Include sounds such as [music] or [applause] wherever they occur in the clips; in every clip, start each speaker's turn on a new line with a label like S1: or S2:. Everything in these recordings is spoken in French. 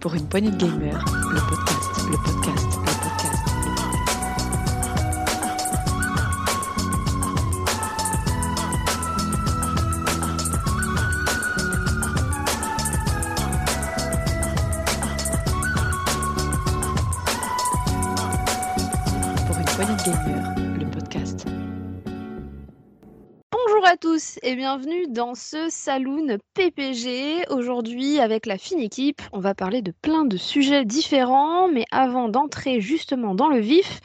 S1: pour une poignée de gamers, le podcast, le podcast, le podcast. Pour une poignée de gamers, le podcast.
S2: Bonjour à tous et bienvenue dans ce Saloon PPG. Aujourd'hui, avec la fine équipe, on va parler de plein de sujets différents, mais avant d'entrer justement dans le vif,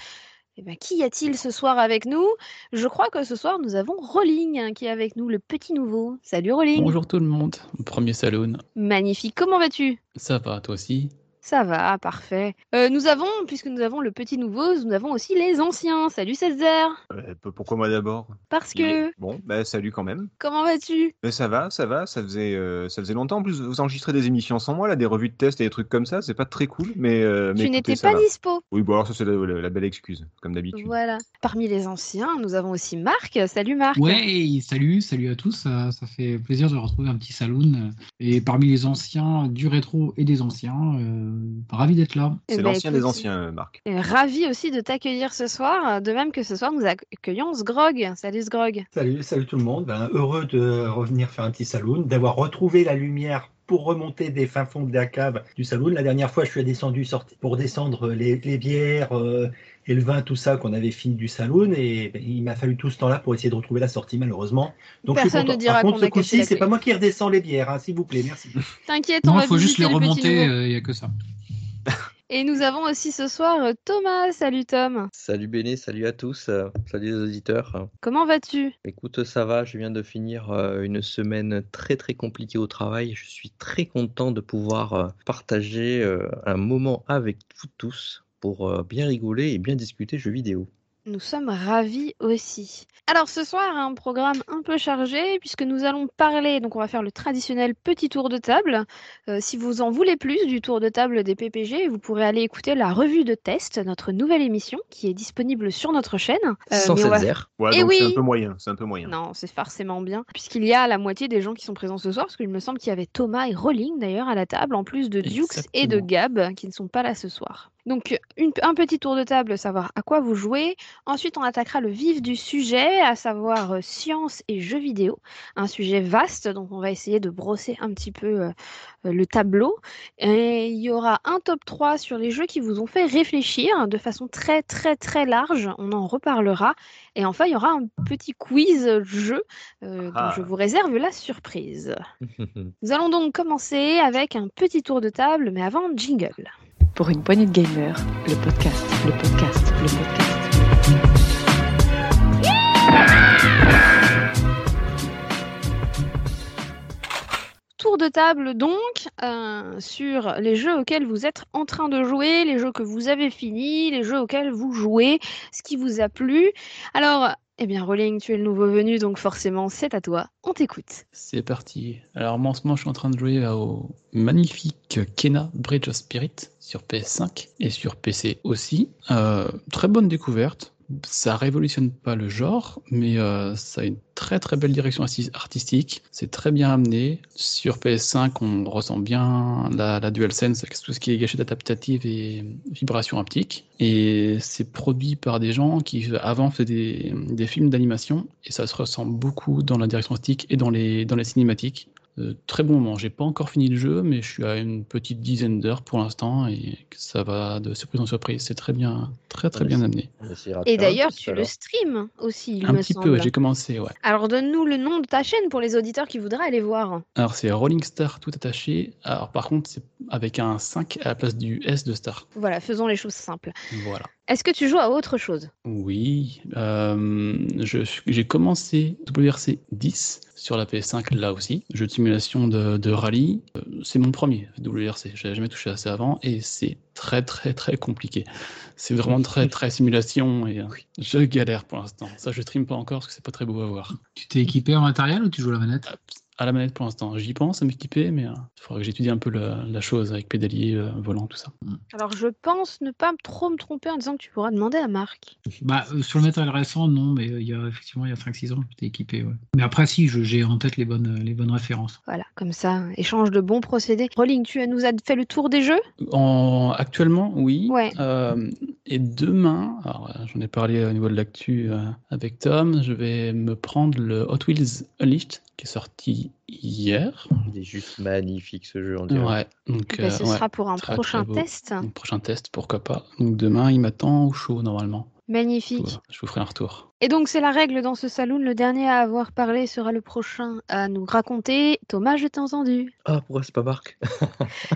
S2: eh ben, qui y a-t-il ce soir avec nous Je crois que ce soir, nous avons Rolling hein, qui est avec nous, le petit nouveau. Salut Rolling
S3: Bonjour tout le monde, premier saloon.
S2: Magnifique, comment vas-tu
S3: Ça va, toi aussi
S2: Ça va, parfait. Euh, nous avons, puisque nous avons le petit nouveau, nous avons aussi les anciens. Salut Césaire
S4: Euh, p- pourquoi moi d'abord
S2: Parce
S4: Il
S2: que,
S4: est- Bon, bah salut quand même.
S2: comment vas-tu
S4: Mais ça va, ça va, ça faisait, euh, ça faisait longtemps. En plus, vous enregistrez des émissions sans moi, là, des revues de tests et des trucs comme ça, c'est pas très cool, mais. euh, mais
S2: Tu
S4: écoutez,
S2: n'étais
S4: ça
S2: pas
S4: va.
S2: dispo
S4: Oui, bon, alors ça, c'est la, la- la belle excuse, comme d'habitude.
S2: Voilà. Parmi les anciens, nous avons aussi Marc. Salut Marc. Eh
S5: Ouais, salut, salut à tous. Ça, ça fait plaisir de retrouver un petit saloon. Euh, Et parmi les anciens, du rétro et des anciens, euh, ravi d'être là.
S2: Eh
S4: C'est
S2: ben,
S4: l'ancien des
S2: écoute,
S4: anciens, euh, Marc.
S2: euh, Ravi aussi de t'accueillir ce soir, euh, de même que ce soir nous accueillons Sgrog. Salut Sgrog.
S6: Salut, salut tout le monde. Ben, heureux de revenir faire un petit saloon, d'avoir retrouvé la lumière pour remonter des fins fonds de la cave du saloon. La dernière fois, je suis descendu sorti- pour descendre les, les bières euh, et le vin, tout ça qu'on avait fini du saloon. Et ben, il m'a fallu tout ce temps-là pour essayer de retrouver la sortie, malheureusement. Donc, je suis
S2: Personne ne
S6: content.
S2: dira
S6: Par contre,
S2: qu'on
S6: ce
S2: a cassé la
S6: coup-ci, c'est
S2: clé.
S6: pas moi qui redescends les bières, hein, s'il vous plaît. Merci.
S2: T'inquiète, on
S5: Non,
S2: va
S5: il faut juste les
S2: visiter le petit
S5: remonter, euh. il
S2: nouveau.
S5: n'y a que ça.
S2: Et nous avons aussi ce soir euh, Thomas. Salut Tom.
S7: Salut Béné, salut à tous, euh, salut les auditeurs. Euh,
S2: Comment vas-tu
S7: Écoute, ça va, je viens de finir euh, une semaine très très compliquée au travail. Je suis très content de pouvoir euh, partager euh, un moment avec vous tous pour euh, bien rigoler et bien discuter jeux vidéo.
S2: Nous sommes ravis aussi. Alors ce soir, un programme un peu chargé puisque nous allons parler, donc on va faire le traditionnel petit tour de table. Euh, si vous en voulez plus du tour de table des PPG, vous pourrez aller écouter la revue de test, notre nouvelle émission qui est disponible sur notre chaîne. Euh,
S7: Sans
S2: mais on va-
S7: Césaire,
S4: Ouais,
S2: Eh
S4: donc c'est
S2: oui
S4: un peu moyen, c'est un peu moyen.
S2: Non, c'est forcément bien puisqu'il y a la moitié des gens qui sont présents ce soir parce qu'il me semble qu'il y avait Thomas et Rolling d'ailleurs à la table en plus de Dukes et de
S3: Exactement.
S2: Gab qui ne sont pas là ce soir. Donc une- un petit tour de table, savoir à quoi vous jouez. Ensuite, on attaquera le vif du sujet, à savoir euh, science et jeux vidéo. Un sujet vaste, donc on va essayer de brosser un petit peu euh, euh, le tableau. Et il y aura un top 3 sur les jeux qui vous ont fait réfléchir de façon très très très large. On en reparlera. Et enfin, il y aura un petit quiz jeu euh, dont
S4: Ah.
S2: je vous réserve la surprise. Nous allons donc commencer avec un petit tour de table, mais avant, jingle.
S1: Pour une poignée de gamers, le podcast, le podcast, le podcast.
S2: Tour de table donc euh, sur les jeux auxquels vous êtes en train de jouer, les jeux que vous avez finis, les jeux auxquels vous jouez, ce qui vous a plu. Alors, eh bien, Rolling, tu es le nouveau venu, donc forcément, c'est à toi. On t'écoute.
S3: C'est parti. Alors moi en ce moment je suis en train de jouer au magnifique Kena Bridge of Spirit sur PS5 et sur PC aussi. Euh, très bonne découverte. Ça révolutionne pas le genre, mais euh, ça a une très très belle direction assi- artistique. C'est très bien amené. Sur PS5, on ressent bien la, la DualSense avec tout ce qui est gâchette adaptative et vibration haptique. Et c'est produit par des gens qui avant faisaient des, des films d'animation et ça se ressent beaucoup dans la direction artistique et dans les, dans les cinématiques. Euh, très bon moment. J'ai pas encore fini le jeu, mais je suis à une petite dizaine d'heures pour l'instant et ça va de surprise en surprise. C'est très bien, très très
S7: Ouais,
S3: bien
S7: c'est-
S3: amené.
S7: [laughs] on essaiera de
S2: Et
S7: faire un
S2: d'ailleurs,
S7: plus,
S2: tu le
S7: alors.
S2: stream aussi, il
S3: Un
S2: me
S3: petit
S2: semble.
S3: peu, ouais, j'ai commencé, ouais.
S2: Alors, donne-nous le nom de ta chaîne pour les auditeurs qui voudraient aller voir.
S3: Alors c'est Rolling Star tout attaché. Alors par contre, c'est avec un 5 à la place du S de Star.
S2: Voilà, faisons les choses simples.
S3: Voilà.
S2: Est-ce que tu joues à autre chose
S3: Oui, euh, je- j'ai commencé WRC 10 sur la PS5 là aussi, jeu de simulation de, de rallye. Euh, C'est mon premier WRC, j'avais jamais touché à ça avant et c'est très très très compliqué. C'est vraiment très très simulation et euh, je galère pour l'instant. Ça je stream pas encore parce que c'est pas très beau à voir.
S5: Tu t'es équipé en matériel ou tu joues à la manette
S3: Abs- à la manette pour l'instant. J'y pense à m'équiper, mais euh, il faudra que j'étudie un peu la, la chose avec pédalier, euh, volant, tout ça.
S2: Alors, je pense ne pas me trop me tromper en disant que tu pourras demander à Marc.
S5: Bah, euh, sur le matériel récent, non, mais euh, il y a, effectivement, il y a 5-6 ans, j'étais équipé. ouais. Mais après, si, je- j'ai en tête les bonnes, les bonnes références.
S2: Voilà, comme ça, échange de bons procédés. Rolling, tu nous as fait le tour des jeux
S3: En... Actuellement, oui.
S2: Ouais.
S3: Euh, et demain, alors, euh, j'en ai parlé au niveau de l'actu euh, avec Tom, je vais me prendre le Hot Wheels Unleashed qui est sorti hier.
S7: Il est juste magnifique ce jeu, on dirait.
S3: Ouais, donc
S2: Ben,
S3: euh,
S2: Ce
S3: ouais.
S2: sera pour un
S3: très, très
S2: prochain
S3: beau.
S2: test.
S3: Donc, prochain test, pourquoi pas. Donc demain, il m'attend au show normalement.
S2: Magnifique.
S3: Ouais, Je vous ferai un retour.
S2: Et donc, c'est la règle dans ce saloon. Le dernier à avoir parlé sera le prochain à nous raconter. Thomas, je t'ai entendu.
S7: Ah, pourquoi c'est pas Marc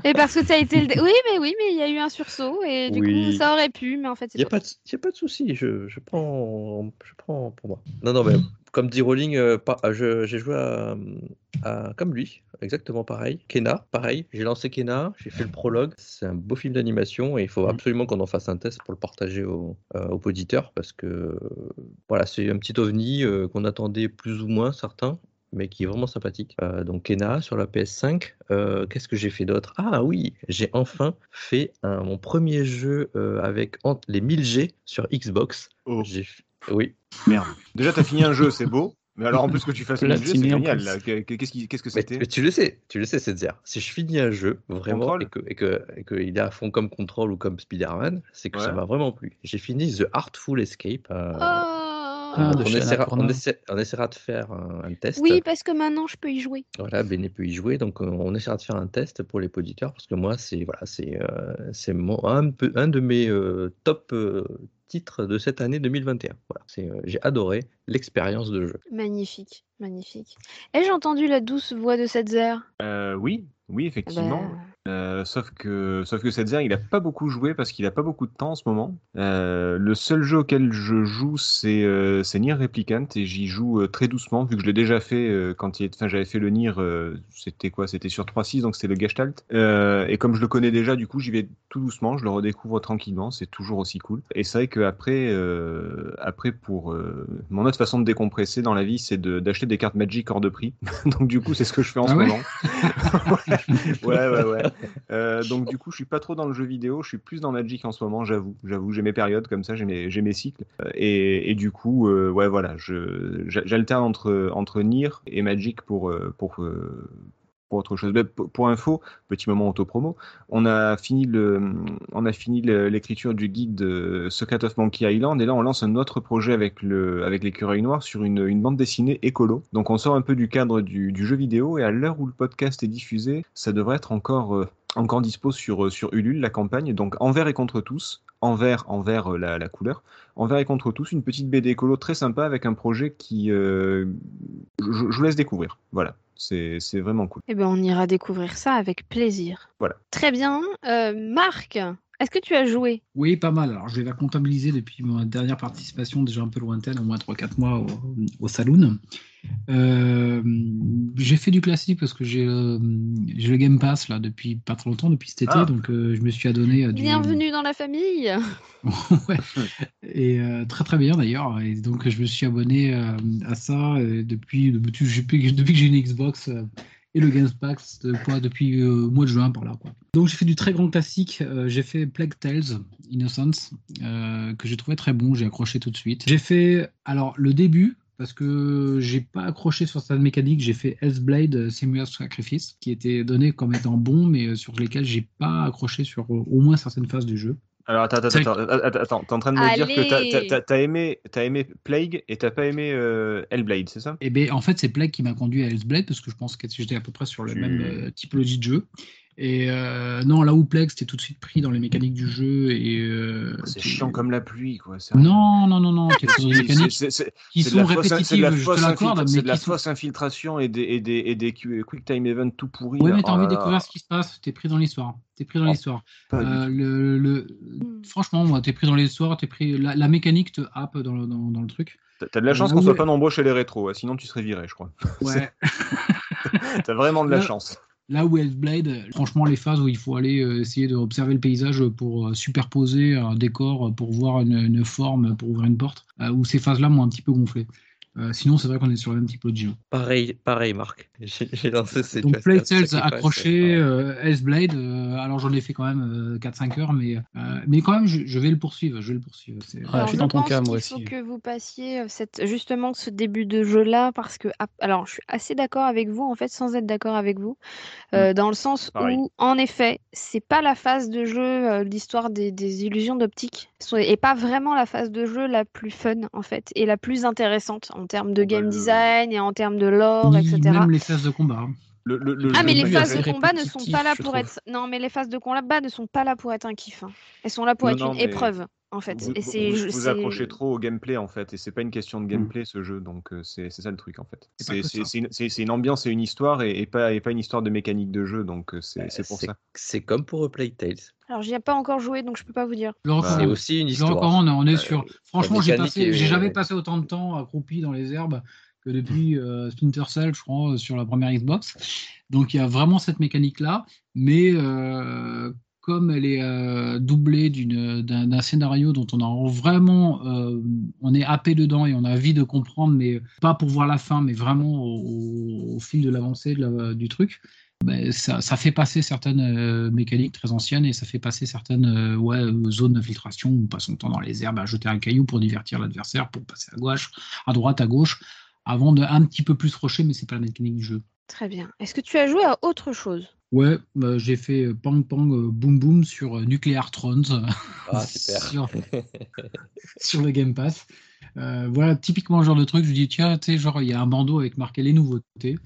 S2: Et parce que ça a été le.
S3: [laughs]
S2: dé- Oui, mais oui, mais il y a eu un sursaut. Et du coup,
S7: Oui.
S2: ça aurait pu. Mais en fait, c'est
S7: Il n'y a,
S2: toi.
S7: pas de- y a pas de souci, je, je, prends, je prends pour moi. Non, non, mais comme dit Rowling, euh, pas- euh, je- j'ai joué à, à- comme lui, exactement pareil. Kena, pareil. J'ai lancé Kena, j'ai fait le prologue. C'est un beau film d'animation et il
S2: Mm.
S7: faut
S3: Mhm.
S7: absolument qu'on en fasse un test pour le partager aux euh, aux auditeurs parce que euh, voilà, c'est un petit ovni euh, qu'on attendait plus ou moins certains. Mais qui est vraiment sympathique. Euh, donc Kena sur la PS5. Euh, Qu'est-ce que j'ai fait d'autre Ah oui, j'ai enfin fait un- mon premier jeu euh, avec Ant- les 1000G sur Xbox.
S4: Oh,
S7: J'ai f- Oui,
S4: merde. Déjà, t'as fini un jeu, c'est beau. Mais alors, en plus que
S3: [laughs]
S4: tu fasses le jeu, c'est
S3: Platiné en
S4: génial.
S3: plus.
S4: là. Qu'est- Qu'est-ce qui- qu'est-ce que
S7: Mais,
S4: c'était
S7: mais tu le sais, tu le sais, c'est dire. Si je finis un jeu vraiment
S4: Control
S7: et que et que et qu'il est à fond comme Control ou comme Spider-Man, c'est que ça
S4: Ouais.
S7: m'a vraiment plu. J'ai fini The Artful Escape. euh,
S2: Oh.
S3: Ah,
S7: donc
S3: de
S7: on,
S3: chez
S7: essaiera,
S3: Annapurna.
S7: on essaie- on essaiera de faire un, un test.
S2: Oui, parce que maintenant, je peux y jouer.
S7: Voilà, Béné peut y jouer, donc euh, on essaiera de faire un test pour les auditeurs parce que moi c'est voilà c'est euh, c'est mon- un, peu- un de mes euh, top euh, titres de cette année 2021. Voilà, c'est euh, j'ai adoré l'expérience de jeu.
S2: Magnifique, magnifique. Ai-je entendu la douce voix de Setzer
S4: Euh, Oui, oui,
S2: Ah
S4: effectivement.
S2: bah,
S4: Euh, sauf que sauf que Setzer, il a pas beaucoup joué parce qu'il a pas beaucoup de temps en ce moment. Euh, le seul jeu auquel je joue, c'est euh, c'est Nier Replicant et j'y joue euh, très doucement vu que je l'ai déjà fait euh, quand il est, enfin j'avais fait le Nier, euh, c'était quoi C'était sur 3.6 donc c'était le Gestalt. Euh, et comme je le connais déjà, du coup j'y vais tout doucement, je le redécouvre tranquillement, c'est toujours aussi cool. Et c'est vrai que après euh, après pour euh, mon autre façon de décompresser dans la vie, c'est de- d'acheter des cartes Magic hors de prix. [laughs] donc du coup c'est ce que je fais en
S5: Ah
S4: ce
S5: ouais
S4: moment. ouais, ouais, ouais. Euh, donc du coup, je suis pas trop dans le jeu vidéo, je suis plus dans Magic en ce moment, j'avoue. J'avoue, j'ai mes périodes comme ça, j'ai mes, j'ai mes cycles. Euh, Et, et du coup, euh, ouais, voilà, je- j'a- j'alterne entre, entre Nier et Magic pour, euh, pour, euh, pour autre chose. Mais pour, pour info, petit moment auto-promo, on a fini le, on a fini le- l'écriture du guide euh, Secret of Monkey Island et là on lance un autre projet avec le, avec l'écureuil noir sur une, une bande dessinée écolo. Donc on sort un peu du cadre du, du jeu vidéo et à l'heure où le podcast est diffusé, ça devrait être encore, euh, encore dispo sur, euh, sur Ulule la campagne. Donc envers et contre tous. Envers, envers euh, la, la couleur, envers et contre tous, une petite BD écolo très sympa avec un projet qui, euh, je, je vous laisse découvrir. Voilà, c'est c'est vraiment cool.
S2: Eh ben, on ira découvrir ça avec plaisir.
S4: Voilà.
S2: Très bien. Euh, Marc, est-ce que tu as joué
S5: Oui, pas mal. Alors, je vais la comptabiliser depuis ma dernière participation, déjà un peu lointaine, au moins 3-4 mois au, au Saloon. Euh, j'ai fait du classique parce que j'ai euh, j'ai le Game Pass là, depuis pas trop longtemps, depuis cet été,
S4: Ah.
S5: donc euh, je me suis adonné à du.
S2: Bienvenue dans la
S3: [laughs]
S2: famille.
S5: Ouais. Et euh, très très bien d'ailleurs. Et donc je me suis abonné euh, à ça euh, depuis, depuis, j'ai- [laughs] depuis que j'ai une Xbox euh, et le Game Pass de quoi, depuis euh, le mois de juin par là. Quoi. Donc j'ai fait du très grand classique. Euh, j'ai fait Plague Tales Innocence euh, que j'ai trouvé très bon. J'ai accroché tout de suite. J'ai fait alors le début. Parce que j'ai pas accroché sur certaines mécaniques, j'ai fait Hellblade Semua's Sacrifice, qui était donné comme étant bon, mais euh, sur lesquels j'ai pas accroché sur euh, au moins certaines phases du jeu.
S4: Alors attends, attends,
S5: C'est-
S4: attends, attends, attends, attends, t'es en train de me dire que t'as- t'as-
S2: Allez.
S4: t'as- t'as aimé, t'as aimé Plague et t'as pas aimé euh, Hellblade, c'est ça
S5: Eh ben, en fait, c'est Plague qui m'a conduit à Hellsblade parce que je pense que j'étais à peu près sur la
S4: Tu-
S5: même euh, typologie de jeu. Et euh, non, là où Plague, c'était tout de suite pris dans les mécaniques du jeu. et euh,
S4: Ah, C'est
S5: tu-
S4: chiant comme la pluie, quoi. sérieux.
S5: Non, non, non, non, t'es dans
S4: [laughs]
S5: des
S4: C'est- c'est-
S5: mécaniques
S4: c'est- c'est-
S5: qui
S4: c'est de
S5: sont
S4: la fausse- c'est de
S5: répétitives,
S4: la
S5: je te
S4: fausse
S5: l'accorde,
S4: infiltra-
S5: mais
S4: C'est de la
S5: qui sont-
S4: fausse infiltration et des, et des, et des Q- Quick Time Event tout pourri.
S5: Ouais,
S4: là.
S5: mais t'as
S4: Oh
S5: envie
S4: là
S5: de
S4: là,
S5: découvrir ce qui se passe, t'es pris dans l'histoire. T'es pris dans
S4: Oh,
S5: l'histoire.
S4: pas du
S5: Euh,
S4: tout.
S5: le, le-
S2: Hmm.
S5: Franchement, moi, t'es pris dans l'histoire, t'es pris... la, la mécanique te happe dans le, dans, dans le truc.
S4: T'as- T'as de la chance
S5: là
S4: qu'on
S5: où-
S4: soit pas nombreux chez les rétros, hein, sinon tu serais viré, je crois.
S5: Ouais.
S4: T'as vraiment de la
S5: Là-
S4: chance.
S5: Là où Hellblade, franchement, les phases où il faut aller euh, essayer d'observer le paysage pour euh, euh, superposer un décor, pour voir une, une forme, pour ouvrir une porte, euh, où ces phases-là m'ont un petit peu gonflé. Euh, sinon, c'est vrai qu'on est sur le même type de jeu.
S7: Pareil, pareil, Marc. [laughs] J'ai j'ai lancé ces
S5: Donc
S7: Just
S5: Blade
S7: Dance, ça qui
S5: Cells
S7: passe,
S5: accroché,
S7: euh,
S5: euh, Hellblade, euh, alors j'en ai fait quand même euh, 4-5 heures, mais, euh, mais quand même je, je vais le poursuivre, je vais le poursuivre. c'est-
S3: Ah, je suis dans ton
S2: pense
S3: cas, moi
S2: qu'il
S3: aussi.
S2: faut que vous passiez euh, cette, justement ce début de jeu-là parce que, ap- alors, je suis assez d'accord avec vous, en fait, sans être d'accord avec vous, euh, dans le sens
S4: Mm. Pareil.
S2: où, en effet, c'est pas la phase de jeu, euh, l'histoire des, des illusions d'optique, sont- et pas vraiment la phase de jeu la plus fun, en fait, et la plus intéressante en termes de
S4: Oh, bah,
S2: game
S4: le-
S2: design et en termes de lore,
S5: Ni
S2: etc.
S5: Même les phases de combat. hein.
S4: Le- le- le
S2: Ah,
S4: jeu
S2: mais
S4: de
S2: les
S3: Oui,
S4: Blade
S2: phases de
S3: assez
S2: combat ne sont pas
S3: répétitif,
S2: là
S3: je
S2: pour
S3: trouve.
S2: être. Non, mais les phases de combat ne sont pas là pour être un kiff. hein. Elles sont là pour
S4: Non,
S2: être
S4: non,
S2: une
S4: mais
S2: épreuve, en fait.
S4: Vous,
S2: et
S4: vous-
S2: c'est.
S4: vous-
S2: je-
S4: vous
S2: c'est- Mmh.
S4: accrochez trop au gameplay en fait, et c'est pas une question de gameplay ce jeu, donc euh, c'est c'est ça le truc en fait.
S5: C'est pas
S4: C'est
S5: que
S4: c'est-
S5: ça.
S4: c'est une, c'est- c'est une ambiance et une histoire, et, et pas, et pas une histoire de mécanique de jeu, donc euh, c'est
S7: bah,
S4: c'est pour
S7: c'est-
S4: ça.
S7: C'est comme pour A Plague Tales.
S2: Alors, j'y ai pas encore joué, donc je peux pas vous dire.
S5: Je le
S4: Bah,
S7: C'est
S5: recommande.
S7: aussi une
S5: Ah, Je le
S7: histoire. Euh,
S5: recommande, on est sur. Franchement, j'ai
S7: mécanique
S5: passé, j'ai
S7: est-
S5: jamais passé autant de temps accroupi dans les herbes que depuis euh, Splinter Cell, je crois, euh, sur la première Xbox. Donc il y a vraiment cette mécanique-là, mais euh, comme elle est euh, doublée d'une- d'un d'un scénario dont on a vraiment, euh, on est happé dedans et on a envie de comprendre, mais pas pour voir la fin, mais vraiment au, au fil de l'avancée de la- du truc. ben, ça, ça fait passer certaines euh, mécaniques très anciennes et ça fait passer certaines euh, ouais, euh, zones d'infiltration où on passe son temps dans les herbes à jeter un caillou pour divertir l'adversaire, pour passer à gauche, à droite, à gauche, avant de un petit peu plus rocher, mais c'est pas la mécanique du jeu.
S2: Très bien. Est-ce que tu as joué à autre chose
S5: Ouais, bah, j'ai fait euh, Pang Pang euh, Boom Boom sur euh, Nuclear Thrones
S7: Ah, super.
S5: [laughs] sur, sur le Game Pass. Euh, voilà, typiquement le genre de truc, je dis tiens, tu sais, genre il y a un bandeau avec marqué les nouveautés.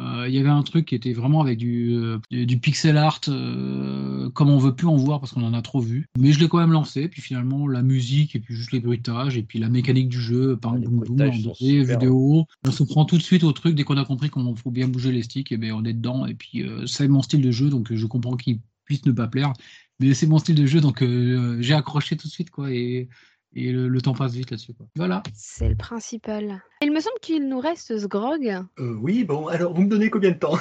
S5: Euh, Il y avait un truc qui était vraiment avec du, euh, du du pixel art euh, comme on veut plus en voir parce qu'on en a trop vu. Mais je l'ai quand même lancé, puis finalement la musique et puis juste les bruitages et puis la mécanique du jeu, par
S7: Ah, les
S5: boum boum,
S7: bruitages
S5: en
S7: sont
S5: deux D,
S7: super.
S5: vidéo. On se prend tout de suite au truc dès qu'on a compris comment faut bien bouger les sticks et ben on est dedans et puis euh, c'est mon style de jeu donc euh, je comprends qu'il puisse ne pas plaire, mais c'est mon style de jeu donc euh, j'ai accroché tout de suite quoi et et le, le temps passe vite là-dessus quoi. Voilà.
S2: C'est le principal. Il me semble qu'il nous reste ce grog.
S6: Euh, oui, bon, alors vous me donnez combien de
S2: [laughs]
S6: temps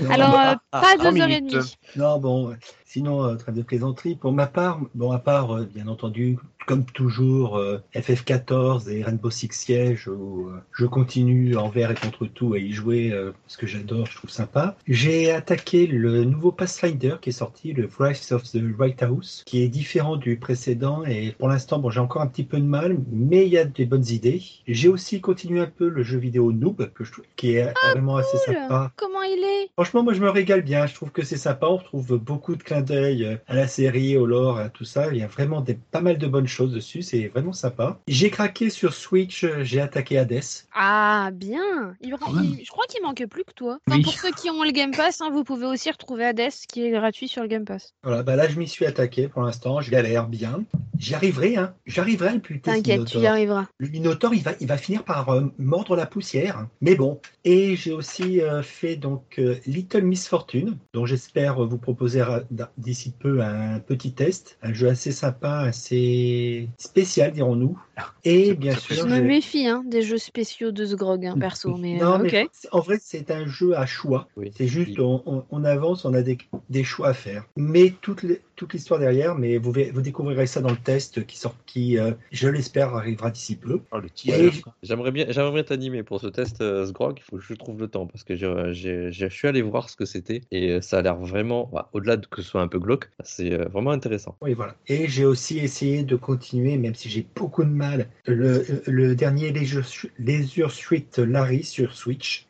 S6: Non,
S2: Alors,
S6: bon,
S2: euh,
S6: ah, ah,
S2: pas
S6: trois
S2: deux heures et
S6: minutes.
S2: demie.
S6: Non, bon, sinon, euh, trêve de plaisanterie. Pour ma part, bon, à part, euh, bien entendu, comme toujours, euh, FF14 et Rainbow Six Siege, où euh, je continue envers et contre tout à y jouer, euh, parce que j'adore, je trouve sympa. J'ai attaqué le nouveau Pathfinder qui est sorti, le Rise of the White House, qui est différent du précédent, et pour l'instant, bon, j'ai encore un petit peu de mal, mais il y a des bonnes idées. J'ai aussi continué un peu le jeu vidéo Noob, que je trouve, qui est vraiment assez
S2: cool.
S6: sympa.
S2: Comment il est
S6: Franchement, moi, je me régale bien. Je trouve que c'est sympa. On retrouve beaucoup de clins d'œil euh, à la série, au lore, à tout ça. Il y a vraiment des, pas mal de bonnes choses dessus. C'est vraiment sympa. J'ai craqué sur Switch. euh, J'ai attaqué Hades.
S2: Ah, bien. Il-
S5: Quand même.
S2: il- je crois qu'il manque plus que toi. Enfin,
S5: Oui.
S2: Pour ceux qui ont le Game Pass, hein, vous pouvez aussi retrouver Hades qui est gratuit sur le Game Pass.
S6: Voilà, bah là, je m'y suis attaqué pour l'instant. Je galère bien. J'y arriverai, hein. J'arriverai à le putain.
S2: T'inquiète, tu y arriveras.
S6: Le Minotaur, il va, il va finir par euh, mordre la poussière. Mais bon. Et j'ai aussi euh, fait donc euh, Little Miss Fortune, dont j'espère euh, vous proposer ra- d'a- d'ici peu un petit test. Un jeu assez sympa, assez spécial, dirons-nous. Et bien
S4: c'est
S2: Je
S6: sûr.
S2: me
S6: je-
S2: méfie hein, des jeux spéciaux de ce grog, hein,
S6: [laughs]
S2: perso, mais,
S6: Non,
S2: euh,
S6: mais
S2: ok.
S6: c'est- en vrai, c'est un jeu à choix.
S7: Oui.
S6: C'est juste,
S7: Il-
S6: on, on- on avance, on a des, des choix à faire. Mais toute, les- toute l'histoire derrière, mais vous, verrez- vous découvrirez ça dans le test qui, sort, qui euh, je l'espère, arrivera d'ici peu.
S4: Oh, le teaser.
S6: Et
S7: J'aimerais bien, j'aimerais bien t'animer pour ce test euh, Sgrog. Il faut que je trouve le temps parce que je, j'ai- j'ai- je suis allé voir ce que c'était et euh, ça a l'air vraiment, bah, au-delà de que ce soit un peu glauque, c'est euh, vraiment intéressant.
S6: Oui, voilà. Et j'ai aussi essayé de continuer, même si j'ai beaucoup de mal, le, le dernier Leisure, Su- Leisure Suit Larry sur Switch.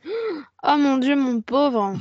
S2: Oh mon dieu, mon pauvre.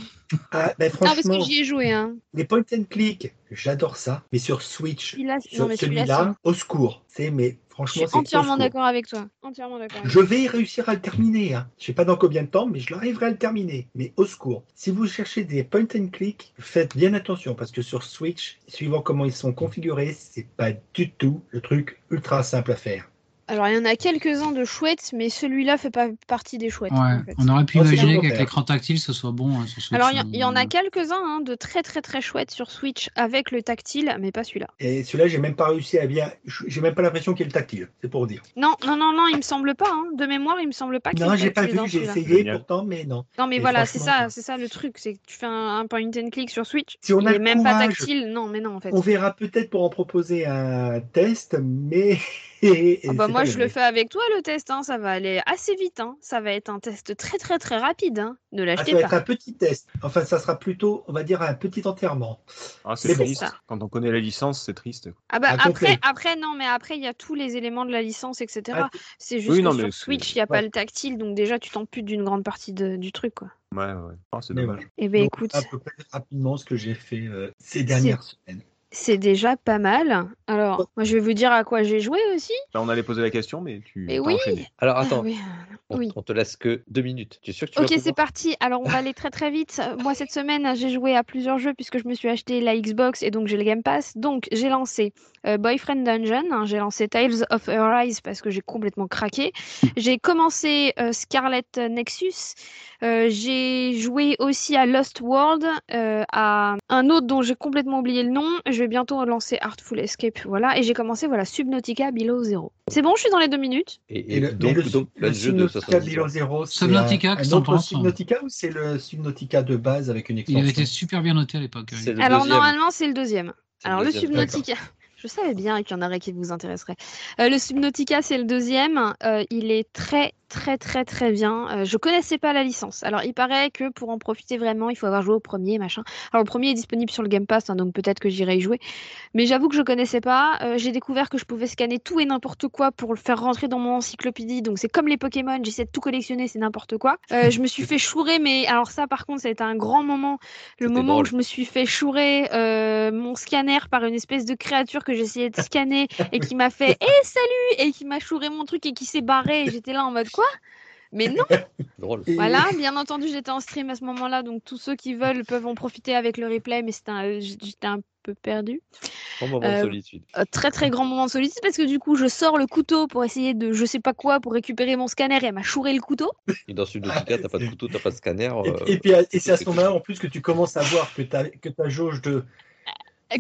S6: Ah, ben
S2: Non, parce
S6: franchement,
S2: que j'y ai joué. Hein.
S6: les point and click, j'adore ça. Mais sur Switch,
S2: Celui-là,
S6: sur
S2: non, mais celui-là,
S6: celui-là, au secours. C'est, mais
S2: je
S6: franchement,
S2: suis
S6: c'est au
S2: entièrement
S6: secours.
S2: d'accord avec toi. Entièrement d'accord. avec
S6: Je vais réussir à le terminer. Hein. Je sais pas dans combien de temps, mais je l'arriverai à le terminer. Mais au secours, si vous cherchez des point and click, faites bien attention parce que sur Switch, suivant comment ils sont configurés, c'est pas du tout le truc ultra simple à faire.
S2: Alors, il y en a quelques-uns de chouettes, mais celui-là fait pas partie des chouettes.
S5: Ouais,
S2: en fait.
S5: on aurait pu
S6: Oh, c'est
S5: imaginer
S6: bon,
S5: qu'avec
S6: père.
S5: l'écran tactile ce soit bon. hein, sur Switch,
S2: Alors, il y en-
S5: euh,
S2: il y, en a quelques-uns hein, de très très très chouettes sur Switch avec le tactile, mais pas celui-là.
S6: Et celui-là, j'ai même pas réussi à bien. J'ai même pas l'impression qu'il y ait le tactile. C'est pour dire.
S2: Non, non, non, non, il me semble pas. hein. De mémoire, il me semble pas qu'il y ait
S6: non,
S2: le
S6: j'ai pas
S2: tactile
S6: vu.
S2: dans
S6: J'ai
S2: celui-là.
S6: essayé
S4: Génial.
S6: pourtant, mais non.
S2: Non, mais
S6: Mais
S2: voilà, c'est
S6: franchement,
S2: ça, c'est ça le truc, c'est que tu fais un, un point and click sur Switch,
S6: Si on
S2: il
S6: a
S2: est
S6: le
S2: même pas
S6: courage,
S2: tactile. Non, mais non, en fait.
S6: On verra peut-être pour en proposer un test, mais [laughs] Et- et
S2: Ah bah
S6: c'est
S2: moi,
S6: pas
S2: je
S6: gagné.
S2: le fais avec toi, le test. hein, Ça va aller assez vite. hein. Ça va être un test très, très, très rapide. hein. Ne
S6: Ah, ça
S2: l'achetez
S6: va
S2: pas.
S6: être un petit test. Enfin, ça sera plutôt, on va dire, un petit enterrement.
S4: Ah,
S6: C'est
S4: c'est
S6: bon,
S4: triste.
S2: ça.
S4: Quand on connaît la licence, c'est triste.
S2: Ah bah
S6: Un
S2: après,
S6: complet.
S2: après non, mais après il y a tous les éléments de la licence, etc.
S6: Ah,
S2: c'est juste
S4: oui, non,
S2: que
S4: mais
S2: sur
S4: c'est-
S2: Switch, il n'y a pas le tactile, donc déjà tu t'amputes d'une grande partie de- du truc, quoi.
S4: Ouais, ouais. Ah, c'est
S6: Mais
S4: dommage.
S2: Eh ben
S6: Donc,
S2: écoute,
S6: à peu près rapidement ce que j'ai fait euh, ces dernières semaines.
S2: c'est déjà pas mal. Alors, moi, je vais vous dire à quoi j'ai joué aussi.
S4: Bah, on allait poser la question, mais tu.
S2: Mais
S4: t'as
S2: oui.
S4: enchaîné.
S7: Alors
S2: Ah
S7: attends,
S2: oui.
S7: on,
S2: oui.
S7: on te laisse que deux minutes. Tu es sûr que tu
S2: Ok,
S7: vas
S2: c'est
S7: pouvoir
S2: parti. Alors, on va aller très très vite. Euh, Moi, cette semaine, j'ai joué à plusieurs jeux puisque je me suis acheté la Xbox et donc j'ai le Game Pass. Donc, j'ai lancé euh, Boyfriend Dungeon, hein, j'ai lancé Tales of Arise parce que j'ai complètement
S7: [laughs]
S2: craqué. J'ai commencé euh, Scarlet Nexus. Euh, j'ai joué aussi à Lost World, euh, à un autre dont j'ai complètement oublié le nom. Je vais bientôt lancer Artful Escape, voilà. Et j'ai commencé voilà Subnautica Below Zero. C'est bon, je suis dans les deux minutes.
S7: Et,
S6: Et
S7: et
S6: le, mais
S7: donc,
S6: le,
S7: donc,
S6: le
S7: plein de jeux de
S6: Subnautica
S7: 70
S6: Below
S7: heures.
S6: Zero, c'est
S5: Subnautica,
S6: un,
S5: qu'est-ce
S6: un
S5: que t'en
S6: autre
S5: penses hein
S6: Subnautica ou c'est le Subnautica de base avec une
S5: Il avait
S6: extension
S5: été super bien noté à l'époque. oui.
S7: C'est le
S2: Alors,
S7: deuxième.
S2: normalement, c'est le deuxième.
S7: C'est
S2: Alors le
S7: deuxième.
S2: Subnautica, [laughs] je savais bien qu'il y en aurait qui vous intéresseraient. Euh, le Subnautica, c'est le deuxième. Euh, il est très très très très bien. Euh, je connaissais pas la licence. Alors il paraît que pour en profiter vraiment, il faut avoir joué au premier machin. Alors le premier est disponible sur le Game Pass, hein, donc peut-être que j'irai y jouer. Mais j'avoue que je connaissais pas. Euh, j'ai découvert que je pouvais scanner tout et n'importe quoi pour le faire rentrer dans mon encyclopédie. Donc c'est comme les Pokémon, j'essaie de tout collectionner, c'est n'importe quoi. Euh, je me
S7: [laughs]
S2: suis fait chourer, mais alors ça par contre, ça a été un grand moment. Le
S7: C'était
S2: moment où
S7: drôle.
S2: je me suis fait chourer euh, mon scanner par une espèce de créature que j'essayais de
S7: [laughs]
S2: scanner et qui m'a fait Eh salut et qui m'a chouré mon truc et qui s'est barré. Et J'étais là en mode quoi Mais non.
S7: Drôle.
S6: Et-
S2: Voilà, bien entendu, j'étais en stream à ce moment-là, donc tous ceux qui veulent peuvent en profiter avec le replay, mais c'était un- euh, j'étais un peu perdue.
S7: Grand moment
S2: Euh,
S7: de solitude.
S2: Un très très grand moment de solitude parce que du coup, je sors le couteau pour essayer de je sais pas quoi pour récupérer mon scanner et elle m'a chouré le couteau.
S7: Et
S6: [laughs]
S7: dans Subnautica, t'as pas de couteau, t'as pas de scanner.
S6: Et, et
S7: euh,
S6: puis à- et c'est à ce moment-là en plus que tu commences à voir que ta, que ta jauge de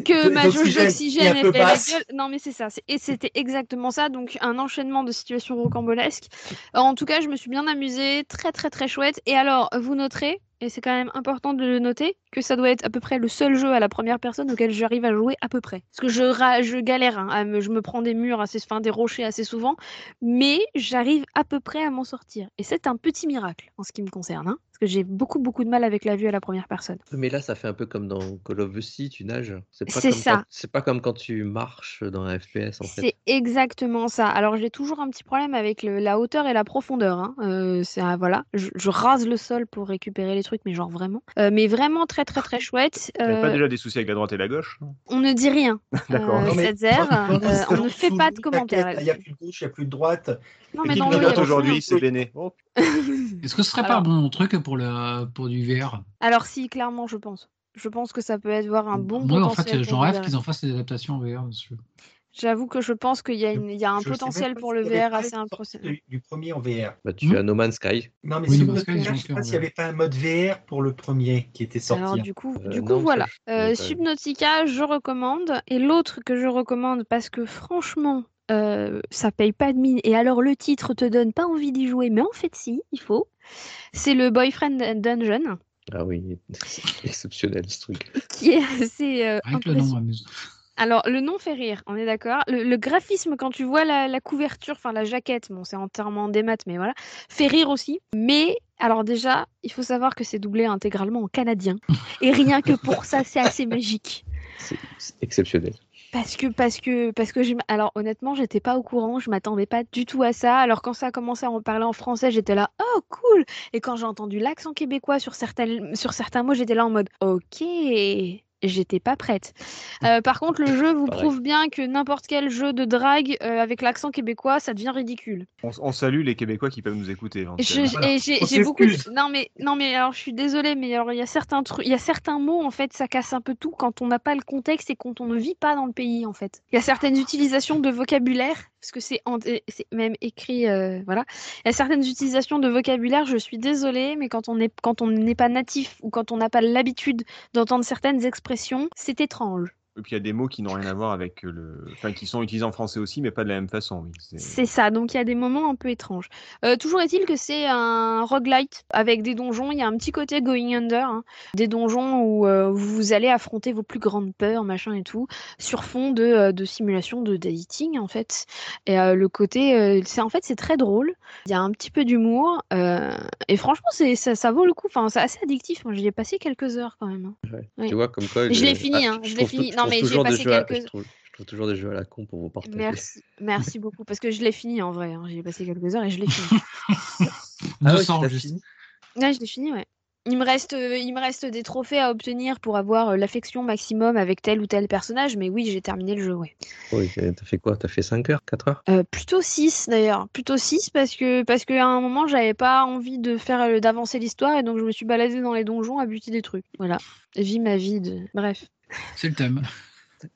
S2: que
S6: De-
S2: ma jauge
S6: d'oxygène est un
S2: d'oxygène
S6: peu
S2: elle fait la
S6: basse.
S2: gueule. Non, mais c'est ça. c'est- Et c'était exactement ça. Donc, un enchaînement de situations rocambolesques. Euh, en tout cas, je me suis bien amusée. Très, très, très chouette. Et alors, vous noterez, et c'est quand même important de le noter, que ça doit être à peu près le seul jeu à la première personne auquel j'arrive à jouer à peu près. Parce que je, ra- je galère. hein, à me- je me prends des murs, assez, enfin, des rochers assez souvent. Mais j'arrive à peu près à m'en sortir. Et c'est un petit miracle en ce qui me concerne. hein, parce que j'ai beaucoup, beaucoup de mal avec la vue à la première personne.
S7: Mais là, ça fait un peu comme dans Call of Duty, tu nages. C'est pas
S2: C'est
S7: comme
S2: ça.
S7: quand- C'est pas comme quand tu marches dans un FPS, en
S2: C'est
S7: fait.
S2: exactement ça. Alors j'ai toujours un petit problème avec le- la hauteur et la profondeur. hein. Euh, c'est un- voilà, je, je rase le sol pour récupérer les trucs, mais genre vraiment. Euh, mais vraiment très très très
S6: [laughs]
S2: chouette.
S4: T'avais pas
S2: Euh,
S4: déjà des soucis avec la droite et la gauche
S2: On ne dit rien.
S4: D'accord.
S2: Euh,
S6: Non, mais- [laughs]
S2: Setzer,
S6: Quand
S2: euh, on ne
S6: sort
S2: fait
S6: sous
S2: pas de
S6: une
S2: commentaires.
S6: plaquette, Il n'y a
S2: là-dessus.
S6: plus de gauche, il n'y a plus de droite.
S2: Non
S4: Et
S2: mais euh,
S4: qui
S2: dans
S4: te
S2: le
S4: gâte
S2: jeu,
S4: aujourd'hui,
S2: il y
S4: c'est Béné. Oh, putain.
S2: a-
S5: Est-ce que ce serait
S2: Alors-
S5: pas un bon truc pour, le, pour du VR
S2: Alors si, clairement, je pense. Je pense que ça peut être voir un bon
S5: Moi, en
S2: potentiel
S5: fait,
S2: pour
S5: j'en
S2: le
S5: rêve
S2: VR.
S5: qu'ils en fassent des adaptations en VR. parce que-
S2: J'avoue que je pense qu'il y a, une- il y a un
S6: Je sais même
S2: potentiel
S6: pas
S2: pour
S6: s'il
S2: le
S6: y avait
S2: VR
S6: pas
S2: assez
S6: une
S2: impressionnant.
S6: sortie du- Du premier en VR.
S7: Bah, tu
S5: Hmm.
S7: as No Man's Sky.
S6: Non, mais
S5: Oui,
S6: si
S5: mais
S6: vous
S5: parce que
S6: je
S5: les gens
S6: sais
S5: qui ont
S6: pas s'il n'y avait pas un mode VR pour le premier qui était sorti.
S2: Alors du coup,
S7: Euh,
S2: du
S7: non,
S2: coup
S7: ça,
S2: voilà.
S7: je connais
S2: Euh,
S7: pas.
S2: Subnautica, je recommande. Et l'autre que je recommande parce que franchement, euh, ça paye pas de mine. Et alors le titre te donne pas envie d'y jouer, mais en fait si, il faut. C'est le Boyfriend Dungeon, [laughs]
S7: Ah oui, exceptionnel ce truc.
S2: qui est assez euh,
S5: Rien que le nom
S2: impressionnant.
S5: m'amuse.
S2: Alors le nom fait rire, on est d'accord. Le, le graphisme, quand tu vois la, la couverture, enfin la jaquette, bon c'est entièrement des maths, mais voilà, fait rire aussi. Mais alors déjà, il faut savoir que c'est doublé intégralement en canadien. Et rien que pour ça, c'est assez magique.
S7: C'est c'est exceptionnel.
S2: Parce que, parce que, parce que, je m- alors honnêtement, j'étais pas au courant, je m'attendais pas du tout à ça. Alors quand ça a commencé à en parler en français, j'étais là, oh cool. Et quand j'ai entendu l'accent québécois sur certains, sur certains mots, j'étais là en mode, ok, j'étais pas prête. Euh, par contre, le jeu vous
S7: Pareil.
S2: prouve bien que n'importe quel jeu de drague euh, avec l'accent québécois, ça devient ridicule.
S4: on, on salue les Québécois qui peuvent nous écouter. hein, éventuellement.
S2: Je-
S6: euh, Voilà.
S2: et j'ai-
S6: On
S2: j'ai beaucoup. de-
S6: s'excuse.
S2: Non mais non mais alors je suis désolée mais alors il y a certains trucs, il y a certains mots en fait ça casse un peu tout quand on n'a pas le contexte et quand on ne vit pas dans le pays en fait. Il y a certaines utilisations de vocabulaire parce que c'est en- et c'est même écrit euh, voilà. Il y a certaines utilisations de vocabulaire je suis désolée mais quand on est quand on n'est pas natif ou quand on n'a pas l'habitude d'entendre certaines expressions c'est étrange.
S4: Et puis il y a des mots qui n'ont rien à voir avec le. Enfin, qui sont utilisés en français aussi, mais pas de la même façon, oui. C'est-
S2: C'est ça, donc il y a des moments un peu étranges. Euh, toujours est-il que c'est un roguelite avec des donjons, il y a un petit côté going under, hein. des donjons où euh, vous allez affronter vos plus grandes peurs, machin et tout, sur fond de, euh, de simulation de dating en fait. Et euh, le côté, euh, c'est en fait c'est très drôle, il y a un petit peu d'humour, euh, et franchement c'est, ça, ça vaut le coup, enfin, c'est assez addictif, moi j'y ai passé quelques heures quand même. hein. Oui.
S7: Tu vois, comme quoi.
S2: Je l'ai fini, hein, je l'ai
S7: ah, trouve
S2: fini.
S7: tou-
S2: Non,
S7: trouve
S2: mais j'ai
S7: toujours des
S2: passé
S7: jeux à-
S2: quelques-
S7: je, trouve, je trouve toujours des jeux à la con pour vous partager.
S2: Merci, merci beaucoup, parce que je l'ai fini en vrai, hein. j'y ai passé quelques heures et je l'ai
S7: [laughs]
S2: fini.
S7: Ah ouais,
S5: 200
S7: t'as
S5: juste.
S7: fini
S2: Là, je l'ai fini, ouais. Il me, reste, euh, il me reste des trophées à obtenir pour avoir euh, l'affection maximum avec tel ou tel personnage, mais oui, j'ai terminé le jeu, ouais.
S7: Oui, t'as t'as fait quoi T'as fait 5 heures 4 heures
S2: Euh, plutôt 6 d'ailleurs, plutôt 6 parce que parce qu'à un moment, j'avais pas envie de faire le- d'avancer l'histoire et donc je me suis baladée dans les donjons à buter des trucs. Voilà, vis ma vie de... Bref.
S5: C'est le thème.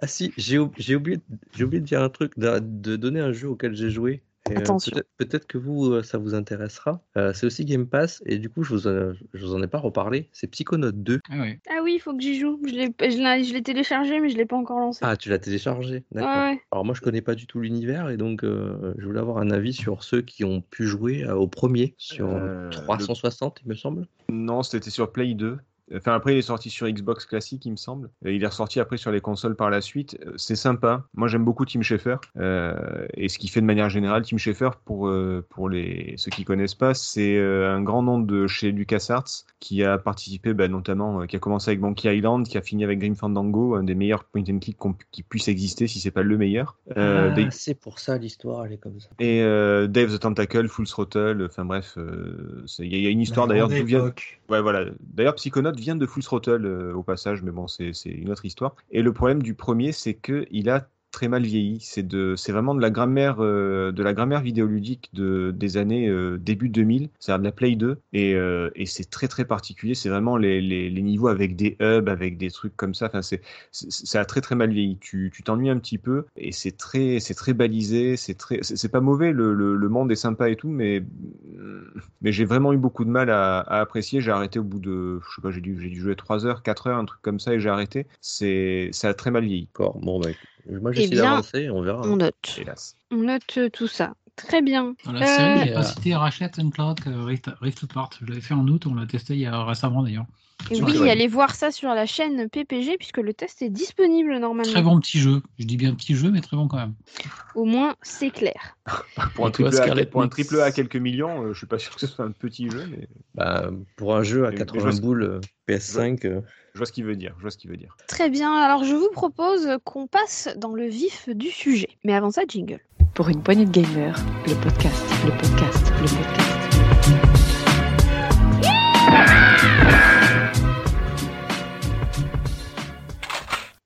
S7: Ah si, j'ai ou- j'ai oublié, j'ai oublié de dire un truc, de, de donner un jeu auquel j'ai joué. Et, euh,
S2: Attention.
S7: Peut-être peut-être que vous, euh, ça vous intéressera. Euh, c'est aussi Game Pass, et du coup, je vous, en- je vous en ai pas reparlé. C'est Psychonaut 2.
S5: Ah ouais.
S2: Ah oui, il faut que j'y joue. Je l'ai- je l'ai je l'ai téléchargé, mais je l'ai pas encore lancé.
S7: Ah, tu l'as téléchargé,
S2: Ouais,
S7: d'accord.
S2: ouais.
S7: Alors moi, je connais pas du tout l'univers, et donc euh, je voulais avoir un avis sur ceux qui ont pu jouer euh, au premier, sur
S4: Euh, le-
S7: 360, il me semble.
S4: Non, c'était sur Play 2. Enfin, après, il est sorti sur Xbox classique, il me semble. Et il est ressorti après sur les consoles par la suite. Euh, C'est sympa. Moi, j'aime beaucoup Tim Schafer. Euh, et ce qu'il fait de manière générale, Tim Schafer, pour, euh, pour les, ceux qui connaissent pas, c'est euh, un grand nom de chez LucasArts qui a participé bah, notamment, euh, qui a commencé avec Monkey Island, qui a fini avec Grim Fandango, un des meilleurs point and click qu'on- qui puisse exister, si c'est pas le meilleur. Euh,
S7: Ah,
S4: des-
S7: C'est pour ça l'histoire, elle est comme ça.
S4: Et euh, Dave the Tentacle, Full Throttle, enfin bref, euh, c'est- il y, a- il y a une histoire
S6: La
S4: d'ailleurs
S6: grande
S4: d'où vient.
S6: époque.
S4: Ouais, voilà. D'ailleurs, Psychonaut vient de Full Throttle euh, au passage, mais bon, c'est c'est une autre histoire. Et le problème du premier, c'est que il a très mal vieilli. C'est de, c'est vraiment de la grammaire, euh, de la grammaire vidéoludique de des années euh, début 2000, c'est-à-dire de la Play 2, et, euh, et c'est très très particulier. C'est vraiment les, les, les niveaux avec des hubs, avec des trucs comme ça. Enfin, c'est c'est- ça a très très mal vieilli. Tu tu t'ennuies un petit peu, et c'est très c'est très balisé, c'est très, c'est c'est pas mauvais. Le, le le monde est sympa et tout, mais hmm, mais j'ai vraiment eu beaucoup de mal à, à apprécier. J'ai arrêté au bout de, je sais pas, j'ai dû, j'ai dû jouer 3 heures, 4 heures, un truc comme ça, et j'ai arrêté. C'est, ça a très mal vieilli,
S7: D'accord, bon, mec. Moi,
S2: Eh
S7: j'essaie
S2: bien,
S7: d'avancer, on verra. hein.
S2: On note.
S4: hélas.
S2: On note euh, tout ça. Très bien.
S5: Dans la
S2: Euh,
S5: série, j'ai
S3: euh,
S5: pas cité Ratchet and Clank euh, Rift, Rift Apart. Je l'avais fait en août, on l'a testé il y a récemment d'ailleurs.
S2: Et
S5: Sur
S2: oui,
S5: Internet.
S2: allez voir ça sur la chaîne PPG puisque le test est disponible normalement.
S5: Très bon petit jeu. Je dis bien petit jeu, mais très bon quand même.
S2: Au moins, c'est clair.
S4: Pour un,
S3: Et toi,
S4: triple A,
S3: Scarlet
S4: pour un
S3: Nix
S4: triple A à quelques millions, euh, je suis pas sûr que ce soit un petit jeu, mais
S7: Bah, pour un jeu à
S4: Mais- mais
S7: 80
S4: je-
S7: boules euh, PS5, euh,
S4: je vois ce qu'il veut dire. Je vois ce qu'il veut dire.
S2: Très bien, alors je vous propose qu'on passe dans le vif du sujet. Mais avant ça, jingle.
S1: Pour une poignée de gamers, le podcast, le podcast, le podcast.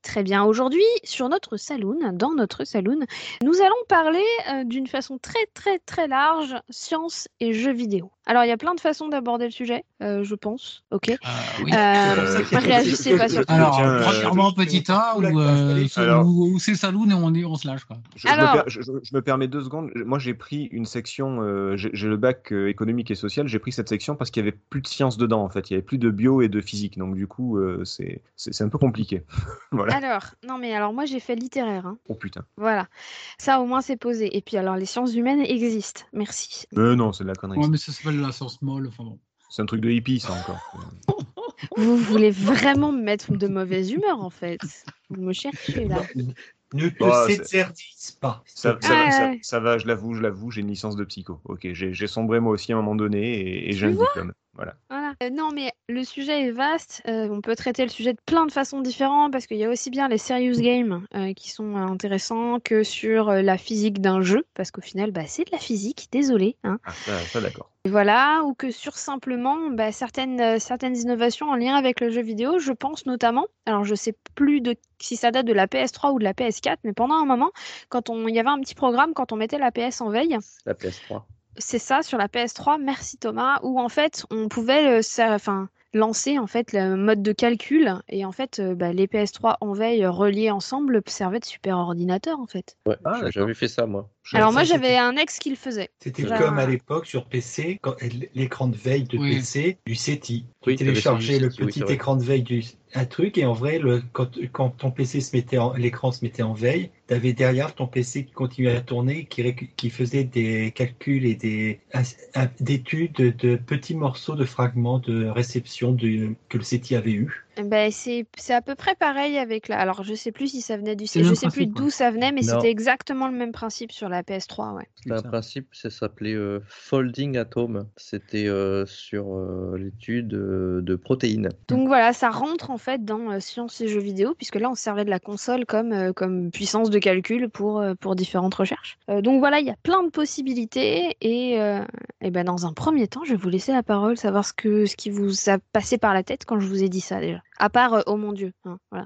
S2: Très bien, aujourd'hui, sur notre saloon, dans notre saloon, nous allons parler euh, d'une façon très très très large, science et jeux vidéo. Alors, il y a plein de façons d'aborder le sujet, euh, je pense, ok Euh,
S5: Euh, oui.
S4: [laughs]
S2: Réagissez pas sur...
S5: Alors,
S4: Tiens, euh,
S5: premièrement, petit A,
S6: tout
S5: ou
S6: la
S5: euh,
S6: classe,
S5: c'est
S4: allez.
S5: ou- ou c'est le saloon et on, est, on se lâche. Quoi.
S4: Je, je
S2: Alors-
S4: me, per- je- je- je me permets deux secondes. Je- Moi, j'ai pris une section. euh, j'ai j'ai le bac euh, économique et social. J'ai pris cette section parce qu'il y avait plus de sciences dedans. En fait, il y avait plus de bio et de physique. Donc, du coup, euh, c'est c'est c'est un peu compliqué. [laughs] voilà.
S2: Alors, non mais alors moi j'ai fait littéraire, hein.
S4: Oh putain.
S2: voilà. Ça au moins c'est posé. Et puis alors les sciences humaines existent, merci.
S4: Euh, non, c'est de la connerie.
S5: Ouais, mais ça s'appelle la science molle. Enfin, bon.
S4: C'est un truc de hippie, ça encore.
S2: Vous voulez vraiment me mettre de mauvaise humeur en fait Vous me cherchez là.
S6: Ne te
S4: Bah, c'est-
S6: s'éternise pas.
S4: Ça, ça,
S2: Ouais,
S4: ça-
S2: ouais.
S4: ça va, je l'avoue, je l'avoue, j'ai une licence de psycho. Ok, j'ai j'ai sombré moi aussi à un moment donné et, et j'ai un diplôme. Voilà.
S2: Voilà. Euh, non, mais le sujet est vaste. Euh, on peut traiter le sujet de plein de façons différentes parce qu'il y a aussi bien les serious games euh, qui sont euh, intéressants que sur euh, la physique d'un jeu parce qu'au final, bah, c'est de la physique. Désolé. Hein.
S4: Ah, ça, ça, d'accord.
S2: Et Voilà, ou que sur simplement bah, certaines, euh, certaines innovations en lien avec le jeu vidéo, je pense notamment, alors je sais plus de, si ça date de la PS3 ou de la PS4, mais pendant un moment, quand on, il y avait un petit programme quand on mettait la PS en veille,
S7: la PS3.
S2: c'est ça sur la PS3, merci Thomas, où en fait on pouvait euh, ça- enfin, lancer en fait le mode de calcul et en fait euh, bah, les PS3 en veille euh, reliés ensemble servaient de super ordinateur en fait.
S7: Ouais,
S4: Ah,
S7: j'avais fait ça, moi.
S2: Alors moi,
S6: Ça, c'était-
S2: j'avais un ex qui le faisait.
S6: C'était
S2: Voilà.
S6: comme à l'époque sur PC, quand- l'écran de veille de
S5: Oui.
S6: PC du SETI.
S7: Oui, t'avais
S6: télécharger
S7: celui
S6: le
S7: du SETI, oui,
S6: petit
S7: c'est vrai.
S6: écran de veille du un truc et en vrai le, quand, quand ton PC se mettait en l'écran se mettait en veille, t'avais derrière ton PC qui continuait à tourner, qui, récu- qui faisait des calculs et des as- a- d'études de petits morceaux de fragments de réception de, que le SETI avait eu.
S2: Eh Ben, c'est c'est à peu près pareil avec la. Alors je sais plus si ça venait du.
S5: C'est
S2: Je
S5: le même
S2: sais plus
S5: principe,
S2: d'où ça venait, mais
S7: Non.
S2: c'était exactement le même principe sur la PS3. Ouais.
S7: C'était un principe, ça s'appelait euh, Folding Atom. C'était euh, sur euh, l'étude euh, de protéines.
S4: Mm.
S2: Donc voilà, ça rentre en fait dans euh, sciences et jeux vidéo, puisque là on se servait de la console comme, euh, comme puissance de calcul pour, euh, pour différentes recherches. Euh, donc voilà, il y a plein de possibilités, et, euh, eh ben, dans un premier temps, je vais vous laisser la parole, savoir ce, que, ce qui vous a passé par la tête quand je vous ai dit ça déjà. À part, euh, oh mon dieu, hein,
S4: [laughs]
S2: voilà.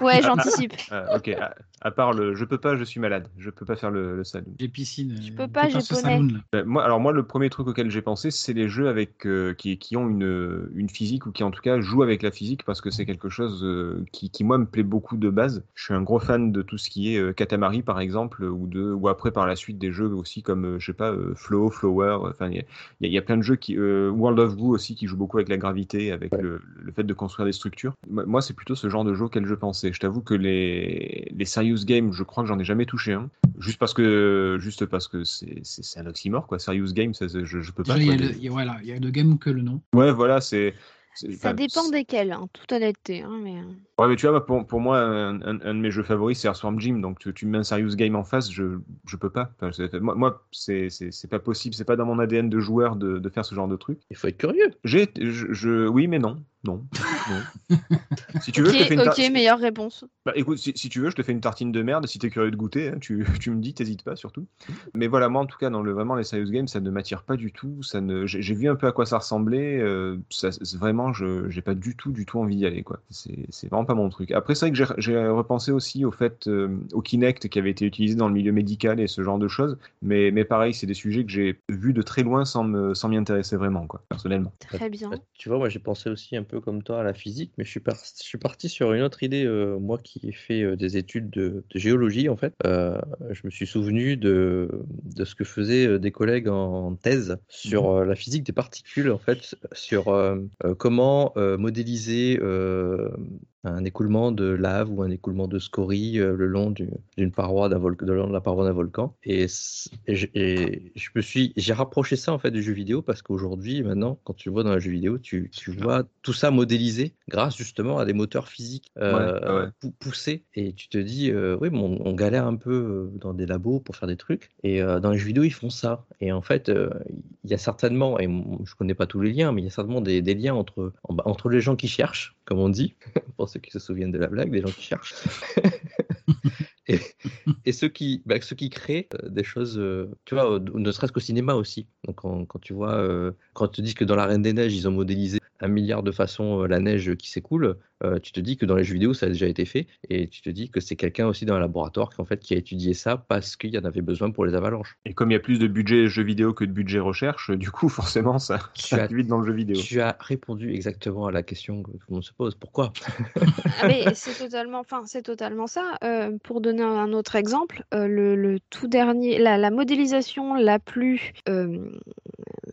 S2: ouais, j'anticipe.
S4: Ah, ok, à, à part le je peux pas, je suis malade, je peux pas faire le, le saloon.
S5: J'ai piscine.
S2: Je
S5: euh,
S2: peux
S5: on
S2: pas,
S5: peut
S2: j'ai
S5: ce
S2: poney.
S5: saloon, là.
S4: Euh, moi, alors moi, le premier truc auquel j'ai pensé, c'est les jeux avec euh, qui, qui ont une, une physique ou qui en tout cas jouent avec la physique parce que c'est quelque chose euh, qui, qui moi me plaît beaucoup de base. Je suis un gros fan de tout ce qui est euh, Katamari par exemple ou de ou après par la suite des jeux aussi comme euh, je sais pas euh, Flow, Flower. Enfin, il y a- il y, a- il y a plein de jeux qui euh, World of Goo aussi qui joue beaucoup avec la gravité, avec le, le fait de construire des structures. Moi, moi, c'est plutôt ce genre de jeu auquel je pensais. Je t'avoue que les les serious games, je crois que j'en ai jamais touché un juste parce que juste parce que c'est c'est c'est un oxymore quoi serious game ça, ça, je, je
S6: Bah,
S4: peux pas
S5: Déjà, il y, a
S4: quoi.
S5: le, il y a- voilà, il y a le game que le nom.
S4: ouais voilà c'est c'est-
S2: Ça
S4: enfin,
S2: dépend
S4: bah, c'est-
S2: desquels, en toute honnêteté. hein, mais... euh,
S4: ouais mais tu vois moi, pour, pour moi un, un- un de mes jeux favoris c'est Earthworm Jim donc tu, tu me mets un serious game en face je je peux pas Enfin, c'est- moi, moi c'est c'est c'est pas possible c'est pas dans mon ADN de joueur de, de faire ce genre de truc
S7: Il faut être curieux.
S4: j'ai je, je- oui mais non non, non.
S2: [laughs]
S4: si tu veux je te
S2: Ok,
S4: fais une tar-
S2: ok, meilleure réponse.
S4: Bah écoute, si, si tu veux, je te fais une tartine de merde. Si t'es curieux de goûter, hein, tu, [laughs] tu me dis, t'hésites pas surtout. Mais voilà, moi en tout cas, dans le vraiment les serious games, ça ne m'attire pas du tout. Ça ne, j'ai j'ai vu un peu à quoi ça ressemblait. euh, ça, c'est- vraiment, je j'ai pas du tout, du tout envie d'y aller quoi. C'est c'est vraiment pas mon truc. Après, c'est vrai que j'ai- j'ai repensé aussi au fait euh, au Kinect qui avait été utilisé dans le milieu médical et ce genre de choses. Mais mais pareil, c'est des sujets que j'ai vus de très loin sans me sans m'y intéresser vraiment quoi, personnellement.
S2: Très bien.
S7: Bah, Tu vois, moi j'ai pensé aussi un peu comme toi à la physique, mais je suis, par- je suis parti sur une autre idée. euh, moi qui ai fait euh, des études de, de géologie, en fait, euh, je me suis souvenu de, de ce que faisaient euh, des collègues en thèse sur euh, la physique des particules, en fait, sur euh, euh, comment euh, modéliser euh, un écoulement de lave ou un écoulement de scorie euh, le long du- d'une paroi d'un volcan, de la paroi d'un volcan. Et, c- et je- et je me suis, j'ai rapproché ça en fait du jeu vidéo parce qu'aujourd'hui, maintenant, quand tu le vois dans le jeu vidéo, tu, tu vois tout ça modélisé grâce justement à des moteurs physiques euh,
S4: Ouais, ouais.
S7: pou- poussés. Et tu te dis, euh, oui, mais on, on galère un peu euh, dans des labos pour faire des trucs. Et euh, dans les jeux vidéo, ils font ça. Et en fait, euh, il y a certainement, et m- je connais pas tous les liens, mais il y a certainement des, des liens entre, en- bah, entre les gens qui cherchent, comme on dit, pour ceux qui se souviennent de la blague, des gens qui cherchent. et, et ceux qui, bah, ceux qui créent euh, des choses, euh, tu vois, euh, ne serait-ce qu'au cinéma aussi. Donc quand, quand tu vois, euh, quand ils te disent que dans La Reine des Neiges, ils ont modélisé un milliard de façons euh, la neige qui s'écoule, euh, tu te dis que dans les jeux vidéo, ça a déjà été fait, et tu te dis que c'est quelqu'un aussi dans un laboratoire qui, en fait, qui a étudié ça parce qu'il y en avait besoin pour les avalanches.
S4: Et comme il y a plus de budget jeux vidéo que de budget recherche, du coup, [laughs] forcément, ça,
S7: Tu
S4: ça
S7: as-
S4: va vite dans le jeu vidéo.
S7: Tu as répondu exactement à la question que tout le monde se pose. Pourquoi
S2: Ah, mais c'est totalement, enfin, c'est totalement ça. Euh, pour donner un autre exemple, euh, le, le tout dernier, la, la modélisation la plus euh,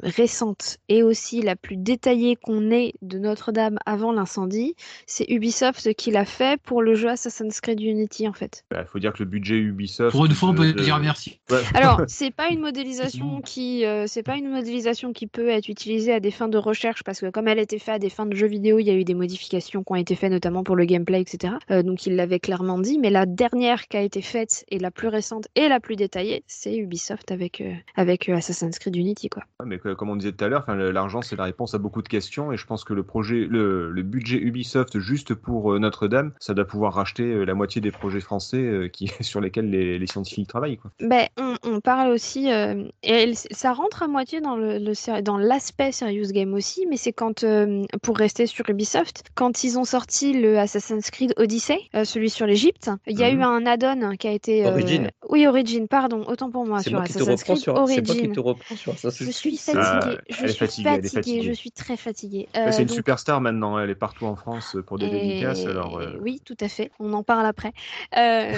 S2: récente et aussi la plus détaillée qu'on ait de Notre-Dame avant l'incendie, c'est Ubisoft qui l'a fait pour le jeu Assassin's Creed Unity en fait.
S4: Il Bah, faut dire que le budget Ubisoft.
S5: Pour une fois, on
S4: de-
S5: peut
S4: de-
S5: dire merci.
S4: Ouais. [laughs]
S2: Alors, c'est pas une modélisation qui, euh, c'est pas une modélisation qui peut être utilisée à des fins de recherche parce que comme elle a été faite à des fins de jeux vidéo, il y a eu des modifications qui ont été faites notamment pour le gameplay, etc. Euh, donc il l'avait clairement dit, mais la dernière qui a été faite et la plus récente et la plus détaillée, c'est Ubisoft avec euh, avec euh, Assassin's Creed Unity quoi.
S4: Ouais, mais que- comme on disait tout à l'heure, enfin, le- l'argent c'est la réponse à beaucoup de questions et je pense que le projet, le, le budget Ubisoft juste pour euh, Notre-Dame, ça doit pouvoir racheter euh, la moitié des projets français euh, qui, [laughs] sur lesquels les, les scientifiques travaillent. Quoi.
S2: Ben, on, on parle aussi, euh, et elle- ça rentre à moitié dans le, le séri- dans l'aspect serious game aussi, mais c'est quand, euh, pour rester sur Ubisoft, quand ils ont sorti le Assassin's Creed Odyssey, euh, celui sur l'Égypte, il y a
S4: Mhm.
S2: eu un add-on qui a été euh,
S7: Origin.
S2: Oui, Origin, pardon, autant pour moi
S7: C'est
S2: sur
S7: moi qui te
S2: Assassin's
S7: reprends
S2: Creed
S7: sur, c'est moi qui
S2: Origin.
S7: te reprends sur Assassin's
S2: Je suis
S7: Creed.
S2: cette fatiguée.
S4: Ah, elle
S2: Je
S4: est
S2: suis
S4: fatiguée, elle
S2: fatiguée,
S4: est
S2: Je
S4: fatiguée.
S2: suis très fatiguée.
S4: Bah,
S2: Euh,
S4: c'est une
S2: donc,
S4: superstar maintenant, elle est partout en France euh, pour des
S2: et-
S4: dédicaces. Alors, euh,
S2: Oui, tout à fait. On en parle après.
S4: [laughs]
S2: Euh,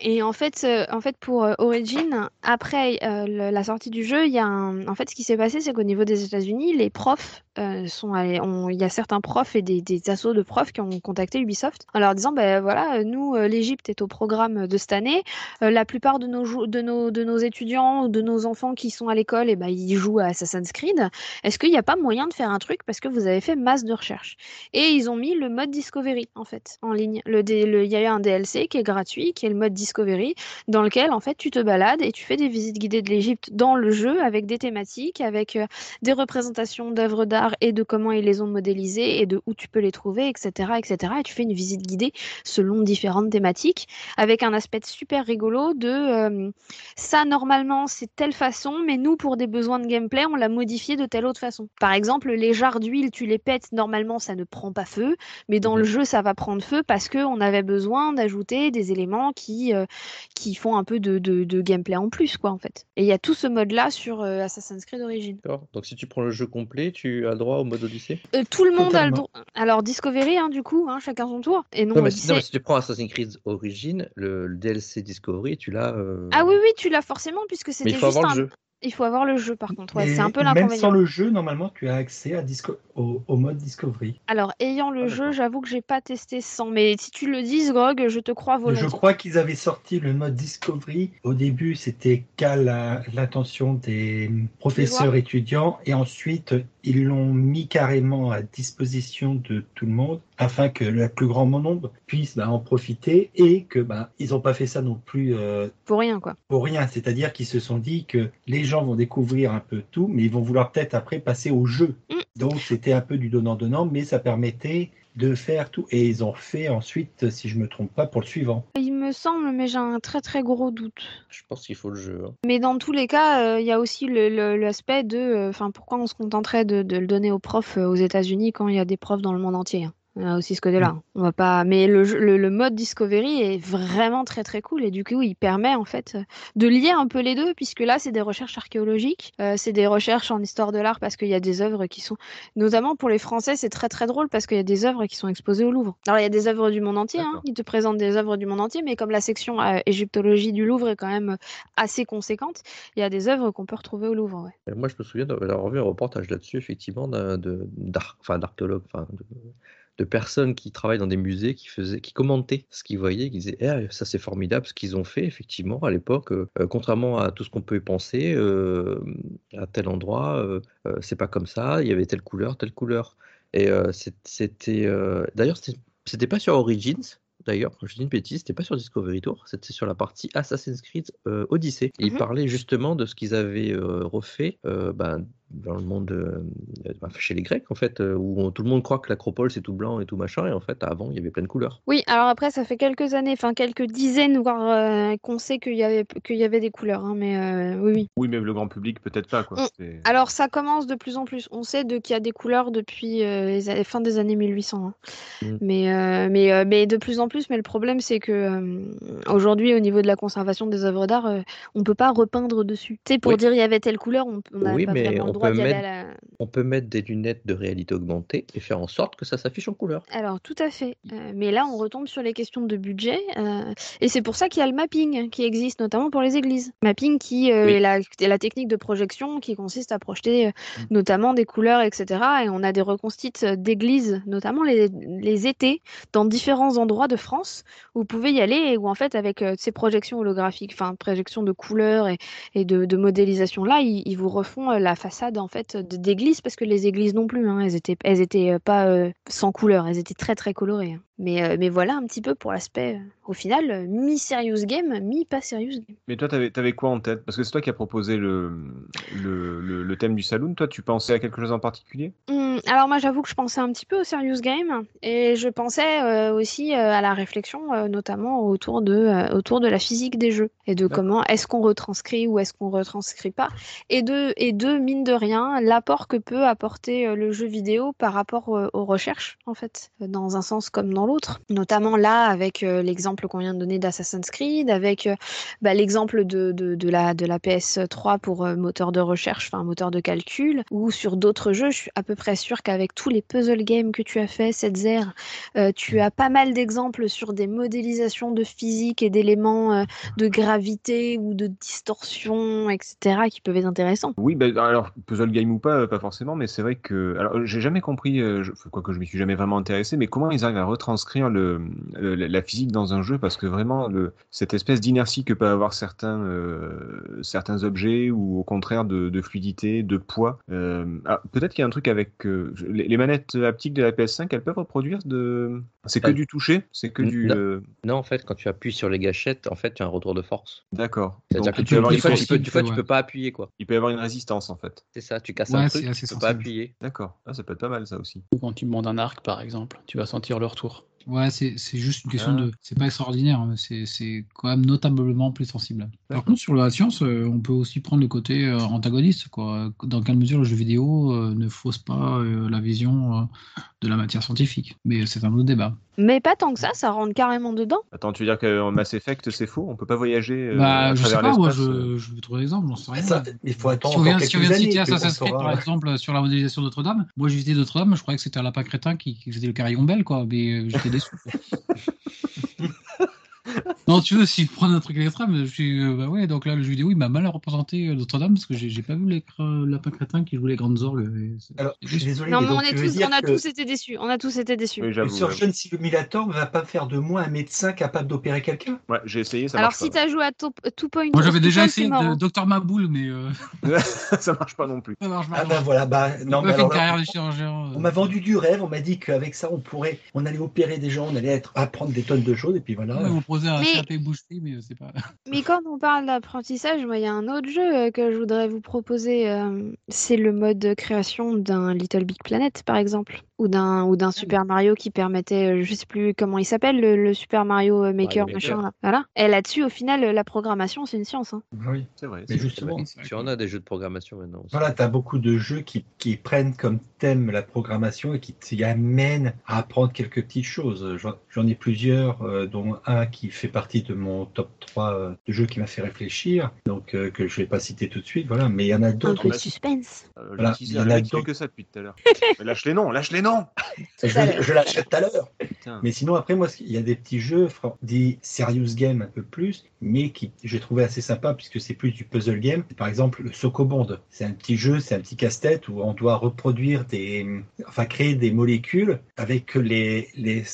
S2: et en fait, euh, en fait, pour euh, Origin, après euh, le- la sortie du jeu, il y a un- en fait ce qui s'est passé, c'est qu'au niveau des États-Unis, les profs euh, sont allés- ont- il y a certains profs et des, des assos de profs qui ont contacté Ubisoft en leur disant, ben voilà, euh, nous, euh, l'Égypte est au programme de cette année. Euh, la plupart de nos, jou- de nos, de nos étudiants ou de nos enfants qui sont à l'école, et ben ils jouent à Assassin's Creed. Est-ce qu'il n'y a pas moyen de faire un truc parce que vous avez fait masse de recherches et ils ont mis le mode Discovery en fait en ligne. Le D- le- Il y a eu un DLC qui est gratuit, qui est le mode Discovery, dans lequel en fait tu te balades et tu fais des visites guidées de l'Égypte dans le jeu avec des thématiques, avec euh, des représentations d'œuvres d'art et de comment ils les ont modélisées et de où tu peux les trouver, etc., etc. Et tu fais une visite guidée selon différentes thématiques avec un aspect super rigolo de euh, ça normalement c'est telle façon, mais nous pour des besoins de gameplay on l'a modifié de telle autre façon. Par exemple, les jarres d'huile tu les pètes normalement ça ne prend pas feu, mais dans
S7: Mhm.
S2: le jeu ça va prendre feu parce que on avait besoin d'ajouter des éléments qui euh, qui font un peu de, de- de gameplay en plus quoi en fait. Et il y a tout ce mode là sur euh, Assassin's Creed Origins.
S7: D'accord. Donc si tu prends le jeu complet, tu as droit au mode Odyssée
S2: Euh, tout le monde a le
S5: Totalement.
S2: droit. Alors Discovery hein, du coup hein, chacun son tour. Et non,
S7: non mais, si-
S2: Odyssey-
S7: non, mais si tu prends Assassin's Creed Origin, le, le DLC Discovery, tu l'as. euh,
S2: ah oui oui tu l'as forcément puisque
S7: Mais
S2: c'était
S7: il faut
S2: juste
S7: avoir
S2: un
S7: le jeu.
S2: Il faut avoir le jeu par contre. Ouais,
S6: Mais
S2: c'est un peu
S6: même
S2: l'inconvénient.
S6: sans le jeu, normalement, tu as accès à disco- au, au mode Discovery.
S2: Alors, ayant le
S7: Ah,
S2: jeu,
S7: d'accord.
S2: j'avoue que j'ai pas testé sans. Mais si tu le dis, Grog, je te crois volontiers.
S6: Je crois qu'ils avaient sorti le mode Discovery. Au début, c'était qu'à la- l'attention des professeurs étudiants. Et ensuite, ils l'ont mis carrément à disposition de tout le monde afin que le plus grand nombre puisse bah, en profiter et que bah, ils n'ont pas fait ça non plus euh,
S2: Pour rien, quoi.
S6: pour rien. C'est-à-dire qu'ils se sont dit que les gens vont découvrir un peu tout, mais ils vont vouloir peut-être après passer au jeu.
S2: Mm.
S6: Donc c'était un peu du donnant-donnant, mais ça permettait de faire tout. Et ils ont fait ensuite, si je me trompe pas, pour le suivant.
S2: Il me semble, mais j'ai un très très gros doute.
S7: Je pense qu'il faut le jeu. hein.
S2: Mais dans tous les cas, euh, il y a aussi le- le- l'aspect de. euh, Enfin, pourquoi on se contenterait de, de le donner aux profs euh, aux États-Unis quand il y a des profs dans le monde entier hein. Il y a aussi ce côté-là. hein. On va pas. Mais le, jeu- le, le mode Discovery est vraiment très très cool et du coup, il permet en fait euh, de lier un peu les deux, puisque là, c'est des recherches archéologiques, euh, c'est des recherches en histoire de l'art, parce qu'il y a des œuvres qui sont, notamment pour les Français, c'est très très drôle, parce qu'il y a des œuvres qui sont exposées au Louvre. Alors, il y a des œuvres du monde entier, hein,
S4: D'accord.
S2: ils te présentent des œuvres du monde entier, mais comme la section euh, égyptologie du Louvre est quand même euh, assez conséquente, il y a des œuvres qu'on peut retrouver au Louvre. ouais.
S7: Et Moi, je me souviens d'avoir vu un reportage là-dessus, effectivement, d'un- de- d'ar- enfin, d'archéologues, enfin, de, de personnes qui travaillent dans des musées, qui, faisaient, qui commentaient ce qu'ils voyaient, qui disaient Eh, ça c'est formidable ce qu'ils ont fait, effectivement, à l'époque, euh, euh, contrairement à tout ce qu'on peut penser, euh, à tel endroit, euh, euh, c'est pas comme ça, il y avait telle couleur, telle couleur. Et euh, c'est- c'était. euh, D'ailleurs, c'était- c'était pas sur Origins. D'ailleurs, je dis une bêtise, c'était pas sur Discovery Tour, c'était sur la partie Assassin's Creed euh, Odyssey. Ils
S2: Mhm.
S7: parlaient justement de ce qu'ils avaient euh, refait euh, ben, dans le monde, euh, euh, ben, chez les Grecs en fait, euh, où on- tout le monde croit que l'acropole c'est tout blanc et tout machin, et en fait avant il y avait plein de couleurs.
S2: Oui, alors après, ça fait quelques années, enfin quelques dizaines, voire euh, qu'on sait qu'il y, avait- qu'il y avait des couleurs, hein, mais euh, oui, oui.
S4: Oui, même le grand public, peut-être pas. Quoi.
S2: Mm.
S4: C'est-
S2: Alors ça commence de plus en plus. On sait de- qu'il y a des couleurs depuis euh, les années- fin des années 1800. hein.
S7: Mm.
S2: Mais, euh, mais, euh, mais de plus en plus. Mais le problème c'est que euh, aujourd'hui au niveau de la conservation des œuvres d'art, euh, on peut pas repeindre dessus. Tu sais, pour
S7: Oui.
S2: dire il y avait telle couleur, on on n'a
S7: Oui,
S2: pas
S7: mais
S2: vraiment le
S7: on
S2: droit
S7: peut
S2: d'y aller à
S7: mettre-
S2: la-
S7: On peut mettre des lunettes de réalité augmentée et faire en sorte que ça s'affiche en couleur.
S2: Alors, tout à fait. Euh, mais là, on retombe sur les questions de budget. euh, et c'est pour ça qu'il y a le mapping qui existe, notamment pour les églises. Mapping qui euh,
S7: Oui.
S2: est, la, est la technique de projection qui consiste à projeter euh, notamment des couleurs, etc. Et on a des reconstites euh, d'églises, notamment les, les étés, dans différents endroits de France où vous pouvez y aller et où, en fait, avec euh, ces projections holographiques, enfin, projections de couleurs et, et de, de modélisation, là, ils, ils vous refont euh, la façade, en fait, d- d'églises, parce que les églises non plus, hein, elles étaient, elles étaient euh, pas euh, sans couleur, elles étaient très, très colorées. hein. Mais, euh, mais voilà un petit peu pour l'aspect, euh, au final, euh, mi-serious game, mi-pas serious game.
S4: Mais toi, t'avais avais quoi en tête Parce que c'est toi qui as proposé le, le, le- le thème du saloon. Toi, tu pensais à quelque chose en particulier
S2: Hum, alors moi j'avoue que je pensais un petit peu au serious game et je pensais euh, aussi euh, à la réflexion euh, notamment autour de euh, autour de la physique des jeux et de
S7: D'accord.
S2: comment est-ce qu'on retranscrit ou est-ce qu'on retranscrit pas et de et de mine de rien l'apport que peut apporter euh, le jeu vidéo par rapport euh, aux recherches en fait dans un sens comme dans dans l'autre. Notamment là, avec euh, l'exemple qu'on vient de donner d'Assassin's Creed, avec euh, bah, l'exemple de, de, de, la, de la PS3 pour euh, moteur de recherche, enfin moteur de calcul, ou sur d'autres jeux, je suis à peu près sûre qu'avec tous les puzzle games que tu as fait, cette zère, tu as pas mal d'exemples sur des modélisations de physique et d'éléments euh, de gravité ou de distorsion, etc., qui peuvent être intéressants.
S4: Oui, bah, alors puzzle game ou pas, pas forcément, mais c'est vrai que. Alors, j'ai jamais compris, euh, je... quoique je m'y suis jamais vraiment intéressé, mais comment ils arrivent à retranscrire le, le la physique dans un jeu Parce que vraiment, le, cette espèce d'inertie que peuvent avoir certains, euh, certains objets ou au contraire de, de fluidité, de poids. Euh... Ah, Peut-être qu'il y a un truc avec. Euh, les, les, manettes haptiques de la PS5, elles peuvent reproduire de. C'est que du toucher C'est que du. euh,
S7: Non. non. en fait, quand tu appuies sur les gâchettes, en fait, tu as un retour de force.
S4: D'accord.
S7: C'est-à-dire que tu, peux avoir une fois, tu, peux, tu, peux, ouais. tu peux pas appuyer, quoi.
S4: Il peut y avoir une résistance, en fait.
S7: C'est ça, tu casses ouais, un truc, tu peux sensible. pas appuyer.
S4: D'accord. Ah, ça peut être pas mal, ça aussi.
S3: Ou quand tu demandes un arc, par exemple, tu vas sentir le retour.
S5: Ouais, c'est juste une question ah. de. C'est pas extraordinaire, mais c'est quand même notablement plus sensible. Par contre, sur la science, euh, on peut aussi prendre le côté euh, antagoniste. Quoi. Dans quelle mesure le jeu vidéo euh, ne fausse pas euh, la vision de la matière scientifique Mais c'est un autre débat.
S2: Mais pas tant que ça, ça rentre carrément dedans.
S4: Attends, tu veux dire que Mass Effect, c'est faux On peut pas voyager Euh,
S5: bah,
S4: à euh.
S5: je sais pas, moi, je, je veux trouver l'exemple, j'en sais rien.
S6: Ça, il faut attendre.
S5: Si on vient,
S6: si
S5: de citer Assassin's Creed, par exemple, euh, sur la modélisation de Notre-Dame, moi, j'ai visité Notre-Dame, je croyais que c'était un lapin crétin qui, qui faisait le carillon belle, quoi, mais euh, j'étais déçu. Non, tu veux, si je prends un truc extrême, je suis. Euh, bah ouais, donc là, le jeu vidéo, il m'a mal représenté euh, Notre-Dame parce que j'ai pas vu les euh, lapins crétins qui jouaient les grandes orgues. euh,
S6: Alors, je suis désolé.
S2: Non,
S6: mais,
S2: mais on, est tous, on a que... tous été déçus. On a tous été déçus.
S4: Oui,
S6: le surgeon simulator ne va pas faire de moi un médecin capable d'opérer quelqu'un.
S4: Ouais, j'ai essayé, ça
S2: Alors,
S4: marche
S2: si
S4: pas,
S2: as joué à Top, euh, Two Point.
S5: Moi, j'avais déjà essayé de Docteur Maboul, mais.
S4: [laughs] ça marche pas non plus.
S5: Ça marche pas.
S6: Ah bah voilà, bah. Non, mais alors,
S5: là, on,
S6: on m'a vendu du rêve, on m'a dit qu'avec ça, on pourrait. On allait opérer des gens, on allait être, apprendre des tonnes de choses, et puis voilà.
S5: Ouais, un mais... Bouché, mais c'est pas.
S2: mais quand on parle d'apprentissage, moi, il y a un autre jeu euh, que je voudrais vous proposer. Euh, c'est le mode création d'un Little Big Planet, par exemple, ou d'un
S6: Ah
S2: ou d'un Super Mario qui permettait, euh, je sais plus comment il s'appelle, le, le, Super Mario euh, Maker,
S7: Mario
S2: machin.
S7: Maker.
S2: Là. Voilà. Et là-dessus, au final, euh, la programmation, c'est une science. Hein.
S5: bah
S6: Oui,
S4: c'est vrai.
S6: Mais justement,
S7: tu en as des jeux de programmation maintenant. Aussi.
S6: Voilà, tu as beaucoup de jeux qui, qui, prennent comme thème la programmation et qui t'y amènent à apprendre quelques petites choses. J'en ai plusieurs, euh, dont un qui fait partie de mon top 3 de jeux qui m'a fait réfléchir, donc euh, que je vais pas citer tout de suite, voilà, mais il y en a d'autres.
S2: Un peu suspense.
S4: Euh, voilà, il y en a d'autres que ça depuis tout à l'heure. lâche les noms, lâche les noms.
S6: je,
S2: Bah,
S6: je l'achète tout à l'heure. Mais sinon après moi il y a des petits jeux dit serious game un peu plus, mais qui j'ai trouvé assez sympa puisque c'est plus du puzzle game. Par exemple le Socobond, c'est un petit jeu, c'est un petit casse-tête où on doit reproduire des enfin créer des molécules avec les les,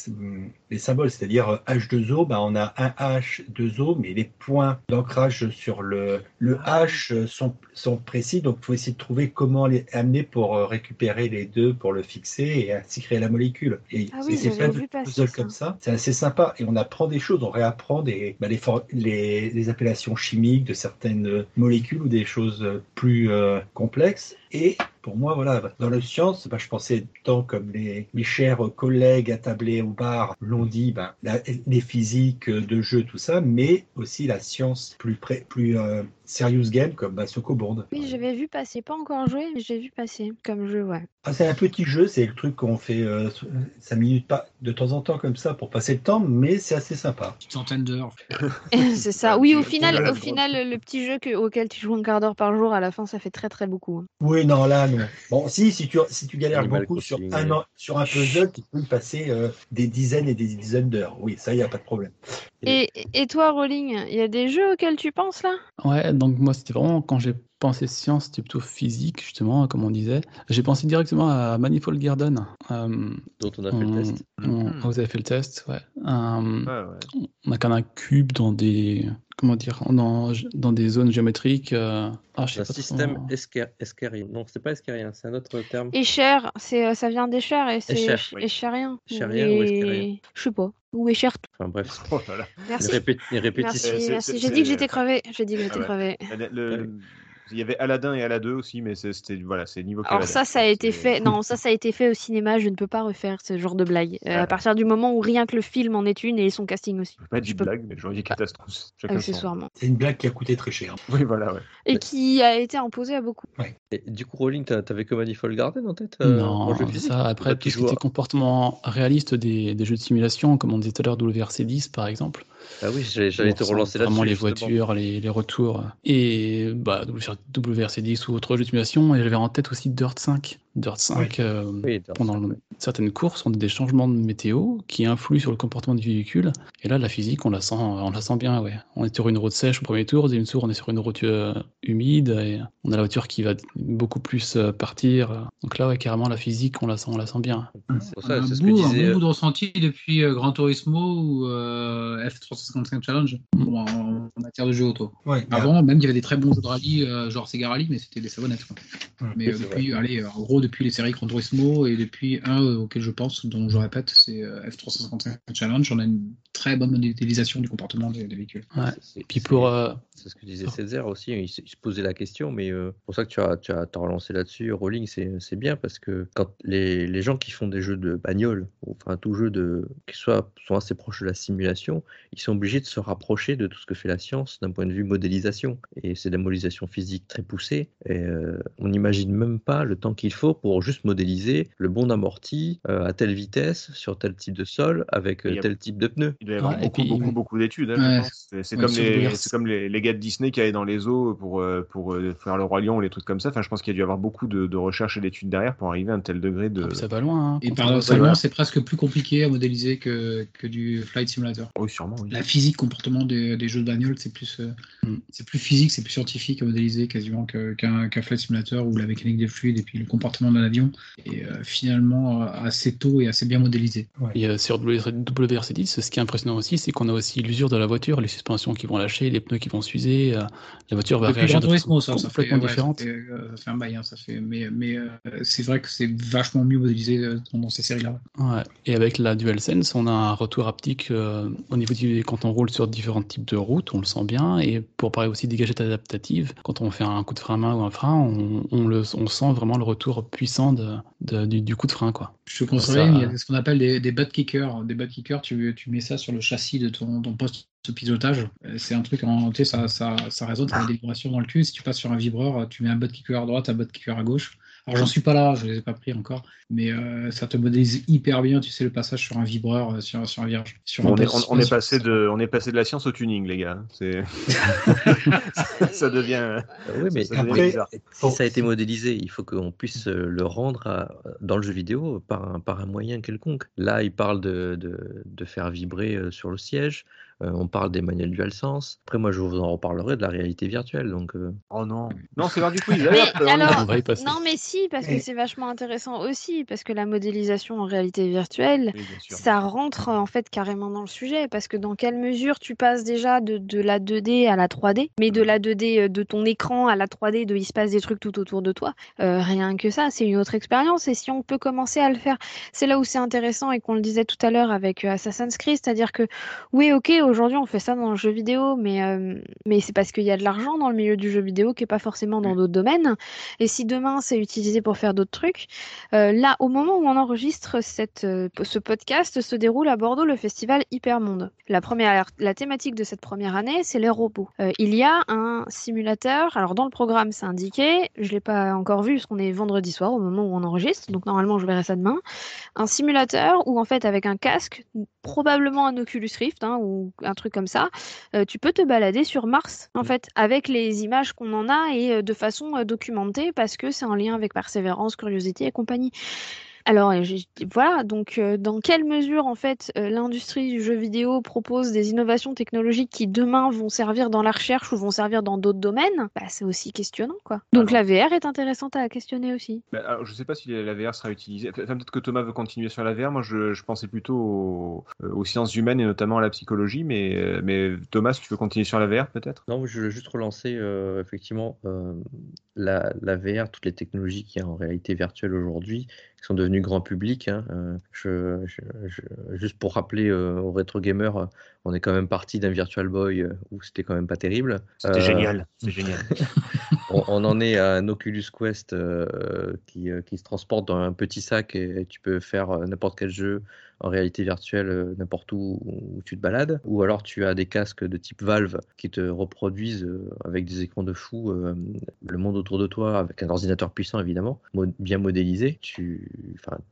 S6: les symboles, c'est-à-dire H2O, bah on a un H2O, mais les points d'ancrage sur le, le H sont, sont précis, donc il faut essayer de trouver comment les amener pour euh, récupérer les deux, pour le fixer et ainsi créer la molécule. Et
S2: ah oui,
S6: c'est
S2: plein
S6: de
S2: puzzles ça.
S6: comme ça. C'est assez sympa et on apprend des choses, on réapprend des, bah, les, les, les, appellations chimiques de certaines euh, molécules ou des choses plus euh, complexes. Et pour moi, voilà, dans le science, bah, je pensais tant comme les, mes chers collègues attablés au bar l'ont dit, bah, la, les physiques euh, de jeu, tout ça, mais aussi la science plus près, plus euh, serious game comme bah, Socobond.
S2: Oui, j'avais vu passer, pas encore joué, mais j'ai vu passer comme jeu,
S6: [laughs]
S2: ouais.
S6: Ah, c'est un petit jeu, c'est le truc qu'on fait euh, 5 minutes pas de temps en temps comme ça pour passer le temps, mais c'est assez sympa.
S5: Une centaine d'heures.
S2: c'est ça. Oui, au final, au final, le petit jeu que, auquel tu joues un quart d'heure par jour, à la fin, ça fait très très beaucoup. hein.
S6: Oui, non, là, non. Bon, si, si tu, si tu galères beaucoup sur un, an, sur un puzzle, tu peux passer euh, des dizaines et des dizaines d'heures. Oui, ça, il n'y a pas de problème.
S2: Et, et toi, Rolling, il y a des jeux auxquels tu penses là
S3: Ouais, donc moi, c'était vraiment quand j'ai pensé science, c'était plutôt physique, justement, comme on disait. J'ai pensé directement à Manifold Garden.
S7: Euh, dont on a fait
S3: on,
S7: le test. Mm-hmm.
S3: On, mmh. Vous avez fait le test, ouais. Euh, ah ouais. On a quand même un cube dans des, comment dire, dans, dans des zones géométriques. Euh...
S7: Ah, je sais un pas système comment... escarien. Esquer... Non, c'est pas escarien, c'est un autre terme.
S2: Écher, c'est, euh, ça vient d'écher et c'est
S7: Écher,
S2: oui. écherien.
S7: Écherien et... ou escarien
S2: Je sais pas. Ou écher.
S7: Enfin bref.
S4: Oh là là.
S2: Merci.
S7: Les, répé les répétitions.
S2: Merci, merci. J'ai dit que j'étais crevé. J'ai dit que j'étais crevé.
S4: Le, le... Il y avait Aladdin et Aladdin aussi, mais c'est- c'était voilà, c'est niveau.
S2: Alors
S4: qu'Aladin.
S2: ça, ça a été
S4: C'est-
S2: fait. Non, ça, ça a été fait au cinéma. Je ne peux pas refaire ce genre de blague. Euh,
S4: Ah.
S2: À partir du moment où rien que le film en est une et son casting aussi,
S4: Je pas dit
S2: je peux- Ah,
S4: blague, mais j'aurais dit catastrophe. Chacun son.
S2: accessoirement,
S6: C'est une blague qui a coûté très cher.
S4: Oui, voilà, ouais.
S2: et qui a été imposé à beaucoup.
S7: Et du coup, Rowling, t'as- t'avais que Manifold Garden en tête euh, en
S3: Non,
S7: jeu physique
S3: ça,
S7: Bah,
S3: après,
S7: tu
S3: tout ce qui
S7: joues à-
S3: était comportement réaliste des, des jeux de simulation, comme on disait tout à l'heure, WRC10 par exemple.
S7: Ah oui, j'allais j'allais
S3: On
S7: te
S3: ressent
S7: relancer là-dessus.
S3: Vraiment les
S7: justement.
S3: voitures, les, les retours. Et bah, WRC10 ou autre jeu de simulation. Et j'avais en tête aussi Dirt 5. Dirt 5, euh,
S7: Oui, dans-
S3: pendant le- certaines courses, on a des changements de météo qui influent sur le comportement du véhicule. Et là, la physique, on la sent, on la sent bien. Ouais. On est sur une route sèche au premier tour, au deuxième tour, on est sur une route euh, humide. Et on a la voiture qui va beaucoup plus euh, partir. Donc là, ouais, carrément, la physique, on la sent, on la sent bien.
S7: c'est pour ça,
S3: Ah,
S5: un,
S7: c'est ce que
S5: bout, un
S7: disait. euh,
S5: bon bout de ressenti depuis euh, Gran Turismo ou euh, F355 Challenge bon, en, en matière de jeu auto.
S6: Ouais, mais
S5: Avant, même, il y avait des très bons jeux de rallye, euh, genre Sega Rally, mais c'était des savonnettes. quoi.
S6: Mm,
S5: mais euh,
S7: c'est
S5: depuis, allez, euh, en gros, depuis les séries Gran Turismo et depuis un euh, auquel je pense, dont je répète, c'est euh, F355 Challenge, on a une très bonne modélisation du comportement des, des véhicules.
S3: Ouais.
S7: c'est- c'est-
S3: Puis pour,
S7: c'est-
S3: euh,
S7: C'est ce que disait Césaire aussi, il, se il se posait la question, mais euh, c'est pour ça que tu as, tu as, t'as relancé là-dessus, Rolling, c'est c'est bien parce que quand les, les gens qui font des jeux de bagnole, ou enfin tout jeu de, qui soit, sont assez proches de la simulation, ils sont obligés de se rapprocher de tout ce que fait la science d'un point de vue modélisation. Et c'est de la modélisation physique très poussée. Et, euh, on n'imagine même pas le temps qu'il faut pour juste modéliser le bon amorti euh, à telle vitesse, sur tel type de sol, avec euh,
S4: Et il y a-
S7: tel type de pneus.
S4: Il doit y avoir
S3: Ouais, et
S4: beaucoup,
S3: puis-
S4: beaucoup, beaucoup d'études. hein, je
S5: Ouais.
S4: pense. C'est- C'est
S5: Ouais,
S4: comme,
S5: sur
S4: les-
S5: WRC.
S4: c'est comme les, les gars de Disney qui allaient dans les eaux pour, euh, pour euh, faire le roi lion ou les trucs comme ça. Enfin, je pense qu'il y a dû y avoir beaucoup de, de recherches et d'études derrière pour arriver à un tel degré de.
S3: ah, puis ça va loin. hein,
S5: Et
S3: quand
S5: paradoxalement,
S4: voilà.
S5: c'est presque plus compliqué à modéliser que, que du Flight Simulator.
S4: Ah Oui, sûrement. oui.
S5: La physique, comportement des, des jeux de bagnole, c'est plus, euh,
S3: Mm.
S5: c'est plus physique, c'est plus scientifique à modéliser quasiment que- qu'un qu'un Flight Simulator ou la mécanique des fluides et puis le comportement d'un avion est euh, finalement euh, assez tôt et assez bien modélisé.
S3: Et euh, sur WRC10, ce qui est impressionnant aussi, c'est qu'on a aussi l'usure de la voiture, les suspensions qui vont lâcher, les pneus qui vont s'user, euh, la voiture va
S5: Depuis
S3: réagir
S5: Gran
S3: de
S5: Turismo,
S3: façon
S5: ça, ça fait,
S3: complètement
S5: ouais,
S3: différente.
S5: Ça fait, euh, ça fait un bail, hein, ça fait. Mais, mais euh, c'est vrai que c'est vachement mieux modélisé euh, dans, dans ces séries-là.
S3: Ouais. Et avec la DualSense, on a un retour haptique euh, au niveau du quand on roule sur différents types de routes, on le sent bien. Et pour parler aussi des gadgets adaptatives, quand on fait un coup de frein à main ou un frein, on, on le, on sent vraiment le retour puissant de, de- du, du coup de frein, quoi.
S5: Je te
S3: Ça-
S5: conseille, il y a ce qu'on appelle des, des butt kickers. Des butt kickers, tu, tu mets ça sur le châssis de ton, ton poste de pilotage. Euh, C'est un truc, en, tu sais, ça, ça, ça résonne, t'as des vibrations dans le cul. Si tu passes sur un vibreur, tu mets un butt kicker à droite, un butt kicker à gauche. Alors j'en suis pas là, je les ai pas pris encore, mais euh, ça te modélise hyper bien, tu sais, le passage sur un vibreur, euh, sur, sur un vierge. Sur un
S4: On est,
S5: poste-
S4: on- on est passé de, on est passé de la science au tuning, les gars. hein. C'est- [laughs] ça devient. euh,
S7: oui, mais
S4: ça devient
S6: après-
S4: bizarre.
S7: Si ça a été modélisé, il faut qu'on puisse euh, le rendre à- dans le jeu vidéo par un, par un moyen quelconque. Là, il parle de, de- de faire vibrer euh, sur le siège. euh, on parle des manuels DualSense. Après, moi, je vous en reparlerai de la réalité virtuelle. Donc, euh,
S4: Oh non. Non, c'est l'heure du quiz.
S2: Mais
S4: Allez, hop, on y
S2: alors-
S4: va.
S3: on va y passer.
S2: Non, mais si, parce que
S6: Mais-
S2: c'est vachement intéressant aussi, parce que la modélisation en réalité virtuelle,
S4: Oui, bien sûr.
S2: ça rentre en fait carrément dans le sujet, parce que dans quelle mesure tu passes déjà de, de la 2D à la 3D, mais
S4: Mhm.
S2: de la 2D de ton écran à la 3D, de il se passe des trucs tout autour de toi, euh, rien que ça, c'est une autre expérience, et si on peut commencer à le faire, c'est là où c'est intéressant, et qu'on le disait tout à l'heure avec euh, Assassin's Creed, c'est-à-dire que oui, ok, aujourd'hui on fait ça dans le jeu vidéo, mais, euh, mais c'est parce qu'il y a de l'argent dans le milieu du jeu vidéo qui est pas forcément dans d'autres domaines. Et si demain c'est utilisé pour faire d'autres trucs, euh, là, au moment où on enregistre cette, euh, ce podcast, se déroule à Bordeaux le festival Hypermonde. La, première, la thématique de cette première année, c'est les robots. Euh, il y a un simulateur, alors dans le programme c'est indiqué, je l'ai pas encore vu parce qu'on est vendredi soir au moment où on enregistre, donc normalement je verrai ça demain un simulateur où en fait avec un casque, probablement un Oculus Rift hein, ou un truc comme ça, euh, tu peux te balader sur Mars
S7: Mm.
S2: en fait avec les images qu'on en a et euh, de façon euh, documentée parce que c'est en lien avec persévérance, curiosité et compagnie. Alors euh, j'ai- voilà, donc euh, dans quelle mesure en fait euh, l'industrie du jeu vidéo propose des innovations technologiques qui demain vont servir dans la recherche ou vont servir dans d'autres domaines, bah, c'est aussi questionnant quoi. Donc la VR est intéressante à questionner aussi.
S4: Bah, alors, je ne sais pas si la VR sera utilisée. Enfin, peut-être que Thomas veut continuer sur la VR. Moi, je, je pensais plutôt aux, euh, aux sciences humaines et notamment à la psychologie. Mais, euh, mais Thomas, tu veux continuer sur la VR peut-être
S7: non, je voulais juste relancer euh, effectivement euh, la, la VR, toutes les technologies qu'il y a en réalité virtuelle aujourd'hui, qui sont devenues grand public. hein. Euh, je- je- je- juste pour rappeler euh, aux rétro gamers, euh, on est quand même parti d'un Virtual Boy euh, où c'était quand même pas terrible.
S8: C'était
S7: Euh,
S8: génial, c'est génial.
S7: On, on en est à un Oculus Quest euh, qui, euh, qui se transporte dans un petit sac et, et tu peux faire euh, n'importe quel jeu en réalité virtuelle euh, n'importe où, où tu te balades. Ou alors tu as des casques de type Valve qui te reproduisent euh, avec des écrans de fou euh, le monde autour de toi avec un ordinateur puissant évidemment, mo- bien modélisé. Tu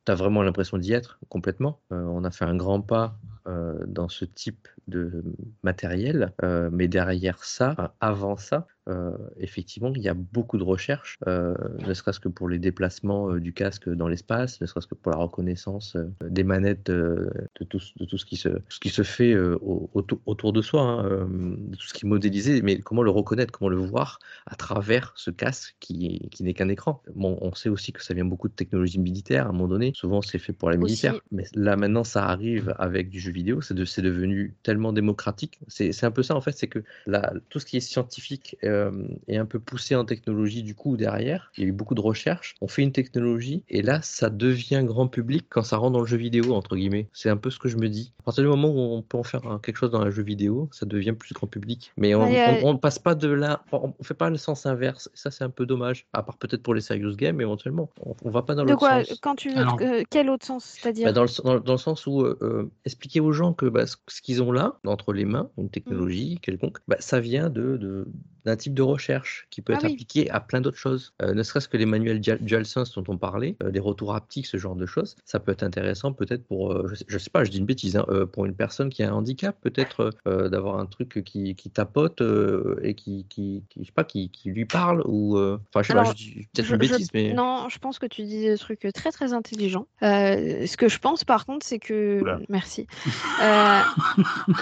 S7: as vraiment l'impression d'y être complètement. Euh, on a fait un grand pas euh, dans ce type de matériel, euh, mais derrière ça, enfin, avant ça, euh, effectivement, il y a beaucoup de recherches, euh, ne serait-ce que pour les déplacements euh, du casque dans l'espace, ne serait-ce que pour la reconnaissance euh, des manettes, euh, de, tout, ce- de tout ce qui se, ce qui se fait euh, au- autour, autour de soi, hein, euh, de tout ce qui est modélisé, mais comment le reconnaître, comment le voir à travers ce casque qui, qui n'est qu'un écran. Bon, on sait aussi que ça vient beaucoup de technologies militaires à un moment donné. Souvent, c'est fait pour la militaire.
S2: Aussi.
S7: Mais là, maintenant, ça arrive avec du jeu vidéo. C'est de- c'est devenu tellement démocratique. C'est c'est un peu ça, en fait. C'est que la- tout ce qui est scientifique euh, est un peu poussé en technologie, du coup, derrière. Il y a eu beaucoup de recherches. On fait une technologie et là, ça devient grand public quand ça rentre dans le jeu vidéo, entre guillemets. C'est un peu ce que je me dis. À partir du moment où on peut en faire hein, quelque chose dans un jeu vidéo, ça devient plus grand public. Mais on
S2: Ouais, euh,
S7: on- on ne passe pas de là, on on fait pas le sens inverse. Ça, c'est un peu dommage. À part peut-être pour les serious games, éventuellement. On, on va pas dans
S2: De
S7: l'autre
S2: quoi
S7: sens.
S2: Quand tu veux.
S5: Alors-
S2: euh, quel autre sens C'est-à-dire.
S7: Bah, dans, le, s- dans- dans le sens où euh, euh, expliquer aux gens que bah, ce, ce qu'ils ont là, entre les mains, une technologie
S2: Mm.
S7: quelconque, bah, ça vient de, de- d'un type de recherche qui peut
S2: Ah
S7: être
S2: oui.
S7: appliqué à plein d'autres choses. Euh, ne serait-ce que les manuels Dual- DualSense dont on parlait, euh, les retours haptiques, ce genre de choses, ça peut être intéressant peut-être pour, euh, je, sais, je sais pas, je dis une bêtise, hein, euh, pour une personne qui a un handicap, peut-être euh, euh, d'avoir un truc qui, qui tapote euh, et qui, qui, qui- je sais pas, qui, qui lui parle ou, euh, enfin, je sais
S2: Alors,
S7: pas, je dis peut-être
S2: Je-
S7: une
S2: je-
S7: bêtise, mais
S2: Non, je pense que tu dis des trucs très très intelligents. Euh, ce que je pense par contre, c'est que.
S4: Oula.
S2: Merci.
S4: [laughs]
S2: Euh,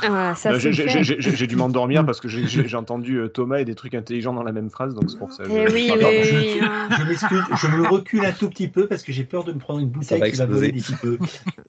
S2: ah, ça
S4: Bah,
S2: c'est
S4: j'ai- j'ai-
S2: fait.
S4: J'ai j'ai- j'ai dû m'endormir parce que j'ai- j'ai j'ai entendu euh, Thomas et des trucs intelligents dans la même phrase, donc c'est pour ça.
S2: Eh
S4: je-
S2: oui, oui,
S4: je- Ah, pardon.
S2: oui. hein.
S6: Je m'excuse, je me recule un tout petit peu parce que j'ai peur de me prendre une bouteille
S7: va
S6: qui va
S7: exploser.
S6: voler d'ici peu.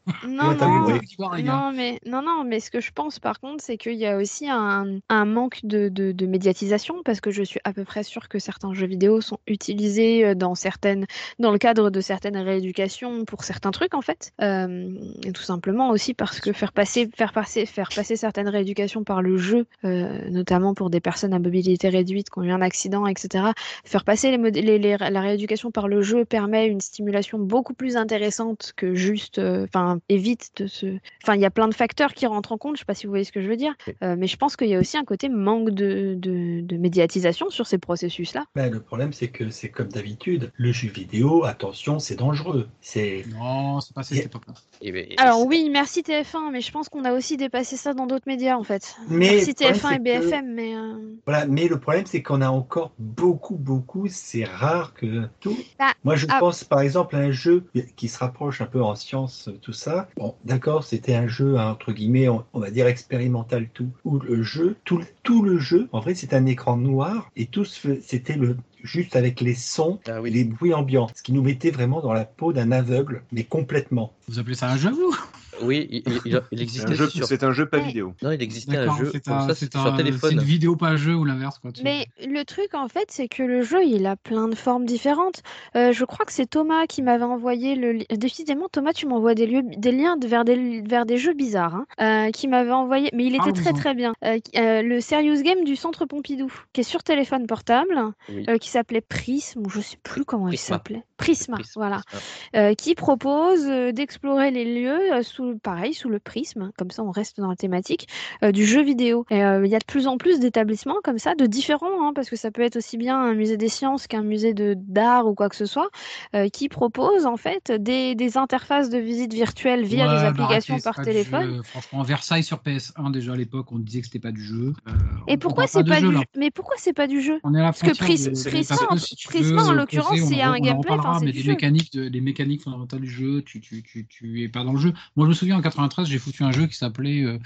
S7: [laughs]
S2: Non,
S6: t'as vu,
S2: non,
S6: ouais.
S2: Non mais, non, non, mais ce que je pense par contre, c'est qu'il y a aussi un, un manque de, de- de médiatisation, parce que je suis à peu près sûre que certains jeux vidéo sont utilisés euh, dans, certaines, dans le cadre de certaines rééducations pour certains trucs en fait. Euh, et tout simplement aussi parce que faire passer, faire passer, faire passer certaines rééducations par le jeu, euh, notamment pour des personnes à mobilité réduite qui ont eu un accident, etc., faire passer les mod- les- les- la rééducation par le jeu permet une stimulation beaucoup plus intéressante que juste, euh, enfin, évite de se, enfin, il y a plein de facteurs qui rentrent en compte. Je sais pas si vous voyez ce que je veux dire,
S7: Oui.
S2: Euh, mais je pense qu'il y a aussi un côté manque de, de, de médiatisation sur ces processus-là.
S6: Ben, le problème, c'est que c'est comme d'habitude. Le jeu vidéo, attention, c'est dangereux. C'est
S5: Non, c'est pas cette époque-là.
S7: Eh ben,
S2: Alors
S7: c'est-
S2: oui, merci TF1, mais je pense qu'on a aussi dépassé ça dans d'autres médias en fait.
S6: Mais
S2: merci
S6: le problème,
S2: TF1 et
S6: c'est que-
S2: BFM, mais euh,
S6: Voilà, mais le problème, c'est qu'on a encore beaucoup, beaucoup. C'est rare que tout.
S2: Bah,
S6: Moi, je
S2: ah.
S6: pense par exemple à un jeu qui se rapproche un peu en science, tout ça. Bon, d'accord, c'était un jeu, hein, entre guillemets, on, on va dire expérimental, tout. Où le jeu, tout, tout le jeu, en vrai, c'est un écran noir et tout se fait- c'était le juste avec les sons
S7: Ah
S6: et
S7: oui.
S6: les bruits ambiants, ce qui nous mettait vraiment dans la peau d'un aveugle, mais complètement.
S5: Vous appelez ça un jeu, vous
S7: Oui, il, il- il-
S2: [laughs]
S7: il
S4: C'est
S7: existait
S4: un jeu-
S7: sur...
S4: C'est un jeu pas
S2: Ouais.
S4: vidéo.
S7: Non, il existait un
S5: D'accord,
S7: jeu
S5: c'est
S7: comme
S5: un-
S7: ça
S5: c'est
S7: sur
S5: un- c'est une
S7: téléphone.
S5: vidéo, pas un jeu ou l'inverse. quoi. tu-
S2: Mais le truc en fait, c'est que le jeu, il a plein de formes différentes. Euh, je crois que c'est Thomas qui m'avait envoyé le li- décidément Thomas, tu m'envoies des, lieux- des liens de- vers des vers des jeux bizarres, hein. Euh, qui m'avait envoyé, mais il
S7: Ah
S2: était très
S5: Parlons-en.
S2: très bien. Euh, qui- euh, le Serious Game du Centre Pompidou, qui est sur téléphone portable,
S7: Oui.
S2: euh, qui s'appelait Prism, ou je sais plus comment il
S7: Prisma.
S2: s'appelait. Prisma,
S7: Prisma,
S2: voilà
S7: Prisma.
S2: euh, qui propose euh, d'explorer les lieux euh, sous pareil sous le prisme, hein, comme ça on reste dans la thématique euh, du jeu vidéo. Et, euh, il y a de plus en plus d'établissements comme ça, de différents, hein, parce que ça peut être aussi bien un musée des sciences qu'un musée de d'art ou quoi que ce soit, euh, qui proposent en fait des, des interfaces de visite virtuelle via
S5: Ouais,
S2: des
S5: mais
S2: applications
S5: arrêtez, c'est
S2: par
S5: pas du
S2: téléphone.
S5: jeu. Franchement, Versailles sur PS1, déjà à l'époque, on disait que c'était pas du jeu. Euh,
S2: Et
S5: on
S2: pourquoi
S5: parle
S2: c'est
S5: de
S2: pas
S5: jeu,
S2: du
S5: là.
S2: mais pourquoi c'est pas du jeu
S5: On est à la
S2: Parce que
S5: frontière
S2: Pris-
S5: de- de-
S2: Prisma,
S5: parce que
S2: en-
S5: si tu
S2: Prisma,
S5: veux,
S2: en
S5: euh,
S2: l'occurrence,
S5: poser, on
S2: c'est un
S5: en- on en
S2: gameplay,
S5: reparlera,
S2: enfin, c'est
S5: mais
S2: du
S5: les
S2: jeu.
S5: mécaniques, de- les mécaniques fondamentales du jeu, tu, tu, tu, tu es pas dans le jeu. Moi, je me souviens en 93, j'ai foutu un jeu qui s'appelait euh,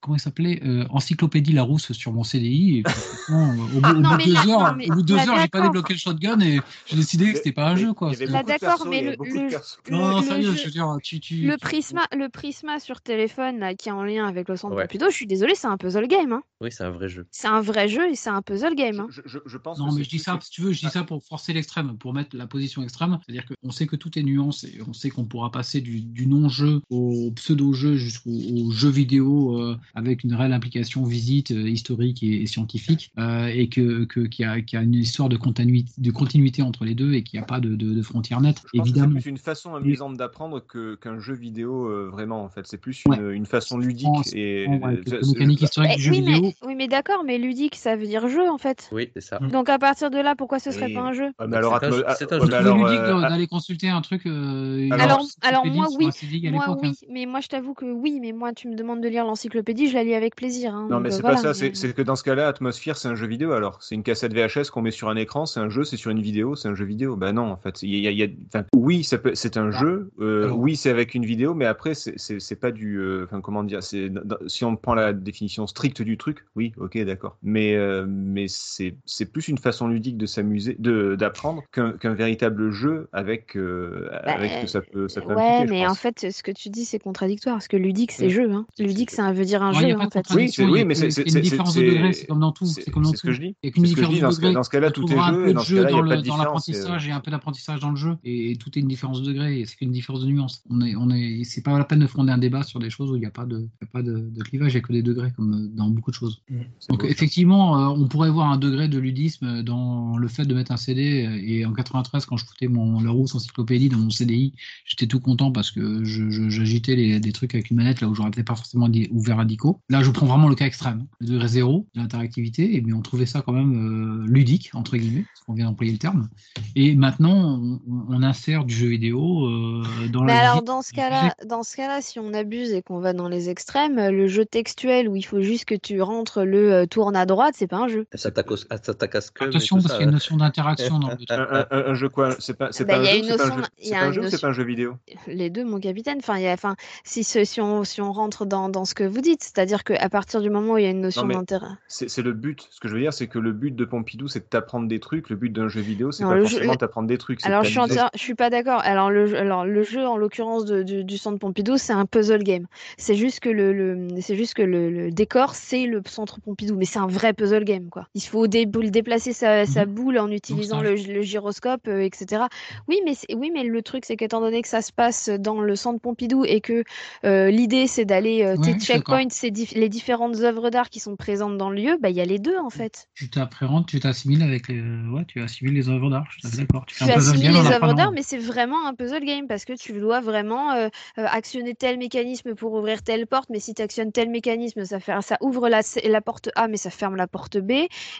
S5: comment il s'appelait Euh, Encyclopédie Larousse sur mon CDI. Et puis, franchement, au bout, au
S2: Ah non,
S5: bout
S2: mais
S5: de deux
S2: là-
S5: heures,
S2: non, mais
S5: au bout de deux
S2: là,
S5: heures, j'ai pas
S2: d'accord.
S5: débloqué le shotgun et j'ai décidé que c'était pas un jeu,
S4: Il
S5: quoi.
S4: y avait
S2: Là,
S4: beaucoup de
S2: d'accord,
S4: persos,
S2: mais
S4: il y avait
S2: le-
S4: beaucoup de
S2: le-
S4: persos.
S2: le-
S5: Non, non,
S2: le
S5: sérieux,
S2: jeu-
S5: je veux dire, tu, tu,
S2: Le
S5: tu-
S2: prisma, le prisma sur téléphone là, qui est en lien avec le centre
S7: Ouais.
S2: Pompidou, je suis désolée, c'est un puzzle game. hein.
S7: Oui, c'est un vrai jeu.
S2: C'est un vrai jeu et c'est un puzzle game. hein.
S4: Je, je- je pense
S5: Non,
S4: que
S5: mais
S4: c'est
S5: je dis
S4: plus-
S5: ça, si tu veux, je dis ça pour forcer l'extrême, pour mettre la position extrême. C'est-à-dire qu'on sait que tout est nuance et on sait qu'on pourra passer du, du non-jeu au pseudo-jeux jusqu'aux aux jeux vidéo euh, avec une réelle implication visite euh, historique et, et scientifique euh, et que, que- qu'il y, a- qu'il y a une histoire de continuité, de continuité entre les deux et qu'il n'y a pas de, de, de frontières
S4: Je
S5: nettes.
S4: pense que c'est
S5: Évidemment,
S4: plus une façon amusante d'apprendre que- qu'un jeu vidéo euh, vraiment en fait. C'est plus une,
S5: Ouais.
S4: une façon ludique
S5: pense-
S4: et euh,
S5: Bon, ouais,
S4: ça-
S5: quelques mécaniques
S4: ça-
S5: historiques
S2: Eh,
S5: du jeu
S2: oui, mais,
S5: vidéo.
S2: oui, mais d'accord, mais ludique, ça veut dire jeu en fait.
S7: Oui, c'est ça.
S5: Hum.
S6: Mm.
S2: Donc à partir de là, pourquoi ce serait
S7: Oui.
S2: pas un jeu
S4: Ah, mais alors,
S7: C'est un jeu-
S4: Atmo-
S7: c'est un
S4: ah,
S7: jeu.
S4: ouais, mais
S5: C'est
S4: alors,
S5: ludique
S4: euh,
S5: de- d'aller consulter un truc. euh, une
S4: Alors-
S2: alors,
S5: encyclopédie
S2: moi,
S5: sur
S2: oui.
S5: ACDI à
S2: Moi
S5: l'époque, hein.
S2: oui, mais moi je t'avoue que oui, mais moi tu me demandes de lire l'encyclopédie, je la lis avec plaisir. hein,
S4: Non,
S2: donc,
S4: mais
S2: euh,
S4: c'est
S2: voilà,
S4: pas ça,
S2: mais-
S4: c'est c'est que dans ce cas-là, Atmosphere, c'est un jeu vidéo alors. C'est une cassette VHS qu'on met sur un écran, c'est un jeu, c'est sur une vidéo, c'est un jeu vidéo. Bah non, en fait. il y a- il y a- enfin, oui, ça peut- c'est
S7: Ah.
S4: un jeu, euh,
S5: Alors-
S4: oui, c'est avec une vidéo, mais après, c'est- c'est c'est pas du. euh, Enfin, comment dire c'est- dans- Si on prend la définition stricte du truc, oui, ok, d'accord. Mais, euh, mais c'est c'est plus une façon ludique de s'amuser, de- d'apprendre qu'un qu'un véritable jeu avec, euh, avec ce que ça peut, ça peut
S2: Bah, euh, Ouais,
S4: impliquer, je
S2: mais en
S4: pense.
S2: fait, ce que tu dis, c'est contradictoire, parce que ludique, c'est
S4: Mm.
S2: jeu. hein.
S4: C'est-
S2: Ludique,
S4: c'est-
S2: ça veut dire un
S5: Alors, il n'y
S2: jeu,
S5: a pas
S2: en
S5: de
S2: fait.
S5: contradiction,
S4: Oui,
S5: il y
S4: oui,
S5: a
S4: mais
S5: que-
S4: c'est-
S5: il y a
S4: c'est-
S5: une différence de
S4: c'est-
S5: degré, c'est comme dans tout.
S4: C'est
S5: C'est comme dans
S4: c'est ce
S5: tout.
S4: que je dis.
S5: Il y a qu'une
S4: C'est ce que je dis. Dans
S5: différence
S4: ce
S5: de
S4: cas-
S5: degré.
S4: dans ce cas-là,
S5: Tu
S4: tout est
S5: trouveras un
S4: jeu,
S5: peu
S4: et
S5: de
S4: dans ce
S5: jeu
S4: cas-là, il n'y
S5: dans
S4: a pas de
S5: le- dans
S4: différence. c'est-
S5: l'apprentissage et un peu d'apprentissage dans le jeu. Et, et tout est une différence de degré. et C'est qu'une différence de nuance. On est, on est, c'est pas la peine de fonder un débat sur des choses où il n'y a pas de, il y a pas de, de clivage, il n'y a que des degrés comme euh, dans beaucoup de choses.
S4: c'est
S5: Donc
S4: beau.
S5: effectivement, euh, on pourrait voir un degré de ludisme dans le fait de mettre un CD. euh, Et en 93, quand je foutais mon Larousse encyclopédie dans mon CDI, j'étais tout content parce que je- je- j'agitais les- des trucs avec une manette là où j'aurais peut-être pas forcément dit- ouvert un dico. Là, je prends vraiment le cas extrême, le degré zéro de l'interactivité, et mais on trouvait ça quand même euh, ludique entre guillemets, parce qu'on vient d'employer le terme. Et maintenant, on, on- on insère du jeu vidéo euh, dans
S2: Mais
S5: la.
S2: alors
S5: visite.
S2: dans ce cas-là, dans ce cas-là, si on abuse et qu'on va dans les extrêmes, euh, le jeu textuel où il faut juste que tu rentres le euh, tourne à droite, c'est pas un jeu.
S7: Elle s'attaque au- elle s'attaque à ce que. ah, mais
S5: Attention
S7: tout
S5: parce
S7: ça,
S5: qu'il y a une notion d'interaction dans le
S7: [laughs]
S5: truc.
S4: Un, un- un- un jeu quoi C'est pas, c'est
S2: Bah,
S4: pas
S2: il y a
S4: un jeu,
S2: une
S4: c'est pas un
S2: notion-
S4: jeu,
S2: il y
S4: c'est
S2: a
S4: pas un
S2: une
S4: jeu ou c'est
S2: notion-
S4: pas un jeu vidéo
S2: Les deux, mon capitaine. Enfin, il y a, enfin, si ce- si on si on rentre dans, dans ce que vous dites, c'est-à-dire qu'à partir du moment où il y a une notion
S4: mais-
S2: d'intérêt.
S4: C'est c'est le but. Ce que je veux dire, c'est que le but de Pompidou, c'est de t'apprendre des trucs. Le but d'un jeu vidéo, c'est
S2: Non,
S4: pas
S2: le jeu-
S4: forcément de t'apprendre des trucs. c'est
S2: Alors
S4: de
S2: je suis,
S4: t'amuser.
S2: entière- je suis pas d'accord. Alors le, jeu- alors le jeu en l'occurrence de- du, du centre Pompidou, c'est un puzzle game. C'est juste que le, le- c'est juste que le, le décor c'est le centre Pompidou, mais c'est un vrai puzzle game quoi. Il faut dé- boule- déplacer sa, sa boule en utilisant
S5: Mhm. un
S2: le, le gyroscope, euh, etc. Oui, mais c'est- oui, mais le truc c'est qu'étant donné que ça se passe dans le centre Pompidou et que euh, l'idée c'est d'aller euh,
S5: Ouais,
S2: tes
S5: je suis
S2: checkpoints, c'est dif- les différentes œuvres d'art qui sont présentes dans le lieu, bah il y a les deux en fait.
S5: Tu t'appréhendes, tu t'assimiles avec les, euh, ouais, tu assimiles les œuvres d'art. Je suis d'accord. Tu fais
S2: Tu
S5: un puzzle
S2: assimiles
S5: game en
S2: les œuvres
S5: apprenant.
S2: d'art, mais c'est vraiment un puzzle game parce que tu dois vraiment euh, euh, actionner tel mécanisme pour ouvrir telle porte. Mais si tu actionnes tel mécanisme, ça, fait, ça ouvre la, la porte A, mais ça ferme la porte B.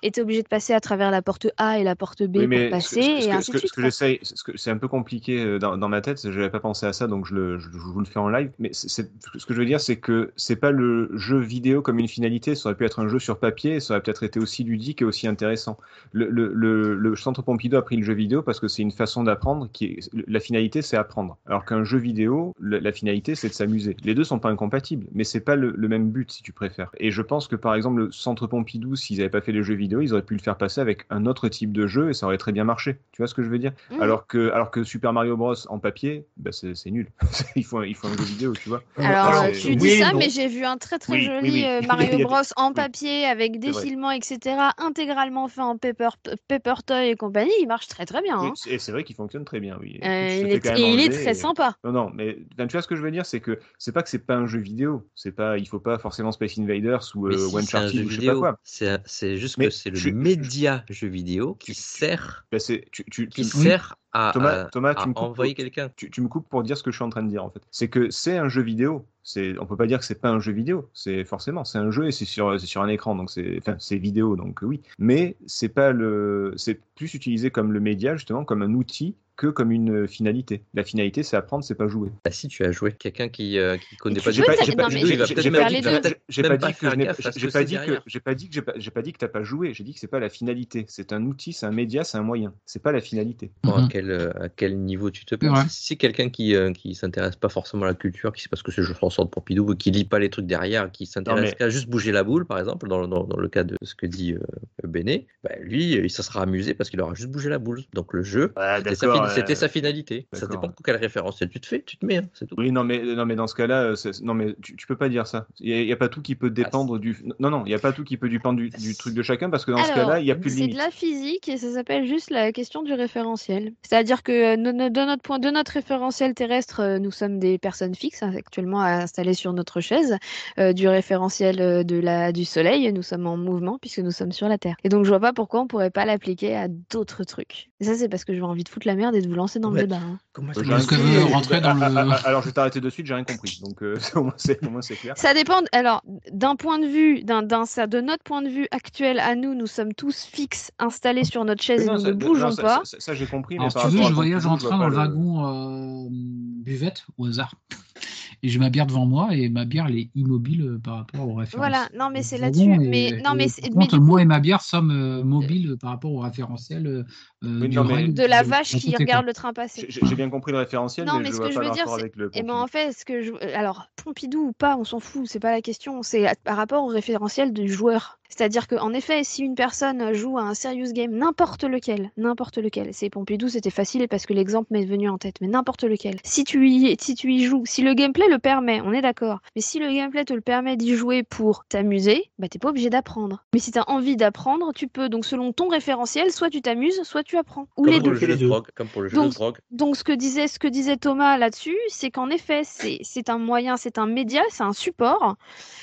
S2: Et tu es obligé de passer à travers la porte A et la porte B
S4: Oui,
S2: pour
S4: mais ce que-
S2: passer,
S4: ce que- ce
S2: et
S4: que-
S2: ainsi
S4: ce
S2: de
S4: que-
S2: suite.
S4: ce que
S2: quoi.
S4: j'essaye, ce que- c'est un peu compliqué euh, dans, dans ma tête. Je n'avais pas pensé à ça, donc je, le, je, je vous le fais en live. Mais c'est- c'est- ce que je veux dire, c'est que c'est pas le jeu vidéo comme une finalité. Ça aurait pu être un jeu sur papier. Ça aurait peut-être été aussi ludique et aussi intéressant. Le, le, le, le Centre Pompidou a pris le jeu vidéo parce que c'est une façon d'apprendre. Qui est, la finalité, c'est apprendre. Alors qu'un jeu vidéo, la, la finalité, c'est de s'amuser. Les deux sont pas incompatibles, mais c'est pas le, le même but, si tu préfères. Et je pense que par exemple, le Centre Pompidou, s'ils n'avaient pas fait les jeux vidéo, ils auraient pu le faire passer avec un autre type de jeu et ça aurait très bien marché. Tu vois ce que je veux dire
S2: Mhm.
S4: alors, que, alors que Super Mario Bros en papier, bah, c'est c'est nul. [laughs] il, faut, un- il faut un jeu vidéo, tu vois.
S2: Alors,
S4: Alors,
S2: euh,
S4: c'est-
S2: tu
S4: oui
S2: dis ça,
S6: non.
S2: mais j'ai vu un très très
S4: Oui,
S2: joli
S4: oui, oui.
S2: euh,
S4: [laughs] Il y a
S2: Mario
S4: des-
S2: Bros en
S4: oui.
S2: papier avec
S4: vrai.
S2: défilement, etc., intégralement fait en paper, paper toy et compagnie. Il marche très très bien.
S4: Oui,
S2: hein.
S4: c'est- et c'est vrai qu'il fonctionne très bien, oui.
S2: Euh,
S4: se
S2: il,
S4: fait
S2: est,
S4: quand même
S2: et il est
S4: enlever
S2: très
S4: et-
S2: sympa.
S4: Non, non, mais ben, tu vois ce que je veux dire, c'est que c'est pas que c'est pas un jeu vidéo, c'est pas, il faut pas forcément Space Invaders ou
S7: Mais
S4: euh,
S7: si, c'est un
S4: Uncharted
S7: jeu
S4: ou je sais pas
S7: vidéo.
S4: quoi.
S7: C'est un- c'est juste
S4: Mais
S7: que c'est le
S4: je- je-
S7: média jeu vidéo qui
S4: tu- tu-
S7: sert,
S4: Ben, c'est, tu, tu,
S7: qui
S4: tu-
S7: sert à,
S4: Thomas-
S7: à-
S4: Thomas,
S7: à
S4: tu me coupes-
S7: envoyer quelqu'un.
S4: tu, tu me coupes pour dire ce que je suis en train de dire en fait. C'est que c'est un jeu vidéo. C'est, on peut pas dire que c'est pas un jeu vidéo. C'est forcément, c'est un jeu et c'est sur, c'est sur un écran, donc c'est, enfin, c'est vidéo, donc euh, oui. Mais c'est pas le, c'est plus utilisé comme le média justement, comme un outil que comme une finalité. La finalité, c'est apprendre, c'est pas jouer.
S7: Bah, si tu as joué, quelqu'un qui euh, qui
S2: tu
S7: connaît pas
S2: peux
S7: du
S2: t'a-
S7: tout
S2: non,
S7: le jeu
S2: mais
S7: vidéo, il va
S2: j'ai-
S7: peut-être
S2: j'ai
S7: même
S2: parlé
S7: il va
S2: de-
S7: peut-être
S4: j'ai
S7: même
S4: pas
S7: pas
S4: dit que
S7: faire
S4: je n'ai-
S7: gaffe à ce
S4: j'ai
S7: que
S4: pas
S7: c'est
S4: dit que
S7: derrière.
S4: j'ai pas dit que j'ai pas j'ai pas dit que t'as pas joué. J'ai dit que c'est pas la finalité. C'est un outil, c'est un média, c'est un moyen. C'est pas la finalité.
S7: Bon, à,
S5: Mhm.
S7: quel, euh, à quel niveau tu te
S5: C'est vrai.
S7: penses Si c'est quelqu'un qui euh, qui s'intéresse pas forcément à la culture, qui sait pas ce que c'est je sors de Pompidou, ou qui lit pas les trucs derrière, qui s'intéresse
S4: mais-
S7: qu'à juste bouger la boule, par exemple, dans, le- dans- dans le cas de ce que dit euh, Béné, bah, lui, euh, il se sera amusé parce qu'il aura juste bougé la boule. Donc le jeu,
S4: Ah,
S7: d'accord,
S4: euh,
S7: C'était sa finalité. Ça
S4: d'accord.
S7: dépend de quelle référence tu te fais, tu te mets, hein, c'est tout.
S4: Oui, non, mais, non, mais dans ce cas-là, euh, c'est- non, mais tu, tu peux pas dire ça. Il n'y a, pas tout qui peut
S2: Ah,
S4: dépendre du. Non, non, il n'y a pas tout qui peut dépendre du, du truc de chacun parce que dans ce
S2: Alors,
S4: cas-là, il n'y a plus de Euh,
S2: C'est
S4: limite.
S2: de la physique et ça s'appelle juste la question du référentiel. C'est-à-dire que euh, no- no- de notre point, de notre référentiel terrestre, euh, nous sommes des personnes fixes hein, actuellement installées sur notre chaise. Euh, du référentiel euh, de la du Soleil, nous sommes en mouvement puisque nous sommes sur la Terre. Et donc je vois pas pourquoi on pourrait pas l'appliquer à d'autres trucs. Et ça c'est parce que j'ai envie de foutre la merde et de vous lancer dans
S7: Ouais.
S2: le débat. hein.
S7: Comment
S4: Euh,
S7: ça
S4: j'ai
S5: Parce
S4: rien
S5: que
S4: compris.
S5: vous rentrez dans le-
S4: Ah, ah, ah, Alors, je vais t'arrêter de suite, j'ai rien compris. Donc, euh, [laughs] au moins, c'est au moins, c'est clair.
S2: Ça dépend. Alors, d'un point de vue, d'un, d'un- ça- de notre point de vue actuel à nous, nous sommes tous fixes, installés sur notre chaise et
S4: Non,
S2: nous
S4: ça-
S2: ne bougeons
S4: non, ça-
S2: pas.
S4: Ça, ça- ça, j'ai compris.
S5: Alors,
S4: mais
S5: si
S4: par
S5: tu veux,
S4: rapport à
S5: je
S4: ton
S5: voyage
S4: public,
S5: en
S4: je vois
S5: train
S4: pas
S5: dans le
S4: le-
S5: wagon euh, buvette au hasard. [laughs] Et j'ai ma bière devant moi et ma bière elle est immobile euh, par rapport aux références. Euh,
S2: Voilà, non, mais
S5: du
S2: c'est
S5: wagon
S2: là-dessus.
S5: et-
S2: Mais- non, mais
S5: et
S2: c'est-
S5: euh, par
S2: mais
S5: contre,
S2: du
S5: moi et ma bière sommes euh, mobiles euh, par rapport au référentiel euh,
S4: Oui,
S5: du
S4: non, mais-
S5: rail.
S2: de la
S5: Euh,
S2: vache
S5: d'un
S2: qui
S5: côté,
S2: regarde
S5: quoi.
S2: le train passer.
S4: J'ai j'ai- j'ai bien compris le référentiel,
S2: Non,
S4: mais,
S2: mais
S4: je
S2: ce
S4: vois
S2: que
S4: pas
S2: je
S4: le
S2: veux dire,
S4: rapport
S2: c'est-
S4: avec le.
S2: Et ben
S4: contenu.
S2: en fait, ce que je... alors Pompidou ou pas, on s'en fout, c'est pas la question. C'est à- par rapport au référentiel du joueur. C'est-à-dire que en effet, si une personne joue à un serious game, n'importe lequel, n'importe lequel. C'est Pompidou, c'était facile parce que l'exemple m'est venu en tête, mais n'importe lequel. Si tu y, si tu y joues, si le gameplay le permet, on est d'accord. Mais si le gameplay te le permet d'y jouer pour t'amuser, bah t'es pas obligé d'apprendre. Mais si t'as envie d'apprendre, tu peux. Donc selon ton référentiel, soit tu t'amuses, soit tu apprends, ou
S7: Comme
S2: les
S7: pour
S2: deux.
S7: le jeu
S6: Les
S7: de
S6: deux.
S7: drogue, comme pour le jeu
S2: Donc,
S7: de drogue.
S2: Donc, ce que disait, ce que disait Thomas là-dessus, c'est qu'en effet, c'est c'est un moyen, c'est un média, c'est un support,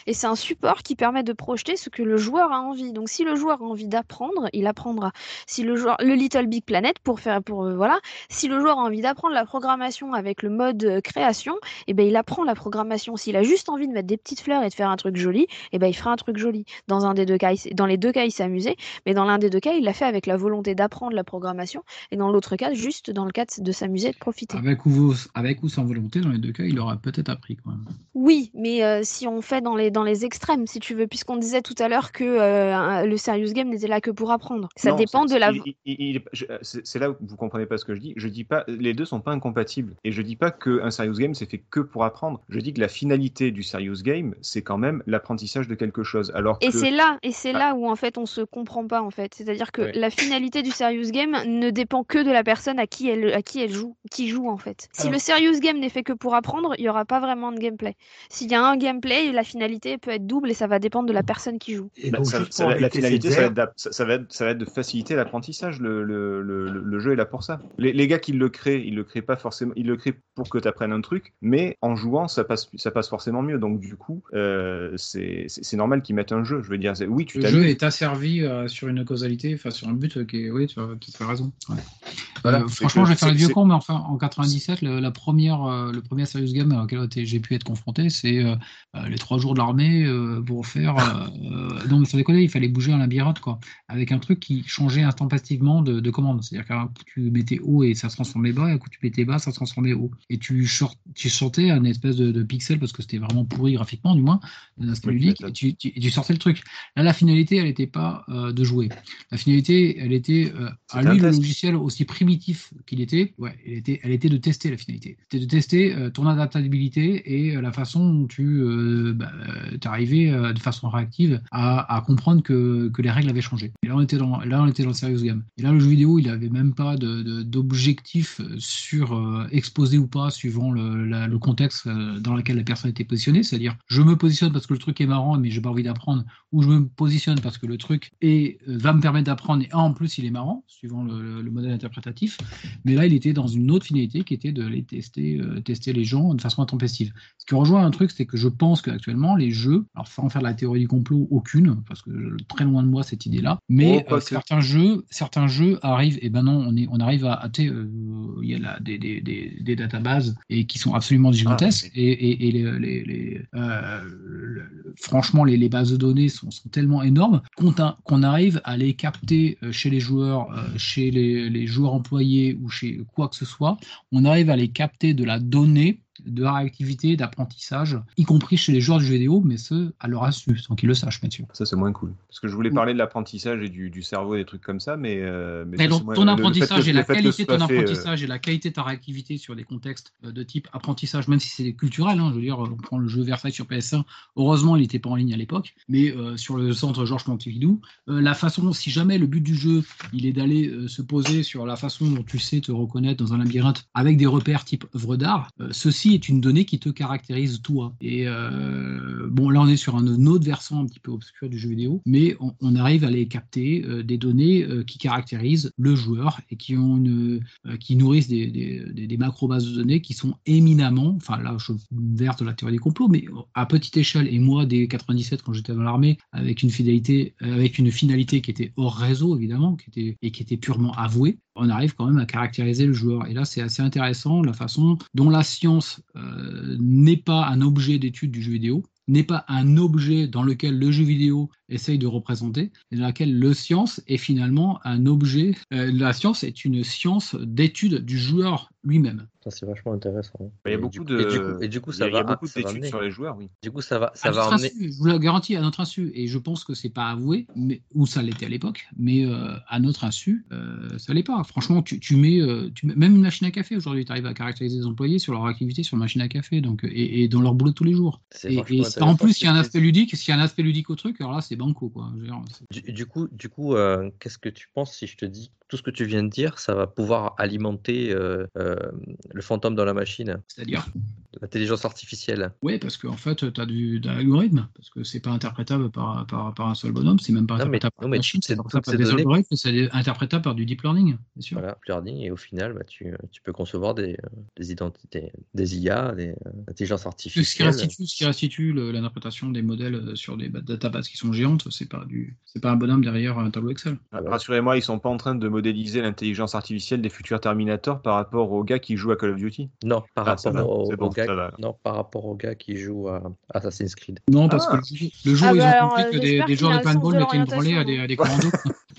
S2: et c'est un support qui permet de projeter ce que le joueur a envie. Donc, si le joueur a envie d'apprendre, il apprendra. Si le joueur, le Little Big Planet, pour faire, pour euh, voilà, si le joueur a envie d'apprendre la programmation avec le mode euh, création, eh ben, il apprend la programmation. S'il a juste envie de mettre des petites fleurs et de faire un truc joli, eh ben, il fera un truc joli. Dans un des deux cas, il s'est- dans les deux cas, il s'est amusé, mais dans l'un des deux cas, il l'a fait avec la volonté d'apprendre la programmation et dans l'autre cas, juste dans le cadre de s'amuser et de profiter.
S5: Avec ou, avec ou sans volonté, dans les deux cas, il aura peut-être appris. Quoi.
S2: Oui, mais euh, si on fait dans les, dans les extrêmes, si tu veux, puisqu'on disait tout à l'heure que euh, un- le serious game n'était là que pour apprendre. Ça
S4: Non,
S2: dépend
S4: c'est-
S2: de la...
S4: il- il- il- il est- je- euh, C'est c'est là où vous comprenez pas ce que je dis. Je dis pas, les deux sont pas incompatibles. Et je dis pas qu'un serious game c'est fait que pour apprendre. Je dis que la finalité du serious game c'est quand même l'apprentissage de quelque chose. Alors
S2: Et
S4: que
S2: c'est là, et c'est
S4: Ah.
S2: là où en fait on se comprend pas en fait. C'est-à-dire que
S7: Ouais.
S2: la finalité du serious game ne dépend que de la personne à qui elle, à qui elle joue, qui joue en fait. Si
S6: Alors-
S2: le serious game n'est fait que pour apprendre, il y aura pas vraiment de gameplay. S'il y a un gameplay, la finalité peut être double et ça va dépendre de la personne qui joue.
S6: Et
S4: Bah,
S6: donc,
S4: ça-
S6: juste
S4: ça
S6: pour
S4: va- la
S6: éviter
S4: finalité,
S6: ces
S4: ça va,
S6: airs,
S4: être, d'app- ça- ça va être- ça va être de faciliter l'apprentissage. Le, le- le- le- le jeu est là pour ça. Les, les gars qui le créent, ils le créent pas forcément. Ils le créent pour que tu apprennes un truc, mais en jouant, ça passe, ça passe forcément mieux. Donc du coup, euh, c'est c'est- c'est normal qu'ils mettent un jeu. Je veux dire, c'est- oui, tu
S5: Le jeu
S4: t'amuses.
S5: est asservi euh, sur une causalité, enfin sur un but euh, qui est. Oui, tu as tout à fait raison. Ouais.
S4: Voilà,
S5: Euh,
S4: c'est
S5: franchement,
S4: que
S5: je vais faire
S4: c'est-
S5: le vieux
S4: c'est-
S5: con, mais enfin, en 97, le, la première, euh, le premier serious game auquel j'ai pu être confronté, c'est euh, euh, les trois jours de l'armée euh, pour faire. euh, euh, non, mais sans déconner, il fallait bouger un labyrinthe, quoi, avec un truc qui changeait instantanément de, de commande. C'est-à-dire qu'un coup, tu mettais haut et ça se transformait bas, et un coup, tu mettais bas, ça se transformait haut. Et tu, sort- tu sortais un espèce de, de pixel, parce que c'était vraiment pourri graphiquement, du moins, d'un aspect
S4: Oui,
S5: ludique,
S4: ça-
S5: et tu, tu- et tu sortais le truc. Là, la finalité, elle n'était pas euh, de jouer. La finalité, elle était euh, à
S4: C'était un
S5: lui le
S4: test.
S5: logiciel aussi primitif qu'il était. Ouais, elle était, elle était de tester la finalité. C'était de tester euh, ton adaptabilité et euh, la façon dont tu euh, bah, euh, t'arrivais euh, de façon réactive à, à comprendre que, que les règles avaient changé. Et là, on était dans, là, on était dans le serious game. Et là, le jeu vidéo, il avait même pas de- de- d'objectif sur euh, exposer ou pas suivant le, la- le contexte euh, dans lequel la personne était positionnée. C'est-à-dire, je me positionne parce que le truc est marrant, mais j'ai pas envie d'apprendre où je me positionne parce que le truc est, euh, va me permettre d'apprendre et ah, en plus il est marrant, suivant le, le- le modèle interprétatif. Mais là, il était dans une autre finalité qui était de les tester, euh, tester les gens de façon intempestive. Ce qui rejoint un truc, c'est que je pense qu'actuellement, les jeux, alors sans faire de la théorie du complot, aucune, parce que je- très loin de moi cette idée-là, mais
S4: Oh, pas
S5: euh,
S4: que.
S5: certains, jeux, certains jeux arrivent, et ben non, on, est, on arrive à. à tu sais, euh, il y a là, des, des, des, des databases et qui sont absolument gigantesques.
S4: Ah,
S5: et, et, et les, les- les, euh, le- le- franchement, les, les bases de données sont, sont tellement énormes qu'on t'a- qu'on arrive à les capter euh, chez les joueurs, euh, chez les, les joueurs employés ou chez quoi que ce soit. On arrive à les capter de la donnée de réactivité, d'apprentissage, y compris chez les joueurs du jeu vidéo, mais ce, à leur insu, sans qu'ils le sachent, Mathieu.
S4: Ça, c'est moins cool. Parce que je voulais parler de l'apprentissage et du, du cerveau, des trucs comme ça, mais. euh, mais
S5: Mais
S4: ça,
S5: donc,
S4: c'est moins-
S5: ton
S4: le- le fait
S5: apprentissage
S4: que-
S5: et
S4: le
S5: la
S4: fait que
S5: qualité
S4: ce
S5: de ton
S4: soit fait, euh,
S5: apprentissage et la qualité de ta réactivité sur des contextes euh, de type apprentissage, même si c'est culturel, hein, je veux dire, on prend le jeu Versailles sur PS1, heureusement il n'était pas en ligne à l'époque, mais euh, sur le centre Georges Pompidou, euh, la façon, si jamais le but du jeu, il est d'aller euh, se poser sur la façon dont tu sais te reconnaître dans un labyrinthe avec des repères type œuvre d'art, euh, ceci est une donnée qui te caractérise toi. Et euh, bon, là on est sur un autre versant un petit peu obscur du jeu vidéo, mais on, on arrive à aller capter euh, des données euh, qui caractérisent le joueur et qui ont une, euh, qui nourrissent des, des, des- des macro-bases de données qui sont éminemment, enfin là je vers de la théorie des complots, mais à petite échelle, et moi dès 97 quand j'étais dans l'armée, avec une fidélité, euh, avec une finalité qui était hors réseau évidemment, qui était, et qui était purement avouée, on arrive quand même à caractériser le joueur. Et là c'est assez intéressant la façon dont la science euh, n'est pas un objet d'étude du jeu vidéo, n'est pas un objet dans lequel le jeu vidéo essaye de représenter, et dans laquelle le science est finalement un objet. euh, la science est une science d'étude du joueur lui-même.
S7: Putain, C'est vachement intéressant. hein.
S4: Il y a
S7: Et du
S4: beaucoup
S7: coup-
S4: de.
S7: Et du coup, et du coup, ça
S4: il y a- il y a
S7: va.
S4: beaucoup
S7: ça va
S4: d'études
S7: amener.
S4: sur les joueurs, oui.
S7: Du coup, ça va,
S5: À
S7: ça va
S5: notre
S7: amener.
S5: insu, je vous le garantis, à notre insu, et je pense que c'est pas avoué, mais, ou ça l'était à l'époque, mais euh, à notre insu, euh, ça l'est pas. Franchement, tu, tu mets, euh, tu mets- même une machine à café aujourd'hui, tu arrives à caractériser les employés sur leur activité sur une machine à café, donc euh, et- et dans leur boulot de tous les jours.
S7: c'est
S5: Et,
S7: vachement
S5: et si- en
S7: intéressant,
S5: plus, il y a un
S7: c'est-
S5: aspect ludique. S'il y a un aspect ludique au truc, alors là, c'est banco, quoi. Je veux dire, c'est-
S7: Du, du coup, du coup euh, qu'est-ce que tu penses si je te dis que tout ce que tu viens de dire, ça va pouvoir alimenter euh, euh, le fantôme dans la machine,
S5: C'est-à-dire
S7: l'intelligence artificielle
S5: Oui, parce qu'en fait, tu as du de l'algorithme, parce que c'est pas interprétable par, par, par un seul bonhomme, c'est même pas
S7: Non, mais-
S5: interprétable par
S7: non,
S5: une
S7: mais
S5: machine, c'est
S7: c'est
S5: interprétable
S7: toutes
S5: par
S7: ces
S5: des
S7: données-
S5: algorithmes, c'est interprétable par du deep learning, bien sûr.
S7: Voilà, learning, et au final, bah, tu, tu peux concevoir des, euh, des identités, des IA, des euh, intelligences
S5: Ce qui
S7: artificielles.
S5: restitue, ce qui restitue le- l'interprétation des modèles euh, sur des ba- databases qui sont géantes, c'est pas du, c'est pas un bonhomme derrière un tableau Excel.
S7: Ah ouais.
S4: Rassurez-moi, ils sont pas en train de modéliser l'intelligence artificielle des futurs Terminator par rapport aux gars qui jouent à Call of Duty.
S7: Non, par
S4: Ah, ça
S7: rapport
S4: va,
S7: au,
S4: c'est bon,
S7: au gars,
S4: ça va.
S7: non, par rapport au gars qui joue à Assassin's Creed.
S5: Non, parce
S4: Ah.
S5: que le jour, le jour
S2: Ah
S5: où ils
S2: bah
S5: ont
S2: alors,
S5: compris
S2: euh,
S5: que des,
S2: j'espère
S5: des
S2: qu'il
S5: joueurs
S2: a
S5: de
S2: un sens
S5: paintball
S2: de
S5: étaient une branlée à des, à des
S7: [laughs]
S5: commandos.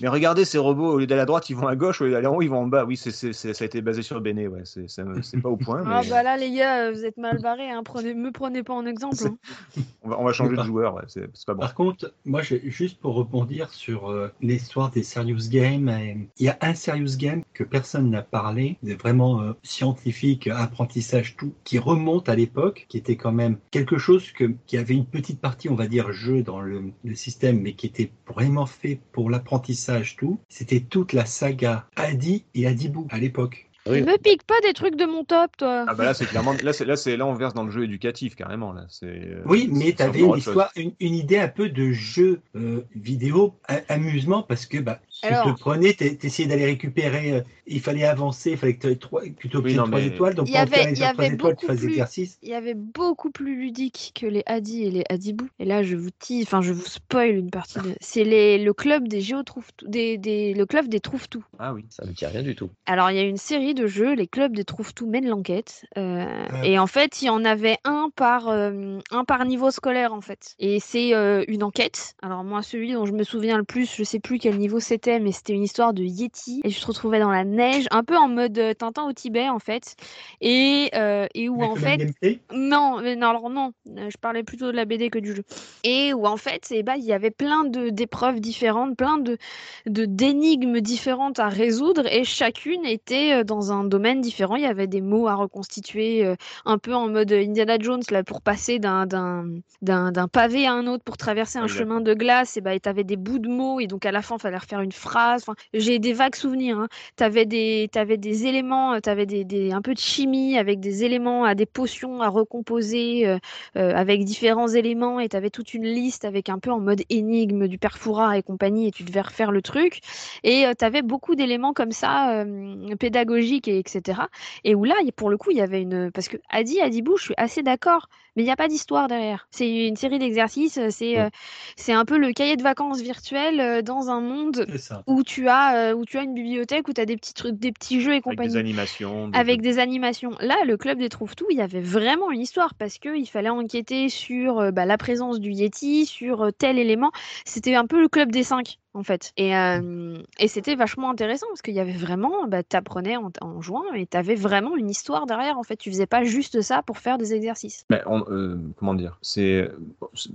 S4: Mais regardez, ces robots, au lieu d'aller à droite, ils vont à gauche, au lieu d'aller en haut, ils vont en bas. Oui, c'est c'est- c'est- ça a été basé sur Bene, ouais. c'est- ça me- C'est pas au point,
S2: Ah
S4: mais
S2: bah là les gars, euh, vous êtes mal barrés, hein. prenez, me prenez pas en exemple. hein.
S4: on, va, on va changer de joueur, ouais, c'est c'est pas bon.
S6: Par contre, moi, j'ai- juste pour rebondir sur euh, l'histoire des serious games, euh, il y a un serious game que personne n'a parlé, de vraiment euh, scientifique, apprentissage, tout, qui remonte à l'époque, qui était quand même quelque chose que, qui avait une petite partie, on va dire, jeu dans le, le système, mais qui était vraiment fait pour l'apprentissage, tout. C'était toute la saga Adi et Adibou à l'époque.
S7: Oui.
S2: Me pique pas des trucs de mon top, toi.
S4: Ah bah là, c'est clairement. Là, c'est- là, c'est- là, on verse dans le jeu éducatif, carrément. Là. c'est, euh,
S6: Oui, mais
S4: c'est-
S6: tu
S4: c'est encore
S6: avais une,
S4: autre chose.
S6: histoire- une, une idée un peu de jeu euh, vidéo a- amusement parce que bah, tu
S2: Alors.
S6: te prenais, tu essayais d'aller récupérer, euh, il fallait avancer, il fallait que t'aies trois- que tu
S4: non,
S6: obtiennes trois
S4: mais-
S6: étoiles. Donc,
S2: Il y
S6: pour
S2: avait- il
S6: obtenir
S2: y
S6: les trois
S2: avait
S6: étoiles, tu
S2: beaucoup
S6: fais des
S2: plus.
S6: exercices.
S2: Il y avait beaucoup plus ludique que les Hadi et les Hadibou. Et là, je vous tease, enfin, je vous spoil une partie. De... C'est les- le club des géo des, des, le club des trouve-tout.
S4: Ah oui.
S7: Ça me dit rien du tout.
S2: Alors, il y a une série de jeux, les clubs des trouve-tout mènent l'enquête. euh, Et en fait, il y en avait un par, euh, un par niveau scolaire, en fait. Et c'est euh, une enquête. Alors, moi, celui dont je me souviens le plus, je sais plus quel niveau c'était, mais c'était une histoire de Yeti. Et je te retrouvais dans la neige, un peu en mode euh, Tintin au Tibet, en fait. Et, euh, et où,
S6: Mais
S2: en
S6: comme
S2: fait.
S6: MDMT,
S2: Non, mais non, alors non, euh, je parlais plutôt de la BD que du jeu. Et où en fait, eh ben, il y avait plein de d'épreuves différentes, plein de de- d'énigmes différentes à résoudre, et chacune était euh, dans un domaine différent. Il y avait des mots à reconstituer, euh, un peu en mode Indiana Jones là, pour passer d'un d'un d'un d'un pavé à un autre, pour traverser un
S4: Ah oui,
S2: chemin de glace. Et ben, t'avais des bouts de mots, et donc à la fin, fallait refaire une phrase. Enfin, j'ai des vagues souvenirs. hein t'avais des, t'avais des éléments, euh, t'avais des, des, un peu de chimie avec des éléments, à des potions à recomposer euh, euh, avec différents éléments, et t'avais toute une liste avec un peu en mode énigme du perfora et compagnie, et tu devais refaire le truc. Et euh, t'avais beaucoup d'éléments comme ça, euh, pédagogiques et etc. Et où là, y- pour le coup, il y avait une, parce que Adi, Adibou, je suis assez d'accord, mais il n'y a pas d'histoire derrière. C'est une série d'exercices, c'est, euh, c'est un peu le cahier de vacances virtuel euh, dans un monde
S4: [laughs]
S6: c'est ça.
S2: où tu as euh, où tu as une bibliothèque où tu as des petits trucs des petits jeux et
S4: Avec
S2: compagnie
S4: des animations. des-
S2: avec des animations. Là, le club des trouve-tout, il y avait vraiment une histoire parce que il fallait enquêter sur euh, bah, la présence du Yeti, sur euh, tel élément. C'était un peu le club des cinq. en fait. Et, euh, et c'était vachement intéressant parce qu'il y avait vraiment, bah, t'apprenais en, en jouant et t'avais vraiment une histoire derrière. En fait, tu faisais pas juste ça pour faire des exercices.
S4: Ben, on- euh, comment dire C'est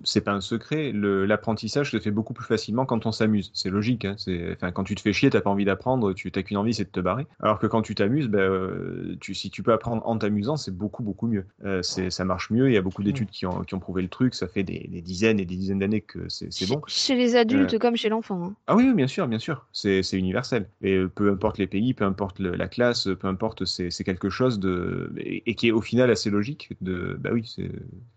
S4: c'est pas un secret. le- L'apprentissage se fait beaucoup plus facilement quand on s'amuse. C'est logique. hein, c'est- enfin, quand tu te fais chier, t'as pas envie d'apprendre. Tu t'as qu'une envie, c'est de te barrer. Alors que quand tu t'amuses, ben, euh, tu, si tu peux apprendre en t'amusant, c'est beaucoup beaucoup mieux. Euh, c'est- ça marche mieux. Il y a beaucoup d'études qui ont, qui ont prouvé le truc. Ça fait des, des dizaines et des dizaines d'années que c'est c'est
S2: Chez-
S4: bon. Euh,
S2: Chez les adultes comme chez l'enfant. hein.
S4: Ah oui, oui, bien sûr, bien sûr. C'est c'est universel. Et euh, peu importe les pays, peu importe le- la classe, peu importe, c'est c'est quelque chose de et, et qui est au final assez logique. De bah oui, c'est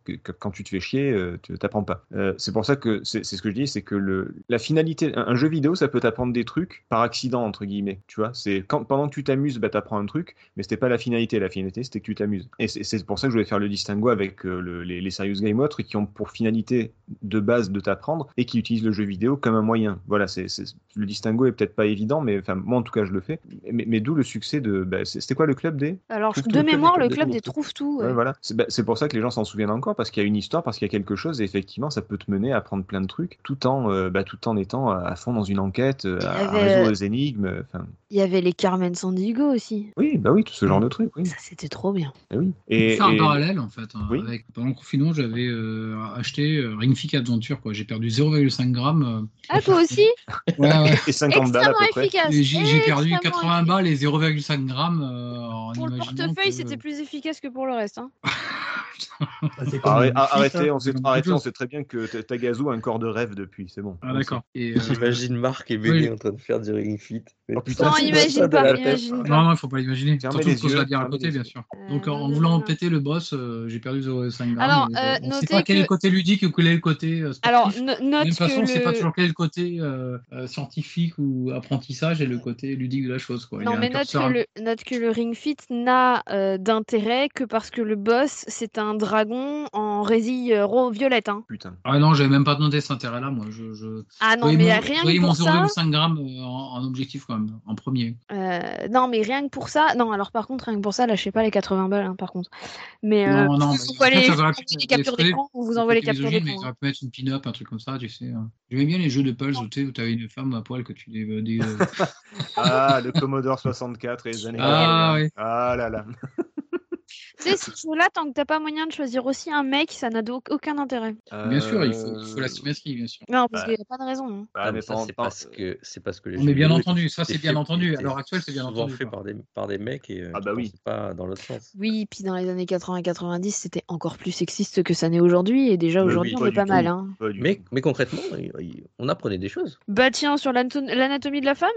S4: que- que- quand tu te fais chier, euh, tu t'apprends pas. Euh, c'est pour ça que c'est c'est ce que je dis, c'est que le la finalité, un, un jeu vidéo, ça peut t'apprendre des trucs par accident entre guillemets. Tu vois, c'est quand pendant que tu t'amuses, bah t'apprends un truc, mais c'était pas la finalité. La finalité, c'était que tu t'amuses. Et c'est- c'est pour ça que je voulais faire le distinguo avec euh, le- les, les serious game autres qui ont pour finalité de base de t'apprendre et qui utilisent le jeu vidéo comme un moyen. Voilà, c'est c'est- le distinguo est peut-être pas évident, mais enfin moi en tout cas je le fais. Mais, mais d'où le succès de. bah, c'est- C'était quoi le club des
S2: Alors,
S4: Trouve-tout,
S2: de
S4: le club des-
S2: mémoire, le
S4: des
S2: club des
S4: trouve-tout.
S2: trouve-tout. euh,
S4: Ouais,
S2: ouais.
S4: voilà. C'est bah, c'est pour ça que les gens s'en souviennent encore parce qu'il y a une histoire, parce qu'il y a quelque chose et effectivement ça peut te mener à apprendre plein de trucs tout en euh, bah, tout en étant à à fond dans une enquête, euh, à, à
S2: avait,
S4: résoudre
S2: euh,
S4: des énigmes. Enfin
S2: Il y avait les Carmen Sandigo aussi.
S4: oui, bah oui, tout ce genre de trucs. Oui.
S2: Ça, c'était trop
S4: [laughs]
S2: bien.
S4: eh oui.
S5: Pour
S4: Et,
S5: faire un
S4: et-
S5: parallèle en fait. hein,
S4: Oui.
S5: avec- pendant le confinement, j'avais euh, acheté euh, Ring Fit Adventure. quoi. J'ai perdu 0,5 grammes.
S7: [laughs]
S2: Ah, toi aussi
S5: euh, ouais, ouais.
S4: [laughs] et 50 balles à
S2: Extrêmement
S4: peu près.
S2: efficace.
S5: Et J'ai j'ai perdu
S2: extrêmement
S5: 80
S2: efficace.
S5: balles et 0,5 grammes. euh, en
S2: Pour le
S5: imaginant
S2: portefeuille,
S5: que-
S2: c'était plus efficace que pour le reste. hein.
S6: Ah, c'est comme
S4: Arrête-
S6: une
S4: ah,
S6: fuite,
S4: Arrêtez,
S6: hein.
S4: on sait,
S5: Comme
S4: arrêtez,
S5: tout.
S4: on sait très bien que T- Tagazu a un corps de rêve depuis, c'est bon.
S5: Ah d'accord. Et, euh, [laughs]
S7: J'imagine Marc et
S5: oui.
S7: Béné en train de faire du ring fit. Mais
S4: Oh, putain,
S2: Non,
S4: c'est-
S2: imagine pas, imagine
S5: Non,
S2: pas.
S5: non, il faut pas l'imaginer.
S4: Fermez
S5: Surtout
S4: les
S5: qu'on se la
S4: yeux,
S5: bière à
S4: fermez
S5: côté,
S4: les
S5: bien
S4: yeux.
S5: sûr.
S2: Euh,
S5: Donc en, en
S2: non,
S5: voulant
S2: non, non.
S5: péter le boss, euh, j'ai perdu 0,5 grammes.
S2: Alors,
S5: et,
S2: euh,
S5: on sait
S2: notez
S5: pas quel est
S2: que-
S5: le côté ludique ou quel est le côté euh, sportif.
S2: Alors, no-
S5: de
S2: note
S5: toute façon, on
S2: que
S5: sait pas
S2: le-
S5: toujours quel est le côté euh, euh, scientifique ou apprentissage et le côté ludique de la chose. Quoi. Il y a
S2: Non,
S5: un
S2: mais note
S5: curseur à-
S2: que, le, note que le Ring Fit n'a euh, d'intérêt que parce que le boss, c'est un dragon en résille euh, ro- violette. hein.
S4: Putain.
S5: Ah non, j'avais même pas noté cet intérêt-là, moi. Je, je...
S2: Ah non,
S5: Voyez
S2: mais
S5: mon-
S2: rien
S5: voyez
S2: que
S5: mon
S2: pour ça.
S5: 0,5 grammes euh, en, en objectif quand même, en premier.
S2: euh, non, mais rien que pour ça. Non, alors par contre, rien que pour ça, lâchez pas les 80 balles, hein, par contre. Mais euh,
S5: Non, non,
S2: vous
S5: mais
S2: vous allez-
S5: peut-être ça
S2: vous
S5: aurait
S2: envoie
S5: pu
S2: les
S5: être
S2: captures
S5: des
S2: d'écran, vous vous envoie les
S5: C'était
S2: captures
S5: misogyne, mais Ils
S2: d'écran.
S5: auraient pu mettre une pin-up, un truc comme ça, tu sais. euh. J'aimais bien les jeux de puzzle où tu sais, où t'avais une femme à poil que tu euh, dévodais.
S4: Ah, le Commodore 64 et les années. 80.
S5: Ah, oui.
S4: Ah là là.
S2: Tu sais, ce jeu-là, tant que t'as pas moyen de choisir aussi un mec, ça n'a donc aucun intérêt.
S5: Bien sûr, il faut,
S4: Euh,
S5: il faut la symétrie, bien sûr.
S2: Non, parce
S4: Ouais.
S2: qu'il n'y a pas de raison. hein.
S4: bah,
S7: Ah,
S4: mais
S7: mais ça,
S4: pendant-
S7: c'est
S4: pendant-
S7: parce que c'est parce que les
S5: Mais
S7: jeux
S5: bien
S7: vidéo
S5: entendu,
S7: étaient-
S5: ça, c'est
S7: étaient
S5: bien
S7: faits-
S5: entendu. À
S7: étaient
S5: l'heure actuelle, c'est bien
S7: souvent
S5: entendu,
S7: fait
S5: quoi.
S7: par des par des mecs et euh,
S4: Ah
S7: qui
S4: bah oui.
S7: pensaient pas dans l'autre sens.
S2: Oui, puis dans les années 90-90, c'était encore plus sexiste que ça n'est aujourd'hui. Et déjà,
S7: Mais
S2: aujourd'hui,
S7: oui,
S2: on
S4: pas
S2: est
S4: du
S2: pas
S4: tout.
S2: mal. Hein.
S4: pas du tout.
S7: Mais, mais concrètement, il- il- on apprenait des choses.
S2: Bah tiens, sur l'anato- l'anatomie de la femme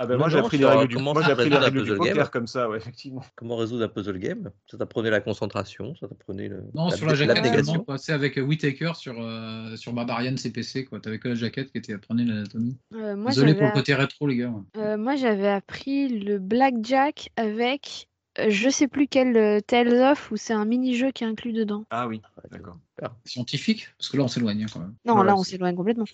S4: Ah bah moi
S7: Non,
S4: j'ai appris les
S7: sur
S4: règles du,
S7: comment
S4: moi, j'ai
S7: ça
S4: appris les
S7: résout la
S4: règles du
S7: puzzle
S4: poker
S7: game.
S4: comme ça, ouais, effectivement.
S7: Comment résoudre un puzzle game Ça t'apprenait la concentration, ça t'apprenait le-
S5: Non,
S7: la-
S5: sur la jaquette,
S7: l'abnégation.
S5: seulement, quoi. C'est avec Whitaker sur, euh, sur Barbarian CPC, quoi. T'avais que la jaquette qui était apprenait l'anatomie.
S2: Euh, moi,
S5: Désolé pour le
S2: j'avais
S5: côté rétro, les gars.
S2: euh, moi, j'avais appris le blackjack avec euh, je sais plus quel euh, Tales of où c'est un mini-jeu qui est inclus dedans.
S4: Ah oui,
S7: Ah, c'est-
S4: d'accord.
S5: Scientifique Parce que là, on s'éloigne, hein, quand même.
S2: Non,
S4: Ouais,
S2: là,
S4: ouais,
S2: on
S4: c'est-
S2: s'éloigne complètement.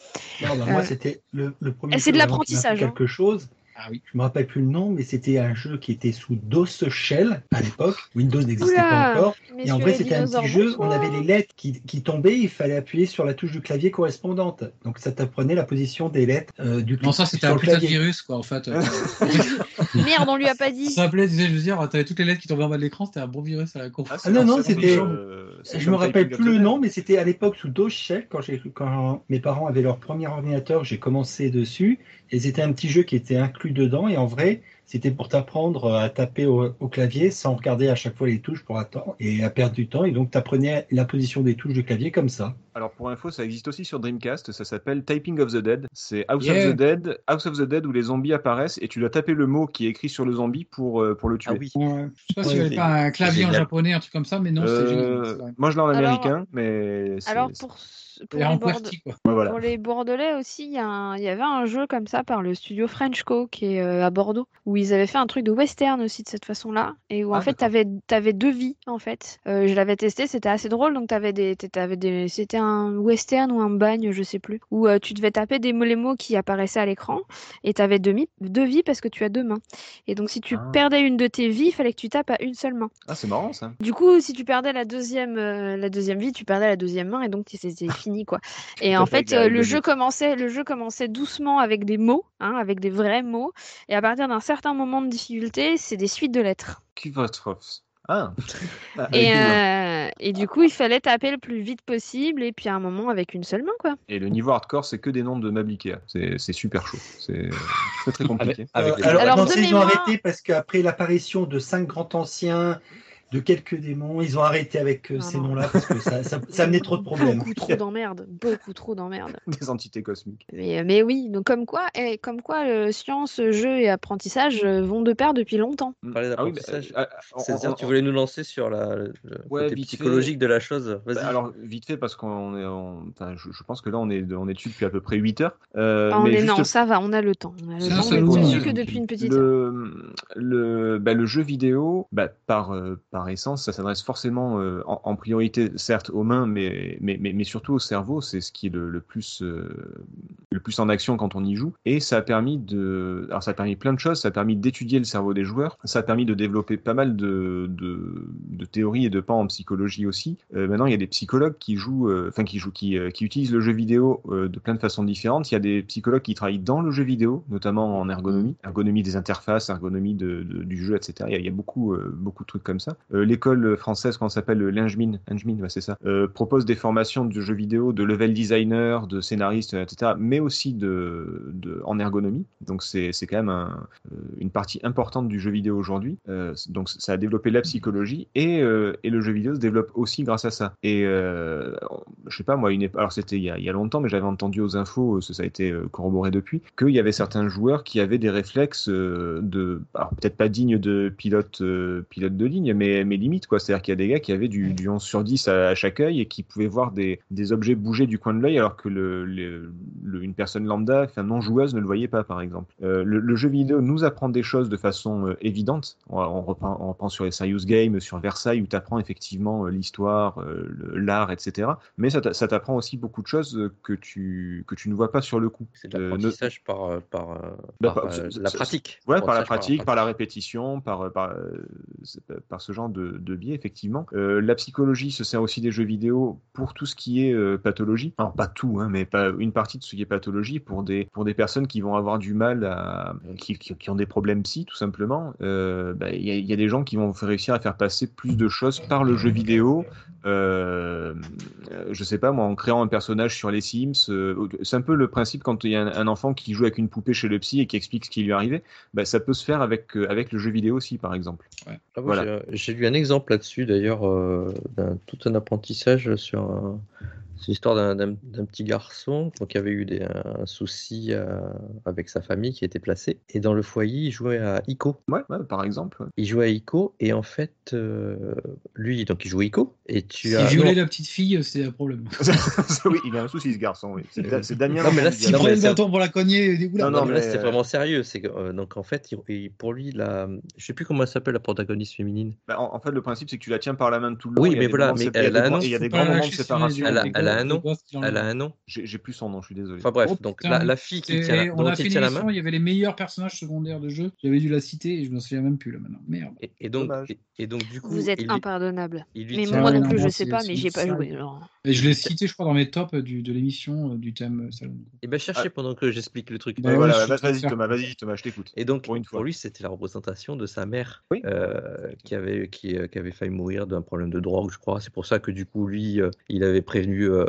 S6: Non, bah, moi,
S2: Euh,
S6: c'était le, le premier.
S2: et c'est
S6: jeu
S2: de
S6: vraiment qui m'a fait
S2: l'apprentissage, hein.
S6: Quelque chose.
S5: Ah oui.
S6: Je me rappelle plus le nom, mais c'était un jeu qui était sous DOS Shell à l'époque. Windows n'existait
S2: Oula.
S6: pas encore. Et
S2: Messieurs
S6: en vrai,
S2: les
S6: c'était un petit
S2: dinosaures,
S6: jeu. On
S2: bonsoir.
S6: avait les lettres qui, qui tombaient. Il fallait appuyer sur la touche du clavier correspondante. Donc, ça t'apprenait la position des lettres euh, du
S5: Non, ça,
S6: [laughs]
S5: c'était
S6: sur
S5: un
S6: le
S5: putain de
S6: clavier.
S5: virus, quoi, en fait.
S2: Merde, on lui a pas
S6: [laughs]
S2: dit.
S5: Ça s'appelait, tu sais, je veux dire, t'avais toutes les lettres qui tombaient en bas de l'écran, c'était un bon virus à la con.
S4: Ah, c'est
S6: Ah non, non,
S4: forcément
S6: c'était-
S4: des, euh, c'est
S6: Je
S4: comme
S6: me rappelle
S4: Typing
S6: plus le
S4: Hotel.
S6: nom, mais c'était à l'époque sous DOS Shell, quand, j'ai- quand mes parents avaient leur premier ordinateur, j'ai commencé dessus, et c'était un petit jeu qui était inclus dedans, et en vrai, c'était pour t'apprendre à taper au, au clavier sans regarder à chaque fois les touches pour attendre et à perdre du temps, et donc t'apprenais la position des touches du clavier comme ça.
S4: Alors pour info, ça existe aussi sur Dreamcast, ça s'appelle Typing of the Dead. C'est House
S5: Yeah.
S4: of the Dead, House of the Dead où les zombies apparaissent et tu dois taper le mot qui est écrit sur le zombie pour euh, pour le tuer.
S7: Ah oui.
S5: Ouais. Je sais pas s'il y
S6: Ouais,
S5: avait
S7: c'est-
S5: pas un clavier en
S7: génial.
S5: japonais, un truc comme ça, mais non,
S4: Euh,
S5: c'était génial. c'est vrai.
S4: moi je l'ai en
S2: Alors-
S4: américain, mais c'est-
S2: Alors,
S4: c'est-
S2: pour, ce- pour
S5: Et
S2: les
S5: en
S2: Bordes-
S5: QWERTY, quoi.
S4: ouais, voilà.
S2: Pour les Bordelais aussi, il y, a un- il y avait un jeu comme ça par le studio Frenchco qui est euh, à Bordeaux, où ils avaient fait un truc de western aussi de cette façon-là, et où en
S4: Ah,
S2: fait
S4: d'accord.
S2: t'avais avais deux vies en fait. Euh, je l'avais testé, c'était assez drôle, donc t'avais des, t'étais- t'avais des, c'était un western ou un bagne, je sais plus, où euh, tu devais taper des mots, les mots qui apparaissaient à l'écran, et t'avais deux, mi- deux vies parce que tu as deux mains. Et donc si tu
S4: Ah.
S2: perdais une de tes vies, il fallait que tu tapes à une seule main.
S4: Ah c'est marrant ça.
S2: Du coup, si tu perdais la deuxième, euh, la deuxième vie, tu perdais la deuxième main, et donc c'était fini. fini
S4: [laughs]
S2: quoi. Et
S4: Ah. à
S2: en
S4: fait, bah,
S2: fait,
S4: avec la-
S2: euh, le
S4: le
S2: jeu
S4: jeu.
S2: commençait, le jeu commençait doucement avec des mots, hein, avec des vrais mots. Et à partir d'un certain moment de difficulté, c'est des suites de lettres.
S4: Kivostrovs.
S7: [laughs]
S4: Ah. Ah, avec
S2: Et,
S4: une main.
S2: euh, et du coup, il fallait taper le plus vite possible et puis à un moment avec une seule main quoi.
S4: Et le niveau hardcore, c'est que des noms de meubles Ikea. C'est c'est super chaud. C'est très très compliqué. [laughs]
S7: Avec
S6: Euh,
S7: les-
S6: alors,
S2: Alors,
S6: non,
S2: de
S6: ça, ils ont
S2: mémoire-
S6: arrêté parce qu'après l'apparition de cinq grands anciens, de quelques démons, ils ont arrêté avec euh,
S2: Non,
S6: ces
S2: non.
S6: noms-là parce que ça, ça, ça amenait trop de problèmes.
S2: Beaucoup trop d'emmerdes, beaucoup trop d'emmerdes.
S4: Des entités cosmiques.
S2: Mais, euh, mais oui, donc comme quoi, eh, comme quoi, euh, science, jeu et apprentissage euh, vont de pair depuis longtemps.
S7: Parler
S4: Ah oui,
S7: d'apprentissage,
S4: bah, euh, ah,
S7: C'est-à-dire,
S4: on-
S7: tu voulais nous lancer sur la, le
S4: Ouais,
S7: côté
S4: vite fait.
S7: psychologique de la chose. Vas-y.
S4: Bah, alors vite fait parce qu'on est, en- enfin, je, je pense que là on est on est dessus depuis à peu près 8 heures. Euh,
S2: Ah, on
S4: mais
S2: est,
S4: juste
S2: Non, ça va, on a le temps. On a le
S5: Ça,
S2: temps,
S5: ça
S2: on est
S5: nous
S2: dessus
S5: va.
S2: que depuis une petite heure.
S4: le, le, bah, le jeu vidéo, bah, par, euh, par essence, ça s'adresse forcément euh, en, en priorité, certes, aux mains, mais, mais, mais, mais surtout au cerveau. C'est ce qui est le, le plus, euh, le plus en action quand on y joue. Et ça a permis de, alors ça a permis plein de choses. Ça a permis d'étudier le cerveau des joueurs. Ça a permis de développer pas mal de, de, de théories et de pans en psychologie aussi. Euh, maintenant, il y a des psychologues qui jouent, euh, enfin qui jouent, qui, euh, qui utilisent le jeu vidéo euh, de plein de façons différentes. Il y a des psychologues qui travaillent dans le jeu vidéo, notamment en ergonomie, ergonomie des interfaces, ergonomie de, de- du jeu, etc. Il y a, il y a beaucoup, euh, beaucoup de trucs comme ça. Euh, L'école française, qu'on s'appelle euh, l'Ingemin, Ingemin, ouais, c'est ça, euh, propose des formations de jeux vidéo, de level designer, de scénariste, etc. Mais aussi de, de en ergonomie. Donc c'est c'est quand même un, euh, une partie importante du jeu vidéo aujourd'hui. Euh, c- donc ça a développé la psychologie et, euh, et le jeu vidéo se développe aussi grâce à ça. Et euh, je sais pas moi, une épo- alors c'était il, y a- il y a longtemps, mais j'avais entendu aux infos, euh, ça a été euh, corroboré depuis, qu'il y avait certains joueurs qui avaient des réflexes euh, de, alors peut-être pas dignes de pilote euh, pilote de ligne, mais, mais limite quoi. C'est-à-dire qu'il y a des gars qui avaient du, du 11 sur 10 à, à chaque œil et qui pouvaient voir des, des objets bouger du coin de l'œil alors que le, le- le- une personne lambda, enfin non joueuse, ne le voyait pas par exemple. Euh, le, le jeu vidéo nous apprend des choses de façon euh, évidente. On, on reprend, on reprend sur les serious games, sur Versailles où tu apprends effectivement euh, l'histoire, euh, le- l'art, etc. Mais ça t'a- ça t'apprend aussi beaucoup de choses euh, que tu que tu ne vois pas sur le coup.
S7: C'est de
S4: Euh, no-
S7: l'apprentissage par, euh, par, euh,
S4: Bah,
S7: par,
S4: par-
S7: euh,
S4: c'est-
S7: la
S4: c'est-
S7: pratique.
S4: Ouais, par la
S7: Apprentissage
S4: pratique, par la répétition, par, par, euh, c'est- par ce genre de, de biais, effectivement. Euh, la psychologie se sert aussi des jeux vidéo pour tout ce qui est euh, pathologie. Alors, pas tout, hein, mais pas une partie de ce qui est pathologie pour des, pour des personnes qui vont avoir du mal à. qui, qui, qui ont des problèmes psy, tout simplement. Euh, bah, Il y, a- il y a des gens qui vont réussir à faire passer plus de choses par le jeu vidéo. Euh, euh, je sais pas moi, en créant un personnage sur les Sims, euh, c'est un peu le principe quand il y a un- un enfant qui joue avec une poupée chez le psy et qui explique ce qui lui est arrivé bah, ça peut se faire avec, euh, avec le jeu vidéo aussi, par exemple.
S7: Ah oui,
S4: Voilà.
S7: j'ai- J'ai lu un exemple là-dessus d'ailleurs, euh, d'un- tout un apprentissage sur un- c'est l'histoire d'un- d'un d'un petit garçon donc, qui avait eu des, un souci euh, avec sa famille qui était placée. Et dans le foyer, il jouait à ICO.
S4: Ouais, ouais, par exemple. [laughs] ouais.
S7: Il jouait à ICO et en fait, euh, lui, donc il jouait ICO. Et tu
S5: Si
S7: as.
S5: violer la petite fille, euh, c'est un problème.
S4: oui, il a un souci, ce garçon. Oui. C'est Da- c'est Damien.
S7: Non, mais là,
S4: Lambert.
S7: si
S5: S'il
S7: non, mais
S5: prenait le
S7: c'est-
S5: bâton pour la cogner, il dit oula.
S7: Non, non,
S4: non,
S7: mais, là
S4: mais,
S7: c'est
S4: euh,
S7: vraiment sérieux. C'est que, euh, donc en fait, il- il- pour lui, la, je sais plus comment elle s'appelle la protagoniste féminine.
S4: Bah, en, en fait, le principe, c'est que tu la tiens par la main tout le long.
S7: Oui,
S4: il y a
S7: mais
S4: des
S7: voilà,
S4: moments de
S7: mais
S4: sépar- il y a
S7: elle
S4: des
S7: a un
S4: grands-
S7: nom,
S4: et Il y a des
S5: Faut
S4: grands
S5: pas la
S4: moments
S5: lâcher
S4: de
S5: sur les
S4: séparation.
S5: yeux,
S7: Elle a-
S5: les gars,
S7: elle a un
S5: les
S7: nom.
S5: gosses qui l'ont
S7: Elle a
S5: mis.
S7: un nom.
S4: J'ai j'ai plus son nom, je suis désolé.
S7: Enfin bref,
S5: Oh,
S7: donc
S5: putain,
S7: la, la fille qui
S5: C'est-
S7: tient la,
S5: on a
S7: Dorothée
S5: fait
S7: tient la main.
S5: l'émission, il y avait les meilleurs personnages secondaires de jeu. J'avais dû la citer et je me souviens même plus là maintenant. Merde.
S7: Et, et donc,
S4: Dommage.
S7: et, et donc du coup,
S2: Vous êtes
S7: il, lui-
S2: impardonnable.
S7: il lui euh,
S2: Mais
S7: tient-
S5: Ah
S2: moi
S5: ouais,
S2: non
S5: non,
S2: plus, je
S5: moi,
S2: sais
S5: c'est-
S2: pas,
S5: c'est
S2: mais
S5: une
S2: j'ai pas
S5: sale.
S2: joué. genre.
S5: Et je l'ai cité, je crois, dans mes tops du, de l'émission euh, du thème euh, salon.
S7: Eh ben, cherchez pendant que j'explique le truc.
S4: Ah.
S5: Bah
S4: Mais
S5: ouais,
S4: voilà,
S5: je suis
S4: vas- vas-y
S5: sûr.
S4: Thomas, vas-y Thomas, je t'écoute.
S7: Et donc,
S4: Pour
S7: pour,
S4: une fois.
S7: lui, c'était la représentation de sa mère
S4: Oui.
S7: euh, qui, avait, qui, euh, qui avait failli mourir d'un problème de drogue, je crois. C'est pour ça que, du coup, lui, euh, il avait prévenu euh,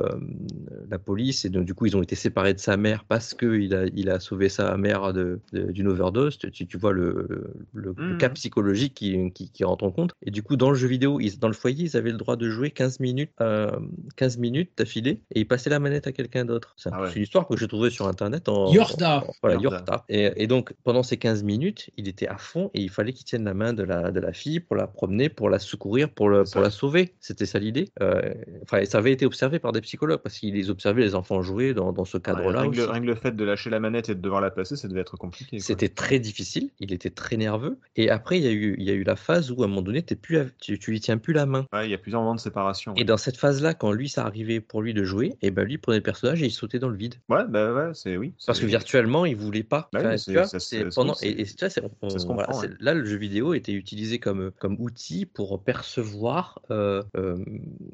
S7: la police. Et donc, du coup, ils ont été séparés de sa mère parce qu'il a, il a sauvé sa mère de- de- d'une overdose. Tu, tu vois le, le, le
S4: Mhm.
S7: cas psychologique qui, qui, qui rentre en compte. Et du coup, dans le jeu vidéo, ils, dans le foyer, ils avaient le droit de jouer 15 minutes, euh, 15 minutes d'affilée et ils passaient la manette à quelqu'un d'autre. C'est
S4: Ah ouais.
S7: c'est une histoire que j'ai trouvée sur Internet en,
S5: Yorda.
S7: voilà,
S4: Yorda.
S7: Yorda. Et, et donc, pendant ces 15 minutes, il était à fond et il fallait qu'il tienne la main de la, de la fille pour la promener, pour la secourir, pour, le,
S4: C'est ça.
S7: pour la sauver. C'était ça l'idée. Euh, Enfin, et ça avait été observé par des psychologues parce qu'ils les observaient, les enfants jouer dans, dans ce
S4: Ouais,
S7: cadre-là.
S4: rien, que
S7: aussi.
S4: le- rien que le fait de lâcher la manette et de devoir la passer, ça devait être compliqué. quoi.
S7: C'était très difficile, il était très nerveux. Et après, il y a eu, il y a eu la phase où, à un moment donné, t'es plus à- tu, tu lui tiens plus la main.
S4: Ouais, il y a plusieurs moments de séparation.
S7: Et dans cette phase-là, quand lui, ça arrivait pour lui de jouer, et ben lui prenait le personnage et il sautait dans le vide.
S4: Ouais, bah ouais, c'est oui.
S7: Parce que
S4: c'est-
S7: virtuellement, ils voulaient pas.
S4: Bah oui,
S7: Enfin,
S4: mais
S7: tu
S4: c'est-
S7: vois,
S4: ça se-
S7: c'est
S4: ça se
S7: pendant-
S4: trouve,
S7: et, et
S4: c'est-
S7: tu vois, c'est- on-
S4: ça se
S7: voilà,
S4: comprend,
S7: c'est-
S4: ouais.
S7: là, le jeu vidéo était utilisé comme, euh, comme outil pour percevoir euh, euh,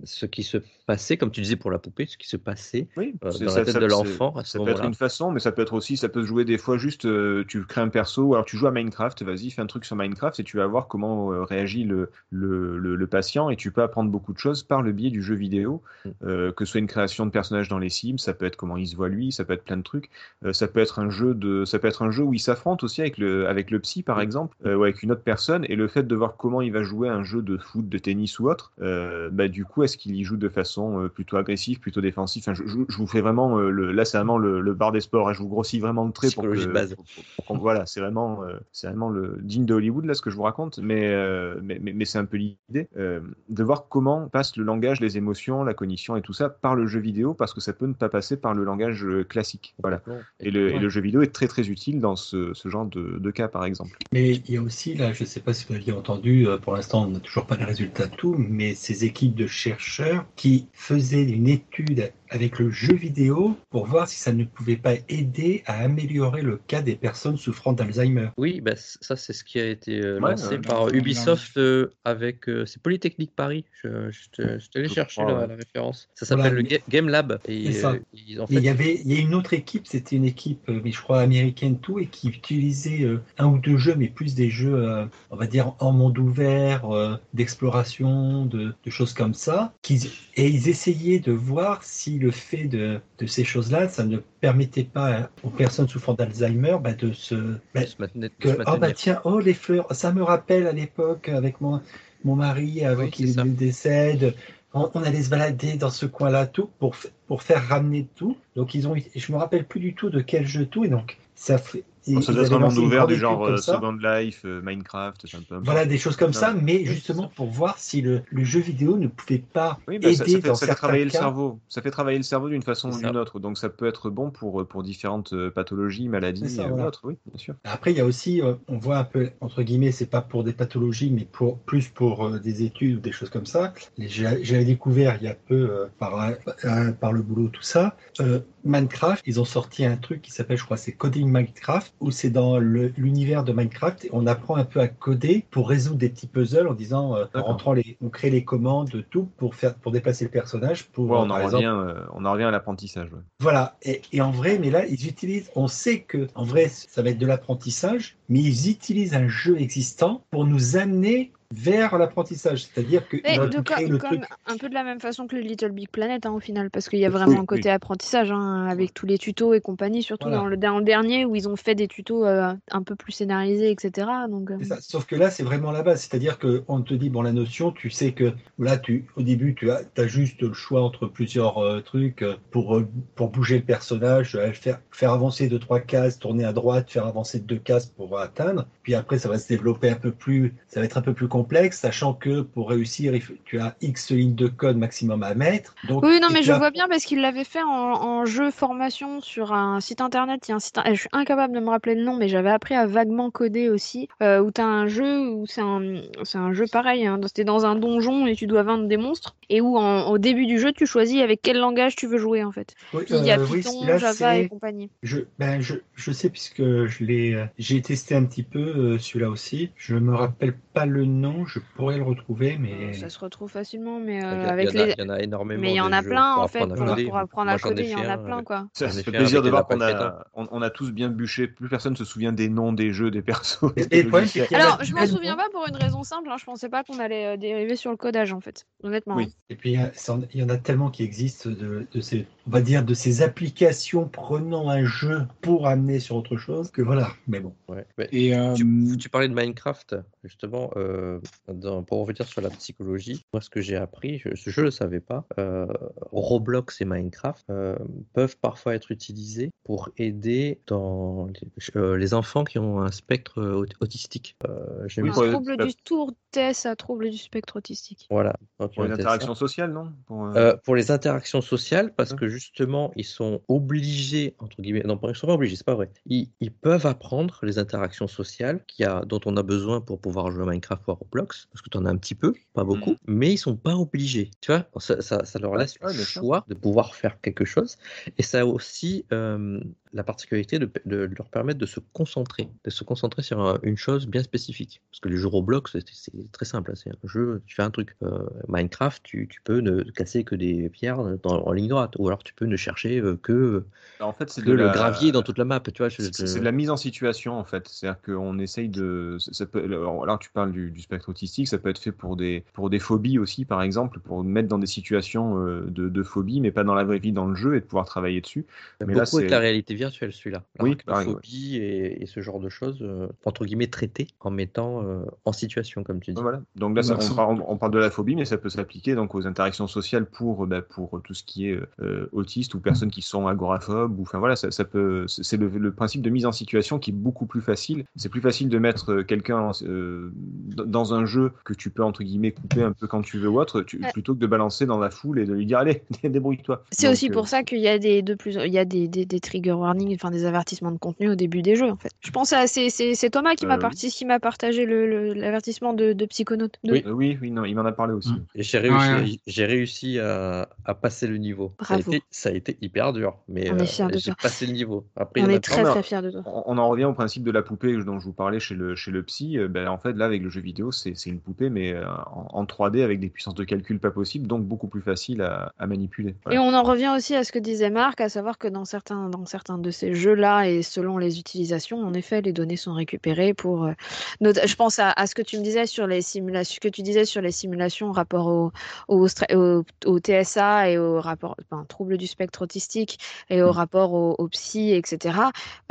S7: ce qui se passait, comme tu disais pour pour la poupée, ce qui se passait
S4: Oui,
S7: euh,
S4: c'est-
S7: dans
S4: ça-
S7: la tête
S4: ça-
S7: de
S4: c'est-
S7: l'enfant à ce
S4: Ça peut être
S7: moment-là.
S4: une façon, mais ça peut être aussi, ça peut se jouer des fois juste, euh, tu crées un perso, ou alors tu joues à Minecraft, vas-y, fais un truc sur Minecraft et tu vas voir comment euh, réagit le, le, le, le patient et tu peux apprendre beaucoup de choses par le biais du jeu vidéo,
S7: Mm.
S4: euh, que ce soit une création de personnage dans les Sims, ça peut être comment il se voit lui, ça peut être plein de trucs, Euh, ça peut être un jeu de, ça peut être un jeu où il s'affronte aussi avec le, avec le psy par exemple, euh, ou avec une autre personne et le fait de voir comment il va jouer à un jeu de foot, de tennis ou autre, euh, bah du coup est-ce qu'il y joue de façon euh, plutôt agressive, plutôt défensive, enfin, je, je- je vous fais vraiment, euh, le, là c'est vraiment le, le bar des sports, hein. je vous grossis vraiment le trait pour
S7: Psychologie
S4: que-
S7: de base.
S4: pour qu'on- voilà, c'est vraiment, euh, c'est vraiment le digne de Hollywood là ce que je vous raconte, mais euh, mais, mais, mais c'est un peu l'idée euh, de voir comment passe le langage, les émotions, la cognition et tout ça par le jeu vidéo parce que ça peut ne pas passer par le langage euh, classique. Voilà. Et le, et
S5: Ouais.
S4: le jeu vidéo est très très utile dans ce, ce genre de, de cas par exemple.
S6: Mais il y a aussi, là, je ne sais pas si vous aviez entendu, euh, pour l'instant, on n'a toujours pas les résultats de tout, mais ces équipes de chercheurs qui faisaient une étude avec le jeu vidéo pour voir si ça ne pouvait pas aider à améliorer le cas des personnes souffrant d'Alzheimer.
S7: Oui, bah, c- ça c'est ce qui a été euh,
S4: Ouais,
S7: lancé
S4: ouais,
S7: par
S5: ouais,
S7: Ubisoft euh, avec euh, c'est Polytechnique Paris. Je, je te, je te l'ai
S4: Je
S7: cherché
S4: crois,
S7: la,
S4: ouais.
S7: la référence. Ça
S6: Voilà,
S7: s'appelle le Ga- Game Lab et
S6: C'est ça.
S7: euh, ils ont
S6: Mais il y
S7: fait
S6: avait il y a une autre équipe, c'était une équipe, euh, mais je crois américaine tout, et qui utilisait euh, un ou deux jeux, mais plus des jeux, euh, on va dire, en monde ouvert, euh, d'exploration, de, de choses comme ça. qu'ils- et ils essayaient de voir si le fait de, de ces choses-là, ça ne permettait pas euh, aux personnes souffrant d'Alzheimer bah, de se, bah,
S7: de se maintenir- de
S6: que,
S7: se
S6: oh bah
S7: maintenir.
S6: tiens, oh les fleurs, ça me rappelle à l'époque avec mon, mon mari, avant
S7: Oui, c'est
S6: qu'il
S7: ça.
S6: décède, on, on allait se balader dans ce coin-là, tout, pour, f- pour faire ramener tout. Donc ils ont, eu- je me rappelle plus du tout de quel jeu tout, et donc ça fait.
S4: Bon,
S6: ils-
S4: ça
S6: ils
S4: doit être
S6: avaient
S4: un monde
S6: lancé une
S4: ouvert du
S6: grande
S4: genre
S6: étude
S4: euh,
S6: comme ça.
S4: Second Life, euh, Minecraft, c'est un peu.
S6: Voilà des choses comme ça,
S4: Ouais.
S6: mais justement pour voir si le, le jeu vidéo ne pouvait pas
S4: Oui, bah, ça, ça
S6: aider
S4: fait,
S6: dans
S4: ça fait
S6: certains
S4: travailler le
S6: cas.
S4: cerveau. Ça fait travailler le cerveau d'une façon ou
S7: C'est ça.
S4: d'une autre. Donc ça peut être bon pour, pour différentes euh, pathologies, maladies
S6: C'est ça,
S4: euh,
S6: voilà.
S4: ou autres. Oui, bien sûr.
S6: Après, il y a aussi, euh, on voit un peu, entre guillemets, c'est pas pour des pathologies, mais pour, plus pour euh, des études ou des choses comme ça. Les- j'ai- J'avais découvert il y a peu, euh, par, un- un- par le boulot, tout ça, euh, Minecraft, ils ont sorti un truc qui s'appelle, je crois, c'est Coding Minecraft, où c'est dans le- l'univers de Minecraft, et on apprend un peu à coder pour résoudre des petits puzzles en disant, euh, en
S4: D'accord.
S6: rentrant les, on crée les commandes, tout, pour faire, pour déplacer le personnage, pour,
S4: Ouais,
S6: euh,
S4: on, en
S6: par
S4: revient,
S6: exemple,
S4: euh, on en revient à l'apprentissage. ouais.
S6: voilà, et, et en vrai, mais là, ils utilisent, on sait que, en vrai, ça va être de l'apprentissage, mais ils utilisent un jeu existant pour nous amener vers l'apprentissage. C'est-à-dire qu'ils
S2: Mais
S6: vont
S2: Eh, de
S6: créer
S2: co-
S6: le
S2: comme
S6: truc.
S2: un peu de la même façon que le Little Big Planet hein, au final, parce qu'il y a vraiment un côté apprentissage hein, avec tous les tutos et compagnie, surtout
S6: Voilà.
S2: dans, le, dans le dernier où ils ont fait des tutos euh, un peu plus scénarisés, etc. Donc, euh,
S6: C'est ça. Sauf que là, c'est vraiment la base. C'est-à-dire qu'on te dit, bon, la notion, tu sais que là, tu, au début, tu as, as juste le choix entre plusieurs euh, trucs euh, pour, euh, pour bouger le personnage, euh, faire, faire avancer deux, trois cases, tourner à droite, faire avancer deux cases pour atteindre. Puis après, ça va se développer un peu plus, ça va être un peu plus complexe, sachant que pour réussir, il faut- tu as X lignes de code maximum à mettre. Donc,
S2: Oui, non,
S6: et
S2: mais
S6: tu
S2: je
S6: as-
S2: vois bien parce qu'il l'avait fait en, en jeu formation sur un site internet. Il y a un site, ah, je suis incapable de me rappeler le nom, mais j'avais appris à vaguement coder aussi. euh, où t'as un jeu où c'est un, c'est un jeu pareil. Hein, T'es dans un donjon et tu dois vaincre des monstres. Et où en- au début du jeu, tu choisis avec quel langage tu veux jouer en fait.
S6: Oui,
S2: Puis il y a
S6: euh, oui,
S2: Python,
S6: là,
S2: Java
S6: c'est-
S2: et compagnie.
S6: Je, ben je, je sais puisque je l'ai, euh, j'ai testé un petit peu euh, celui-là aussi. Je me rappelle pas le nom, je pourrais le retrouver, mais
S2: Ah, Euh, Ça se retrouve facilement, mais
S7: Il y
S2: euh,
S7: a- il y
S2: avec
S7: en a-
S2: les.
S7: il y en a énormément.
S2: Mais il y en
S7: des
S2: a
S7: jeux
S2: plein
S7: pour
S2: en fait
S7: apprendre à
S2: pour,
S7: coder.
S2: pour apprendre à
S7: Moi, j'en ai
S2: coder, il y
S7: fait
S2: en a
S7: un,
S2: plein
S7: euh,
S2: quoi.
S4: Ça
S7: J'en ai
S4: ça fait
S7: fait un
S4: plaisir
S7: avec
S4: de
S7: les
S4: voir qu'on
S7: lapins
S4: a, on, on a tous bien bûché. Plus personne se souvient des noms des jeux, des [laughs] persos.
S6: Et-
S4: des
S6: et le problème,
S4: logiciels.
S6: c'est qu'il y en a
S2: Alors, je m'en
S6: plein de
S2: souviens pas pour une raison simple. hein, je pensais pas qu'on allait euh, dériver sur le codage en fait, honnêtement.
S4: Oui.
S2: hein.
S6: Et puis, euh, ça en- il y en a tellement qui existent de, de ces, on va dire, de ces applications prenant un jeu pour amener sur autre chose que voilà. Mais bon,
S7: Ouais. hum. Mais
S5: Et euh,
S7: Tu, tu parlais de Minecraft, justement, euh, dans- pour revenir sur la psychologie, moi ce que j'ai appris, je, je le savais pas, euh, Roblox et Minecraft euh, peuvent parfois être utilisés pour aider dans les, euh, les enfants qui ont un spectre euh, aut- autistique. Euh, j'ai
S4: Oui,
S7: vu
S2: un
S4: pour-
S2: trouble
S4: la-
S2: du tour TS à trouble du spectre autistique.
S7: Voilà. donc
S4: Pour
S7: ils
S4: les
S7: ont testé ça.
S4: interactions sociales, non Pour, euh,
S7: Euh, pour les interactions sociales, parce que justement, ils sont obligés, entre guillemets, non, pas- ils sont pas obligés, c'est pas vrai. Ils, ils peuvent apprendre les interactions sociales qu'il y a, dont on a besoin pour pouvoir jouer à Minecraft ou à Roblox, parce que tu en as un petit peu, pas beaucoup, mais ils sont pas obligés. Tu vois, ça, ça, ça leur
S4: Ouais,
S7: laisse
S4: ouais,
S7: le
S4: bien sûr.
S7: choix de pouvoir faire quelque chose. Et ça aussi, euh, la particularité de, de leur permettre de se concentrer, de se concentrer sur un- une chose bien spécifique. Parce que les jeux Roblox, c'est- c'est très simple. hein. C'est un jeu, tu fais un truc. Euh, Minecraft, tu, tu peux ne casser que des pierres dans- en ligne droite. Ou alors tu peux ne chercher euh, que,
S4: bah, En fait, c'est
S7: que
S4: de
S7: le
S4: la-
S7: gravier dans toute la map. Tu vois, je-
S4: C'est
S7: je-
S4: c'est de la mise en situation en fait, c'est-à-dire qu'on essaye de. ça- ça peut- alors là, tu parles du, du spectre autistique, ça peut être fait pour des pour des phobies aussi, par exemple, pour mettre dans des situations euh, de, de phobie, mais pas dans la vraie vie, dans le jeu, et de pouvoir travailler dessus.
S7: Ça a
S4: Mais là,
S7: beaucoup avec
S4: c'est-
S7: la réalité virtuelle, celui-là.
S4: Oui,
S7: Alors que la
S4: pareil, ouais.
S7: phobie et, et ce genre de choses, euh, entre guillemets, traitées en mettant euh, en situation, comme tu dis.
S4: Voilà. Donc là, ça-
S5: Merci.
S4: on, parle, on parle de la phobie, mais ça peut s'appliquer donc aux interactions sociales pour bah, pour tout ce qui est euh, autiste ou personnes qui sont agoraphobes. Ou enfin voilà, ça, ça peut. C'est c'est le, le principe de mise en situation qui est beaucoup plus facile. C'est plus facile de mettre euh, quelqu'un euh, d- dans un jeu que tu peux entre guillemets couper un peu quand tu veux ou autre, tu-
S2: Ouais.
S4: plutôt que de balancer dans la foule et de lui dire allez [laughs] débrouille-toi.
S2: C'est
S4: Donc,
S2: aussi
S4: euh,
S2: pour ça qu'il y a des de plus, il y a des, des, des trigger warnings, enfin des avertissements de contenu au début des jeux en fait. Je pense à c'est c'est- c'est Thomas qui m'a
S4: Euh,
S2: parti- qui m'a partagé le- le- l'avertissement de, de Psychonautes 2.
S4: euh, oui, oui, non, il m'en a parlé aussi.
S5: Mm.
S7: Et J'ai réussi,
S5: Ouais.
S7: j'ai réussi à, à passer le niveau. Ça a,
S2: Bravo.
S7: été, ça a été hyper dur, mais euh,
S2: On est fiers de
S7: j'ai
S2: toi.
S7: passé le niveau. Après, il y
S2: On
S7: en a
S2: est
S7: plein.
S2: très
S4: mais-
S2: très fiers de toi.
S4: On on en revient au principe de la poupée dont je vous parlais chez le, chez le psy. Euh, ben, en fait, là, avec le jeu vidéo, c'est c'est une poupée, mais euh, en, en 3D avec des puissances de calcul pas possibles, donc beaucoup plus facile à, à manipuler. Voilà.
S2: Et on en revient aussi à ce que disait Marc, à savoir que dans certains, dans certains de ces jeux-là, et selon les utilisations, en effet, les données sont récupérées pour. euh, nota- je pense à, à ce que tu me disais sur les simulations, que tu disais sur les simulations rapport au, au, stra- au- au TSA et au rapport, enfin, trouble du spectre autistique et au
S4: Mm.
S2: rapport au, au psy, etc.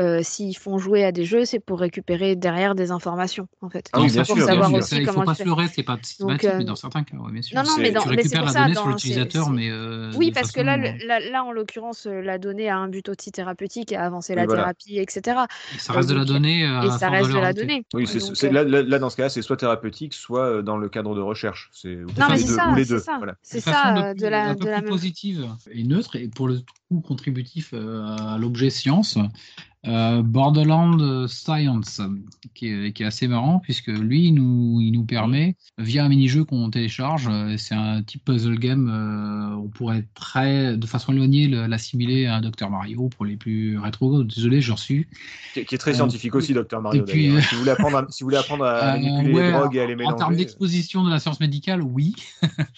S2: Euh, S'ils font jouer à des jeux, c'est pour récupérer derrière des informations, en fait.
S4: Ah oui, bien
S2: pour
S4: sûr,
S2: savoir
S4: bien sûr.
S2: aussi
S5: Il
S2: comment
S5: faut pas
S2: le
S5: se
S2: faire.
S5: leurrer, c'est pas systématique,
S2: Donc, euh,
S5: mais dans certains cas, ouais, bien sûr.
S2: non, non,
S4: mais
S5: Tu
S4: dans-
S2: mais c'est
S5: récupères
S2: pour
S5: la
S2: ça,
S5: donnée
S2: dans-
S5: sur
S2: c'est-
S5: l'utilisateur,
S2: c'est-
S5: mais. euh,
S2: Oui,
S5: de
S2: parce que
S5: façon-
S2: là, le- là, là, en l'occurrence, euh, la donnée a un but aussi thérapeutique et à avancer
S4: Oui,
S2: la
S4: voilà.
S2: thérapie, etc.
S5: Ça reste de la
S2: donc,
S5: donnée. euh, à
S2: et
S5: force
S2: ça reste de
S5: leur
S2: la
S5: ajouter.
S2: donnée.
S4: Oui, c'est-
S2: Donc,
S4: c'est-
S2: euh,
S4: là, là- là, dans ce cas-là, c'est soit thérapeutique, soit euh, dans le cadre de recherche. C'est ou
S2: Non,
S4: les
S2: mais
S5: Enfin,
S2: c'est
S4: deux-
S2: ça,
S4: ou les
S2: c'est
S4: deux.
S2: ça.
S4: Voilà.
S2: C'est
S5: De façon
S2: ça,
S5: un
S2: euh,
S5: peu
S2: de
S5: plus-
S2: la,
S5: un peu
S2: de la
S5: plus
S2: même.
S5: positive et neutre et pour le coup contributif euh, à l'objet science euh, Borderland Science qui est, qui est assez marrant puisque lui il nous, il nous permet via un mini-jeu qu'on télécharge euh, c'est un type puzzle game euh, on pourrait très de façon éloignée le- l'assimiler à Dr Mario pour les plus rétro désolé j'en suis
S4: Qui, qui est très
S5: Euh,
S4: scientifique aussi, Docteur Mario.
S5: et puis,
S4: d'ailleurs. Si, vous voulez apprendre à, si vous voulez apprendre à
S5: Euh,
S4: manipuler les
S5: [laughs] ouais,
S4: drogues et à les
S5: en termes
S4: mélanger.
S5: d'exposition de la science médicale oui [laughs]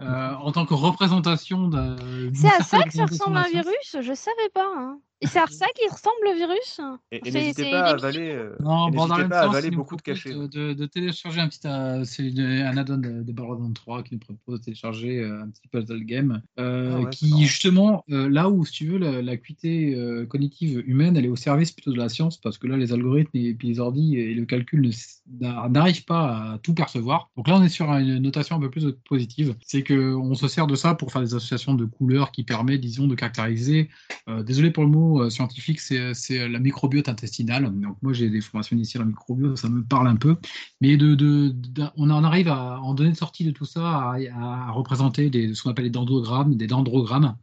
S5: Euh, en tant que représentation de
S2: C'est à
S5: d'une
S2: ça
S5: certaine
S2: que ça
S5: représentation de
S2: ressemble
S5: la
S2: un
S5: science.
S2: virus Je savais pas. hein. Et c'est à ça qu'il ressemble le virus
S4: Et, et
S2: C'est-
S4: n'hésitez
S2: c'est-
S4: pas
S2: il
S4: à
S2: est
S4: avaler, euh, et
S5: Non,
S4: n'hésitez
S5: Borderlands
S4: pas à
S5: Science,
S4: avaler
S5: il nous
S4: beaucoup de
S5: propose
S4: cachets.
S5: De, de- de télécharger un petit, euh, c'est une- un add-on de, de Borderlands 3 qui nous propose de télécharger euh, un petit puzzle game, euh,
S4: Ah ouais, c'est marrant.
S5: qui justement euh, là où si tu veux la- l'acuité euh, cognitive humaine, elle est au service plutôt de la science parce que là les algorithmes et puis les ordi et le calcul ne s- n'a- n'arrivent pas à tout percevoir. Donc là on est sur une notation un peu plus positive, c'est que on se sert de ça pour faire des associations de couleurs qui permet, disons, de caractériser euh, désolé pour le mot euh, scientifique, c'est c'est, euh, la microbiote intestinale. Donc moi j'ai des formations initiales en microbiote, ça me parle un peu. Mais de, de- d'un- on en arrive à en donner de sortie de tout ça, à, à représenter des, ce qu'on appelle des dendrogrammes, des dendrogrammes.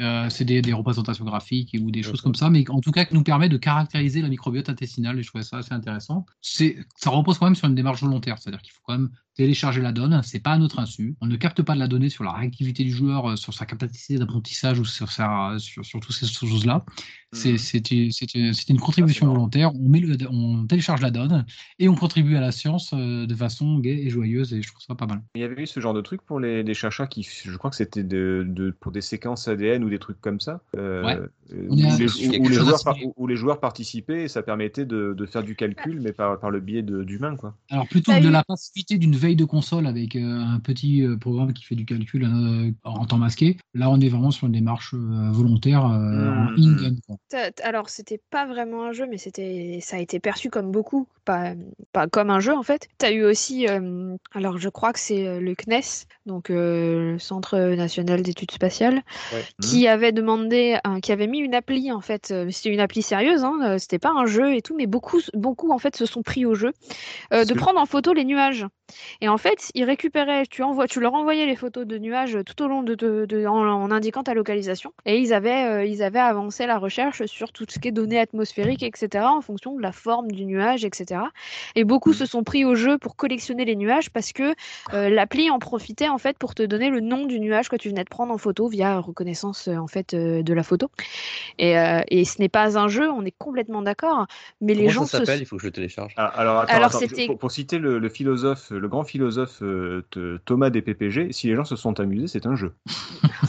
S5: Euh, c'est des, des représentations graphiques ou des choses comme ça, mais en tout cas qui nous permet de caractériser la microbiote intestinale. Et je trouvais ça assez intéressant. C'est, ça repose quand même sur une démarche volontaire, c'est-à-dire qu'il faut quand même télécharger la donne, c'est pas à notre insu. On ne capte pas de la donnée sur la réactivité du joueur, euh, sur sa capacité d'apprentissage ou sur, sa, sur, sur toutes ces choses-là. C'est-
S2: Mm.
S4: Mhm.
S5: C'est une, c'est une- c'est une contribution
S4: marrant.
S5: volontaire. On, met le- on télécharge la donne et on contribue à la science euh, de façon gaie et joyeuse et je trouve ça pas mal.
S4: Il y avait eu ce genre de truc pour les, les chercheurs qui, je crois que c'était de, de- pour des séquences ADN ou des trucs comme ça, euh,
S5: Ouais.
S4: euh,
S5: On
S4: où,
S5: est à-
S4: les,
S5: sur
S4: où-
S5: quelque
S4: où les
S5: chose
S4: joueurs,
S5: d'assez-
S4: par- où- où les joueurs participaient et ça permettait de, de faire du calcul, mais par, par le biais de- d'humains. quoi.
S5: Alors plutôt
S2: T'as
S5: que de
S2: eu-
S5: la passivité d'une veille de console avec euh, un petit euh, programme qui fait du calcul euh, en temps masqué, là on est vraiment sur une démarche euh, volontaire euh, en
S2: Mm.
S4: Mhm.
S5: in-game. quoi.
S2: T'as- t- Alors, c'était pas vraiment un jeu, mais c'était, ça a été perçu comme beaucoup, pas, pas comme un jeu en fait. T'as eu aussi, euh, alors je crois que c'est euh, le CNES, donc euh, le Centre National d'Études Spatiales,
S7: Ouais.
S4: Mhm.
S2: qui avait demandé, euh, qui avait mis une appli en fait. euh, C'était une appli sérieuse, hein, euh, c'était pas un jeu et tout, mais beaucoup, beaucoup en fait se sont pris au jeu euh,
S4: Parce
S2: de
S4: que-
S2: prendre en photo les nuages. Et en fait, ils récupéraient, tu, envoies, tu leur envoyais les photos de nuages euh, tout au long de, de- de- en, en indiquant ta localisation. Et ils avaient, euh, ils avaient avancé la recherche sur tout ce qui est données atmosphériques, etc., en fonction de la forme du nuage, etc. Et beaucoup se sont pris au jeu pour collectionner les nuages parce que euh, l'appli en profitait en fait pour te donner le nom du nuage que tu venais de prendre en photo via reconnaissance euh, en fait euh, de la photo. Et, euh, et ce n'est pas un jeu, on est complètement d'accord. Mais les
S7: Comment
S2: gens
S7: ça
S2: se
S7: s'appelle Il faut que je le télécharge.
S2: [laughs]
S4: Ah, alors, attends,
S2: Alors,
S4: attends,
S2: c'était-
S4: je- pour, pour citer le, le philosophe, le grand philosophe euh, te- Thomas des PPG, si les gens se sont amusés, c'est un jeu.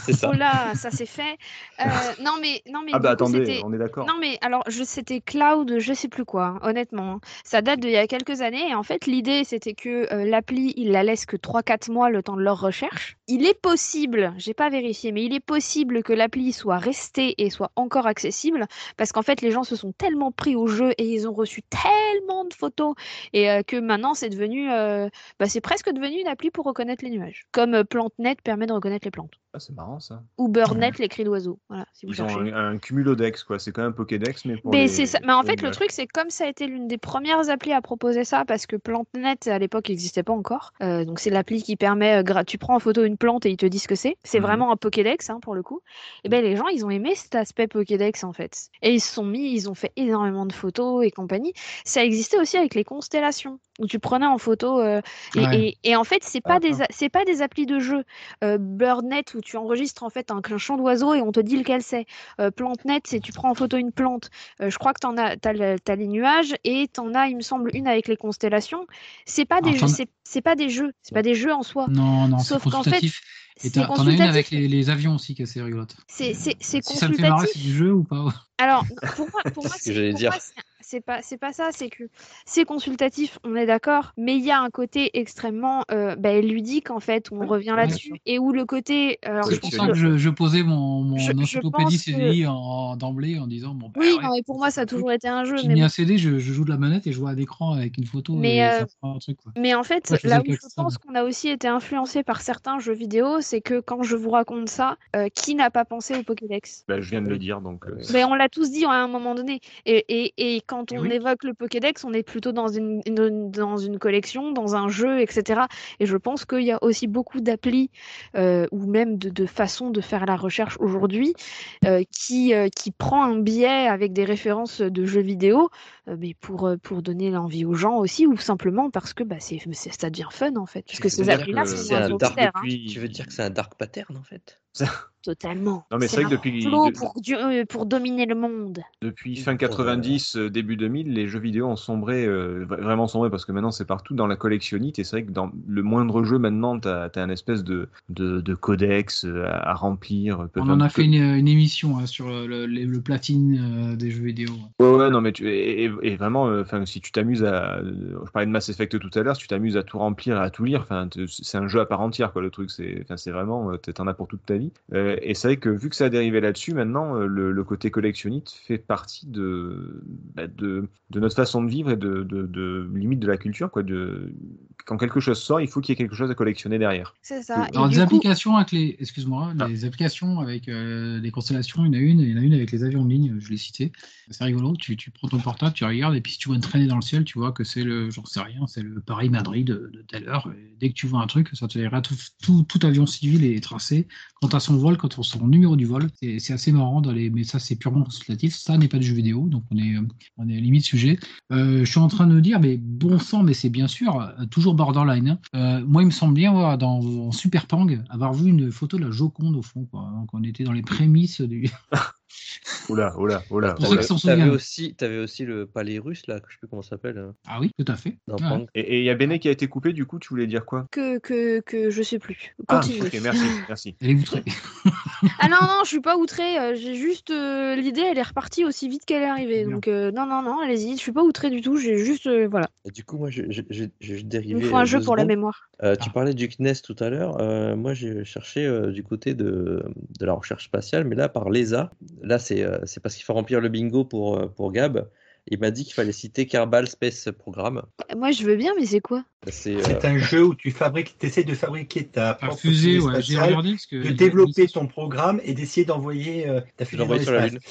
S7: C'est ça.
S2: Oh là, ça c'est fait. Euh, non mais non mais
S4: ah bah
S2: du coup,
S4: attendez,
S2: c'était-
S4: on est d'accord.
S2: Non mais alors je c'était cloud, je sais plus quoi, hein, honnêtement. hein. Ça date d'il y a quelques années et en fait l'idée c'était que euh, l'appli, ils la laissent que 3 4 mois le temps de leur recherche. Il est possible, j'ai pas vérifié mais il est possible que l'appli soit restée et soit encore accessible parce qu'en fait les gens se sont tellement pris au jeu et ils ont reçu tellement de photos et euh, que maintenant c'est devenu euh, bah, c'est presque devenu une appli pour reconnaître les nuages. Comme euh, PlanteNet permet de reconnaître les plantes.
S4: Ah, c'est marrant ça.
S2: Ubernet, les cris d'oiseaux. Voilà, si vous
S4: Ils ont
S2: cherchez.
S4: un, un cumulodex, quoi. C'est quand même un Pokédex, mais pour
S2: Mais,
S4: les-
S2: c'est ça- mais en
S4: pour les
S2: fait, le
S4: nuages.
S2: truc, c'est comme ça a été l'une des premières applis à proposer ça, parce que PlanteNet, à l'époque, n'existait pas encore. Euh, donc, c'est l'appli qui permet, euh, gra- tu prends en photo une plante et ils te disent ce que c'est. C'est
S4: Mhm.
S2: vraiment un Pokédex, hein, pour le coup. Et ben les gens, ils ont aimé cet aspect Pokédex, en fait. Et ils se sont mis, ils ont fait énormément de photos et compagnie. Ça existait aussi avec les constellations, où tu prenais en photo. euh, et,
S5: Ouais.
S2: et- et en fait, c'est
S4: Ah,
S2: pas, des a- c'est pas des applis de jeu. Euh, BirdNet, où tu enregistres, en fait, un, un chant d'oiseau et on te dit lequel c'est. Euh, PlanteNet, c'est tu prends en photo une plante. Euh, je crois que t'en as, t'as, le- t'as les nuages et t'en as, il me semble, une avec les constellations. C'est pas des,
S5: Alors, t'en as-
S2: c'est, c'est pas des jeux, c'est pas des jeux en soi.
S5: Non, non, c'est
S2: Sauf qu'en fait,
S5: consultatif. Et
S2: C'est
S5: t'as- t'en as une
S2: consultatif.
S5: avec les, les avions aussi qui est assez rigolote.
S2: C'est, c'est, c'est
S5: Si ça me fait marrer,
S2: consultatif.
S5: c'est du jeu ou pas
S2: Alors, pour moi,
S7: [laughs]
S2: pour moi,
S7: C'est ce
S2: c'est-
S7: que j'allais
S2: pour
S7: dire.
S2: moi, c'est- c'est pas, c'est pas ça, c'est que c'est consultatif, on est d'accord, mais il y a un côté extrêmement euh, bah, ludique en fait, où on revient là-dessus, et où le côté. euh, Alors,
S4: Oui,
S5: C'est
S2: je
S5: pour
S2: pense
S5: ça
S2: que-
S5: que je, je posais mon, mon
S2: Je- je
S5: encyclopédie
S2: pense que-
S5: CDI en- d'emblée en disant bon, bah,
S2: Oui,
S5: ouais,
S2: non, mais pour moi, ça a toujours été un jeu,
S5: j'ai
S2: mais
S5: mis
S2: bon.
S5: un CD, je, je joue de la manette et je vois à l'écran avec une photo
S2: Mais,
S5: et
S2: euh,
S5: ça prend un truc. Quoi.
S2: Mais en fait,
S5: Moi, je faisais
S2: là où
S5: pas
S2: je
S5: exprès,
S2: pense qu'on a aussi été influencé par certains jeux vidéo, c'est que quand je vous raconte ça, euh, qui n'a pas pensé au Pokédex
S4: Bah, je viens de le dire, donc. euh,
S2: Mais Ben, on l'a tous dit à un moment donné. Et, et- et quand on
S5: oui.
S2: évoque le Pokédex, on est plutôt dans une, une- dans une collection, dans un jeu, etc. Et je pense qu'il y a aussi beaucoup d'applis euh, ou même de, de façons de faire la recherche aujourd'hui euh, qui, euh, qui prend un biais avec des références de jeux vidéo, euh, mais pour, euh, pour donner l'envie aux gens aussi, ou simplement parce que bah, c'est, c'est- ça devient fun en fait. Parce que
S7: Tu
S2: ces
S7: veux dire
S2: applis-là,
S7: que
S2: ce
S7: c'est
S2: sont
S7: un
S2: un
S7: dark
S2: joker, hein,
S7: depuis- Tu veux dire que c'est un dark pattern en fait
S2: totalement.
S4: Non, mais c'est
S2: c'est
S4: vrai que
S2: un
S4: depuis-
S2: complot
S4: de-
S2: pour, Dieu- euh, pour dominer le monde.
S4: Depuis fin 90, euh, début 2000, les jeux vidéo ont sombré, euh, vra- vraiment sombré, parce que maintenant c'est partout dans la collectionnite. Et c'est vrai que dans le moindre jeu, maintenant, t'as as un espèce de, de, de codex euh, à, à remplir. peu-
S5: On en a
S4: peu-
S5: fait une, une émission hein, sur le, le- le platine euh, des jeux vidéo.
S4: Ouais, ouais, non, mais tu, et, et- et vraiment, euh, enfin, si tu t'amuses à, euh, je parlais de Mass Effect tout à l'heure, si tu t'amuses à tout remplir, à tout lire, enfin, te- c'est un jeu à part entière, quoi. Le truc, c'est, enfin, c'est vraiment, euh, t'en as pour toute ta vie. Euh, et c'est vrai que vu que ça a dérivé là-dessus, maintenant, euh, le, le côté collectionniste fait partie de, bah, de, de notre façon de vivre et de, de, de limite de la culture, quoi. De, quand quelque chose sort, il faut qu'il y ait quelque chose à collectionner derrière.
S2: C'est ça. Et
S5: Alors,
S2: du
S5: des
S2: coup-
S5: applications avec les. Excuse-moi,
S4: Ah.
S5: les applications avec euh, les constellations, il y en a une, et il y en a une avec les avions de ligne, je l'ai cité. C'est rigolo, tu, tu prends ton portable, tu regardes, et puis si tu vois une traînée dans le ciel, tu vois que c'est le, j'en sais rien, c'est le Paris-Madrid de, de telle heure. Et dès que tu vois un truc, ça te verra tout, tout, tout avion civil est tracé. Quant à son vol, quand on son numéro du vol, c'est c'est assez marrant, dans les- mais ça c'est purement consultatif, ça n'est pas du jeu vidéo, donc on est, euh, on est limite sujet. Euh, je suis en train de me dire, mais bon sang, mais c'est bien sûr, euh, toujours borderline. hein. Euh, moi, il me semble bien avoir, dans en Super Pang, avoir vu une photo de la Joconde au fond, quoi. Donc, on était dans les prémices du. [laughs]
S4: Oula, oula, oula.
S5: pour ça
S4: oula.
S5: qu'ils s'en
S7: T'avais
S5: souviennent.
S7: aussi, t'avais aussi le palais russe là, que je sais plus comment ça s'appelle. hein,
S5: Ah oui, tout à fait.
S7: dans
S5: Ouais.
S7: Pang.
S4: Et- Et il y a Béné qui a été coupé, du coup, tu voulais dire quoi?
S2: que, que, que je sais plus.
S4: Ah,
S2: Continue.
S4: ok, merci, merci.
S5: Elle est outrée.
S2: Ah non, non, je suis pas outrée. euh, J'ai juste. euh, L'idée, elle est repartie aussi vite qu'elle est arrivée.
S5: Bien.
S2: Donc, euh, non, non, non, allez-y. Je suis pas outrée du tout. J'ai juste. euh, voilà.
S7: Et du coup, moi, je- je- je- j'ai
S2: Il
S7: dérivé.
S2: me faut un
S7: euh,
S2: jeu
S7: deux
S2: pour la
S7: secondes.
S2: mémoire.
S7: Euh, tu
S5: Ah.
S7: parlais du CNES tout à l'heure. euh, moi, j'ai cherché euh, du côté de, de la recherche spatiale, mais là, par l'ESA. Là, c'est euh, c'est parce qu'il faut remplir le bingo pour, euh, pour Gab. Il m'a dit qu'il fallait citer Kerbal Space Program.
S2: Euh, Moi, je veux bien, mais c'est quoi
S7: C'est
S6: C'est
S7: euh,
S6: un jeu où tu fabriques, essaies de fabriquer ta
S5: La
S6: propre
S5: fusée,
S6: fusée
S5: ouais, j'ai
S6: spatiale,
S5: regardé. Parce que
S6: de développer ton programme et d'essayer d'envoyer euh, ta fusée dans
S7: l'envoyer sur la
S6: l'espace.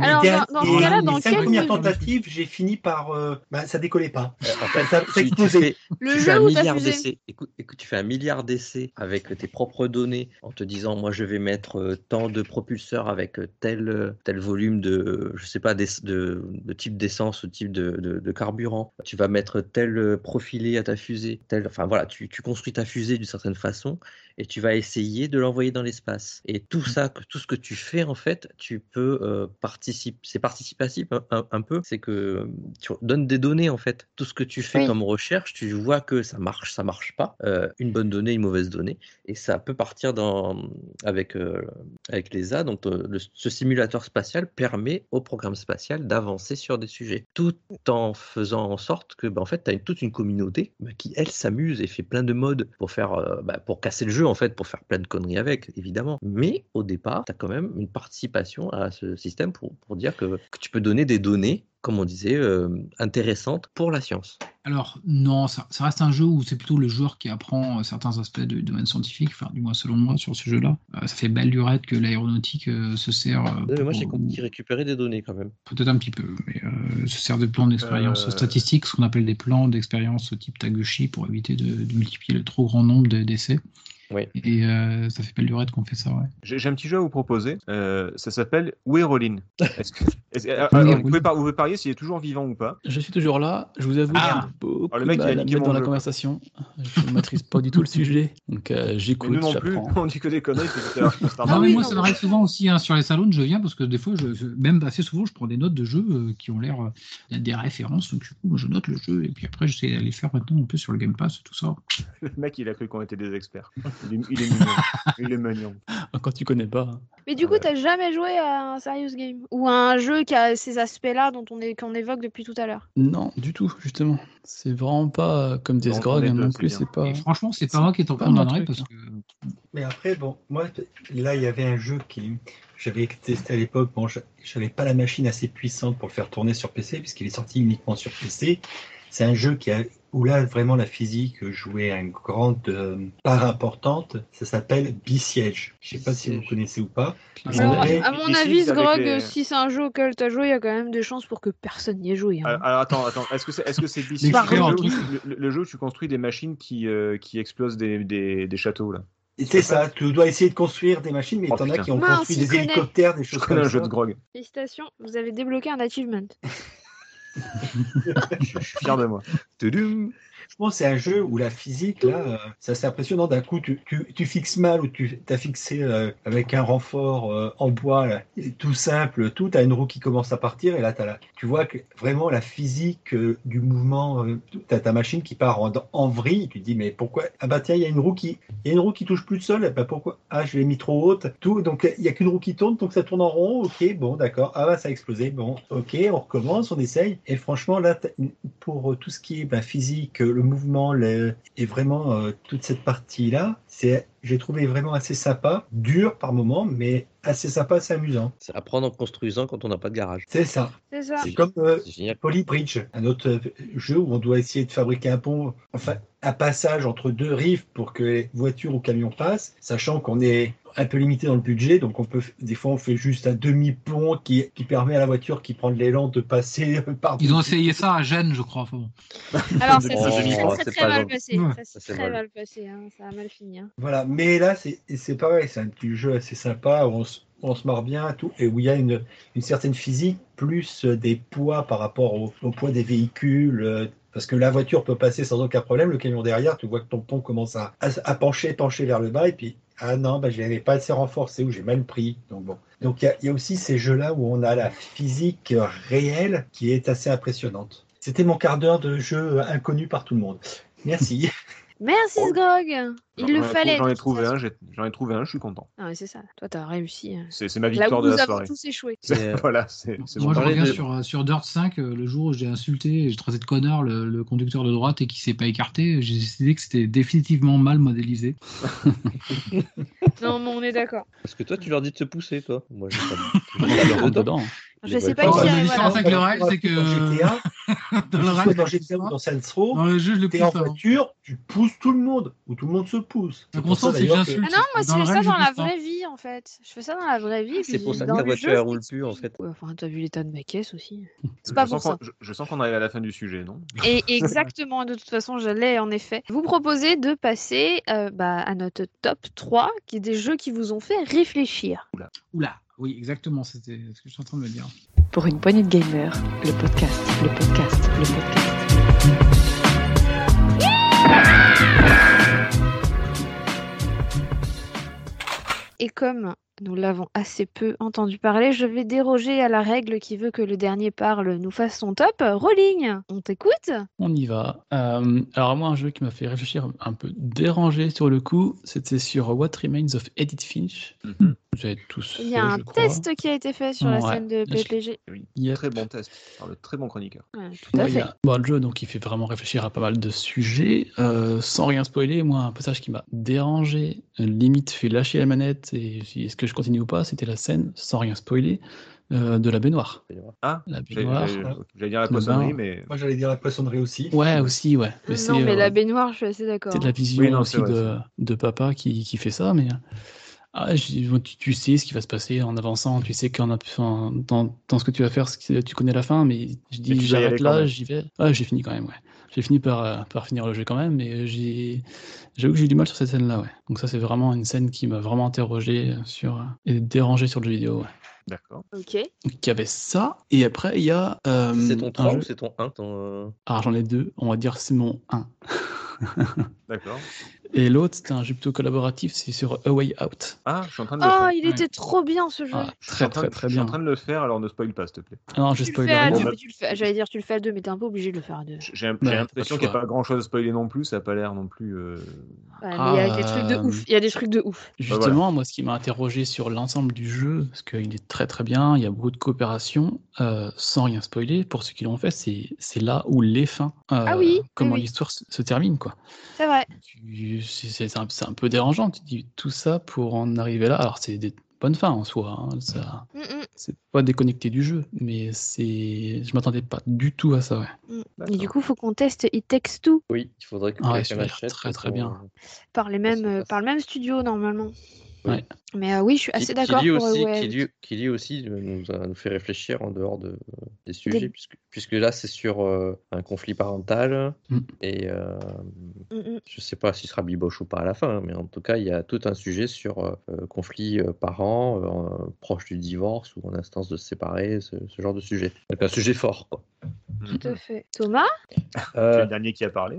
S2: Alors,
S6: Mes der-
S2: dans- dans
S6: les-
S2: ce cas-là,
S6: les
S2: dans
S6: cinq
S2: quel
S6: premières
S2: jeu-
S6: tentatives, j'ai fini par. euh, bah, ça décollait pas.
S7: Enfin,
S6: Ça
S7: tu- tu
S6: explosait.
S7: fais-
S2: Le
S7: tu fais
S2: jeu
S7: un
S2: où t'as
S7: milliard
S2: fusé.
S7: d'essais. Écoute, écoute, tu fais un milliard d'essais avec tes propres données en te disant moi je vais mettre euh, tant de propulseurs avec euh, tel euh, tel volume de euh, je sais pas d'ess- de, de type d'essence ou type de, de- de carburant. Tu vas mettre tel euh, profilé à ta fusée. Tel, enfin voilà, tu, tu construis ta fusée d'une certaine façon et tu vas essayer de l'envoyer dans l'espace. Et tout ça, que- tout ce que tu fais en fait, tu peux participer. C'est participatif un, un- un peu. C'est que euh, tu donnes des données en fait. Tout ce que tu fais
S2: Oui.
S7: comme recherche, tu vois que ça marche, ça marche pas. Euh, une bonne donnée, une mauvaise donnée, et ça peut partir dans avec euh, avec l'ESA. Donc euh, le- ce simulateur spatial permet au programme spatial d'avancer sur des sujets, tout en faisant en sorte que bah, en fait tu as toute une communauté bah, qui elle s'amuse et fait plein de modes pour faire euh, bah, pour casser le jeu en fait, pour faire plein de conneries avec évidemment. Mais au départ, tu as quand même une participation à ce système pour pour dire que, que tu peux donner des données comme on disait, euh, intéressantes pour la science.
S5: Alors, non, ça, ça reste un jeu où c'est plutôt le joueur qui apprend euh, certains aspects du domaine scientifique, enfin, du moins selon moi, sur ce jeu-là. Euh, ça fait belle lurette que l'aéronautique euh, se sert. euh,
S7: Non, mais moi, j'ai
S5: pour-
S7: compris récupérer des données quand même.
S5: Peut-être un petit peu, mais euh, se sert de plans d'expérience
S4: Euh,
S5: statistiques, ce qu'on appelle des plans d'expérience type Taguchi pour éviter de, de multiplier le trop grand nombre de- d'essais.
S7: Oui.
S5: Et euh, ça fait belle lurette qu'on fait ça, ouais.
S4: J'ai j'ai un petit jeu à vous proposer. Euh, ça s'appelle Où est Rollin Est-ce
S5: [laughs]
S4: que- est-ce- euh, alors,
S5: Oui,
S4: vous,
S5: oui.
S4: pouvez par- vous pouvez parier s'il est toujours vivant ou pas.
S3: Je suis toujours là. Je vous avoue,
S5: Ah.
S3: j'ai beaucoup
S4: Ah, le mec,
S3: de
S4: il a
S3: mal à me
S4: niqué
S3: mettre
S4: mon
S3: dans la
S4: jeu.
S3: conversation. Je ne maîtrise pas du tout le sujet. Donc euh,
S4: Mais
S3: j'écoute,
S4: nous non plus,
S3: j'apprends.
S4: [laughs] on dit que des conneries. c'est tout à l'heure,
S5: [laughs]
S4: je pense, par
S5: Non,
S4: rapport
S2: Ah
S4: à-
S5: mais
S2: oui,
S5: moi,
S2: non,
S5: ça
S2: mais-
S5: m'arrive souvent aussi hein, sur les salons, je viens parce que des fois, je, je- même assez souvent, je prends des notes de jeux euh, qui ont l'air euh, d'être des références. Donc, du coup, je note le jeu et puis après, j'essaie d'aller faire maintenant un peu sur le Game Pass et tout ça.
S4: Le mec, il a cru qu'on était des
S5: [laughs]
S4: experts. Il est, il est mignon. Il est mignon.
S3: Ah, Quand tu connais pas.
S2: Mais du coup, t'as jamais joué à un serious game ou à un jeu qui a ces aspects-là dont on est qu'on évoque depuis tout à l'heure.
S3: Non, du tout, justement. C'est vraiment pas euh, comme des
S4: Non, on
S3: Grog
S4: est
S3: hein,
S4: deux,
S3: non
S4: c'est
S3: plus.
S4: bien.
S3: C'est pas.
S5: Et franchement, c'est pas
S3: C'est
S5: moi qui est en
S3: pas
S5: train
S3: mon
S5: d'en
S3: truc,
S5: parce
S3: hein.
S5: que
S6: Mais après, bon, moi, là, il y avait un jeu qui j'avais testé à l'époque. Bon, je- j'avais pas la machine assez puissante pour le faire tourner sur PC, puisqu'il est sorti uniquement sur PC. C'est un jeu qui a, où là, vraiment, la physique jouait une grande euh, part importante. Ça s'appelle Besiege. Je sais pas si vous
S7: Besiege.
S6: connaissez ou pas.
S5: Alors,
S2: Alors,
S6: Ouais.
S2: à mon
S4: Et si,
S2: avis,
S4: c'est
S2: ce
S4: avec
S2: Grog,
S4: les-
S2: si c'est un jeu auquel t'as joué, il y a quand même des chances pour que personne n'y ait joué. hein.
S4: Alors, alors, attends, attends. Est-ce que c'est est -ce c'est Bicide,
S5: L'expert
S4: le, jeu
S5: en
S4: où
S5: truc.
S4: tu- le- le jeu où tu construis des machines qui, euh, qui explosent des, des, des châteaux là
S6: Et C'est ça, tu dois essayer de construire des machines, mais
S4: Oh,
S6: t'en as
S4: putain.
S6: qui ont
S2: Mince,
S6: construit
S2: il
S6: des
S2: connaît.
S6: hélicoptères, des
S4: Je
S6: choses
S4: connais
S6: comme
S4: un
S6: ça.
S4: jeu de grog.
S2: Félicitations, vous avez débloqué un achievement.
S4: Je suis fier de moi.
S7: Tudum.
S6: Franchement, c'est un jeu où la physique, là, euh, ça c'est impressionnant. D'un coup, tu, tu- tu fixes mal ou tu as fixé euh, avec un renfort euh, en bois, là, tout simple, tout. Tu as une roue qui commence à partir et là, t'as la, tu vois que vraiment la physique euh, du mouvement, tu as ta machine qui part en, en vrille. Tu te dis, mais pourquoi Ah bah tiens, il y a une roue qui il y a une roue qui touche plus le sol, bah pourquoi Ah, je l'ai mis trop haute, tout. Donc il y a qu'une roue qui tourne, donc ça tourne en rond. Ok, bon, d'accord. Ah bah ça a explosé. Bon, ok, on recommence, on essaye. Et franchement, là, t'as- pour euh, tout ce qui est bah, physique, euh, le mouvement, le- et vraiment euh, toute cette partie là, c'est j'ai trouvé vraiment assez sympa, dur par moment, mais assez sympa, assez amusant.
S7: C'est apprendre en construisant quand on n'a pas de garage.
S6: C'est ça.
S2: C'est ça.
S6: C'est comme euh,
S7: C'est génial.
S6: Polybridge, un autre euh, jeu où on doit essayer de fabriquer un pont, enfin un passage entre deux rives pour que les voitures ou camions passent, sachant qu'on est un peu limité dans le budget, donc on peut des fois on fait juste un demi-pont qui, qui permet à la voiture qui prend de l'élan de passer [laughs] par
S5: ils ont essayé ça à Gênes, je crois. Enfin, bon.
S2: Alors, c'est
S7: Oh,
S2: ça s'est
S7: c'est
S2: très, très
S7: pas
S2: mal
S7: gentil.
S2: passé.
S5: Ouais.
S2: Ça s'est
S7: Ça, c'est
S2: très
S7: mal.
S2: mal passé. hein. Ça a mal fini. hein.
S6: Voilà, mais là c'est c'est pareil, c'est un petit jeu assez sympa, où on se, on se marre bien tout, et où il y a une, une certaine physique, plus des poids par rapport au, au poids des véhicules. euh, Parce que la voiture peut passer sans aucun problème, le camion derrière, tu vois que ton pont commence à, à, à pencher, pencher vers le bas, et puis ah non, bah, je l'avais pas assez renforcé ou j'ai mal pris. Donc bon. Donc il y a- il y, a aussi ces jeux-là où on a la physique réelle qui est assez impressionnante. C'était mon quart d'heure de jeu euh, inconnu par tout le monde. Merci.
S2: Merci, ce Grog. Il le
S4: J'en ai trou-
S2: fallait.
S4: J'en
S2: de
S4: ai
S2: toute
S4: trouvé
S2: façon.
S4: un, j'ai- j'en ai trouvé un, je suis content.
S2: Ah, mais c'est ça. Toi, t'as réussi. hein.
S4: C'est c'est ma
S2: Là
S4: victoire
S2: où
S4: de
S2: nous
S4: la
S2: avons
S4: [laughs] soirée.
S2: tous échoué.
S7: Mais, euh,
S4: Voilà, c'est c'est
S5: Moi,
S4: bon.
S5: je
S7: parlait
S5: reviens
S7: de-
S5: sur, euh, sur Dirt 5, euh, le jour où j'ai insulté et j'ai traité de connard le, le conducteur de droite et qui s'est pas écarté, j'ai décidé que c'était définitivement mal modélisé.
S2: Non, mais on est d'accord.
S7: Parce que toi, tu leur dis de se pousser, toi. Moi, je
S3: Je rentre dedans.
S2: Je sais pas
S5: Non,
S4: Oh,
S2: qui
S5: la
S2: a-
S5: différence
S2: voilà.
S5: avec le rail, c'est que-
S6: euh, Dans GTA,
S5: [laughs] Dans le
S6: que ce
S5: rail,
S6: soit dans GTA ou dans Saints Row,
S5: Dans le jeu, je le
S6: T'es
S5: pousse
S6: en
S5: avant.
S6: voiture, tu pousses tout le monde, ou tout le monde se pousse.
S5: Le
S6: pour ça,
S5: constant, c'est que
S6: d'ailleurs,
S5: j'insulte.
S2: Ah non, moi,
S5: Dans
S2: je
S5: le
S2: fais ça
S5: rail, je
S2: dans la
S5: pousse pas.
S2: vraie vie, en fait. Je fais ça dans la vraie vie.
S7: Ah, C'est
S2: puis
S7: pour ça que
S2: dans
S7: ta
S2: le
S7: voiture
S2: jeu,
S7: elle roule plus en fait.
S2: Ouais, enfin, t'as vu l'état de ma caisse
S4: [laughs]
S2: aussi. C'est
S4: Je
S2: pas pour
S4: sens
S2: ça.
S4: qu'on- je- je sens qu'on arrive à la fin du sujet, non [laughs]
S2: Et exactement, de toute façon, je l'ai en effet. Vous proposez de passer euh, bah, à notre top 3, qui est des jeux qui vous ont fait réfléchir.
S5: Oula, oui, exactement, c'était ce que je suis en train de me dire.
S1: Pour une poignée de gamers, le podcast, le podcast, le podcast.
S2: Et comme nous l'avons assez peu entendu parler, je vais déroger à la règle qui veut que le dernier parle nous fasse son top. Rolling, on t'écoute
S3: On y va. Euh, alors moi, un jeu qui m'a fait réfléchir, un peu dérangé sur le coup, c'était sur What Remains of Edith Finch.
S4: Mhm.
S3: Vous avez tous
S2: Il y
S3: fait,
S2: a un
S3: je crois.
S2: test qui a été fait sur la
S3: Ouais.
S2: scène de PPG.
S4: Eh Oui,
S3: Yep.
S4: Très bon test par le très bon chroniqueur.
S2: Ouais, tout à
S3: Ouais, il y
S2: fait.
S3: a- Bon, le jeu, donc, il fait vraiment réfléchir à pas mal de sujets. Euh, sans rien spoiler, moi, un passage qui m'a dérangé, euh, limite fait lâcher la manette, et je me suis dit, est-ce que je continue ou pas C'était la scène, sans rien spoiler, euh, de la baignoire.
S4: Ah,
S3: La
S4: j'allais
S3: baignoire.
S4: j'allais- j'allais dire la
S3: Le
S4: poissonnerie,
S3: bain.
S4: mais
S6: Moi, j'allais dire la poissonnerie aussi.
S3: Ouais, aussi, ouais.
S2: non,
S3: c'est,
S2: mais
S3: euh,
S2: la baignoire, je suis assez d'accord.
S3: C'est de la vision
S4: Oui, non, c'est
S3: aussi
S4: vrai,
S3: de, de papa qui, qui fait ça, mais ah, je- bon, tu, tu sais ce qui va se passer en avançant, tu sais qu'en en- dans, dans ce que tu vas faire, ce que- tu connais la fin, mais je
S4: Mais tu vas
S3: dis
S4: y aller
S3: j'arrête
S4: quand
S3: là,
S4: même.
S3: j'y vais. Ah, j'ai fini quand même, ouais. J'ai fini par, euh, par finir le jeu quand même, mais euh, j'ai j'avoue que j'ai eu du mal sur cette scène-là, ouais. Donc ça, c'est vraiment une scène qui m'a vraiment interrogé euh, sur euh, et dérangé sur le jeu vidéo, ouais.
S4: d'accord.
S2: Ok.
S3: Donc il y avait ça, et après il y a euh,
S7: C'est ton
S3: un
S7: 3
S3: jeu-
S7: ou c'est ton 1 ton... euh,
S3: Ah, j'en ai deux, on va dire c'est mon 1.
S4: D'accord.
S3: Et l'autre, c'est un jeu plutôt collaboratif, c'est sur A Way Out.
S4: Ah, je suis en train de le
S2: Oh,
S4: faire.
S2: il
S5: Ouais.
S2: était trop bien ce jeu.
S3: Ah,
S4: Je suis
S3: très
S4: en train-
S3: très très
S4: Je suis
S3: bien.
S4: en train de le faire, alors ne spoil pas, s'il te plaît.
S3: Ah non, je
S2: Tu le
S3: spoiler
S2: fais à
S3: rien.
S2: deux,
S4: bah-
S2: mais tu le fais- J'allais dire tu le fais à deux, mais t'es un peu obligé de le faire à deux.
S4: J'ai j'ai
S3: Bah,
S4: l'impression
S3: pas le
S4: qu'il n'y a
S3: choix.
S4: pas grand chose à spoiler non plus, ça n'a pas l'air non plus. euh,
S2: Ouais, mais il y a des trucs de
S3: Ah,
S2: ouf. Il y a des trucs de ouf.
S3: Justement, moi, ce qui m'a interrogé sur l'ensemble du jeu, parce qu'il est très très bien, il y a beaucoup de coopération, euh, sans rien spoiler, pour ceux qui l'ont fait, c'est c'est là où les fins, euh,
S2: Ah oui, oui,
S3: comment
S2: oui.
S3: l'histoire se, se termine. quoi.
S2: C'est vrai.
S3: Tu- C'est c'est un, c'est un peu dérangeant, tu dis tout ça pour en arriver là. Alors, c'est des bonnes fins en soi, hein, ça-
S2: Mm, mm.
S3: c'est pas déconnecté du jeu, mais c'est je m'attendais pas du tout à ça. ouais.
S2: mm. Et
S4: d'accord.
S2: du coup, faut qu'on teste It Takes Two
S7: Oui, il faudrait que
S3: Ah ouais,
S7: quelqu'un
S3: celui-là,
S7: l'achète.
S3: très,
S7: parce
S3: très
S7: qu'on-
S3: bien.
S2: par, les
S7: Ça se
S2: mêmes, euh,
S7: passe.
S2: par le même studio normalement.
S3: Ouais.
S2: Mais euh, oui, je suis
S7: Qui-
S2: assez
S7: qui
S2: d'accord
S7: lui
S2: pour euh,
S7: aussi,
S2: ouais.
S7: qui, lui, qui lui aussi euh, nous, a- nous fait réfléchir en dehors de, des sujets, Puisque, puisque là c'est sur euh, un conflit parental
S3: Mm.
S7: et euh,
S2: Mm, mm.
S7: je sais pas s'il sera biboche ou pas à la fin, hein, mais en tout cas il y a tout un sujet sur euh, euh, conflit euh, parents euh, proche du divorce ou en instance de se séparer, ce, ce genre de sujet. Donc un sujet fort quoi.
S2: Tout à fait. Thomas
S4: Tu es
S7: Euh,
S4: le dernier qui a parlé.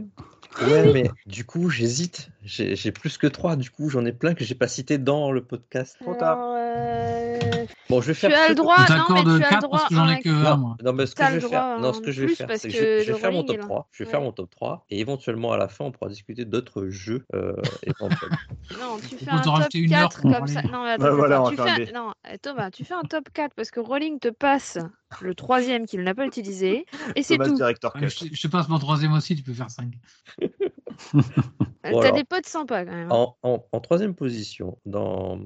S7: Ouais, mais du coup, j'hésite. J'ai j'ai plus que trois, du coup, j'en ai plein que j'ai pas cité dans le podcast.
S4: Trop tard.
S2: Alors, euh,
S7: Bon, je vais
S2: Tu
S7: faire.
S2: as
S7: ce
S2: le
S7: que-
S2: droit. Ah, Non, mais
S5: T'accordes
S2: tu as le
S5: 4 parce
S2: droit.
S5: que j'en
S2: à
S5: ai
S2: un-
S5: que
S7: Non,
S5: 1, moi.
S7: non, mais ce que
S2: T'as le
S7: je vais faire,
S2: droit
S7: non, ce que
S2: en
S7: je vais
S2: plus
S7: faire,
S2: parce
S7: c'est que,
S2: que
S7: je, je vais
S2: le
S7: faire mon
S2: rolling est
S7: top
S2: là.
S7: 3. Je vais
S2: Ouais.
S7: faire mon top 3 et éventuellement à la fin, on pourra discuter d'autres jeux euh,
S2: [laughs]
S7: éventuels.
S2: Non, tu fais
S5: propose
S2: un
S5: de
S2: top
S5: rajouter une heure
S2: 4
S5: pour
S2: comme ça.
S5: Rolling.
S2: Non, mais attends,
S4: Bah voilà,
S2: attends,
S4: on va
S2: tu
S4: faire
S2: fais
S4: un
S2: un- non, euh, Thomas, tu fais un top 4 parce que Rolling te passe le troisième qu'il n'a pas utilisé et c'est
S4: Thomas,
S2: tout.
S4: directeur
S3: Ah,
S5: Ouais,
S4: cut.
S5: Ah, je, je te passe mon troisième aussi, tu peux faire 5.
S2: Euh,
S7: Bon,
S2: T'as
S7: alors.
S2: des potes sympas quand même.
S7: En, en- en troisième position, dans,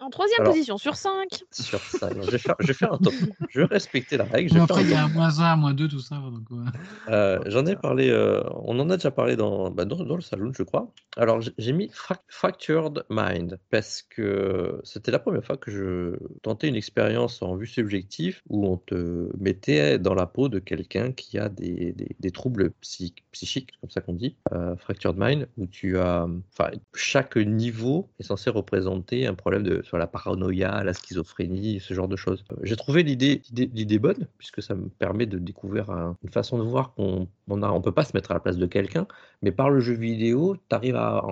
S2: En troisième
S7: Alors.
S2: position sur 5.
S7: sur ça, non, je, vais faire, je vais faire un top 3. Je vais respecter la règle. je vais faire
S5: Après,
S7: un
S5: il y
S7: top
S5: a un moins 1, un moins 2, tout ça. donc,
S4: [laughs]
S5: ouais.
S7: Euh, J'en ai parlé, euh, on en a déjà parlé dans, bah, dans, dans le salon, je crois. Alors, j- j'ai mis Frac- Fractured Mind parce que c'était la première fois que je tentais une expérience en vue subjective où on te mettait dans la peau de quelqu'un qui a des, des- des troubles psy- psychiques, c'est comme ça qu'on dit, euh, Fractured Mind, où tu as. Enfin, chaque niveau est censé représenter un problème de soit la paranoïa, la schizophrénie, ce genre de choses. Euh, J'ai trouvé l'idée l'idée- l'idée bonne, puisque ça me permet de découvrir un- une façon de voir qu'on on a, on peut pas se mettre à la place de quelqu'un, mais par le jeu vidéo, tu arrives à,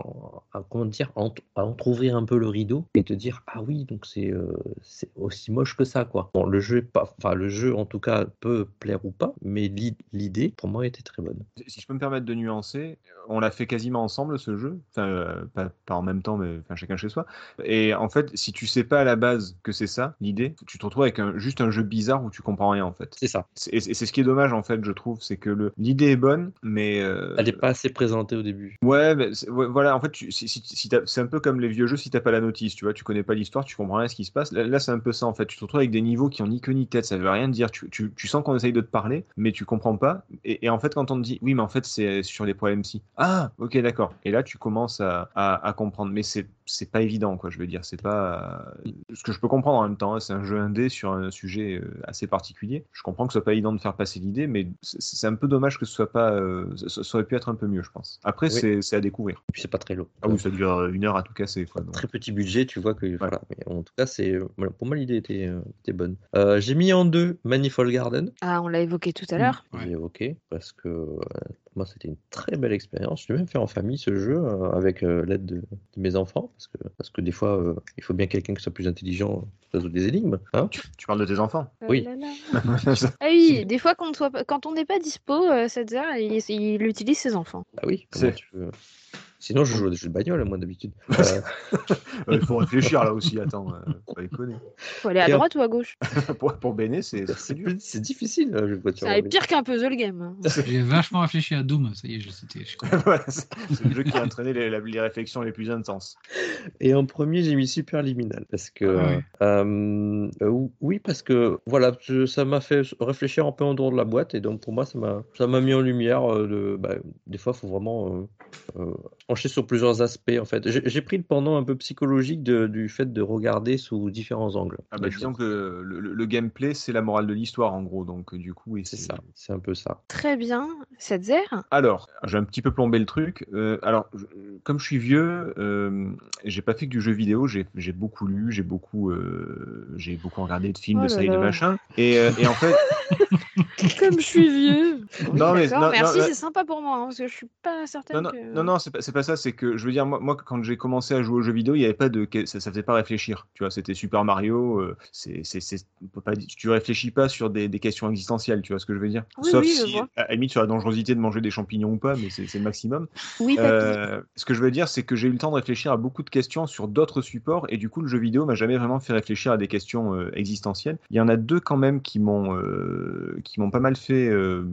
S7: à- comment dire, à, ent- à entrouvrir un peu le rideau et te dire ah oui, donc c'est euh, c'est aussi moche que ça quoi. Bon, le jeu est pas, enfin le jeu en tout cas peut plaire ou pas, mais l'i- l'idée pour moi était très bonne.
S4: Si je peux me permettre de nuancer, on l'a l'a fait quasiment ensemble ce jeu, enfin euh, pas, pas en même temps, mais enfin, chacun chez soi. Et en fait, si tu sais pas à la base que c'est ça l'idée, tu te retrouves avec un, juste un jeu bizarre où tu comprends rien en fait.
S7: C'est ça.
S4: C'est- Et c'est c'est ce qui est dommage en fait, je trouve, c'est que le- l'idée est bonne, mais euh,
S7: Elle n'est pas assez présentée au début.
S4: Ouais, mais c'est- ouais, voilà, en fait, tu- si, si- si t'as- c'est un peu comme les vieux jeux, si t'as pas la notice, tu vois, tu connais pas l'histoire, tu comprends rien à ce qui se passe. Là, là, c'est un peu ça, en fait. Tu te retrouves avec des niveaux qui ont ni queue ni tête, ça veut rien dire. Tu, tu- tu sens qu'on essaye de te parler, mais tu comprends pas. Et, et en fait, quand on te dit, oui, mais en fait, c'est sur les problèmes psy. Ah, ok, d'accord. Et là, tu commences à, à- à comprendre. Mais c'est c'est pas évident, quoi, je veux dire. C'est pas. euh, Ce que je peux comprendre en même temps, hein, c'est un jeu indé sur un sujet euh, assez particulier. Je comprends que ce soit pas évident de faire passer l'idée, mais c'est- c'est un peu dommage que ce soit pas. euh, ça- ça aurait pu être un peu mieux, je pense. Après,
S7: Oui.
S4: c'est- c'est à découvrir.
S7: Et puis c'est pas très long.
S4: Ah oui, ça dure euh, une heure à tout casser, quoi. donc.
S7: très petit budget, tu vois que voilà. Mais en tout cas, c'est euh, voilà, pour moi l'idée était, euh, était bonne. Euh, j'ai mis en deux Manifold Garden.
S2: Ah, on l'a évoqué tout à
S7: Mm.
S2: l'heure.
S5: Ouais.
S7: J'ai évoqué parce que euh, pour moi c'était une très belle expérience. Je l'ai même fait en famille ce jeu euh, avec euh, l'aide de, de mes enfants parce que parce que des fois euh, il faut bien quelqu'un qui soit plus intelligent pour résoudre des énigmes. hein.
S4: Tu parles de tes [laughs] enfants
S7: Oui.
S2: Ah là là. Ah oui, des fois, quand on soit pas- quand on n'est pas dispo, euh, cette heure, il, il utilise ses enfants.
S7: Bah oui. comment
S4: C'est-
S7: tu veux Sinon je joue à des jeux de bagnole moi d'habitude. Euh,
S4: Euh, Il faut réfléchir là aussi, attends, euh, faut pas déconner.
S2: Faut aller à
S7: Et en-
S2: droite ou à gauche.
S4: [laughs] pour, pour Béné, c'est c'est
S7: c'est
S4: dur.
S7: plus- c'est difficile. euh, le jeu de voiture.
S2: Ça est pire qu'un puzzle game.
S4: [laughs]
S2: hein.
S5: J'ai vachement réfléchi à Doom, ça y est, je c'était. je comprends.
S4: Voilà, c'est c'est le jeu qui a entraîné les, la- les réflexions les plus intenses.
S7: Et en premier, j'ai mis Super Liminal parce que
S5: Ah ouais.
S7: euh, euh, oui, parce que voilà, je- ça m'a fait réfléchir un peu en dehors de la boîte et donc pour moi, ça m'a ça m'a mis en lumière. euh, de, bah, des fois, faut vraiment euh, euh, pencher sur plusieurs aspects en fait. J'ai j'ai pris le pendant un peu psychologique de- du fait de regarder sous différents angles.
S4: Ah bah,
S7: les
S4: disons
S7: choses.
S4: que le, le- le gameplay, c'est la morale de l'histoire en gros, donc euh, du coup, et
S7: c'est ça, c'est un peu ça.
S2: Très bien, cette heure.
S4: Alors, j'ai un petit peu plombé le truc. Euh, alors, je- comme je suis vieux, euh, j'ai pas fait que du jeu vidéo. J'ai j'ai beaucoup lu, j'ai beaucoup, euh, j'ai beaucoup regardé de films,
S2: Oh
S4: de
S2: là
S4: séries, de
S2: là.
S4: machins. Et, euh, et
S2: [laughs]
S4: en fait,
S2: Comme je suis
S4: [laughs]
S2: vieux.
S4: Non, mais-
S2: D'accord,
S4: non,
S2: merci,
S4: non,
S2: c'est sympa pour moi, hein, parce que je suis pas certaine
S4: non, non,
S2: que...
S4: non, non, c'est pas, c'est pas ça. C'est que je veux dire, moi, moi quand j'ai commencé à jouer aux jeux vidéo, il y avait pas de, ça, ça faisait pas réfléchir. Tu vois, c'était Super Mario. euh, c'est, c'est, c'est- on peut pas, dire- tu réfléchis pas sur des, des questions existentielles. Tu vois ce que je veux dire
S2: Oui,
S4: Sauf
S2: oui, je
S4: si,
S2: vois.
S4: à la limite, sur la dangerosité de manger des champignons ou pas, mais c'est c'est le maximum.
S2: Oui, papy.
S4: Euh, ce que je veux dire, c'est que j'ai eu le temps de réfléchir à beaucoup de questions sur d'autres supports, et du coup, le jeu vidéo m'a jamais vraiment fait réfléchir à des questions euh, existentielles. Il y en a deux quand même qui m'ont euh, qui m'ont pas mal fait euh,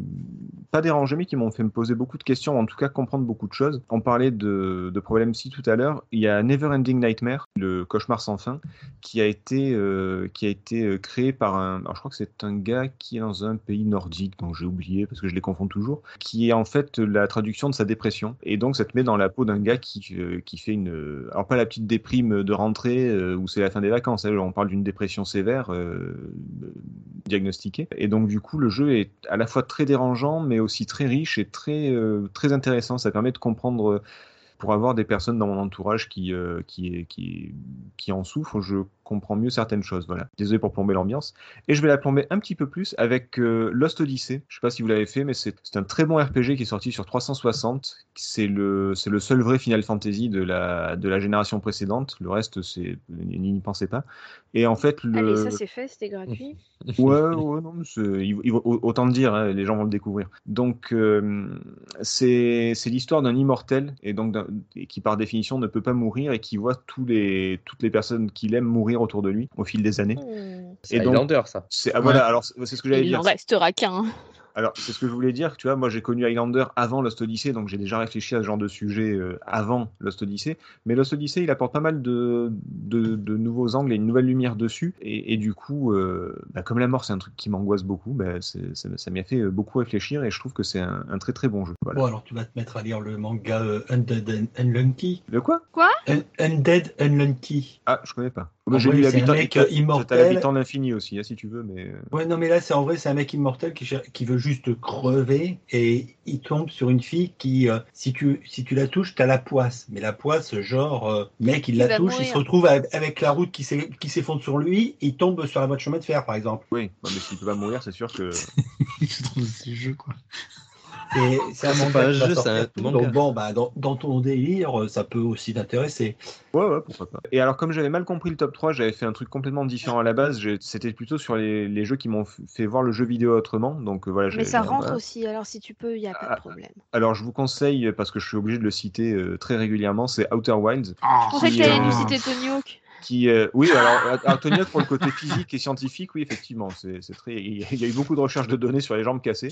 S4: pas dérangé, mais qui m'ont fait me poser beaucoup de questions, en tout cas comprendre beaucoup de choses. On parlait de, de problèmes psy tout à l'heure. Il y a Neverending Nightmare, le cauchemar sans fin, qui a été euh, qui a été euh, créé par un. Alors je crois que c'est un gars qui est dans un pays nordique dont j'ai oublié parce que je les confonds toujours, qui est en fait la traduction de sa dépression. Et donc ça te met dans la peau d'un gars qui euh, qui fait une. euh, Alors pas la petite déprime de rentrée euh, où c'est la fin des vacances. hein, on parle d'une dépression sévère euh, diagnostiquée. Et donc du coup le jeu est à la fois très dérangeant mais aussi très riche et très euh, très intéressant. Ça permet de comprendre euh, pour avoir des personnes dans mon entourage qui, euh, qui, qui, qui en souffrent, je comprends mieux certaines choses. Voilà. Désolé pour plomber l'ambiance. Et je vais la plomber un petit peu plus avec euh, Lost Odyssey. Je sais pas si vous l'avez fait, mais c'est c'est un très bon RPG qui est sorti sur 360. C'est le, c'est le seul vrai Final Fantasy de la, de la génération précédente. Le reste, c'est n'y n'y pensez pas. Et en fait, le.
S2: Allez, ça c'est fait, c'était
S4: [laughs]
S2: gratuit.
S4: Ouais, ouais, non, mais c'est- il- il- au- autant le dire, hein, les gens vont le découvrir. Donc, euh, c'est c'est l'histoire d'un immortel, et donc d'un- et qui par définition ne peut pas mourir et qui voit tous les, toutes les personnes qu'il aime mourir autour de lui au fil des années.
S2: Hmm,
S7: [laughs] C'est
S4: Et donc-
S7: Highlander ça.
S4: C'est- Ah voilà, alors c'est c'est ce que j'allais
S2: Il
S4: dire.
S2: n'en restera qu'un.
S4: Alors, c'est ce que je voulais dire. Tu vois, moi, j'ai connu Highlander avant Lost Odyssey, donc j'ai déjà réfléchi à ce genre de sujet euh, avant Lost Odyssey. Mais Lost Odyssey, il apporte pas mal de, de, de nouveaux angles et une nouvelle lumière dessus. Et, et du coup, euh, bah, comme la mort, c'est un truc qui m'angoisse beaucoup, bah, c'est- ça ça m'y a fait euh, beaucoup réfléchir et je trouve que c'est un, un très très bon jeu. Voilà.
S6: Bon, alors tu vas te mettre à lire le manga euh, Undead and Unlucky.
S4: De quoi
S6: Un- Undead Unlucky.
S4: Ah, je connais pas.
S6: En
S4: j'ai
S6: vrai,
S4: lu
S6: c'est un
S4: l'habitant
S6: mec,
S4: t'as-
S6: euh,
S4: t'as
S6: immortel.
S4: l'habitant de l'infini aussi, hein, si tu veux, mais. euh,
S6: Ouais, non, mais là, c'est en vrai, c'est un mec immortel qui, cher- qui veut juste crever et il tombe sur une fille qui, euh, si, tu, si tu la touches, t'as la poisse. Mais la poisse, genre, euh, mec, il
S2: Il
S6: la
S2: va
S6: touche, il
S2: mourir.
S6: se retrouve a- avec la route qui s'é- qui s'effondre sur lui, il tombe sur la voie de chemin de fer, par exemple.
S4: Oui, non, mais s'il peut pas mourir, c'est sûr que.
S5: Je trouve ces jeux, quoi.
S6: Et c'est un
S7: C'est
S6: manga
S7: pas un
S6: qui va
S7: jeu,
S6: sortir
S7: c'est un
S6: tout.
S7: manga.
S6: Donc bon, bah, dans, dans ton délire, euh, ça peut aussi t'intéresser.
S4: Ouais, ouais, pourquoi pas. Et alors, comme j'avais mal compris le top 3, j'avais fait un truc complètement différent à la base. J'ai- C'était plutôt sur les, les jeux qui m'ont f- fait voir le jeu vidéo autrement. Donc euh, voilà.
S2: Mais
S4: j'ai-
S2: ça
S4: j'ai-
S2: rentre
S4: voilà.
S2: aussi, alors si tu peux, il n'y a pas
S4: Ah,
S2: de problème.
S4: Alors, je vous conseille, parce que je suis obligé de le citer euh, très régulièrement, c'est Outer Wilds.
S5: Ah,
S2: Je pensais que
S4: si,
S2: t'allais
S4: euh,
S2: nous citer Tony Hawk.
S4: Qui, euh, oui, alors Antonio pour le côté physique et scientifique, oui, effectivement, c'est c'est très. Il y a eu beaucoup de recherches de données sur les jambes cassées.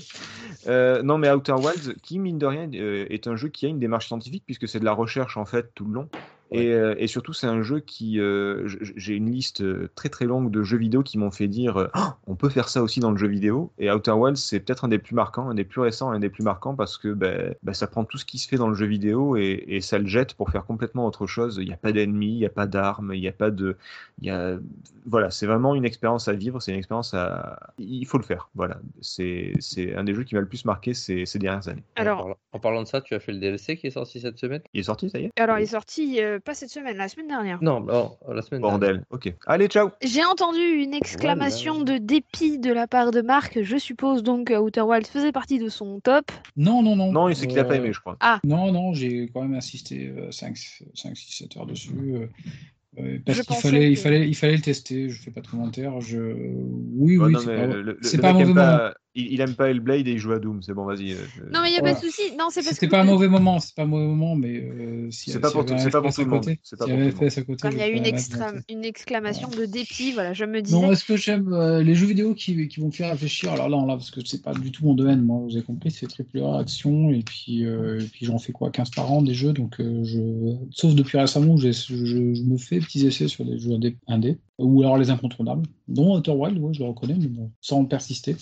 S4: Euh, non, mais Outer Wilds, qui mine de rien euh, est un jeu qui a une démarche scientifique puisque c'est de la recherche en fait tout le long. Et, euh, et surtout, c'est un jeu qui. euh, j- J'ai une liste euh, très très longue de jeux vidéo qui m'ont fait dire euh, Ah, on peut faire ça aussi dans le jeu vidéo. Et Outer Wilds, c'est peut-être un des plus marquants, un des plus récents, un des plus marquants parce que ben, ben, ça prend tout ce qui se fait dans le jeu vidéo et, et ça le jette pour faire complètement autre chose. Il n'y a pas d'ennemis, il n'y a pas d'armes, il n'y a pas de. il Y a... Voilà, c'est vraiment une expérience à vivre, c'est une expérience à. Il faut le faire. Voilà, c'est c'est un des jeux qui m'a le plus marqué ces, ces dernières années.
S2: Alors-
S7: en, parlant, en parlant de ça, tu as fait le DLC qui est sorti cette semaine
S4: Il est sorti, ça y est
S2: Alors, il est sorti euh, pas cette semaine, la semaine dernière.
S7: Non, non, la semaine dernière.
S4: Bordel. Ok. Allez, ciao
S2: J'ai entendu une exclamation
S7: Voilà.
S2: de dépit de la part de Marc. Je suppose donc que Outer Wilds faisait partie de son top.
S5: Non, non, non.
S4: Non, c'est qu'il a pas aimé, je crois.
S5: Non, non, j'ai quand même insisté euh, 5, 6, 7 heures dessus. euh, euh, parce
S2: Je
S5: qu'il
S2: pensais
S5: fallait, il
S2: que-
S5: fallait, il fallait le tester. Je fais pas de commentaires. Je... Oui,
S4: Ouais,
S5: oui,
S4: non,
S5: c'est
S4: mais
S5: pas,
S4: le- le-
S5: c'est
S4: le
S5: pas un
S4: mec aime
S5: mauvais
S4: pas-
S5: moment.
S4: il, il aime pas Hellblade et il joue à Doom. C'est bon, vas-y. euh,
S2: Non, mais il n'y a
S5: Voilà.
S2: pas de souci. Non, c'est parce
S5: C'était
S2: que
S5: pas un mauvais moment. C'est pas un mauvais moment, mais euh, si-
S4: C'est pas
S5: si
S4: pour
S5: y
S4: tout-
S5: avait
S4: c'est pas pour
S5: FPS à
S4: tout le monde,
S5: côté,
S4: c'est pas
S5: s'il y
S4: pour
S5: avait
S4: tout le
S5: FPS à côté,
S2: comme il y a
S5: je
S2: eu une,
S5: pourrais mettre
S2: exclam-
S5: mon test.
S2: une exclamation de dépit, voilà, je me disais.
S5: Non, est-ce que j'aime euh, les jeux vidéo qui, qui vont me faire réfléchir Alors là, là, parce que c'est pas du tout mon domaine, moi, vous avez compris, c'est triple A, action, et puis, euh, et puis j'en fais quoi 15 par an des jeux, donc euh, je... sauf depuis récemment où j'ai- je, je- je me fais petits essais sur des jeux indé- indés, ou alors les incontournables, dont Outer Wild, ouais, je le reconnais, mais bon, sans persister.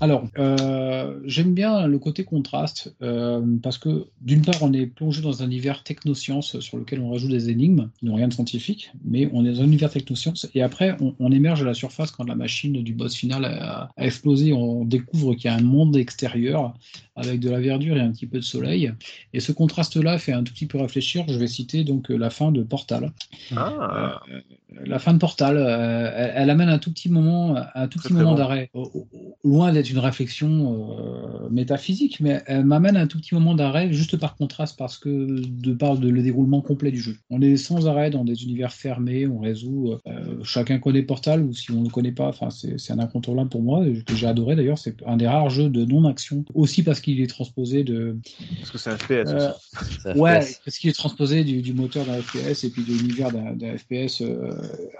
S5: Alors, euh, j'aime bien le côté contraste, euh, parce que d'une part, on est plongé dans un univers technosciences sur lequel on rajoute des énigmes qui n'ont rien de scientifique, mais on est dans un univers technosciences, et après, on, on émerge à la surface quand la machine du boss final a, a explosé. On découvre qu'il y a un monde extérieur avec de la verdure et un petit peu de soleil. Et ce contraste-là fait un tout petit peu réfléchir. Je vais citer donc euh, la fin de Portal.
S4: Ah,
S5: Euh, la fin de Portal, euh, elle, elle amène un tout petit moment, un tout
S4: Très,
S5: petit
S4: très
S5: moment
S4: bon.
S5: d'arrêt, Au- au- loin d'être une réflexion euh, métaphysique, mais elle m'amène un tout petit moment d'arrêt juste par contraste parce que de par de- le déroulement complet du jeu. On est sans arrêt dans des univers fermés, on résout. euh, chacun connaît Portal ou si on ne le connaît pas, enfin c'est c'est un incontournable pour moi que j'ai adoré d'ailleurs. C'est un des rares jeux de non-action aussi parce qu'il est transposé de
S4: parce que c'est un FPS
S5: euh,
S4: aussi.
S7: C'est un
S5: Ouais,
S7: FPS.
S5: parce qu'il est transposé du, du moteur d'un FPS et puis de l'univers d'un d'un FPS euh,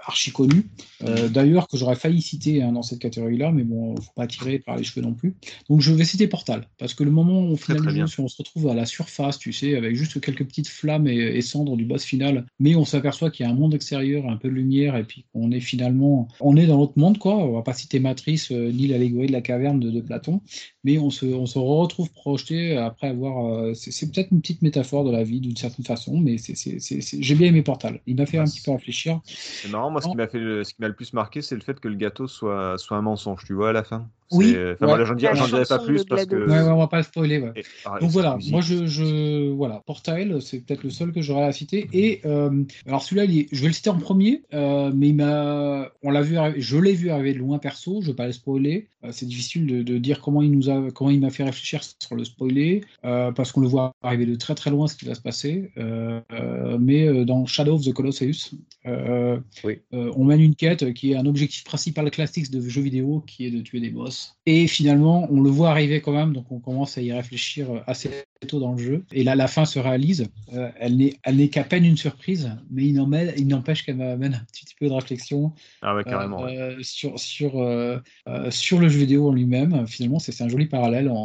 S5: archi connu. Euh, D'ailleurs, que j'aurais failli citer hein, dans cette catégorie-là, mais bon, faut pas tirer par les cheveux non plus. Donc je vais citer Portal, parce que le moment où on,
S4: Très,
S5: finalise,
S4: très bien.
S5: si on se retrouve à la surface, tu sais, avec juste quelques petites flammes et, et cendres du boss final, mais on s'aperçoit qu'il y a un monde extérieur, un peu de lumière, et puis qu'on est finalement, on est dans l'autre monde, quoi. On va pas citer Matrice euh, ni l'allégorie de la caverne de- de Platon, mais on se, on se retrouve projeté après avoir. euh, c'est c'est peut-être une petite métaphore de la vie d'une certaine façon, mais c'est- c'est- c'est- c'est- j'ai bien aimé Portal. Il m'a fait un petit peu réfléchir.
S4: Ah, C'est marrant, moi, ce qui m'a fait, le- ce qui m'a le plus marqué, c'est le fait que le gâteau soit, soit un mensonge, tu vois, à la fin. C'est-
S5: Oui,
S4: Enfin,
S5: ouais.
S4: voilà, j'en dirais,
S2: La
S4: j'en dirais pas
S2: chanson de
S4: plus parce que.
S5: Ouais, ouais, on va pas le spoiler. ouais.
S4: Et- ah, et cette
S5: Donc voilà,
S4: musique.
S5: moi je, je voilà, Portal, c'est peut-être le seul que j'aurais à citer. Et euh, alors celui-là, il est- je vais le citer en premier, euh, mais il m'a, on l'a vu, arriver- je l'ai vu arriver de loin perso. Je vais pas le spoiler. Euh, c'est difficile de, de dire comment il nous a, comment il m'a fait réfléchir sur le spoiler, euh, parce qu'on le voit arriver de très très loin ce qui va se passer. Euh, euh, mais euh, dans Shadow of the Colosseus, euh,
S7: Oui.
S5: euh, on mène une quête qui est un objectif principal classique de jeux vidéo, qui est de tuer des boss. Et finalement, on le voit arriver quand même, donc on commence à y réfléchir assez tôt dans le jeu. Et là, la fin se réalise. Euh, elle n'est, elle n'est qu'à peine une surprise, mais il n'emmène- il n'empêche qu'elle m'amène un petit peu de réflexion
S4: Ah, ouais, carrément.
S5: euh,
S4: ouais.
S5: euh, sur, sur, euh, euh, sur le jeu vidéo en lui-même. Finalement, c'est c'est un joli parallèle. On,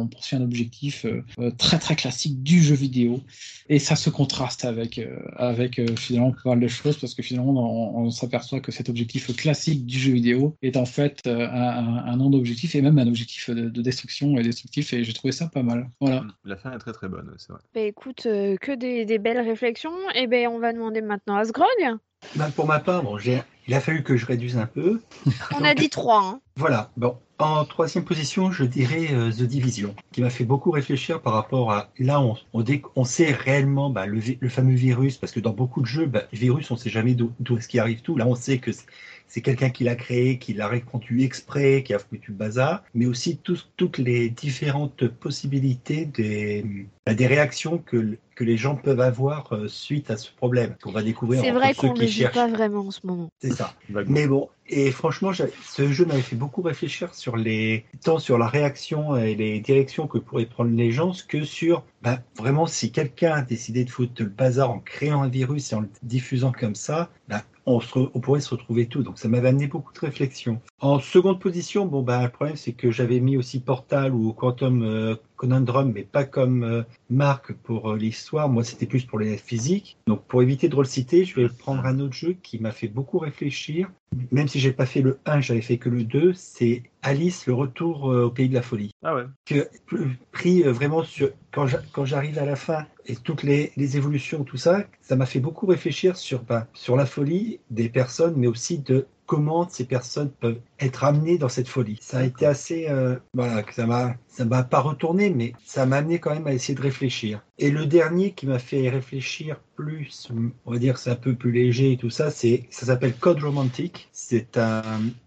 S5: on poursuit un objectif euh, euh, très très classique du jeu vidéo. Et ça se contraste avec, euh, avec euh, finalement pas mal de choses parce que finalement, on, on s'aperçoit que cet objectif classique du jeu vidéo est en fait euh, un, un, un non-objectif et même un objectif de, de destruction et destructif. Et j'ai trouvé ça pas mal. Voilà.
S4: La fin est très très bonne, c'est vrai.
S2: Bah écoute, euh, que des, des belles réflexions. Eh ben, on va demander maintenant à ce grogne.
S6: Bah, pour ma part, bon, j'ai- il a fallu que je réduise un peu.
S2: On a dit trois. hein.
S6: Voilà. Bon, en troisième position, je dirais euh, The Division, qui m'a fait beaucoup réfléchir par rapport à là, on, on, dé- on sait réellement bah, le, vi- le fameux virus, parce que dans beaucoup de jeux, bah, virus, on sait jamais d'où d'où est-ce qui arrive tout. Là, on sait que c'est- c'est quelqu'un qui l'a créé, qui l'a réconduit exprès, qui a foutu le bazar, mais aussi tout- toutes les différentes possibilités des, bah, des réactions que, que les gens peuvent avoir euh, suite à ce problème qu'on va découvrir
S2: C'est
S6: entre
S2: vrai
S6: ceux
S2: qu'on ne
S6: qui
S2: le dit
S6: cherchent.
S2: pas vraiment en ce moment.
S6: C'est ça.
S4: Vaguement.
S6: Mais bon, et franchement, j'a- ce jeu m'avait fait beaucoup réfléchir sur les tant sur la réaction et les directions que pourraient prendre les gens que sur bah, vraiment si quelqu'un a décidé de foutre le bazar en créant un virus et en le diffusant comme ça, bah, on, se re- on pourrait se retrouver tout. Donc ça m'avait amené beaucoup de réflexion. En seconde position, bon bah le problème c'est que j'avais mis aussi Portal ou Quantum euh, Conundrum, mais pas comme euh, marque pour euh, l'histoire. Moi, c'était plus pour les physiques. Donc, pour éviter de le citer, je vais prendre un autre jeu qui m'a fait beaucoup réfléchir. Même si j'ai pas fait le 1, j'avais fait que le 2. C'est Alice, le retour euh, au pays de la folie.
S4: Ah ouais.
S6: Que, plus- pris euh, vraiment sur quand j'a- quand j'arrive à la fin et toutes les, les évolutions, tout ça, ça m'a fait beaucoup réfléchir sur bah, sur la folie des personnes, mais aussi de comment ces personnes peuvent être amenées dans cette folie. Ça a été assez euh, voilà que ça m'a ça m'a pas retourné, mais ça m'a amené quand même à essayer de réfléchir. Et le dernier qui m'a fait réfléchir plus, on va dire c'est un peu plus léger et tout ça, c'est ça s'appelle Code Romantic. C'est un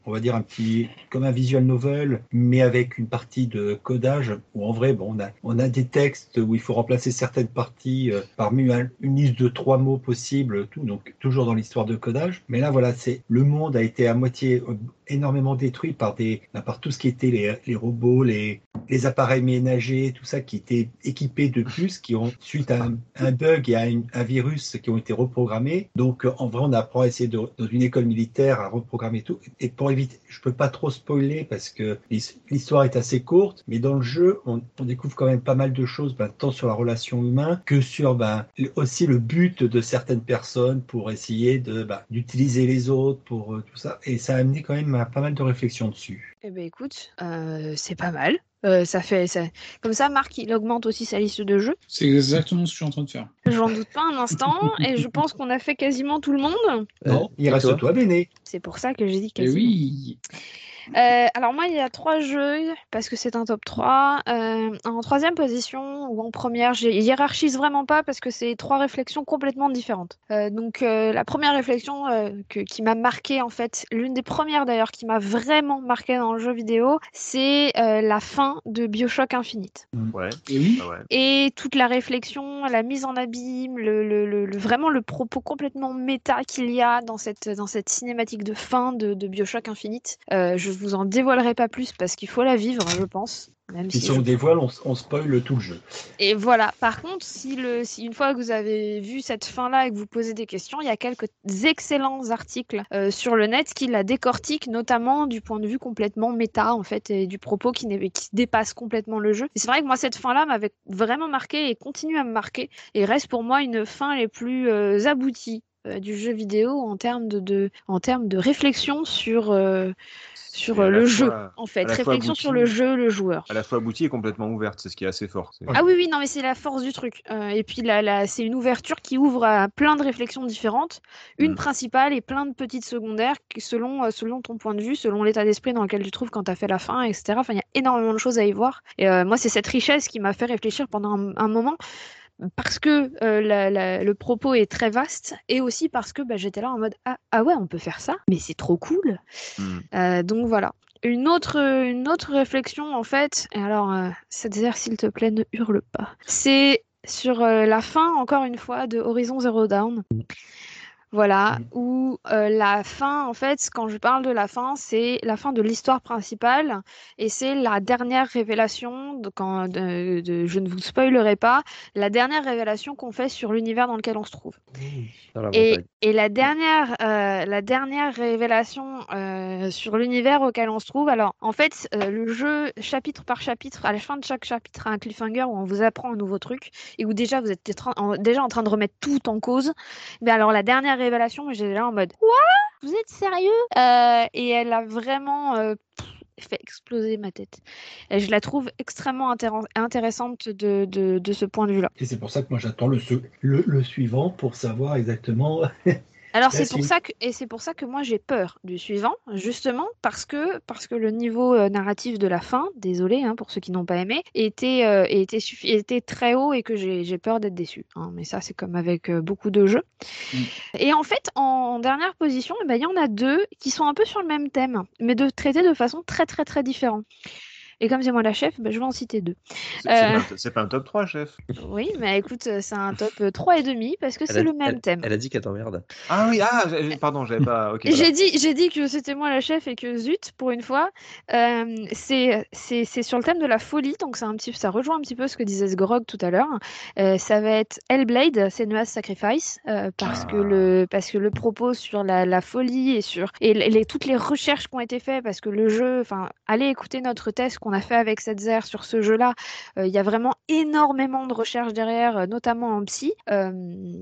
S6: on va dire un petit comme un visual novel, mais avec une partie de codage où en vrai bon on a on a des textes où il faut remplacer certaines parties euh, parmi un- une liste de trois mots possibles, tout donc toujours dans l'histoire de codage. Mais là voilà c'est le monde a été à moitié euh, énormément détruit par des par tout ce qui était les, les robots, les les appareils ménagers, tout ça, qui étaient équipés de puces, qui ont, suite à un, un bug et à une- un virus, qui ont été reprogrammés. Donc, euh, en vrai, on apprend à essayer, de, dans une école militaire, à reprogrammer tout. Et pour éviter, je peux pas trop spoiler parce que l'his- l'histoire est assez courte, mais dans le jeu, on, on découvre quand même pas mal de choses, ben, tant sur la relation humaine que sur ben, le- aussi le but de certaines personnes pour essayer de ben, d'utiliser les autres, pour euh, tout ça. Et ça a amené quand même à pas mal de réflexions dessus.
S2: Eh ben écoute, euh, c'est pas mal. Euh, ça fait ça- comme ça, Marc il augmente aussi sa liste de jeux.
S5: C'est exactement ce que je suis en train de faire.
S2: J'en doute pas un instant, et je pense qu'on a fait quasiment tout le monde.
S6: Non, il reste toi, Béné.
S2: C'est pour ça que
S6: Eh
S2: j'ai dit
S5: Et
S2: quasiment.
S5: oui,
S2: Euh, alors moi, il y a trois jeux, parce que c'est un top 3. Euh, en troisième position ou en première, je hiérarchise vraiment pas parce que c'est trois réflexions complètement différentes. Euh, donc euh, la première réflexion euh, que- qui m'a marqué en fait, l'une des premières d'ailleurs qui m'a vraiment marqué dans le jeu vidéo, c'est euh, la fin de Bioshock Infinite.
S4: Ouais.
S5: et oui.
S4: Ah ouais.
S2: Et toute la réflexion, la mise en abîme, le, le- le- le- vraiment le propos complètement méta qu'il y a dans cette, dans cette cinématique de fin de, de Bioshock Infinite. Euh, je vous en dévoilerai pas plus parce qu'il faut la vivre, hein, je pense. Même si
S6: Si on
S2: je-
S6: dévoile, on, s- on spoil tout le jeu.
S2: Et voilà. Par contre, si, le, si une fois que vous avez vu cette fin-là et que vous posez des questions, il y a quelques excellents articles euh, sur le net qui la décortiquent, notamment du point de vue complètement méta, en fait, et du propos qui, n'est- qui dépasse complètement le jeu. Et c'est vrai que moi, cette fin-là m'avait vraiment marqué et continue à me marquer et reste pour moi une fin les plus euh, abouties euh, du jeu vidéo en termes de, de- en termes de réflexion sur, euh, sur
S4: Et à
S2: euh,
S4: la
S2: le
S4: fois-
S2: jeu, en fait.
S4: à la fois
S2: Réflexion sur
S4: aboutie.
S2: le jeu, le joueur.
S4: À la fois aboutie et complètement ouverte, c'est ce qui est assez fort. c'est-
S2: Ah oui, oui, non, mais c'est la force du truc. Euh, et puis là, là c'est une ouverture qui ouvre à plein de réflexions différentes, une
S4: Mm.
S2: principale et plein de petites secondaires qui- selon, euh, selon ton point de vue, selon l'état d'esprit dans lequel tu te trouves quand tu as fait la fin, etc. Enfin, il y a énormément de choses à y voir. Et euh, moi, c'est cette richesse qui m'a fait réfléchir pendant un, un moment. Parce que euh, la- la- le propos est très vaste et aussi parce que bah, j'étais là en mode ah, ah ouais on peut faire ça mais c'est trop cool
S4: Hmm.
S2: euh, donc voilà. Une autre, une autre réflexion en fait, et alors euh, Setzer, s'il te plaît ne hurle pas, c'est sur euh, la fin encore une fois de Horizon Zero Dawn. Voilà, où euh, la fin en fait, quand je parle de la fin, c'est la fin de l'histoire principale et c'est la dernière révélation, de, quand, de- de- je ne vous spoilerai pas, la dernière révélation qu'on fait sur l'univers dans lequel on se trouve.
S7: Dans la
S2: Et,
S7: montagne.
S2: et la dernière, euh, la dernière révélation euh, sur l'univers auquel on se trouve. Alors, en fait, euh, le jeu, chapitre par chapitre, à la fin de chaque chapitre, a un cliffhanger où on vous apprend un nouveau truc et où déjà vous êtes tra- en- déjà en train de remettre tout en cause. Mais alors, la dernière révélation, j'étais là en mode Quoi Vous êtes sérieux Euh, Et elle a vraiment euh, pff, fait exploser ma tête. Et je la trouve extrêmement intéren- intéressante de, de- de ce point de vue-là.
S6: Et c'est pour ça que moi j'attends le, se- le, le suivant pour savoir exactement
S2: Alors
S6: Là,
S7: Bah,
S2: c'est
S6: c'est
S2: pour
S6: une-
S2: ça que et c'est pour ça que moi j'ai peur du suivant justement parce que parce que le niveau euh, narratif de la fin, désolé hein, pour ceux qui n'ont pas aimé, était euh, était suffi- était très haut et que j'ai j'ai peur d'être déçu. hein. mais ça c'est comme avec euh, beaucoup de jeux.
S5: Mm.
S2: Et en fait en, en dernière position, eh ben, il y en a deux qui sont un peu sur le même thème mais de traités de façon très très très différente. Et comme c'est moi la chef, ben, je vais en citer
S7: [laughs]
S2: deux.
S4: C'est c'est
S2: Euh.
S4: pas un t- c'est pas, un top 3, chef.
S2: Oui, mais écoute, euh, c'est un top 3,5 parce que
S7: Elle
S2: c'est
S7: a-
S2: le même thème.
S7: Elle a dit qu'elle t'emmerde.
S4: Ah oui, ah, j'ai- pardon, j'avais pas. Ok. voilà.
S2: J'ai dit, j'ai dit que c'était moi la chef et que zut, pour une fois, Euh, c'est c'est- c'est sur le thème de la folie, donc c'est un petit, ça rejoint un petit peu ce que disait Sgrog tout à l'heure. Euh, ça va être Hellblade, Senua's Sacrifice, euh, parce
S4: Ah.
S2: que le parce que le propos sur la, la folie et sur et les, les- toutes les recherches qui ont été faites, parce que le jeu, enfin, allez écouter notre test qu'on a fait avec Setzer sur ce jeu-là, euh, il y a vraiment énormément de recherches derrière, euh, notamment en psy, euh,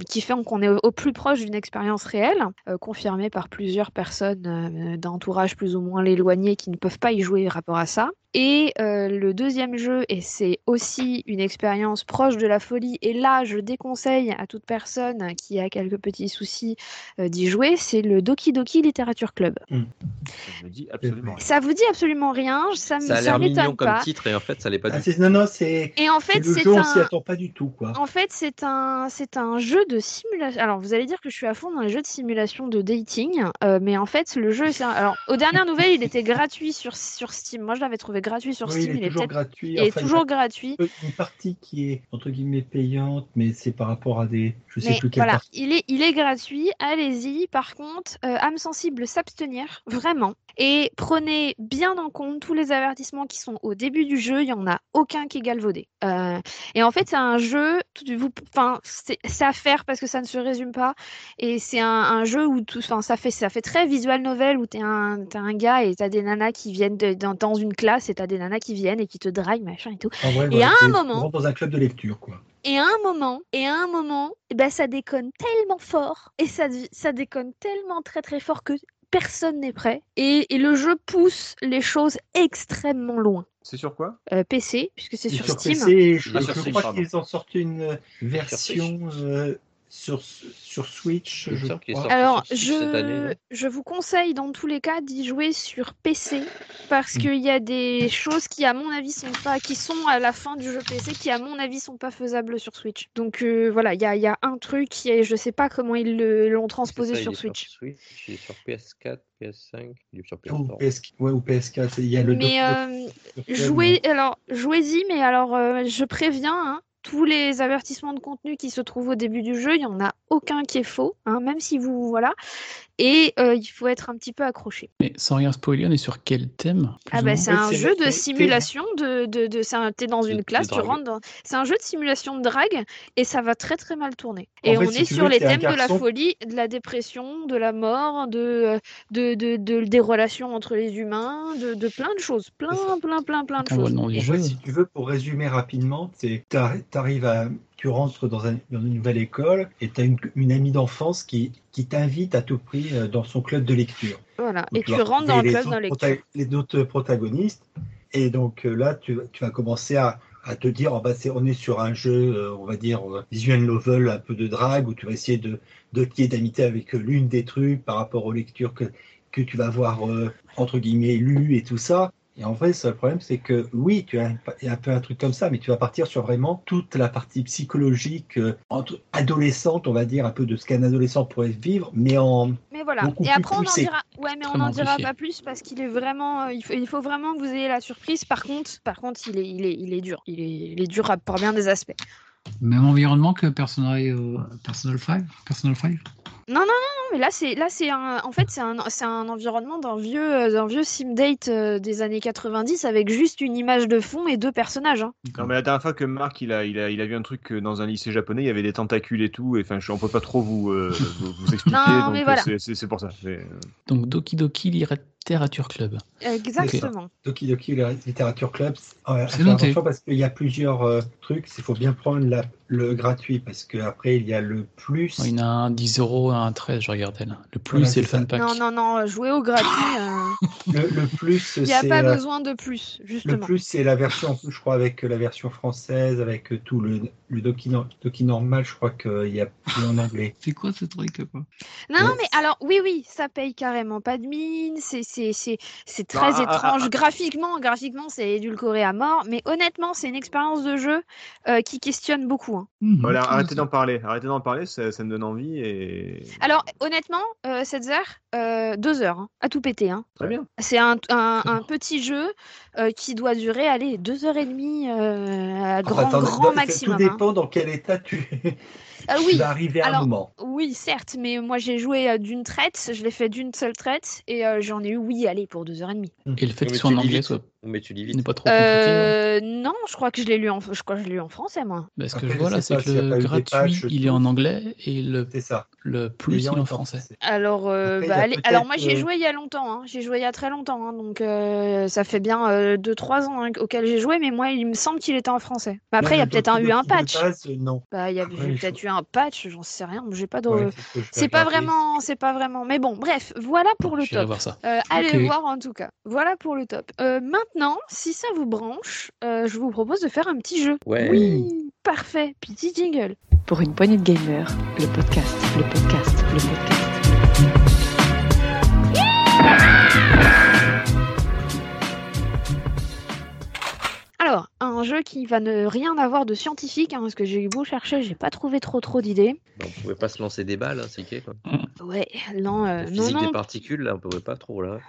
S2: qui fait qu'on est au, au plus proche d'une expérience réelle, euh, confirmée par plusieurs personnes euh, d'entourage plus ou moins éloigné qui ne peuvent pas y jouer rapport à ça. Et euh, le deuxième jeu, et c'est aussi une expérience proche de la folie, et là je déconseille à toute personne qui a quelques petits soucis euh, d'y jouer, c'est le Doki Doki Literature Club.
S4: Ça me dit absolument. rien.
S2: Ça vous dit absolument rien, ça, m-
S7: Ça a
S2: Ah, ça
S7: l'air mignon
S2: m'étonne
S7: comme
S2: pas.
S7: titre et en fait ça l'est pas
S6: [laughs] Ah,
S7: du tout.
S6: c'est- non, non, c'est.
S2: Et en fait,
S6: c'est le
S2: c'est
S6: jeu, on s'y
S2: un,
S6: attend pas du tout, quoi.
S2: En fait, c'est un, c'est un jeu de simulation. Alors, vous allez dire que je suis à fond dans les jeux de simulation de dating, euh, mais en fait, le jeu, c'est un- alors aux dernières nouvelles, il était gratuit sur sur Steam. Moi, je l'avais trouvé gratuit sur
S6: Oui,
S2: Steam.
S6: il est toujours
S2: peut-être-
S6: gratuit.
S2: il est
S6: enfin, il y a
S2: toujours gratuit.
S6: une partie qui est entre guillemets payante, mais c'est par rapport à des, je sais
S2: Mais
S6: plus quelle
S2: voilà,
S6: partie.
S2: il est, il est gratuit, allez-y. Par contre, euh, âme sensible, s'abstenir, vraiment. Et prenez bien en compte tous les avertissements qui sont au début du jeu, il n'y en a aucun qui est galvaudé. Euh, et en fait, c'est un jeu, tout- vous, enfin, c'est c'est à faire parce que ça ne se résume pas. Et c'est un, un jeu où tout, enfin, ça fait, ça fait très visual novel où t'es un, t'es un gars et t'as des nanas qui viennent de- dans, dans une classe et t'as des nanas qui viennent et qui te draguent, machin et tout.
S6: En vrai,
S2: Et à
S6: voilà,
S2: un
S6: c'est
S2: moment-
S6: vraiment dans un club de lecture, quoi.
S2: Et à un moment, et à un moment, eh ben ça déconne tellement fort et ça, devi- ça déconne tellement très très fort que personne n'est prêt. Et, et le jeu pousse les choses extrêmement loin.
S4: C'est sur quoi
S2: Euh, PC, puisque c'est
S6: Et
S2: sur, Steam.
S6: PC, je,
S4: Ah,
S6: je
S4: sur Steam,
S6: crois
S4: pardon.
S6: qu'ils ont sorti une euh, version euh, sur, sur Switch,
S7: Il me
S6: je
S7: semble qu'il est
S6: crois.
S7: sorti.
S2: Alors,
S7: sur Switch cette année, hein.
S2: je,
S7: non
S2: je vous conseille dans tous les cas d'y jouer sur PC parce
S7: Hmm.
S2: qu'il y a des choses qui, à mon avis, sont pas, qui sont à la fin du jeu PC, qui, à mon avis, sont pas faisables sur Switch. Donc euh, voilà, il y a, il y a un truc qui est, je sais pas comment ils le- l'ont transposé
S7: C'est ça, il
S2: sur
S7: est
S2: Switch.
S7: Il est sur PS4, PS5, il est sur
S6: Ou
S7: PS4.
S6: PS... ouais, ou PS4, il y a le
S2: Euh, Mais
S6: doc-
S2: euh,
S6: doc-
S2: jouez, alors jouez-y, mais alors euh, je préviens. hein, tous les avertissements de contenu qui se trouvent au début du jeu, il n'y en a aucun qui est faux, hein, même si vous voilà. Et euh, il faut être un petit peu accroché.
S3: Mais sans rien spoiler, on est sur quel thème plus
S2: Ah bah
S3: ou moins
S2: c'est
S6: Oui,
S2: un
S6: c'est
S2: jeu
S6: vrai,
S2: de
S6: t'es-
S2: simulation de, de, de c'est un- t'es dans une
S7: de
S2: classe, tu
S7: drague.
S2: rentres dans c'est un jeu de simulation de drague et ça va très très mal tourner.
S6: En
S2: Et
S6: fait,
S2: on
S6: si
S2: est
S6: tu
S2: sur
S6: veux,
S2: les
S6: t'es un
S2: thèmes de la
S6: garçon.
S2: folie, de la dépression, de la mort, de euh, de, de, de- des relations entre les humains, de, de plein de choses, plein plein plein plein de
S3: On voit le
S2: choses.
S3: nom du
S6: En
S3: jeu.
S6: fait, si tu veux, pour résumer rapidement, c'est t'arri- t'arrives à, tu rentres dans, un- dans une nouvelle école et t'as une, une amie d'enfance qui, qui t'invite à tout prix euh, dans son club de lecture.
S2: Voilà,
S6: Donc,
S2: et tu
S6: vas
S2: rentres dans le
S6: retrouver
S2: club
S6: les
S2: dans
S6: autres
S2: les
S6: prota- Les autres protagonistes. Et donc euh, là, tu, tu vas commencer à, à te dire, oh, bah, c'est- on est sur un jeu, euh, on va dire, euh, visual novel, un peu de drague, où tu vas essayer de, de lier d'amitié avec euh, l'une des trucs par rapport aux lectures que, que tu vas avoir, euh, entre guillemets, lues et tout ça. Et en vrai, ça, le problème, c'est que oui, tu as un, il y a un peu un truc comme ça, mais tu vas partir sur vraiment toute la partie psychologique, euh, entre adolescente, on va dire, un peu de ce qu'un adolescent pourrait vivre, mais en,
S2: Mais voilà.
S6: Beaucoup
S2: Et
S6: plus
S2: après, on en
S6: poussé.
S2: dira. Ouais, mais on
S3: Extrêmement
S2: en dira
S3: poussé.
S2: pas plus parce qu'il est vraiment. euh, Il faut, il faut vraiment que vous ayez la surprise. Par contre, par contre, il est, il est, il est dur. Il est, il est dur à- par bien des aspects.
S5: Même environnement que Personal, euh, Personal 5 Personal 5
S2: Non, mais là, c'est là, c'est un. En fait, c'est un, c'est un environnement d'un vieux, euh, d'un vieux sim date euh, des années 90 avec juste une image de fond et deux personnages. hein.
S4: Non, mais la dernière fois que Marc il a, il a, il a vu un truc que dans un lycée japonais, il y avait des tentacules et tout. Et enfin, je, on peut pas trop vous, euh, vous,
S2: [laughs]
S4: vous expliquer.
S2: Non,
S4: donc,
S2: mais
S4: euh,
S2: voilà.
S4: c'est- C'est c'est pour ça. C'est, euh,
S3: Donc Doki Doki Literature Club.
S2: Exactement.
S6: Doki Doki Literature Club, c'est- euh,
S5: C'est
S6: faire
S5: noté.
S6: attention parce qu'il y a plusieurs euh, trucs. Il faut bien prendre la, le gratuit, parce qu'après, il y a le plus.
S3: Il y en a un 10 euros, un 13, je regardais là. Le plus,
S6: Voilà,
S3: c'est le
S6: c'est ça.
S3: fun pack.
S2: Non, non, non, jouer au gratuit, il
S6: Le, le
S2: [laughs]
S6: plus,
S2: n'y a
S6: c'est,
S2: pas
S6: euh,
S2: besoin de plus,
S6: Le
S2: justement.
S6: plus, c'est la version, en plus, je crois, avec euh, la version française, avec euh, tout le, le docu, docu normal, je crois qu'il y a plus en anglais.
S5: C'est quoi ce truc quoi
S2: Non, non,
S6: Ouais.
S2: mais alors, oui, oui, ça paye carrément pas de mine, c'est- c'est c'est- c'est très
S4: ah, ah,
S2: étrange graphiquement, graphiquement c'est édulcoré à mort, mais honnêtement, c'est une expérience de jeu euh, qui questionne beaucoup. hein.
S5: Mhm.
S4: Voilà, arrêtez d'en parler. Arrêtez d'en parler, ça, ça me donne envie et.
S2: Alors, honnêtement, euh, 7 heures, euh, 2 heures, hein, à tout péter. hein.
S4: Très bien.
S2: C'est un, un- un petit jeu euh, qui doit durer, allez, 2 heures et demie, euh, à grand,
S6: Enfin, attends,
S2: grand
S6: dans-
S2: maximum.
S6: Tout
S2: hein.
S6: dépend dans quel état tu,
S2: [laughs] Ah
S6: tu
S2: oui,
S6: vas arriver à un
S2: alors-
S6: moment.
S2: Oui, certes, mais moi j'ai joué euh, d'une traite, je l'ai fait d'une seule traite et euh, j'en ai eu, oui, allez, pour deux heures et demie.
S3: Et le fait que
S7: Mais
S3: ce
S7: tu
S3: soit en
S7: lis
S3: anglais
S7: vite.
S3: soit
S7: Mais tu dis
S3: n'est
S7: vite.
S3: pas trop compliqué.
S6: hein.
S2: Euh,
S3: ouais.
S2: non, je crois que je l'ai lu en, je crois que je l'ai lu en français, moi.
S3: Bah, ce que
S6: Après,
S3: je
S6: je
S3: vois là, c'est
S6: sais pas
S3: que
S6: s'il y a
S3: le
S6: pas eu des
S3: gratuit,
S6: patchs,
S3: il est
S6: tout.
S3: en anglais et le,
S6: C'est ça.
S3: le plus, il est
S6: Payant
S3: en
S6: est en
S3: français.
S2: Alors, euh,
S6: Après, il y
S2: bah,
S6: a
S2: allez- alors
S6: Ah, peut-être,
S2: moi j'y ai
S6: euh,
S2: joué il y a longtemps, hein. j'ai joué il y a très longtemps, hein, donc euh, ça fait bien 2-3 ans hein, auquel j'ai joué, mais moi il me semble qu'il était en français. Mais après, il y a
S6: Le
S2: peut-être un- eu un
S6: docu de
S2: patch.
S6: base, euh, non.
S2: Bah, il y a
S6: Ouais,
S2: eu
S6: je-
S2: peut-être eu un patch, j'en sais rien, mais j'ai pas de.
S6: Ouais, c'est ce que je vais
S2: c'est pas
S6: regarder.
S2: vraiment, c'est pas vraiment. Mais bon, bref, voilà pour le
S3: J'irai
S2: top.
S3: voir ça.
S2: Euh, allez
S5: Ok.
S2: voir en tout cas. Voilà pour le top. Euh, maintenant, si ça vous branche, euh, je vous propose de faire un petit jeu.
S6: Eh.
S7: Ouais.
S2: Oui, parfait. Petit jingle.
S1: Pour une poignée de gamers, le podcast, le podcast, le podcast.
S2: Alors, un jeu qui va ne rien avoir de scientifique, hein, parce que j'ai eu beau chercher, j'ai pas trouvé trop trop d'idées.
S7: Bah, on pouvait pas se lancer des balles, hein, c'est gay. Quoi.
S2: Ouais, non, euh,
S7: La
S2: non,
S7: physique
S2: non.
S7: des particules, là, on pouvait pas trop. Là.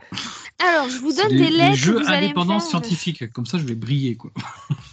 S2: Alors, je vous
S5: C'est
S2: donne des lettres.
S5: jeux
S2: vous allez me
S5: indépendants
S2: faire-
S5: scientifiques, comme ça je vais briller quoi.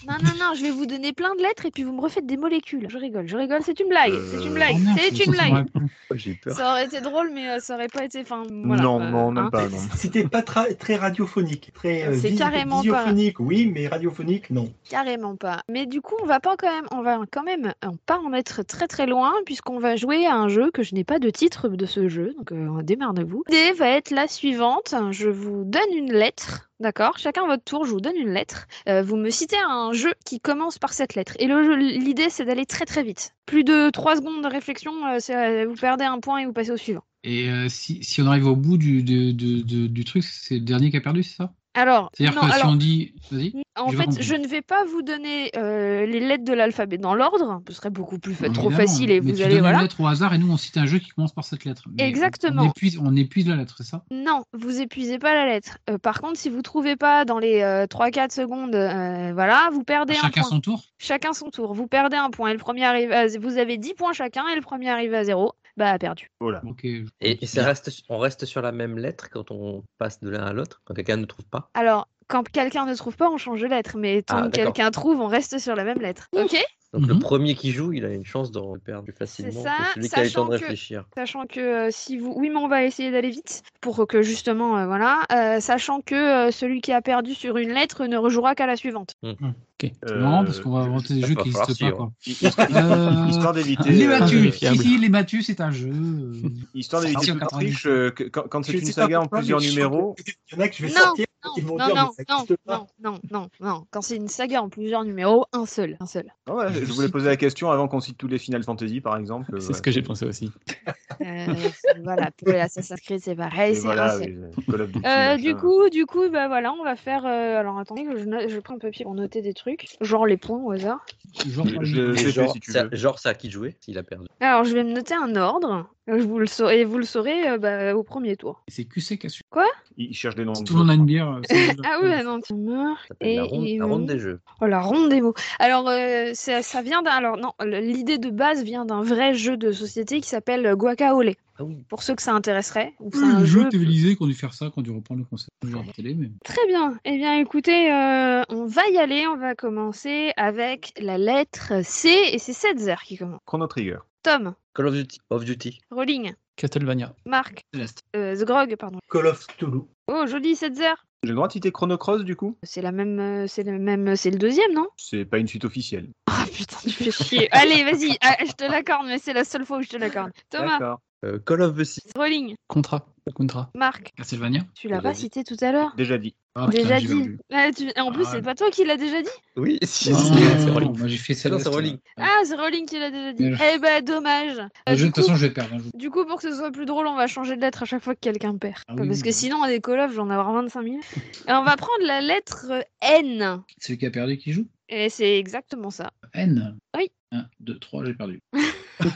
S2: Non, non, non, je vais vous donner plein de lettres et puis vous me refaites des molécules. Je rigole, je rigole, c'est une blague, c'est une
S4: Euh,
S2: blague,
S5: Oh, merde,
S2: c'est une
S5: ça, ça me
S2: blague.
S5: répond.
S7: Oh, J'ai eu peur.
S2: Ça aurait été drôle, mais euh, ça aurait pas été. Enfin, voilà,
S4: non,
S2: euh,
S4: non, même
S2: hein.
S4: pas. Non.
S6: C'était pas tra- très radiophonique. Très,
S2: C'est
S6: visi-
S2: carrément pas.
S6: visiophonique, oui, mais radiophonique, non.
S2: Carrément pas. Mais du coup, on va pas quand même, on va quand même euh, pas en être très très loin puisqu'on va jouer à un jeu que je n'ai pas de titre de ce jeu, donc euh, démerdez-vous. L'idée va être la suivante. Je vous donne une lettre, d'accord Chacun à votre tour, je vous donne une lettre. Euh, vous me citez un jeu qui commence par cette lettre. Et le jeu- l'idée, c'est d'aller très très vite. Plus de 3 secondes de réflexion, euh, c'est- vous perdez un point et vous passez au suivant.
S5: Et euh, si, si on arrive au bout du, du, du- du- du truc, c'est le dernier qui a perdu, c'est ça
S2: Alors,
S5: C'est-à-dire
S2: non,
S5: que si
S2: alors,
S5: on dit. Vas-y.
S2: En
S5: J'ai pas
S2: fait,
S5: compris.
S2: je ne vais pas vous donner euh, les lettres de l'alphabet dans l'ordre, ce serait beaucoup plus fa- trop
S5: Évidemment,
S2: facile et
S5: mais
S2: vous
S5: tu
S2: allez
S5: donnes
S2: voilà.
S5: une lettre au hasard et nous on cite un jeu qui commence par cette lettre. Mais on-
S2: Exactement.
S5: On épuise, on épuise la lettre, c'est ça
S2: Non, vous épuisez pas la lettre. Euh, par contre, si vous trouvez pas dans les 3-4 secondes, euh, voilà, vous perdez un
S5: Chacun
S2: point.
S5: son tour.
S2: Chacun son tour. Vous perdez un point. Et le premier arrive à... Vous avez 10 points chacun et le premier arrive à 0. Bah, a perdu.
S4: Voilà.
S5: Ok. je-
S7: Et, et ça reste, on reste sur la même lettre quand on passe de l'un à l'autre, quand quelqu'un ne trouve pas.
S2: Alors, quand quelqu'un ne trouve pas, on change de lettre. Mais tant
S7: Ah,
S2: que
S7: d'accord.
S2: quelqu'un trouve, on reste sur la même lettre. Ok
S7: Donc le
S5: Mhm.
S7: premier qui joue, il a une chance d'en perdre plus facilement
S2: ça,
S7: que celui qui a eu le temps de
S2: sachant que-
S7: réfléchir.
S2: Sachant que euh, si vous. Oui, mais on va essayer d'aller vite pour que justement. euh, voilà. Euh, sachant que euh, celui qui a perdu sur une lettre ne rejouera qu'à la suivante.
S5: C'est
S4: Euh,
S5: marrant parce qu'on va inventer des
S7: ça
S5: jeux
S7: va
S5: qui
S7: falloir
S5: n'existent pas.
S7: suivre.
S5: Quoi.
S4: [laughs]
S5: [laughs] Euh,
S4: Histoire- Histoire d'éviter.
S5: Les
S4: euh,
S5: battus,
S3: vérifiable.
S5: si, si, les battus, c'est un jeu. euh,
S4: Histoire d'éviter
S5: Sortir
S4: toute
S5: 90.
S4: triche, euh, que- quand, quand c'est
S6: Je
S4: une
S6: sais
S4: saga
S6: pas
S4: en
S6: pourquoi,
S4: plusieurs
S6: mais je sens
S4: numéros.
S6: que- Il y en a que je vais
S2: Non,
S6: sortir,
S2: non,
S6: ils vont
S2: non,
S6: dire,
S2: non,
S6: mais ça
S2: non,
S6: n'existe pas.
S2: non, non, non, non. Quand c'est une saga en plusieurs numéros, un seul, un [laughs] seul.
S4: Ah ouais, je voulais poser la question avant qu'on cite tous les Final Fantasy, par exemple.
S3: C'est ce que j'ai pensé aussi.
S2: Euh, c'est- voilà, pour les Assassin's Creed, c'est pareil,
S4: Et
S2: c'est un
S4: voilà,
S2: seul.
S4: oui, euh, Call of Duty,
S2: Euh, du
S4: machin.
S2: coup, du coup, bah voilà, on va faire. euh, alors attendez, que je, note- je prends un papier pour noter des trucs, genre les points au hasard.
S5: Genre,
S4: Je-
S7: Et
S4: je-
S7: genre,
S4: si tu
S7: c'est à-
S4: veux.
S7: genre, c'est à qui de jouer s'il a perdu.
S2: Alors je vais me noter un ordre, je vous le saurez, et vous le saurez euh, bah, au premier tour.
S5: c'est QC qui a su.
S4: Il cherche des noms.
S5: Si
S4: de
S5: tout le monde a
S4: jeux.
S5: une bière. euh,
S2: [laughs]
S5: c'est-
S2: Ah oui, bah non, tu meurs.
S7: Ça s'appelle
S2: Et-
S7: la ronde,
S2: et-
S7: la ronde des jeux.
S2: Oh la ronde des mots. Alors euh, ça, ça vient d'un. Alors non, l'idée de base vient d'un vrai jeu de société qui s'appelle euh, Guacaole.
S7: Ah oui.
S2: Pour ceux que ça intéresserait, donc c'est
S5: Ah, Le
S2: un
S5: jeu
S2: jeu
S5: télévisé qu'on dû faire ça, qu'on dû reprendre le concept du genre de télé. Mais...
S2: Très bien. Eh bien, écoutez, euh, on va y aller. On va commencer avec la lettre C et c'est Setzer qui commence.
S4: Chrono Trigger.
S2: Tom,
S7: Call of Duty. Off Duty.
S2: Rolling,
S3: Castlevania.
S2: Marc,
S5: Céleste.
S2: euh, The Grog, pardon.
S6: Call of Toulouse.
S2: Oh, joli Setzer.
S4: J'ai le droit de citer Chrono Cross, du coup
S2: C'est la même, euh, c'est le même, c'est le deuxième,
S5: [laughs]
S2: non
S4: C'est pas une suite officielle.
S2: [laughs] Ah putain, tu fais chier. Allez, vas-y, ah, je te l'accorde, mais c'est la seule fois où je te l'accorde. Thomas,
S4: D'accord.
S7: Euh, Call of Duty.
S2: Rolling,
S3: Contra. Contra.
S2: Marc,
S5: Castlevania
S2: tu l'as
S4: Je
S2: pas
S4: l'ai dit.
S2: cité tout à l'heure
S4: Déjà dit.
S5: Ah, putain,
S2: Déjà
S5: j'ai
S2: dit.
S5: perdu.
S2: Ah, tu- et En plus,
S5: Ah.
S2: c'est pas toi qui l'as déjà dit
S7: Oui, [laughs] si,
S5: Non,
S7: si,
S5: non,
S7: c'est
S5: non,
S7: Rolling.
S5: non, moi j'ai fait
S7: c'est
S5: Céleste.
S7: Rolling.
S2: Ah, c'est Rolling qui l'a déjà dit.
S5: Mais je-
S2: Eh ben, dommage. Euh,
S5: Le
S2: du,
S5: jeu, de
S2: coup,
S5: toute façon, je vais perdre. Je-
S2: du coup, pour que ce soit plus drôle, on va changer de lettre à chaque fois que quelqu'un perd.
S5: Ah oui,
S2: Parce
S5: oui,
S2: que
S5: oui.
S2: sinon, on est call off, j'en avoir 25 000. Et on va prendre la lettre euh, N.
S5: Celui qui a perdu qui joue
S2: Et c'est exactement
S5: [laughs]
S2: ça.
S5: N.
S2: Oui.
S5: 1, 2, 3, j'ai perdu.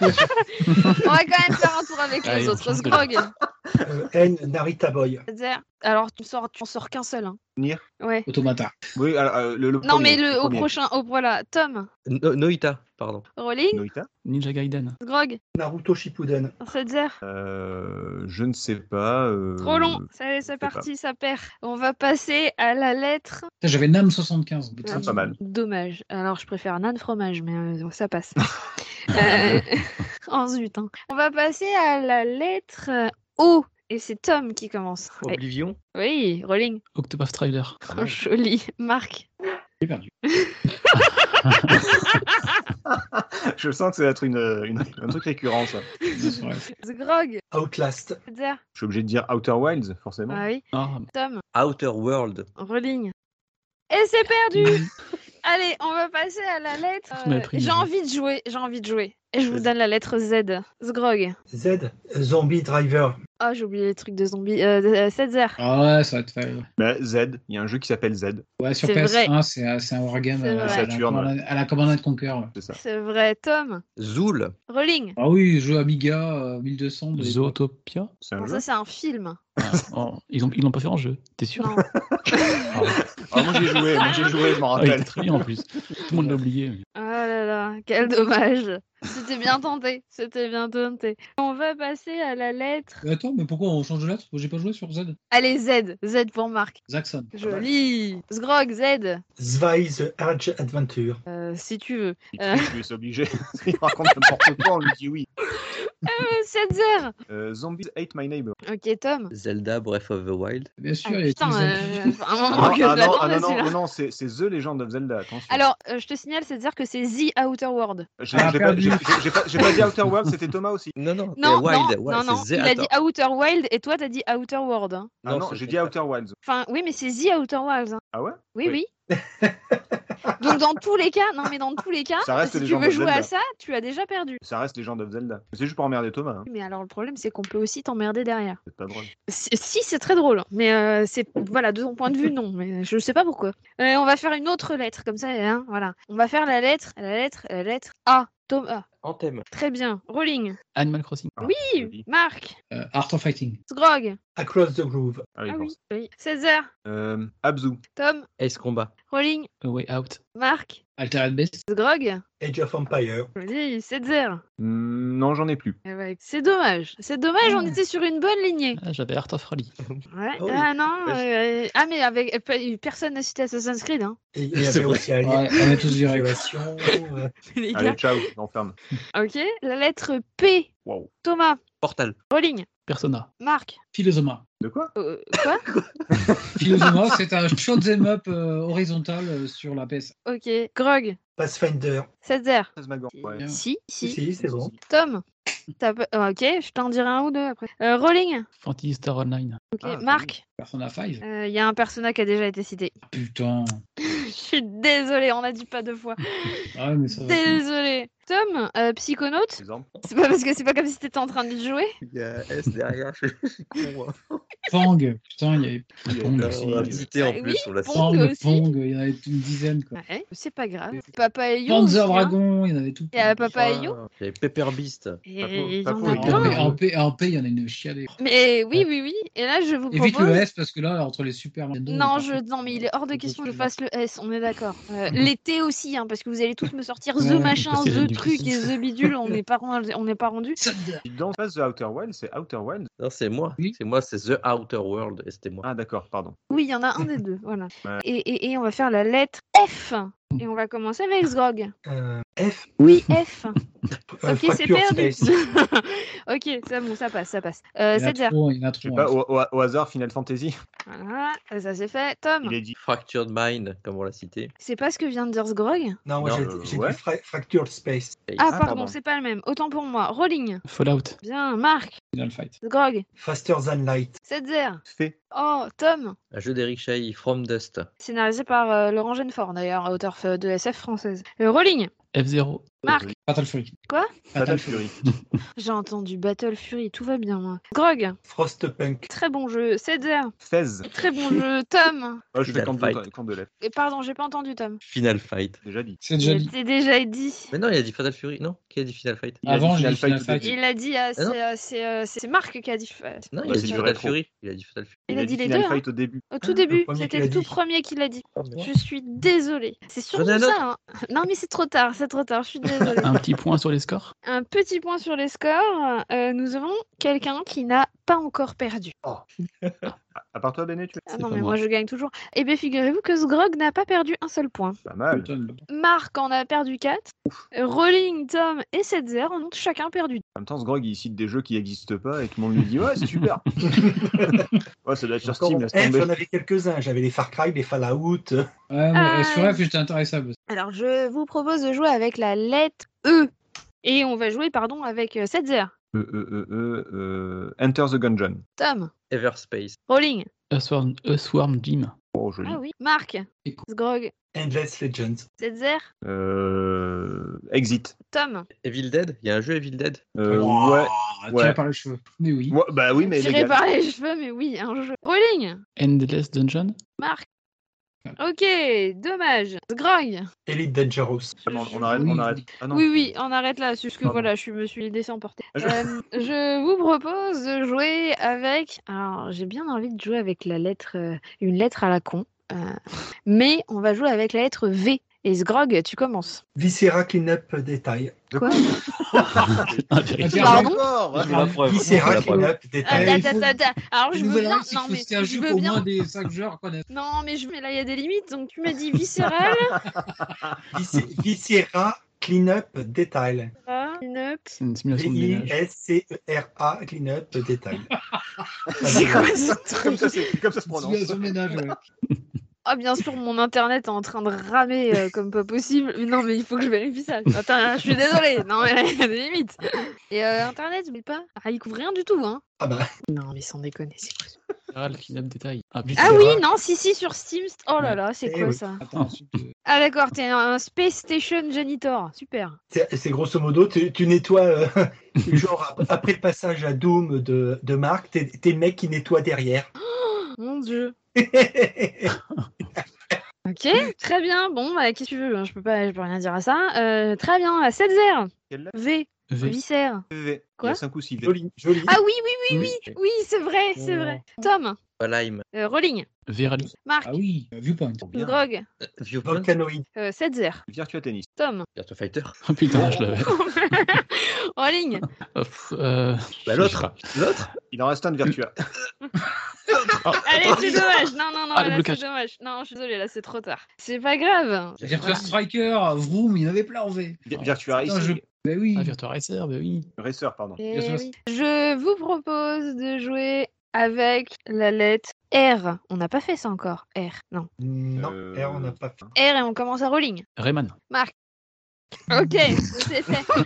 S2: On va quand même faire un tour avec
S3: Allez,
S2: les
S3: on
S2: autres.
S3: change de
S2: Scrog.
S6: Euh, N, Narita Boy.
S2: C'est-à-dire- Alors, tu sors, tu en sors qu'un seul. hein.
S4: Nier.
S2: Ouais.
S5: Automata.
S4: Oui, alors, euh, le, le
S2: Non,
S4: premier,
S2: mais le, au
S4: premier.
S2: prochain, au voilà. Tom,
S7: No- Noita, pardon.
S2: Rolling,
S4: Noita
S3: Ninja Gaiden.
S2: Grog,
S6: Naruto Shippuden.
S2: Setzer.
S4: Euh, Je ne sais pas. euh,
S2: Trop long. C'est
S4: sais
S2: c'est parti, ça perd. On va passer à la lettre.
S5: Putain, J'avais Nam 75.
S4: Ah, pas mal.
S2: Dommage. Alors, je préfère nan fromage, mais euh, donc ça passe. Euh, [laughs] Ensuite, hein. on va passer à la lettre euh, O. Et c'est Tom qui commence. Et-
S7: Oblivion.
S2: Oui, Rolling.
S3: Octopath Traveler.
S7: Ah
S2: Trop joli. Marc.
S5: J'ai perdu.
S4: [laughs] Je sens que ça va être une, une- un truc récurrent, ça.
S5: Ouais.
S2: Grog.
S6: Outlast.
S2: Setzer.
S4: Je suis obligé de dire Outer Wilds, forcément.
S2: Ah oui.
S3: Ah,
S2: Tom.
S7: Outer World.
S2: Rolling. Et c'est
S3: [laughs]
S2: perdu. Allez, on va passer à la lettre.
S3: Je m'avais
S2: euh,
S3: pris une
S2: j'ai
S3: jeu.
S2: envie de jouer. J'ai envie de jouer. Et je vous
S4: Vas-y.
S2: donne la lettre Z. Zgrog.
S6: Z, Zombie Driver.
S2: Ah, j'ai oublié les trucs de zombies. Euh, de- euh, Setzer.
S5: Ah ouais, ça va être fait.
S4: Bah, Z, il y a un jeu qui s'appelle Z,
S5: Ouais, sur
S2: C'est
S5: PS1, c'est un- c'est un wargame
S2: C'est
S5: euh,
S2: vrai.
S5: à, la
S4: Saturne,
S5: Command- à la Command and Conquer. ouais.
S4: c'est ça.
S2: C'est vrai, Tom.
S7: Zool.
S2: Rolling.
S5: Ah oui, jeu Amiga euh, 1200. de l'époque.
S3: Zootopia.
S4: C'est un
S2: Non,
S4: jeu.
S2: ça, c'est un film.
S3: Ah, oh, [laughs] ils l'ont ils l'ont pas fait en jeu, t'es sûr
S2: Non.
S3: Ah, ouais.
S4: Ah, moi j'ai joué, moi j'ai joué, je m'en
S3: Ah, il
S4: rappelle.
S3: était très bien en plus. Tout le monde l'a oublié. mais-
S2: Oh là là, quel dommage. C'était bien tenté. C'était bien tenté. On va passer à la lettre.
S5: Mais Attends, mais pourquoi on change de lettre J'ai pas joué sur Z.
S2: Allez, Z. Z pour Marc.
S5: Zaxxon.
S2: Joli. Zgrog, Z.
S6: Zwei The Arch Adventure.
S2: Euh, si tu veux.
S4: Il triche, lui, c'est obligé. [laughs] il raconte n'importe quoi, on lui dit oui.
S2: Euh, Setzer.
S4: Euh, Zombies Hate My Neighbor.
S2: Ok, Tom.
S7: Zelda Breath of the Wild.
S5: Bien sûr,
S2: Ah,
S5: il y a
S2: putain,
S5: tous les
S2: euh,
S5: autres.
S2: un moment
S4: Ah,
S2: que
S4: ah,
S2: je
S4: non, ah,
S2: l'attendais,
S4: non, non,
S2: celui-là.
S4: non, c'est c'est The Legend of Zelda, attention.
S2: Alors, euh, je te signale, Setzer, que c'est The Outer World.
S4: j'ai
S5: Ah,
S4: j'ai pas,
S5: perdu.
S4: j'ai- j'ai- j'ai pas, j'ai pas dit Outer World, c'était Thomas aussi.
S7: Non, non,
S2: Non,
S7: euh, Wild.
S2: non,
S7: ouais,
S2: non, non.
S7: c'est
S2: Il
S7: The
S2: a dit
S7: Outer-
S2: Outer Wild et toi, t'as dit Outer World. hein.
S4: Ah non,
S7: c'est
S4: j'ai
S7: le
S4: dit
S7: contraire.
S4: Outer Wilds.
S2: Enfin, oui, mais c'est The Outer Wilds. hein.
S4: Ah ouais
S2: Oui, oui.
S4: Oui. [laughs]
S2: Donc dans tous les cas, non mais dans tous les cas,
S4: Ça reste
S2: si
S4: les
S2: tu
S4: gens
S2: veux
S4: de
S2: jouer
S4: Zelda.
S2: à ça, tu as déjà perdu.
S4: Ça reste Legend of Zelda. C'est juste pour emmerder Thomas, hein.
S2: Mais alors le problème c'est qu'on peut aussi t'emmerder derrière.
S4: c'est pas drôle.
S2: Si si, c'est très drôle, mais euh, c'est voilà de son point de vue non, mais je sais pas pourquoi. Euh, on va faire une autre lettre comme ça, hein, voilà. On va faire la lettre, la lettre, la lettre A. Tom A.
S7: Anthem.
S2: Très bien. Rolling.
S3: Animal Crossing.
S4: Ah,
S2: Oui.
S4: joli.
S2: Marc.
S5: Euh, Art of Fighting.
S2: Grog.
S6: Across the Groove.
S4: Ah oui,
S2: Ah oui.
S4: force.
S2: oui. César.
S4: Euh, Abzu.
S2: Tom.
S7: Ace Combat.
S2: Rolling.
S3: A Euh, Way Out.
S2: Marc.
S5: Altered Best.
S2: Grog.
S6: Age of Empire.
S2: Joli. César.
S4: Hmm, non, j'en ai plus.
S2: Eh ben, C'est dommage, c'est dommage, on était sur une bonne lignée.
S3: Ah, J'avais Art of Rally.
S2: Ouais.
S7: Oh,
S2: ah non,
S7: dommage.
S2: euh, ah mais avec euh, pe- personne n'a cité Assassin's Creed. Hein.
S4: [laughs]
S6: Et il y
S7: C'est
S6: avait
S7: vrai.
S6: aussi Alien.
S5: Ouais, on est tous virés.
S6: Violation. euh,
S2: [laughs] les
S4: Allez,
S2: gars.
S4: ciao, j'enferme.
S2: Ok, la lettre P.
S4: Wow.
S2: Thomas,
S7: Portal.
S2: Rolling,
S3: Persona.
S2: Marc.
S5: Philosoma.
S4: De quoi
S2: euh, quoi [laughs]
S5: Philosoma, c'est un shoot'em up euh, horizontal euh, sur la PS.
S2: Ok, Grog,
S6: Pathfinder.
S2: Setzer.
S4: Transmagore. Ouais.
S2: Si, si,
S6: Si, c'est bon.
S2: Tom. t'as pas- ah, Ok, je t'en dirai un ou deux après. Euh, Rolling,
S3: Fantasy Star Online.
S2: ok,
S4: Ah,
S2: Marc.
S5: Persona 5.
S2: Il y a un persona qui a déjà été cité. [laughs]
S5: Putain.
S2: je suis désolée, on l'a dit pas deux fois.
S5: Ah, mais ça va.
S2: Désolée. Tom, euh, Psychonaute.
S4: Exemple.
S2: C'est pas parce que c'est pas comme si t'étais en train de jouer.
S7: Il y a S derrière. Je [laughs] suis con. hein.
S5: Fang. Putain, il y avait
S3: Pong
S7: Euh, on a
S3: aussi.
S7: visité en
S2: Ah oui,
S7: plus. on l'a
S2: Pong.
S5: Fang,
S2: aussi.
S5: Fang, il y en avait une dizaine. Quoi.
S2: Ouais, c'est pas grave. Papa et Yo.
S5: Panzer
S2: aussi, hein.
S5: Dragon, il y en avait tout.
S2: Il y a Papa et
S7: Ah,
S2: Yo.
S7: Il y avait Pepper Beast.
S2: Et ils
S4: Papo,
S2: en
S5: En
S2: ont
S4: Papo, il
S5: P-
S2: plein.
S4: est
S5: en P- en P, il y en a une chialée.
S2: Mais oui, oui, oui. Et là, je vous
S5: Évite le
S2: propose.
S5: S euh, parce que là, entre les Super Nintendo,
S2: Non,
S5: par
S2: je...
S5: contre,
S2: non, mais il est hors de
S5: je
S2: question que je
S5: trouve
S2: fasse le S, on est d'accord. Euh, L'été aussi, hein, parce que vous allez tous me sortir
S5: Ouais,
S2: The Machin,
S3: parce que j'aime
S2: The
S3: du
S2: Truc et
S3: piscine.
S2: The Bidule, on n'est pas, rendu- on n'est pas rendu.
S5: ça.
S4: Dans pas The Outer Wilds, c'est Outer Wilds.
S7: Non, c'est moi.
S5: Oui.
S7: C'est moi, c'est The Outer World. Et c'était moi.
S4: Ah d'accord, pardon.
S2: Oui, il y en a un des deux, voilà.
S4: Ouais.
S2: Et, et- et on va faire la lettre F. Et on va commencer avec Zgrog.
S6: Euh, F.
S2: Oui, F.
S6: euh,
S2: ok, c'est
S6: Fracture
S2: perdu.
S6: Space.
S2: [laughs] ok, c'est bon, ça passe, ça passe. Euh,
S5: Il y en a
S2: Cédric.
S5: trop, il y en a
S4: Je sais
S5: trop.
S4: pas,
S5: hein.
S4: au, au- au hasard, Final Fantasy, [laughs]
S2: Voilà, ça c'est fait. Tom,
S4: il est dit.
S7: Fractured Mind, comme on l'a cité.
S2: c'est pas ce que vient de dire Sgrog
S6: Non, moi
S7: Non,
S6: j'ai
S4: euh,
S6: j'ai
S4: ouais.
S6: dit fra- Fractured Space.
S2: Ah,
S4: Ah,
S2: pardon,
S4: pardon.
S2: c'est pas le même. Autant pour moi. Rolling.
S3: Fallout,
S2: Bien, Marc.
S5: Final Fight.
S2: Sgrog.
S6: Faster Than Light.
S2: Setzer.
S4: Fait.
S2: Oh, Tom.
S7: Un jeu d'Eric Chahi, From Dust.
S2: Scénarisé par euh, Laurent Genefort, d'ailleurs, auteur euh, de SF française. Euh, Rolling.
S3: F0,
S2: Marc.
S5: Fatal Fury.
S2: Quoi
S4: Fatal Fury.
S2: J'ai entendu Battle Fury, tout va bien, moi. Grog,
S6: Frostpunk.
S2: très bon jeu. Cedzer,
S4: 16.
S2: très bon
S5: [laughs]
S2: jeu. Tom,
S4: Ah, je fais
S7: Final
S4: camp de,
S7: Fight.
S4: camp de lèvres,
S2: et pardon, j'ai pas entendu Tom.
S7: Final Fight.
S4: déjà dit.
S5: C'est déjà dit.
S2: C'était déjà dit.
S7: Mais non, il a dit Fatal Fury. Non, qui a dit Final Fight
S4: Il a
S5: Avant,
S4: dit
S5: j'ai dit
S4: Final
S5: Final
S4: Fight
S5: Fight.
S2: Il a dit, ah, c'est,
S7: non.
S2: euh, c'est, euh, c'est Marc qui a dit. euh,
S7: Non,
S4: Bah,
S7: il a
S4: c'est
S7: dit
S4: du
S7: Fatal
S4: rétro.
S7: Fury. Il a dit Fatal Fury.
S2: Il a dit les
S4: Final
S2: deux, hein.
S4: Fight au début.
S2: Au tout début,
S6: premier
S2: c'était
S6: qui l'a
S2: le tout
S6: dit.
S2: premier qui l'a dit.
S7: Je-
S2: Je suis désolée. C'est surtout
S7: J'en ai un
S2: ça. hein. Non, mais c'est trop tard, c'est trop tard. Je suis désolée.
S3: un petit point sur les scores.
S2: Un petit point sur les scores. Euh, nous avons quelqu'un qui n'a pas encore perdu.
S4: À part toi, Benet, tu
S2: Ah
S3: C'est
S2: non,
S3: pas
S2: mais moi
S3: moi.
S2: je gagne toujours. Eh bien, figurez-vous que Sgrog n'a pas perdu un seul point.
S4: es pas mal.
S2: Marc en a perdu 4. Rolling, Tom et Setzer en ont chacun perdu.
S4: En même temps, ce Grog, il cite des jeux qui n'existent pas et tout le monde lui dit Ouais, c'est super. ouais, ça doit être sur
S6: Encore
S4: Steam,
S6: en
S4: laisse
S6: F,
S4: tomber.
S6: Eh, j'en avais quelques-uns. J'avais les Far Cry, les Fallout. euh,
S5: Ouais, mais
S2: Ah.
S5: sur F, j'étais intéressable.
S2: Alors je vous propose de jouer avec la lettre E. Et on va jouer, pardon, avec euh, Setzer,
S4: Euh, euh, euh, euh, euh, Enter the Gungeon.
S2: Tom,
S7: Everspace.
S2: Rolling.
S3: A Swarm, A Swarm Gym,
S4: Oh, joli.
S2: Ah oui. Marc,
S5: Écho.
S2: Sgrog,
S6: Endless Legends.
S2: Setzer,
S4: Euh, Exit.
S2: Tom.
S7: Evil Dead. Il y a un jeu Evil Dead.
S4: Euh,
S5: Wow,
S4: ouais.
S5: Tiré par les cheveux. Mais oui.
S4: Ouais, Bah oui, mais
S2: Tiré
S4: légal.
S2: par les cheveux, mais oui, un jeu. Rolling,
S3: Endless Dungeon,
S2: Marc. Ok, dommage. Sgrog.
S6: Elite Dangerous.
S4: Ah non, On arrête,
S5: Oui.
S4: on arrête. Ah non.
S2: Oui, oui, on arrête là, c'est juste que
S4: Pardon.
S2: voilà, je me suis laissé emporter.
S4: Je-
S2: Euh, je vous propose de jouer avec. Alors, j'ai bien envie de jouer avec la lettre, euh, une lettre à la con, euh, mais on va jouer avec la lettre V. Et Sgrog, tu commences.
S6: Viscera Cleanup Détail.
S2: Quoi
S3: Ah,
S5: Ah, Pardon
S4: Encore
S5: J'ai la preuve.
S6: Viscera Cleanup
S2: Ah, da,
S6: Détail.
S2: da, da, da. Alors, je
S5: Une
S2: veux
S5: nouvelle
S2: bien.
S5: règle, c'est
S2: Non,
S5: qu'il
S2: mais
S5: faut un
S2: je
S5: jeu
S2: veux
S5: qu'au
S2: bien.
S5: moins des 5 joueurs connaissent.
S2: Non, mais je mais là, il y a des limites, donc tu me dis viscéral.
S6: Visce- Viscera Cleanup Détail.
S2: Cleanup.
S3: c'est une simulation de ménage.
S6: V-I-S-C-E-R-A E Cleanup Détail.
S2: C'est quoi ce
S4: Comme
S2: truc
S4: ça, c'est comme ça se
S5: Simulation
S4: prononce.
S5: de ménage,
S4: [laughs]
S5: ouais.
S2: Ah, bien sûr, mon internet est en train de ramer euh, comme pas possible. Mais non, mais il faut que je vérifie ça. Attends, je suis désolée. Non, mais il y a des limites. Et euh, internet, n'oublie pas. Ah, il couvre rien du tout, hein.
S6: Ah bah,
S2: Non, mais sans déconner, c'est quoi ça
S3: Général, Cleanup détail. Ah,
S6: putain.
S2: Ah
S6: C'est
S2: oui,
S6: vrai.
S2: non, si, si, sur Steam. Oh là là, c'est
S6: Eh
S2: quoi
S6: oui.
S2: ça
S5: Attends, ensuite, euh,
S2: Ah, d'accord, t'es un Space Station Janitor. Super.
S6: c'est c'est grosso modo, tu, tu nettoies, euh, [laughs] genre ap- après le passage à Doom de, de Marc, t'es t'es le mec qui nettoie derrière. [laughs]
S2: Mon dieu. Ok, très bien. Bon, bah, qu'est-ce que tu veux hein, Je peux pas, je peux rien dire à ça. Euh, très bien, à 7 0
S4: Quelle lettre
S2: V,
S3: V.
S2: viscère.
S4: V. Il y
S2: Quoi
S4: a 5 ou 6 V.
S6: joli, joli.
S2: Ah oui, oui, oui,
S3: Oui.
S2: oui, Oh. oui, c'est vrai, c'est vrai. Tom,
S7: Valheim.
S2: euh, Rolling,
S3: Vérali.
S2: Marc,
S5: Ah oui, euh, Viewpoint.
S4: Bien.
S2: Grog,
S7: Euh, Viewpoint.
S6: Volcanoid.
S2: euh, Setzer,
S4: Virtua Tennis.
S2: Tom,
S7: Virtua Fighter.
S3: Ah putain, je
S2: [laughs]
S3: l'avais.
S2: Rolling,
S3: Hop, euh,
S7: Bah,
S3: je
S7: l'autre.
S3: sais
S7: L'autre
S4: Il en reste un de Virtua.
S3: pas. Ah,
S2: Allez, c'est dommage. Non, non, non,
S3: Ah, le
S2: là, c'est
S3: blocage.
S2: dommage. Non, je suis désolée, là, c'est trop tard. C'est pas grave.
S5: J'ai repris Striker, Vroom, il y en avait plein en V.
S4: Vi- Virtua
S5: Oh, Putain,
S4: Racing.
S5: Ben oui.
S3: ah, Virtua Racer, bah oui.
S4: Racer, pardon.
S2: Eh
S5: Bien sûr.
S2: oui. Je vous propose de jouer avec la lettre R. On n'a pas fait ça encore. R, non.
S6: Non,
S4: Euh,
S6: R, on n'a pas fait.
S2: R et on commence à Rolling.
S3: Rayman. [laughs]
S2: Ok, c'est fait.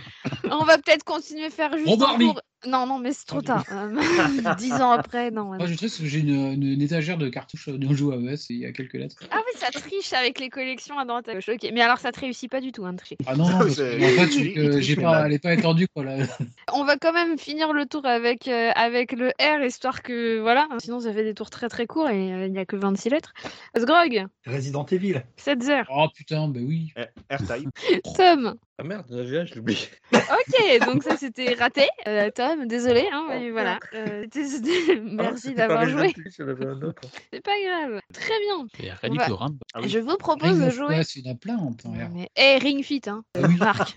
S2: On va peut-être continuer à faire juste.
S5: Bon,
S2: un
S5: Barbie.
S2: tour. Non, non, mais c'est trop tard. Euh, [laughs] Dix ans après, non.
S5: Moi, je sais que j'ai une, une- une étagère de cartouches de jeux AES, il y a quelques lettres.
S2: Ah oui, ça triche avec les collections à droite à gauche. Ok, mais alors ça te réussit pas du tout, hein, de tricher.
S4: [laughs]
S5: Ah non, non, parce
S4: C'est-
S5: que, en
S4: il-
S5: fait, c'est
S4: il
S5: que
S4: triche,
S5: j'ai
S4: mais
S5: pas,
S4: mal.
S5: elle est pas étendue, quoi, là.
S4: [laughs]
S2: On va quand même finir le tour avec, euh, avec le R, histoire que, voilà, sinon ça fait des tours très très courts et euh, il n'y a que 26 lettres. Sgrog,
S6: Resident Evil.
S2: 7-0,
S5: Oh putain, ben oui.
S4: Eh,
S5: [laughs]
S4: R-Type.
S2: Tom.
S7: Ah merde, j'en avais un, je l'oublie.
S2: Ok, donc ça c'était raté. Euh, Tom, désolé, hein, mais voilà. Euh, c'était- c'était- Merci
S7: [laughs]
S2: d'avoir joué. C'est pas grave. Très bien.
S3: Et
S2: va-
S3: Relico Rambo.
S4: Ah oui.
S2: Je vous propose
S5: Ring
S2: de
S5: of
S2: jouer.
S5: Quest, il y en a plein en temps R.
S2: Mais, eh, Ring Fit, hein, Marc.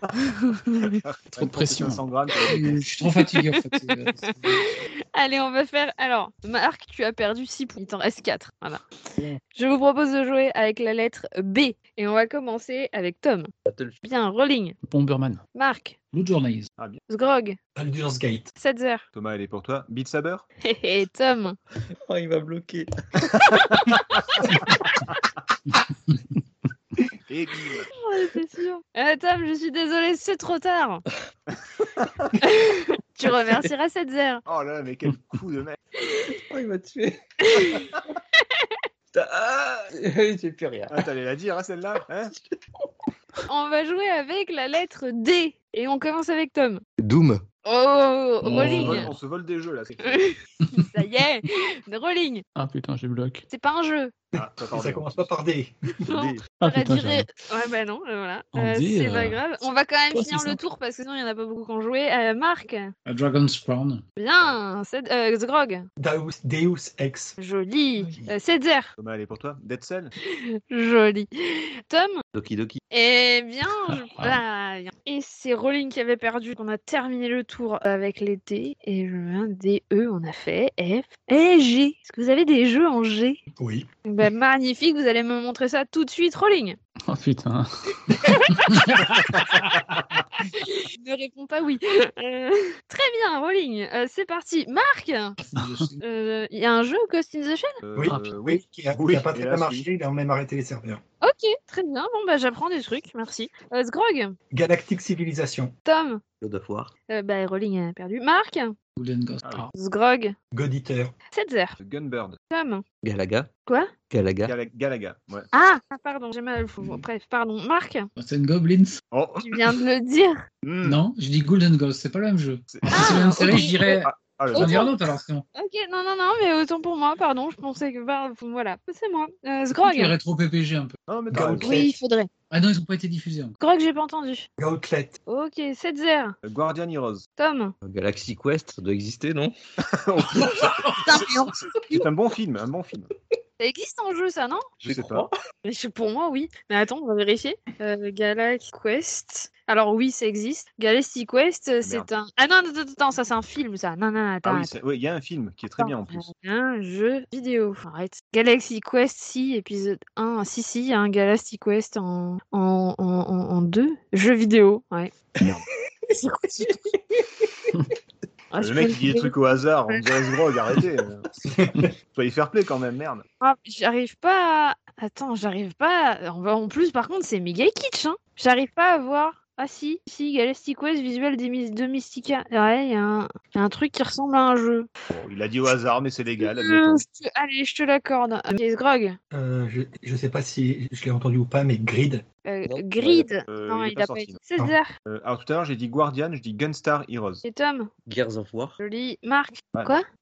S3: Trop de pression.
S4: 500 grammes.
S5: Je suis trop fatigué, en fait. c'est- euh, c'est-
S2: Allez, on va faire. Alors, Marc, tu as perdu 6 points. Il t'en reste 4. Voilà. Je vous propose de jouer avec la lettre B. Et on va commencer avec Tom.
S7: Battle-
S2: Bien, Rolling. King,
S3: Bomberman,
S2: Marc,
S5: Blue Journeys,
S2: Sgrog,
S6: Baldur's Gate.
S2: Setzer,
S4: Thomas, elle est pour toi. Beat Saber
S2: [laughs] hé, hé, Tom.
S7: Oh, il va bloquer.
S4: Et bim.
S2: Ouais, c'est sûr. Euh, Tom, je suis désolée, c'est trop tard. tu remercieras Setzer.
S4: Oh là là, mais quel coup de mec
S7: Oh, il m'a tué. Putain, ah, [laughs] J'ai plus rien.
S4: ah, T'allais la dire, hein, celle-là hein
S2: On va jouer avec la lettre D et on commence avec Tom.
S7: Doom.
S2: Oh,
S5: Oh.
S4: on, se vole,
S2: rolling.
S4: on se vole des jeux, là. c'est-
S2: Ça y est, rolling.
S3: Ah putain, j'ai bloqué.
S2: C'est pas un jeu.
S4: Ah, pas
S6: Et
S4: parlé.
S6: ça commence pas par D.
S2: Non.
S4: Des-
S3: Ah
S2: J'aurais
S3: putain,
S2: dit
S3: j'ai-
S2: ré- Ouais, bah non, euh, voilà.
S3: On
S2: Euh,
S3: dit,
S2: c'est pas
S3: euh,
S2: grave. On va quand même
S3: pas si
S2: finir le
S3: simple.
S2: tour parce que sinon il n'y en a pas beaucoup qu'on jouait. Euh, Marc,
S5: A Dragon's Crown,
S2: bien. Sed- euh, Grog,
S6: Deus, Deus Ex.
S2: joli.
S7: Joli.
S2: Euh, Setzer,
S4: Thomas, elle est pour toi. Dead Cell
S2: joli. Tom,
S7: Doki Doki.
S2: Eh bien, je-
S3: Ah.
S2: Ah, bien. et c'est Rowling qui avait perdu. On a terminé le tour avec les D et le 1 D E. On a fait F et G. Est-ce que vous avez des jeux en G
S6: Oui.
S2: Ben, Magnifique, vous allez me montrer ça tout de suite, Rowling.
S3: Oh putain.
S2: ne réponds pas oui. [laughs] Euh, Très bien, Rowling. Euh, c'est parti, Marc. Euh, Il y a un jeu Ghost in the Shell.
S4: Euh,
S6: Oui.
S4: euh, oui.
S6: Oui, qui a,
S4: Oui,
S6: qui a pas
S4: et
S6: très
S4: là,
S6: bien
S4: oui.
S6: marché, il a même arrêté les serveurs.
S2: Ok, très bien. Bon bah j'apprends des trucs, merci. Euh, Sgrog,
S6: Galactic Civilization,
S2: Tom.
S7: God of War.
S2: Euh, bah Rowling a perdu. Marc,
S5: Golden Ghost.
S4: Ah oui.
S5: Ah,
S2: Sgrog,
S6: God Eater,
S2: Setzer,
S4: Gunbird.
S2: Tom.
S7: Galaga.
S2: Quoi
S7: Galaga.
S4: Gala- Galaga. Ouais.
S2: Ah, ah, pardon, j'ai mal. faut- faut- Bref, pardon. Marc,
S5: Ghosts and Ah, Goblins
S4: Oh
S2: tu viens de le dire. [laughs]
S4: hmm.
S5: Non, je dis Golden Ghost, c'est pas le même jeu.
S4: C'est-
S5: Si c'est la même série,
S2: Ah, ok.
S5: je dirais.
S4: Ah, le
S5: Je vais en dire un
S4: bâtard.
S5: autre alors sinon.
S2: Ok, non, non, non, mais autant pour moi, pardon, je pensais que. bah, voilà, c'est moi. Euh,
S5: Tu les
S2: Sgrog.
S5: rétro PPG un peu.
S4: Non, mais
S6: Gaout.
S4: t'as raison.
S2: Oui, il faudrait.
S5: Ah non, ils ont pas été diffusés encore.
S2: Sgrog, j'ai pas entendu.
S6: Outlet,
S2: Ok, Setzer,
S4: Guardian Heroes.
S2: Tom.
S7: Galaxy Quest, ça doit exister, non
S4: C'est un bon film, un bon film.
S2: Ça existe en jeu, ça, non
S4: Je sais
S7: crois.
S2: Mais je- Pour moi, oui. Mais attends, on va vérifier. Euh, Galaxy Quest. Alors, oui, ça existe. Galaxy Quest, euh, c'est
S4: merde.
S2: un. Ah non, non, non, non, ça, c'est un film, ça. Non, non, attends.
S4: Ah oui,
S2: attends.
S4: c'est- oui, il y a un film qui est très bien en plus.
S2: Un jeu vidéo. Arrête. Galaxy Quest, si, épisode 1. Si, si, il y a un Galaxy Quest en, en, en, en- en deux. Jeux vidéo, ouais.
S4: Merde.
S2: Ah, je
S4: le mec
S2: peux
S4: il dit des
S2: le-
S4: trucs au hasard, on dirait ce grog, arrêtez.
S2: [laughs]
S4: Soyez fair play quand même, merde.
S2: Ah, j'arrive pas à... Attends, j'arrive pas à- En en plus, par contre, c'est méga kitsch, hein. J'arrive pas à voir... Ah si, si, Galaxy Quest, visuel des mis- de Mystica. Ouais, il y, a un- y a un truc qui ressemble à un jeu.
S4: Bon, il a dit au hasard, mais c'est légal.
S2: Euh,
S4: admettons.
S2: je te- Allez, je te l'accorde. Ok, Grog.
S6: euh, je, je sais pas si je l'ai entendu ou pas, mais Grid,
S2: Euh,
S7: Non,
S2: Grid.
S4: euh,
S2: non,
S4: il est
S2: il
S4: pas
S2: a pas
S4: sorti,
S2: été.
S4: non.
S2: César.
S4: Euh, alors tout à l'heure j'ai dit Guardian, je dis Gunstar Heroes.
S2: Et Tom.
S7: Gears of War.
S2: Joli. Marc.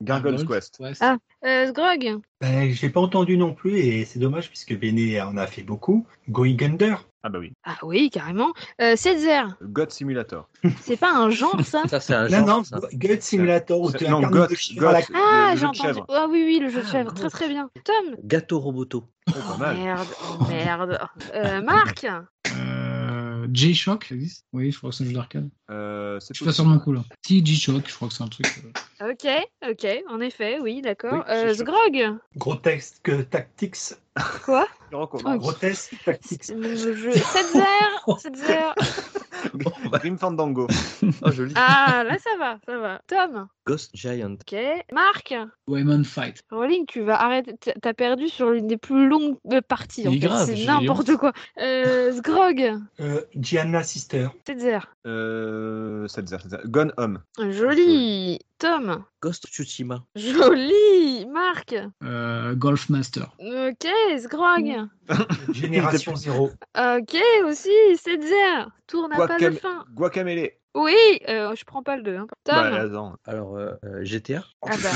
S4: Gargoyle's Quest.
S5: Ouais,
S2: Ah. Euh, Grog.
S6: ben, je l'ai pas entendu non plus et c'est dommage puisque Béné en a fait beaucoup. Going Under,
S4: Ah bah oui.
S2: Ah oui, carrément. Euh, César.
S4: God Simulator.
S2: C'est pas un genre, ça
S7: Ça, c'est
S4: Ah,
S7: un
S6: non,
S7: genre.
S6: non,
S7: ça.
S6: God Simulator où
S2: Oh,
S4: C'est-
S6: tu
S4: non,
S6: incarnes
S4: God,
S6: une chèvre à
S4: God, [laughs]
S6: la-
S4: le-
S2: Ah,
S4: le
S2: j'ai
S4: jeu de
S2: entendu.
S4: chèvre.
S2: Ah oui, oui, le jeu de
S7: Ah,
S2: chèvre.
S7: Grog.
S2: Très, très bien. Tom.
S7: Gato Roboto.
S4: Oh, pas mal. [laughs]
S2: Merde, merde. Euh, Marc.
S5: Euh, J-Shock, ça existe Oui, je crois que c'est un jeu d'arcade.
S4: Euh,
S5: Je
S4: c'est
S5: suis pas
S4: possible.
S5: sûrement cool. Hein. Si, J-Shock, je crois que c'est un truc. euh,
S2: Ok, ok, en effet, oui, d'accord.
S4: Oui,
S2: Euh,
S4: c'est sûr.
S2: Sgrog
S6: Grotesque euh, Tactics,
S2: Quoi
S4: Je
S2: Oh,
S4: recommande. [laughs]
S6: Grotesque Tactics,
S2: Le jeu 7-0 7-0
S7: Oh,
S4: [laughs]
S7: bah,
S4: Grim Fandango.
S7: oh, joli.
S2: Ah, là ça va, ça va. Tom
S7: Ghost Giant.
S2: Ok. Marc
S5: Wayman Fight.
S2: Rowling, tu vas arrêter. t'as- T'as perdu sur l'une des plus longues euh, parties, en
S3: Il est
S2: fait.
S3: grave,
S2: C'est
S3: j'ai
S2: n'importe
S3: honte.
S2: quoi. Euh, Sgrog
S6: euh,
S4: [laughs]
S6: Gianna Sister,
S2: 7-0
S4: Euh, ça, ça, ça. Gone Home.
S2: Joli Tom
S7: Ghost Tsushima.
S2: Joli Marc
S5: Euh, Golf Master.
S2: Ok, Sgrog
S6: Génération Zéro,
S2: Ok, aussi, 7-0 Tourne à pas de
S4: Guacam-
S2: fin
S4: Guacamele.
S2: Oui euh, Je prends pas le 2. Hein. Tom
S4: Ouais, attends.
S7: Alors, euh, euh, GTA.
S2: Ah bah,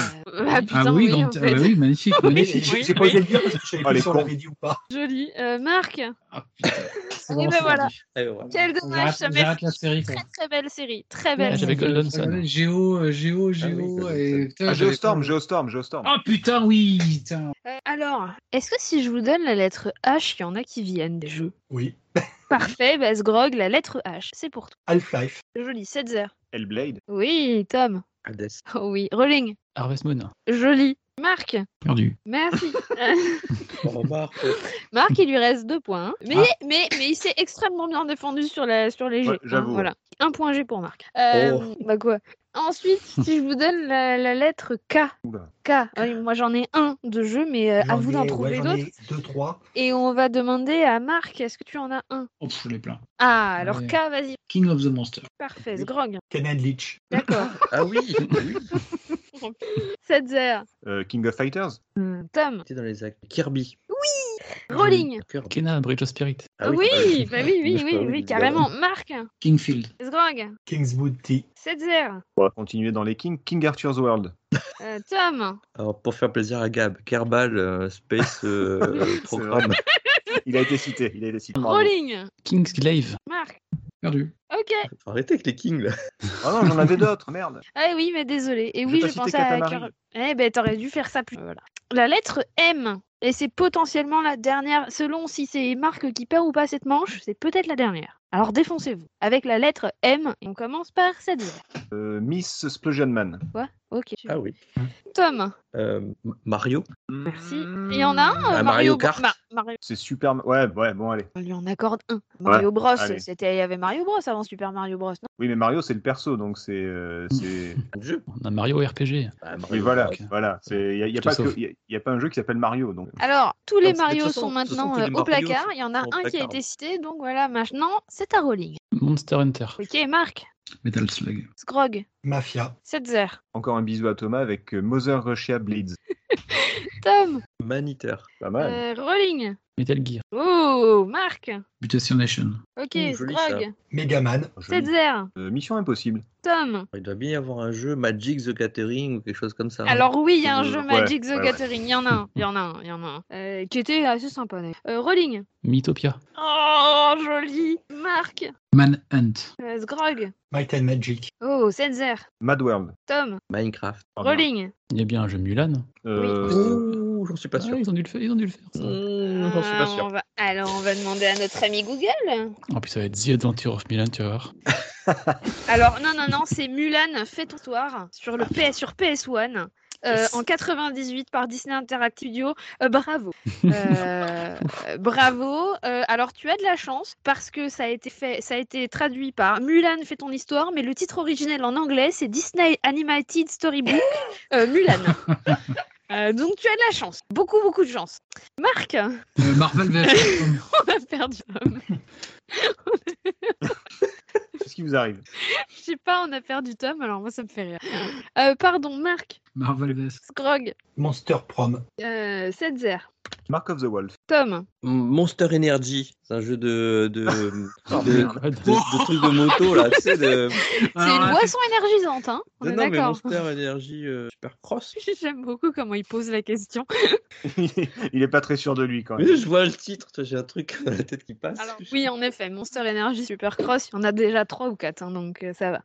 S2: ah putain,
S5: ah oui,
S2: oui,
S5: donc-
S2: en
S5: ah
S2: fait.
S5: bah oui, magnifique. magnifique.
S2: [laughs]
S6: J'ai
S2: oui,
S6: j'ai pas
S2: oui.
S6: osé le dire parce que je savais
S4: Ah, les
S6: plus si on
S4: cons.
S6: l'avait dit ou pas.
S2: Joli. Euh, Marc,
S5: Ah, putain, c'est
S2: Eh
S5: vraiment
S2: ben
S5: fort,
S2: voilà.
S5: dit.
S7: Ah, ouais.
S2: quel
S5: On
S2: dommage,
S5: arrête-
S2: ça
S5: on
S2: m'a
S5: arrête la série, quoi.
S2: très très belle série, très
S3: Ah,
S2: belle.
S3: j'avais
S2: série.
S3: Golden Sun.
S5: Géo, euh, Géo, Géo.
S7: Golden
S5: et,
S7: Sun.
S5: putain,
S4: Ah,
S5: j'avais
S4: Geostorm,
S5: pas-
S4: Geostorm, Geostorm.
S5: Ah putain, oui, putain.
S2: Euh, alors, est-ce que si je vous donne la lettre H, il y en a qui viennent des jeux
S6: Oui,
S2: Parfait, bah, Grog, la lettre H, c'est pour toi. [laughs]
S6: Half-Life,
S2: Joli, 7 heures.
S4: Hellblade.
S2: Oui, Tom.
S7: Hades.
S2: Oh oui, Rolling,
S3: Harvest Moon,
S2: joli. Marc,
S5: Perdu.
S2: [laughs] merci. bah,
S7: Remarque.
S6: Euh,
S2: euh, Marc, il lui reste deux points. hein. Mais, mais, mais il s'est extrêmement bien défendu sur, la, sur les jets.
S4: Ouais, j'avoue.
S2: Voilà. Un point G pour Marc. Euh, Bah quoi Ensuite, si je vous donne la, la lettre K.
S4: Oula.
S2: K. Ah Oui, moi, j'en ai un de jeu, mais euh, à vous d'en trouver d'autres.
S6: Deux, trois.
S2: Et on va demander à Marc, est-ce que tu en as un
S5: Oh, pff, je l'ai plein.
S2: Ah, alors
S3: Ouais.
S2: K, vas-y.
S5: King of the Monster.
S2: Parfait, Grog.
S6: [laughs] Kenan Leach.
S2: D'accord.
S7: Ah oui, oui.
S2: Setzer,
S4: Euh, King of Fighters
S2: Tom,
S7: C'était dans les actes. Kirby.
S2: Rolling.
S7: Kirby.
S3: Kena, Bridge of Spirit,
S7: Ah
S2: oui,
S7: oui.
S2: bah oui, oui,
S7: Bah
S2: oui,
S7: oui,
S2: oui,
S7: évidemment.
S2: carrément. Marc,
S5: Kingfield.
S2: Grog,
S6: Kingswood Tea.
S2: Setzer,
S4: Continuer dans les King, King Arthur's World.
S2: euh, Tom.
S7: Alors, pour faire plaisir à Gab, Kerbal euh, Space euh,
S2: [laughs]
S7: euh, Programme.
S4: Il a été cité. Il a été cité. Pardon.
S2: Rolling.
S3: Kingsglaive,
S2: Marc.
S5: Perdu.
S2: Ok.
S7: Faut Arrêtez avec les kings là.
S4: Ah non, j'en avais d'autres, merde.
S2: Ah oui, mais désolé. Et
S4: J'ai
S2: oui,
S4: pas
S2: je
S4: cité
S2: pensais à.
S4: Katamari.
S2: Cœur- Eh ben, t'aurais dû faire ça plus. Voilà. La lettre M. Et c'est potentiellement la dernière. Selon si c'est Marc qui perd ou pas cette manche, c'est peut-être la dernière. Alors défoncez-vous. Avec la lettre M, on commence par cette.
S4: Euh, Miss Splosion Man.
S2: Quoi Ok.
S7: Ah oui.
S2: Tom.
S7: Euh, M- Mario.
S2: Merci. Il y en a un. euh,
S7: Ah, Mario
S2: Bros-
S7: Kart.
S2: Ma- Mario...
S4: C'est super. Ouais, ouais, bon, allez.
S2: On lui en accorde un. Mario Bros.
S4: allez.
S2: C'était... Il y avait Mario Bros avant Super Mario Bros. Non
S4: Oui, mais Mario, c'est le perso, donc c'est. euh,
S3: [laughs]
S4: c'est-
S7: Un jeu.
S3: on a Mario RPG,
S7: Bah, Mario.
S4: Oui, voilà,
S3: ok.
S4: voilà. Il n'y a, y a
S3: Je te
S4: pas que-
S3: sauve.
S4: y a- y a pas un jeu qui s'appelle Mario. Donc.
S2: Alors, tous les
S7: Non, parce que Ah, de
S2: Mario
S7: toute façon-
S2: sont
S7: de toute façon,
S2: maintenant
S7: tous les
S2: euh, au
S7: Mario
S2: placard.
S7: sont-
S2: Il y en a
S7: sont au
S2: un qui a
S7: placard.
S2: été cité. Donc voilà, maintenant, c'est à Rolling.
S3: Monster Hunter,
S2: Ok, Marc.
S5: Metal Slug.
S2: Scrog.
S6: Mafia.
S2: Setzer.
S4: Encore un bisou à Thomas avec euh, Mother Russia Bleeds.
S2: Tom.
S7: Maniteur.
S4: Pas mal.
S2: euh, Rolling.
S3: Metal Gear,
S2: Oh, Marc.
S5: Mutation Nation.
S2: Ok,
S7: Oh, joli, ça.
S2: Scrog.
S6: Megaman.
S4: Joli.
S2: Setzer.
S4: Euh, Mission Impossible.
S2: Tom.
S7: Il doit bien y avoir un jeu Magic the Gathering ou quelque chose comme ça. hein.
S2: Alors oui, il y a un
S7: Mmh,
S4: Euh,
S2: jeu
S4: ouais,
S2: Magic the
S4: ouais, ouais.
S2: Gathering. Il y en a un. Il y en a un. Il y en a un. Euh, qui était assez sympa. d'ailleurs. Euh, Rolling.
S3: Mythopia,
S2: Oh, joli. Marc.
S5: Manhunt.
S2: Euh, Scrog.
S6: Might and Magic.
S2: Oh, Setzer.
S4: Mad World.
S2: Tom.
S7: Minecraft.
S4: Pardon.
S2: Rolling.
S3: il y a Eh bien un jeu Mulan.
S4: Euh,
S7: Ouh, j'en suis pas
S3: Ah,
S7: sûr.
S3: ils, ont dû le faire, ils ont dû le faire, ça.
S7: Mmh, j'en suis
S2: Ah,
S7: pas sûr.
S2: on va- Alors, on va demander à notre ami Google.
S3: En plus, ça va être The Adventure of Mulan, tu vas voir.
S2: Alors, non, non, non, c'est Mulan Fête Histoire sur, le PS, sur PS1 euh,
S3: Yes.
S2: en 98 par Disney Interactive Studio. Euh, bravo. Euh, euh, bravo. Euh, alors, tu as de la chance parce que ça a été, fait, ça a été traduit par Mulan Fais ton histoire, mais le titre originel en anglais, c'est Disney Animated Storybook euh, Mulan. Euh, donc, tu as de la chance. Beaucoup, beaucoup de chance. Marc, [laughs]
S5: Euh, Marvel vs.
S2: on a perdu.
S4: [laughs] Qu'est-ce qui vous arrive
S2: Je sais pas, on a perdu Tom, alors moi, ça me fait rire. Euh, pardon, Marc,
S5: Marvel vs.
S2: Scrog.
S6: Monster Prom.
S2: Euh, Setzer,
S4: Mark of the Wolf. [laughs]
S2: Tom,
S7: Monster Energy, c'est un jeu de de,
S2: Ah.
S3: Oh,
S7: de,
S3: merde.
S7: de, de trucs de moto là, tu sais. De...
S5: Ah,
S2: c'est une boisson énergisante, hein [laughs] On
S7: Non,
S2: est
S7: non, mais
S2: d'accord.
S7: Monster Energy euh, Super Cross.
S2: [laughs] J'aime beaucoup comment il pose la question.
S4: Il est pas très sûr de lui quand même.
S7: Mais je vois le titre, tu vois, j'ai un truc [laughs] dans la tête qui passe.
S2: Alors oui, en effet, Monster Energy Supercross, il y en a déjà trois ou quatre, hein, donc euh, ça va.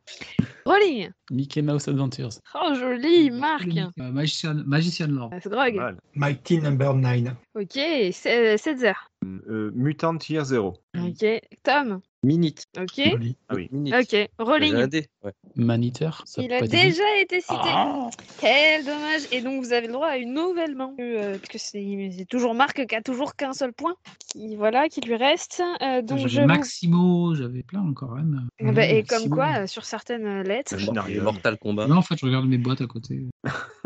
S2: Rolling,
S3: Mickey Mouse Adventures,
S2: oh joli, Marc,
S5: Euh, Magician, Magician Lord.
S2: Euh, Scrog,
S4: Mal.
S6: Mighty Number 9.
S2: ok, Se- Setzer,
S4: Euh, Mutant Year Zero.
S2: ok, Tom,
S7: Minute.
S2: ok,
S4: Ah oui.
S7: Minute.
S2: ok,
S7: J'ai un
S2: Rolling.
S7: dé, ouais.
S3: Maneater, ça
S2: Il
S3: peut
S2: a
S3: pas dire.
S2: déjà été cité.
S3: Ah
S2: Quel dommage Et donc vous avez le droit à une nouvelle main. Euh, parce que c'est c'est toujours Marc qui a toujours qu'un seul point. Qui, voilà, qui lui reste. Euh, donc je
S5: J'avais
S2: vous-
S5: Maximo, j'avais plein encore. Hein.
S2: Ah bah, et
S5: Maximo.
S2: comme quoi, euh, sur certaines euh, lettres.
S4: Machine
S7: Mor-
S4: Arium.
S7: Mortal Kombat.
S5: Non, en fait, je regarde mes boîtes à côté.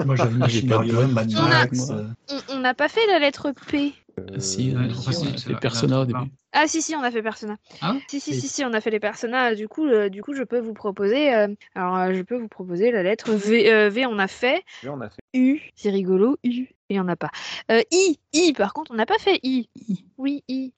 S6: Moi
S4: [laughs]
S6: j'avais Machinarium, Mad
S2: On a-
S6: Max. euh,
S2: On on n'a pas fait la lettre P.
S3: Si,
S5: ouais,
S3: euh,
S5: enfin, si,
S3: on a
S5: c'est
S3: fait
S5: la-
S3: Persona
S5: la-
S3: au début.
S2: Ah si si on a fait Persona.
S5: Ah ouais
S2: si si
S7: Et-
S2: si si on a fait les Persona. Du coup euh, du coup je peux vous proposer euh, alors euh, je peux vous proposer la lettre V. euh, v on a fait
S4: Et on a fait.
S2: U. C'est rigolo U. Il y en a pas. Euh, I I par contre on n'a pas fait I. Oui I.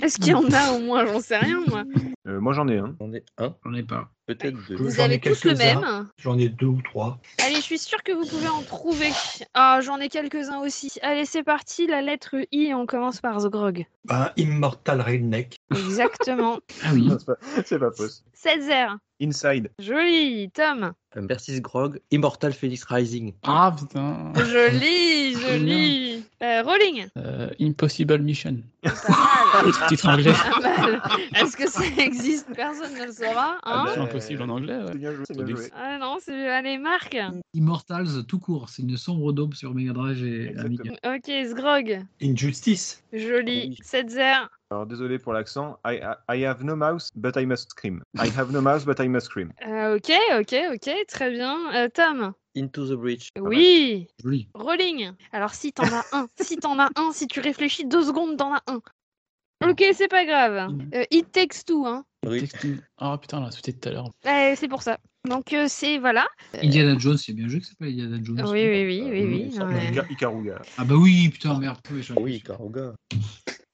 S2: Est-ce qu'il y en a au moins j'en sais rien moi.
S4: Euh, moi j'en ai un.
S7: J'en ai un,
S5: J'en ai pas.
S7: peut-être deux.
S2: Vous
S6: J'en ai
S2: avez tous le
S6: quelques-uns.
S2: même.
S6: J'en ai deux ou trois.
S2: Allez, je suis sûre que vous pouvez en trouver. Ah, j'en ai quelques-uns aussi. Allez, c'est parti, la lettre I, on commence par The Grog.
S6: Un Ben, Immortal Redneck.
S2: Exactement.
S5: Ah oui.
S4: Non, c'est pas- [laughs] C'est pas possible.
S2: 16 heures.
S4: Inside.
S2: Joli, Tom.
S7: Euh, Versus Grog, Immortal Phoenix Rising.
S3: Ah putain
S2: [laughs] Joli, joli. Euh, Rolling. [laughs]
S3: Euh, Impossible Mission,
S2: Pas mal.
S3: [laughs]
S2: Ah
S3: Titre anglais.
S2: mal. Est-ce que ça existe Personne ne le saura.
S4: Ah
S7: bah.
S2: Hein
S4: ben,
S3: C'est impossible en anglais. ouais.
S4: C'est bien joué, c'est bien joué.
S2: ah non, c'est. Allez, Marc.
S5: Immortals tout court, c'est une sombre daube sur Mega Drive et
S4: Exactement.
S5: Amiga.
S2: Ok, Sgrog.
S6: Injustice.
S2: Joli.
S7: Oui.
S2: 7-0.
S4: Alors désolé pour l'accent. I, I- I have no mouth, but I must scream. I have no mouth, but I must scream.
S2: Euh, ok, ok, ok. Très bien. Euh, Tom.
S7: Into the Breach.
S2: Oui.
S5: Joli.
S2: Rolling. Alors si t'en as un, si t'en as un, si tu réfléchis deux secondes, t'en as un. Ok, c'est pas grave.
S3: Mhm.
S2: Euh, it takes two, hein.
S7: Oui.
S3: Texte- Ah putain, on l'a sauté tout à l'heure.
S2: Euh, c'est pour ça. Donc euh, c'est voilà.
S5: Indiana Jones, il y a bien un jeu qui s'appelle Indiana Jones.
S2: Ah Oui, oui, oui,
S4: Euh,
S2: oui, oui.
S7: ça
S2: non,
S7: me
S2: mais-
S4: Ika- Ikaruga.
S5: Ah bah oui, putain, merde. Oui,
S4: Ah
S5: j'en ai
S7: Oui,
S5: plus.
S7: Karuga.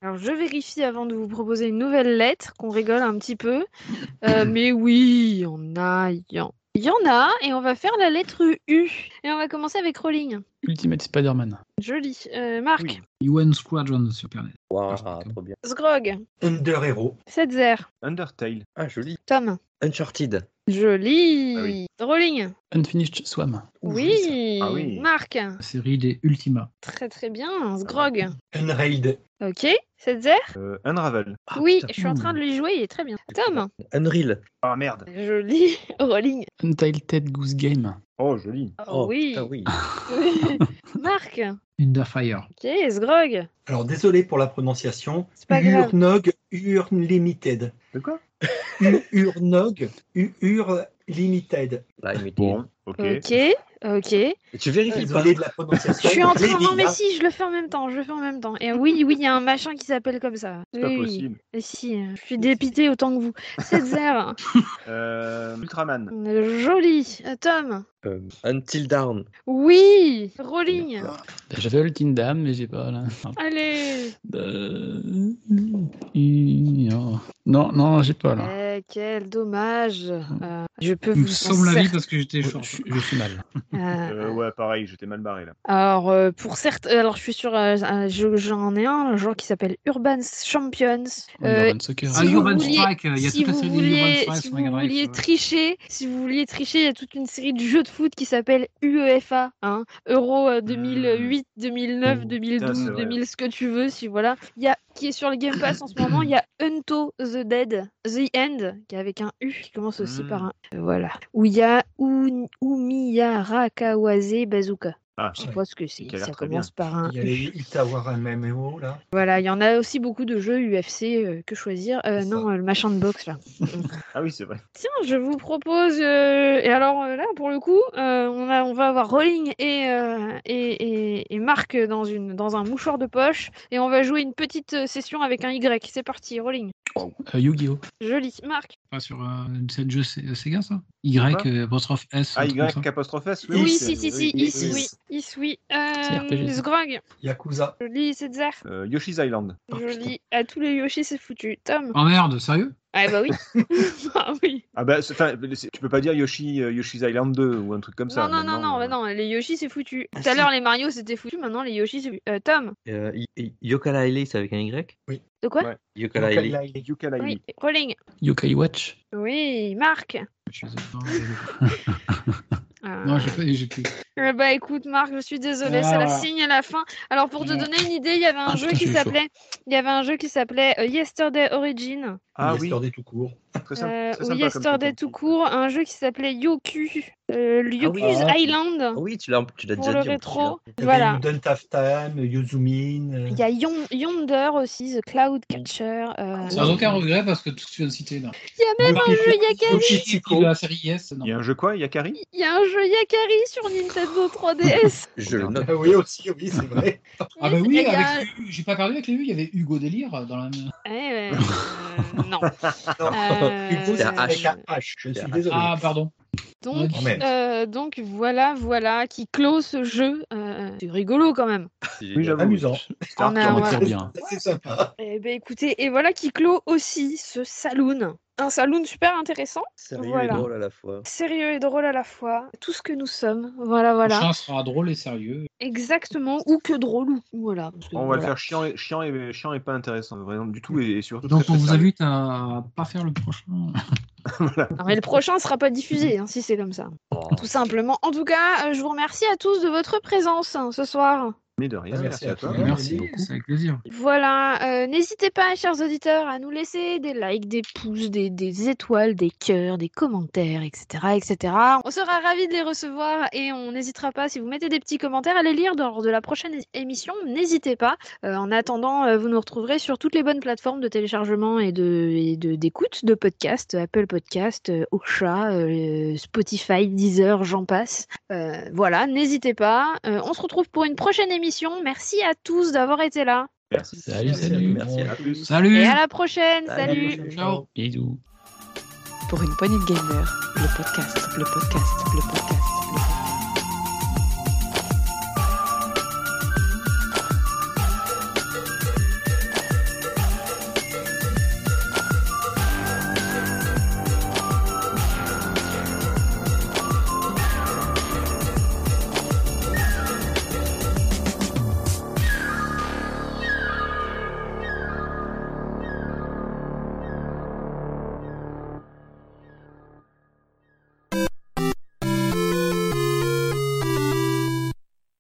S2: Alors je vérifie avant de vous proposer une nouvelle lettre, qu'on rigole un petit peu.
S3: [laughs]
S2: Euh, mais oui, il y en a, il y en il y en a, et on va faire la lettre U. Et on va commencer avec Rolling.
S3: Ultimate Spider-Man.
S2: Joli. Euh, Marc,
S3: Oui.
S5: UN Squadron sur Super NES.
S7: Waouh, trop bien.
S2: Sgrog,
S6: Under Hero.
S2: Setzer,
S4: Undertale.
S7: Ah, joli.
S2: Tom.
S7: Uncharted.
S2: Joli.
S4: Ah oui.
S2: Rolling.
S3: Unfinished Swam.
S7: Ouh, joli,
S2: Oui.
S4: Ah oui.
S2: Marc.
S5: La série des Ultima.
S2: Très très bien, Sgrog.
S6: Unrailed.
S2: Ok, Setzer
S4: Euh, Unravel.
S5: Ah,
S2: Oui,
S5: putain,
S2: je suis en train de lui jouer, il est très bien.
S7: ça.
S2: Tom
S7: Unreal.
S4: Ah merde.
S2: Joli. [laughs] Rolling.
S3: Untitled Goose Game.
S4: Oh joli.
S2: Oh, oui.
S7: putain, oui.
S2: Oui. Marc
S5: Unda Fire.
S2: Ok, Sgrog.
S6: Alors désolé pour la prononciation.
S2: C'est
S6: [laughs]
S2: pas grave.
S6: Urnog Unlimited.
S4: De quoi
S6: U- Urnog Ur Limited.
S7: Là, il m'était-
S4: Bon, ok.
S2: Ok, ok.
S7: Tu vérifies pas.
S6: Désolé de la prononciation.
S2: Je suis en train.
S6: Lady,
S2: Non, mais
S6: hein.
S2: si, je le fais en même temps. Je le fais en même temps. Et oui, oui, il y a un machin qui s'appelle comme ça.
S4: C'est pas
S2: Oui, oui.
S4: possible.
S2: Et si, hein. je suis dépité autant que vous.
S4: [laughs]
S2: Setzer,
S4: Euh, Ultraman.
S2: joli. Euh, Tom,
S7: Euh, Until Dawn.
S2: oui. Rolling,
S3: J'avais Ultimate Dame, mais j'ai pas là.
S2: allez.
S3: Euh, Non, non, non, j'ai pas là.
S2: Eh, quel dommage. Euh, je peux
S5: Il me
S2: vous. en
S5: semble la vie
S2: cer-
S5: parce que j'étais
S3: Je,
S5: short.
S3: je- je suis mal.
S2: Euh,
S4: Euh, ouais, pareil, j'étais mal barré là.
S2: Alors, euh, pour certes, alors je suis sur, euh, euh, je- j'en ai un, un joueur qui s'appelle Urban Champions. Euh,
S3: Urban Soccer.
S5: Ah,
S2: si vous
S5: Urban
S2: vouliez-
S5: Strike, il y a
S2: si
S5: toute la
S2: vous
S5: série
S2: vouliez,
S5: des Urban Strike
S2: si
S5: sur
S2: vous
S5: Mega Drive. euh,
S2: vouliez
S5: ouais.
S2: tricher, si vous vouliez tricher, il y a toute une série de jeux de foot qui s'appelle UEFA, hein, Euro euh, 2008, 2009,
S3: Putain,
S2: 2012,
S4: c'est vrai.
S2: 2000, ce que tu veux, si voilà. Il y a qui est sur le Game Pass en ce moment, il y a Unto the Dead, The End, qui est avec un U qui commence aussi
S4: Mm.
S2: par un, euh, voilà. Où il y a Un- Umiyara Kawase Bazooka.
S4: Ah,
S2: Je sais pas ce que
S4: Et
S2: c'est,
S4: qui a l'air
S2: ça
S4: très
S2: commence par un
S6: Il y a
S2: U.
S6: les Itawara MMO oh, là.
S2: Voilà, il y en a aussi beaucoup de jeux UFC euh, que choisir. Euh,
S6: C'est ça.
S2: non, euh, le machin de boxe là.
S4: ah oui, c'est vrai.
S2: Tiens, je vous propose. euh, Et alors euh, là, pour le coup, euh, on, a, on va avoir Rolling et, euh, et, et- et Marc dans, une, dans un mouchoir de poche. Et on va jouer une petite euh, session avec un Y. C'est parti, Rolling.
S3: Euh, Yu-Gi-Oh!
S2: Joli. Marc.
S5: Pas sur euh, une set jeu Se- Sega, ça Y,
S4: Quoi
S5: euh, apostrophe S.
S4: Ah,
S5: un truc comme
S4: Y,
S5: ça.
S4: apostrophe S
S2: Oui,
S4: oui, c'est-
S2: si, si, si.
S4: oui,
S2: Is, oui. Is, oui. Euh,
S3: RPG, ça.
S2: Sgrog.
S6: Yakuza.
S2: Joli, Cedzer.
S4: Euh, Yoshi's Island.
S2: Joli. À tous les Yoshi, c'est foutu. Tom.
S5: Oh merde, sérieux
S2: Ah
S4: [laughs]
S2: bah oui. [laughs] ah oui.
S4: Ah bah, c'est- enfin, c'est- tu peux pas dire Yoshi, euh, Yoshi's Island 2 ou un truc comme ça.
S2: non, non, non,
S4: maintenant,
S2: non,
S4: euh,
S2: bah non, les Yoshi, c'est foutu.
S6: Ah,
S2: Tout à
S6: si.
S2: l'heure, les Mario, c'était foutu. Maintenant, les Yoshi, c'est. Euh, Tom.
S7: Euh, Y- Y- Yooka-Laylee, c'est avec un Y.
S2: De quoi
S4: Ouais.
S7: Yooka-Laylee.
S4: les Yooka-Laylee.
S2: Oui. Rolling.
S3: Yokai Watch.
S2: Oui, Marc.
S5: Je suis désolé. Non, désolé.
S2: Euh,
S5: Non, j'ai pas- j'ai plus.
S2: Euh, Bah écoute Marc, je suis désolée, c'est la
S5: Ah.
S2: signe à la fin. Alors pour te
S5: Ouais.
S2: donner une idée, il y avait un
S3: Ah,
S2: jeu
S3: putain,
S2: qui
S3: j'ai eu chaud.
S2: s'appelait, il y avait un jeu qui s'appelait euh, Yesterday Origin
S4: Ah oui,
S6: Yesterday tout court.
S4: très sympa.
S2: euh,
S4: très
S2: ou
S4: sympa comme
S2: Yesterday
S4: truc. hein.
S2: tout court, un jeu qui s'appelait Yoku, euh, le
S7: Ah oui.
S2: Yoku's
S6: Ah,
S2: Island
S7: Ah oui, tu l'as tu l'as
S2: pour
S7: déjà
S2: le
S7: dit. en hein.
S2: rétro.
S6: Il y
S2: Voilà.
S6: avait Don't Have Time, Yuzumin. euh,
S2: Il y a Yon- Yonder aussi, The Cloud Catcher. euh,
S5: Sans aucun regret parce que tout ce que tu viens de citer là.
S2: Il y a même un jeu Yakari.
S6: Yoshi
S5: Et puis
S6: Psycho.
S5: la série Yes, non.
S4: Il y a un jeu quoi Yakari
S2: Il y a un jeu Yakari sur Nintendo 3DS.
S7: plus. Je le note.
S6: Ah [laughs] oui, aussi, oui, c'est vrai.
S5: Ah bah
S2: Et
S5: oui,
S2: il y a-
S5: avec les U, j'ai pas perdu avec les U, il y avait Hugo Délire euh, dans la
S2: Eh, ouais, euh, non.
S6: Non.
S2: Euh,
S6: Hugo, c'est
S7: la
S6: avec
S2: hache.
S6: un H. Je
S7: La
S6: suis
S7: hache.
S6: désolé.
S5: Ah pardon.
S2: Donc,
S5: Ouais,
S6: merde.
S2: euh, donc voilà, voilà, qui clôt ce jeu. Euh, c'est rigolo quand même.
S7: C'est
S4: Oui, j'avoue.
S6: Amusant.
S4: C'était Arthur,
S2: Ah,
S3: On
S2: ouais.
S3: tire bien.
S6: C'est sympa.
S2: Eh ben écoutez, et voilà qui clôt aussi ce saloon. Un saloon super intéressant,
S7: Sérieux
S2: Voilà.
S7: et drôle à Oh la fois.
S2: sérieux et drôle à la fois. Tout ce que nous sommes, voilà,
S5: Le
S2: voilà.
S5: prochain sera drôle et sérieux.
S2: Exactement, ou que drôle, ou voilà. parce que
S4: On va
S2: voilà.
S4: le faire chiant et, chiant et, chiant et pas intéressant, vraiment, du tout, et, et surtout.
S5: Donc
S4: très,
S5: on
S4: très
S5: vous
S4: sérieux.
S5: invite à pas faire le prochain.
S2: Non, mais le prochain sera pas diffusé, hein, si c'est comme ça. Tout simplement. En tout cas, euh, je vous remercie à tous de votre présence hein, ce soir.
S4: Mais de rien,
S6: Ah,
S4: merci,
S6: merci à
S4: à toi.
S6: toi.
S5: Merci,
S6: beaucoup.
S5: c'est avec plaisir.
S2: Voilà, euh, n'hésitez pas, chers auditeurs, à nous laisser des likes, des pouces, des, des étoiles, des cœurs, des commentaires, etc., etc. On sera ravis de les recevoir et on n'hésitera pas, si vous mettez des petits commentaires, à les lire lors de la prochaine é- émission. N'hésitez pas. Euh, en attendant, euh, vous nous retrouverez sur toutes les bonnes plateformes de téléchargement et de et de- d'écoute de, podcasts, Apple Podcasts, euh, Ocha, euh, Spotify, Deezer, j'en passe. Euh, voilà, n'hésitez pas. Euh, on se retrouve pour une prochaine émission. Merci à tous d'avoir été là.
S4: Merci.
S3: Salut,
S4: Merci à
S3: salut.
S4: toi.
S7: Merci à
S4: À plus.
S5: Salut
S2: Et à la prochaine.
S7: À la
S2: Salut.
S7: prochaine.
S5: Ciao.
S3: Bisous.
S1: Pour une poignée de gamer, le podcast, le podcast, le podcast, le podcast.